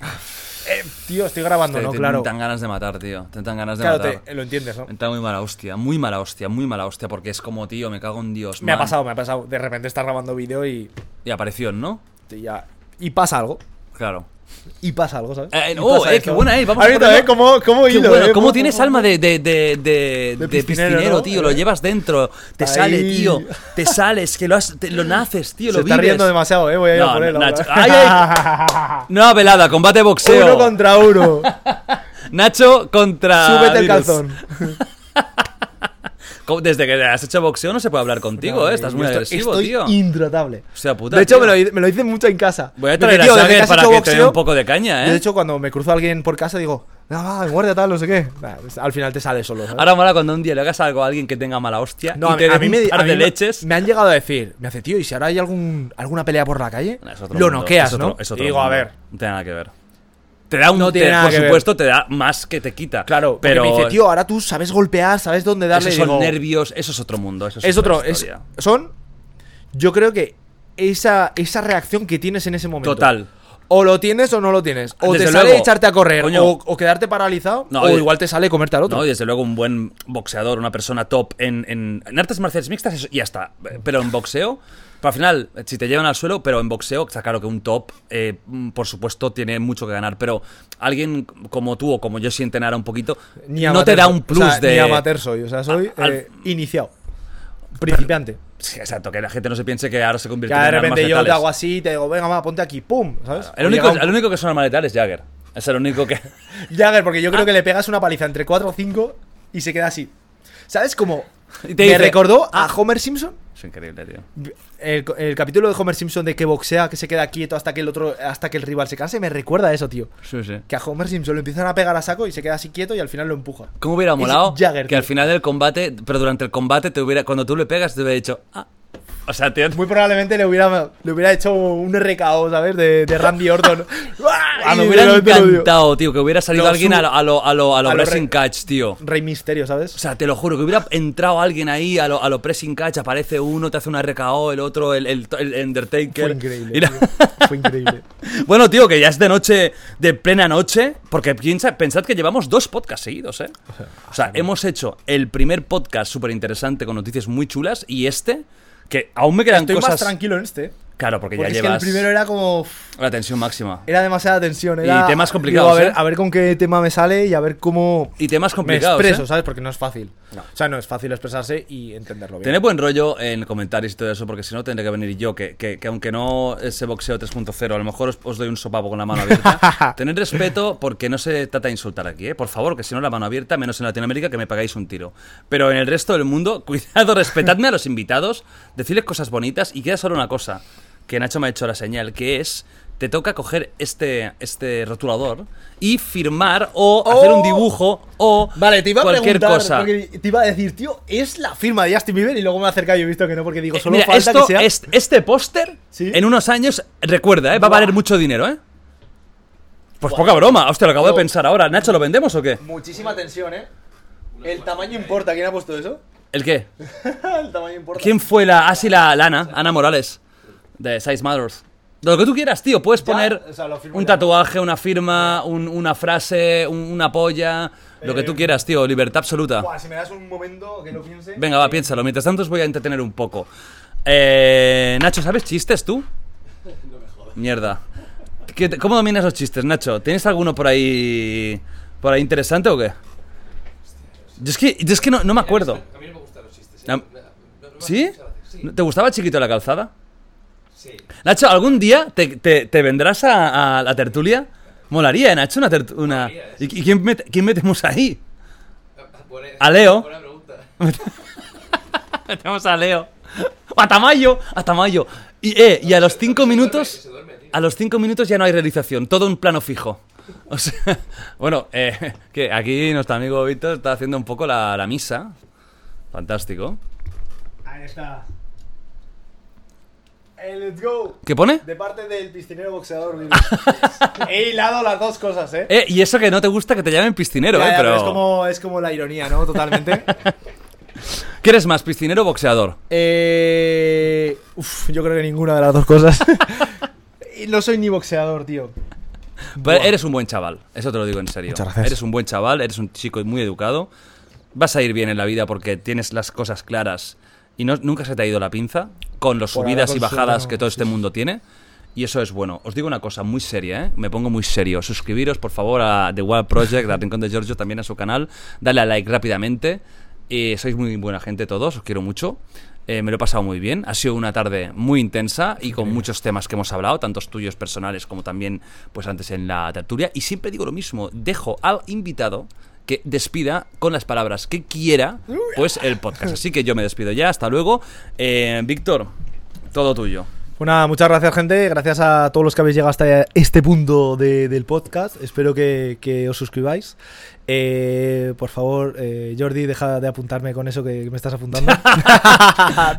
[SPEAKER 3] Eh, tío, estoy grabando,
[SPEAKER 2] Te-
[SPEAKER 3] ¿no?
[SPEAKER 2] te
[SPEAKER 3] Claro.
[SPEAKER 2] dan ganas de matar, tío. Te dan ganas de
[SPEAKER 3] Claro,
[SPEAKER 2] matar.
[SPEAKER 3] te- eh, lo entiendes, ¿no?
[SPEAKER 2] Me da muy mala hostia, muy mala hostia, muy mala hostia, porque es como, tío, me cago en Dios.
[SPEAKER 3] Me ha
[SPEAKER 2] man.
[SPEAKER 3] pasado, me ha pasado. De repente estás grabando vídeo y,
[SPEAKER 2] Y apareció, ¿no?
[SPEAKER 3] y ya. Y pasa algo.
[SPEAKER 2] Claro.
[SPEAKER 3] Y pasa algo, ¿sabes?
[SPEAKER 2] Eh,
[SPEAKER 3] Y
[SPEAKER 2] no,
[SPEAKER 3] pasa
[SPEAKER 2] eh,
[SPEAKER 3] esto.
[SPEAKER 2] qué buena, eh, vamos a
[SPEAKER 3] Ahorita,
[SPEAKER 2] ponerlo.
[SPEAKER 3] eh, cómo, cómo
[SPEAKER 2] Qué
[SPEAKER 3] hilo,
[SPEAKER 2] bueno,
[SPEAKER 3] eh,
[SPEAKER 2] ¿Cómo
[SPEAKER 3] cómo-
[SPEAKER 2] tienes
[SPEAKER 3] cómo-
[SPEAKER 2] alma de, de, de, de, de piscinero,
[SPEAKER 3] piscinero, ¿no?
[SPEAKER 2] tío? Lo
[SPEAKER 3] Eh.
[SPEAKER 2] llevas dentro, te
[SPEAKER 3] Ahí.
[SPEAKER 2] sale, tío. Te sales, que lo, has- te- lo naces, tío,
[SPEAKER 3] Se
[SPEAKER 2] lo
[SPEAKER 3] está
[SPEAKER 2] vives.
[SPEAKER 3] riendo demasiado, eh. Voy a ir
[SPEAKER 2] No,
[SPEAKER 3] a por él.
[SPEAKER 2] no,
[SPEAKER 3] ahora.
[SPEAKER 2] Nacho. Ay, Nueva velada, combate boxeo.
[SPEAKER 3] uno contra uno.
[SPEAKER 2] Nacho contra.
[SPEAKER 3] Súbete el
[SPEAKER 2] Ah, virus.
[SPEAKER 3] calzón.
[SPEAKER 2] Co- Desde que has hecho boxeo no se puede hablar contigo, ¿eh? Estás muy
[SPEAKER 3] Yo estoy-
[SPEAKER 2] agresivo,
[SPEAKER 3] estoy
[SPEAKER 2] tío.
[SPEAKER 3] Intratable.
[SPEAKER 2] Hostia puta,
[SPEAKER 3] De hecho,
[SPEAKER 2] tío.
[SPEAKER 3] me lo, di- me lo dicen mucho en casa.
[SPEAKER 2] Voy a
[SPEAKER 3] Me
[SPEAKER 2] traer
[SPEAKER 3] dicen,
[SPEAKER 2] a
[SPEAKER 3] "Tío, desde
[SPEAKER 2] Sager
[SPEAKER 3] que has
[SPEAKER 2] para
[SPEAKER 3] hecho
[SPEAKER 2] que te dé
[SPEAKER 3] boxeo-".
[SPEAKER 2] un poco de caña,
[SPEAKER 3] Yo,
[SPEAKER 2] ¿eh?
[SPEAKER 3] de hecho, cuando me cruzo a alguien por casa, digo, ah, va, guardia tal, no sé qué. Nah, al final te sale solo. ¿sabes?
[SPEAKER 2] Ahora mola cuando un día le hagas algo a alguien que tenga mala hostia
[SPEAKER 3] No,
[SPEAKER 2] y te dé un
[SPEAKER 3] di-
[SPEAKER 2] par
[SPEAKER 3] a mí
[SPEAKER 2] de
[SPEAKER 3] me-
[SPEAKER 2] leches.
[SPEAKER 3] Me han llegado a decir, me hace, tío, ¿y si ahora hay algún, alguna pelea por la calle?
[SPEAKER 2] No, es otro
[SPEAKER 3] Lo
[SPEAKER 2] mundo,
[SPEAKER 3] noqueas,
[SPEAKER 2] es otro-
[SPEAKER 3] ¿no?
[SPEAKER 2] es otro
[SPEAKER 3] Y digo, a
[SPEAKER 2] mundo.
[SPEAKER 3] ver.
[SPEAKER 2] No tiene nada que ver. Te da un.
[SPEAKER 3] No tiene
[SPEAKER 2] te-
[SPEAKER 3] nada
[SPEAKER 2] por
[SPEAKER 3] que ver.
[SPEAKER 2] supuesto, te da más que te quita.
[SPEAKER 3] Claro,
[SPEAKER 2] pero.
[SPEAKER 3] pero me dice, tío, ahora tú sabes golpear, sabes dónde darle.
[SPEAKER 2] esos
[SPEAKER 3] y
[SPEAKER 2] son
[SPEAKER 3] digo,
[SPEAKER 2] nervios, eso es otro mundo. Eso es,
[SPEAKER 3] Es
[SPEAKER 2] otra
[SPEAKER 3] otro, es,
[SPEAKER 2] historia.
[SPEAKER 3] son. Yo creo que esa, esa reacción que tienes en ese momento.
[SPEAKER 2] Total.
[SPEAKER 3] O lo tienes o no lo tienes. O
[SPEAKER 2] Desde
[SPEAKER 3] te sale
[SPEAKER 2] luego.
[SPEAKER 3] echarte a correr.
[SPEAKER 2] Coño.
[SPEAKER 3] O, o quedarte paralizado.
[SPEAKER 2] No,
[SPEAKER 3] o
[SPEAKER 2] eh,
[SPEAKER 3] igual te sale comerte al otro.
[SPEAKER 2] No, y desde luego un buen boxeador, una persona top en, en, en artes marciales mixtas eso- y ya está. Pero en boxeo, pero al final, si te llevan al suelo, pero en boxeo, está claro que un top, eh, mm, por supuesto, tiene mucho que ganar. Pero alguien como tú o como yo, si entrenara un poquito,
[SPEAKER 3] Ni
[SPEAKER 2] no
[SPEAKER 3] amateur
[SPEAKER 2] te da
[SPEAKER 3] soy.
[SPEAKER 2] un
[SPEAKER 3] O
[SPEAKER 2] plus
[SPEAKER 3] sea,
[SPEAKER 2] de...
[SPEAKER 3] Ni amateur soy. O sea, soy
[SPEAKER 2] Al-
[SPEAKER 3] eh, iniciado. Principiante.
[SPEAKER 2] Sí, exacto, que la gente no se piense que ahora se convierte
[SPEAKER 3] Que de
[SPEAKER 2] en armas
[SPEAKER 3] repente yo te
[SPEAKER 2] letales.
[SPEAKER 3] hago así y te digo, venga, va, ponte aquí. ¡Pum! ¿Sabes?
[SPEAKER 2] El
[SPEAKER 3] O
[SPEAKER 2] único,
[SPEAKER 3] llega un-
[SPEAKER 2] el único que son armas letales es Jagger. Es el único que...
[SPEAKER 3] Jagger, porque yo
[SPEAKER 2] Ah.
[SPEAKER 3] creo que le pegas una paliza entre 4 o 5 y se queda así. ¿Sabes cómo?
[SPEAKER 2] Y te
[SPEAKER 3] me
[SPEAKER 2] dice, "Ah".
[SPEAKER 3] recordó a Homer Simpson.
[SPEAKER 2] es increíble, tío.
[SPEAKER 3] El, el capítulo de Homer Simpson de que boxea, que se queda quieto hasta que el otro, hasta que el rival se canse, me recuerda a eso, tío.
[SPEAKER 2] Sí, sí.
[SPEAKER 3] Que a Homer Simpson lo empiezan a pegar a saco y se queda así quieto y al final lo empuja.
[SPEAKER 2] ¿Cómo hubiera
[SPEAKER 3] Es
[SPEAKER 2] molado
[SPEAKER 3] Jagger,
[SPEAKER 2] que al
[SPEAKER 3] tío.
[SPEAKER 2] final del combate, pero durante el combate, te hubiera, cuando tú le pegas, te hubiera dicho, ah, o sea, tío,
[SPEAKER 3] Muy probablemente le hubiera, le hubiera hecho un RKO, ¿sabes? De, de Randy Orton.
[SPEAKER 2] Ah,
[SPEAKER 3] ¡Uah!
[SPEAKER 2] me
[SPEAKER 3] Y
[SPEAKER 2] hubiera
[SPEAKER 3] literalmente lo dio.
[SPEAKER 2] encantado, tío, que hubiera salido
[SPEAKER 3] Lo
[SPEAKER 2] alguien
[SPEAKER 3] su-
[SPEAKER 2] a lo, a lo, a lo, a lo
[SPEAKER 3] a lo
[SPEAKER 2] pressing
[SPEAKER 3] re-
[SPEAKER 2] catch, tío.
[SPEAKER 3] Rey Misterio,
[SPEAKER 2] O
[SPEAKER 3] ¿sabes?
[SPEAKER 2] sea, te lo juro, que hubiera entrado alguien ahí a lo, a lo pressing catch, aparece uno, te hace una RKO, el otro, el, el- el Undertaker.
[SPEAKER 3] Fue increíble.
[SPEAKER 2] Y la-
[SPEAKER 3] tío. Fue increíble.
[SPEAKER 2] bueno, tío, que ya es de noche, de plena noche, porque piensa, pensad que llevamos dos podcasts seguidos, ¿eh? O sea, hemos hecho el primer podcast súper interesante con noticias muy chulas y este, que aún me quedan
[SPEAKER 3] Estoy
[SPEAKER 2] cosas...
[SPEAKER 3] más tranquilo en este.
[SPEAKER 2] Claro, porque,
[SPEAKER 3] Porque
[SPEAKER 2] ya
[SPEAKER 3] es
[SPEAKER 2] llevas
[SPEAKER 3] que el primero era como. uf,
[SPEAKER 2] la tensión máxima.
[SPEAKER 3] Era demasiada tensión.
[SPEAKER 2] Y
[SPEAKER 3] Era,
[SPEAKER 2] temas
[SPEAKER 3] digo,
[SPEAKER 2] complicados,
[SPEAKER 3] a, ver,
[SPEAKER 2] ¿eh?
[SPEAKER 3] a ver con qué tema me sale y a ver cómo.
[SPEAKER 2] Y temas
[SPEAKER 3] me
[SPEAKER 2] complicados, ¿eh?
[SPEAKER 3] expreso, ¿sabes? Porque no es fácil.
[SPEAKER 2] No.
[SPEAKER 3] O sea, no es fácil expresarse y entenderlo bien.
[SPEAKER 2] Tened buen rollo en comentarios y todo eso, porque si no tendré que venir yo, que, que- que aunque no ese boxeo 3.0, a lo mejor os, os doy un sopapo con la mano abierta. Tened respeto porque no se trata de insultar aquí, ¿eh? Por favor, que si no la mano abierta, menos en Latinoamérica, que me pagáis un tiro. Pero en el resto del mundo, cuidado, respetadme a los invitados, decirles cosas bonitas y queda solo una cosa, que Nacho me ha hecho la señal, que es... Te toca coger este, este rotulador y firmar o hacer un dibujo o
[SPEAKER 3] Oh. Vale, te iba a
[SPEAKER 2] cualquier
[SPEAKER 3] preguntar,
[SPEAKER 2] cosa.
[SPEAKER 3] porque te iba a decir, tío, es la firma de Justin Bieber y luego me he acercado y he visto que no, porque digo,
[SPEAKER 2] Eh,
[SPEAKER 3] solo
[SPEAKER 2] Mira,
[SPEAKER 3] falta
[SPEAKER 2] esto,
[SPEAKER 3] que sea...
[SPEAKER 2] est- este póster,
[SPEAKER 3] Sí.
[SPEAKER 2] en unos años, recuerda, ¿eh? va a valer mucho dinero, ¿eh? Pues poca broma, hostia, lo acabo de
[SPEAKER 3] Pero-
[SPEAKER 2] pensar ahora. ¿Nacho, lo vendemos o qué?
[SPEAKER 3] Muchísima tensión, ¿eh? El tamaño importa, ¿quién ha puesto eso?
[SPEAKER 2] ¿El qué?
[SPEAKER 3] El tamaño importa.
[SPEAKER 2] ¿Quién fue la. Ah, sí, la, la Ana, Ana Morales, de Size Matters. Lo que tú quieras, tío. Puedes poner
[SPEAKER 3] o sea, lo firmo
[SPEAKER 2] un
[SPEAKER 3] ya.
[SPEAKER 2] tatuaje, una firma, un- una frase, un- una polla. Lo que
[SPEAKER 3] Eh,
[SPEAKER 2] tú quieras, tío. Libertad absoluta.
[SPEAKER 3] Buah, si me das un momento que lo piense.
[SPEAKER 2] Venga, va, piénsalo. Mientras tanto os voy a entretener un poco. Eh, Nacho, ¿sabes chistes tú? Mierda. ¿Qué te- ¿Cómo dominas los chistes, Nacho? ¿Tienes alguno por ahí por ahí interesante o qué? Yo es que, yo es que no, no me acuerdo. A mí no me gustan los chistes. ¿Sí? ¿Te gustaba chiquito la calzada? Sí. Nacho, ¿algún día te, te- te vendrás a, a la tertulia? Molaría, ¿eh, Nacho, una... tertu- una... ¿Y, y quién, met- quién metemos ahí? Ah, A Leo. Metemos a Leo. O a Tamayo. A Tamayo. Y, eh, y a los cinco minutos. A los cinco minutos ya no hay realización. Todo un plano fijo. O sea, bueno, eh, que aquí nuestro amigo Víctor está haciendo un poco la, la misa. Fantástico.
[SPEAKER 3] Ahí está. Eh, let's go.
[SPEAKER 2] ¿Qué pone?
[SPEAKER 3] De parte del piscinero boxeador. Billy. He hilado las dos cosas, ¿eh?
[SPEAKER 2] Eh, y eso que no te gusta que te llamen piscinero,
[SPEAKER 3] Ya,
[SPEAKER 2] eh,
[SPEAKER 3] ya,
[SPEAKER 2] pero.
[SPEAKER 3] pero es, como, es como la ironía, ¿no? Totalmente.
[SPEAKER 2] ¿Qué eres más, piscinero o boxeador?
[SPEAKER 3] eh, uf, yo creo que ninguna de las dos cosas. Y no soy ni boxeador, tío.
[SPEAKER 2] Pero eres un buen chaval, eso te lo digo en serio.
[SPEAKER 3] Muchas gracias.
[SPEAKER 2] Eres un buen chaval, eres un chico muy educado. Vas a ir bien en la vida porque tienes las cosas claras y no, nunca se te ha ido la pinza con las
[SPEAKER 3] Por ahora
[SPEAKER 2] subidas y
[SPEAKER 3] considero-
[SPEAKER 2] bajadas que todo
[SPEAKER 3] sí,
[SPEAKER 2] este mundo tiene. Y eso es bueno. Os digo una cosa muy seria, ¿eh? me pongo muy serio. Suscribiros, por favor, a The Wild Project, al Rincón de Giorgio, también a su canal. Dale a like rápidamente. Eh, sois muy buena gente todos, os quiero mucho. Eh, me lo he pasado muy bien. Ha sido una tarde muy intensa y con muchos temas que hemos hablado, tantos tuyos personales como también pues antes en la tertulia. Y siempre digo lo mismo, dejo al invitado que despida con las palabras que quiera pues el podcast. Así que yo me despido ya, hasta luego. Eh, Víctor, todo tuyo.
[SPEAKER 3] Pues nada, muchas gracias, gente. Gracias a todos los que habéis llegado hasta este punto de- del podcast. Espero que, que os suscribáis. Eh, por favor, eh, Jordi, deja de apuntarme con eso que me estás apuntando.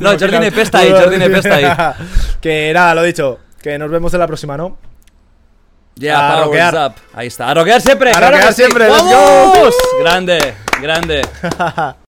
[SPEAKER 2] No, Jordi me pesta ahí, Jordi me pesta ahí.
[SPEAKER 3] que nada, lo dicho. Que nos vemos en la próxima, ¿no?
[SPEAKER 2] Ya,
[SPEAKER 3] A
[SPEAKER 2] powers
[SPEAKER 3] roquear.
[SPEAKER 2] up. Ahí está. A roquear siempre.
[SPEAKER 3] A
[SPEAKER 2] claro que
[SPEAKER 3] roquear
[SPEAKER 2] sí.
[SPEAKER 3] siempre, let's go.
[SPEAKER 2] ¡Vamos! Grande, grande.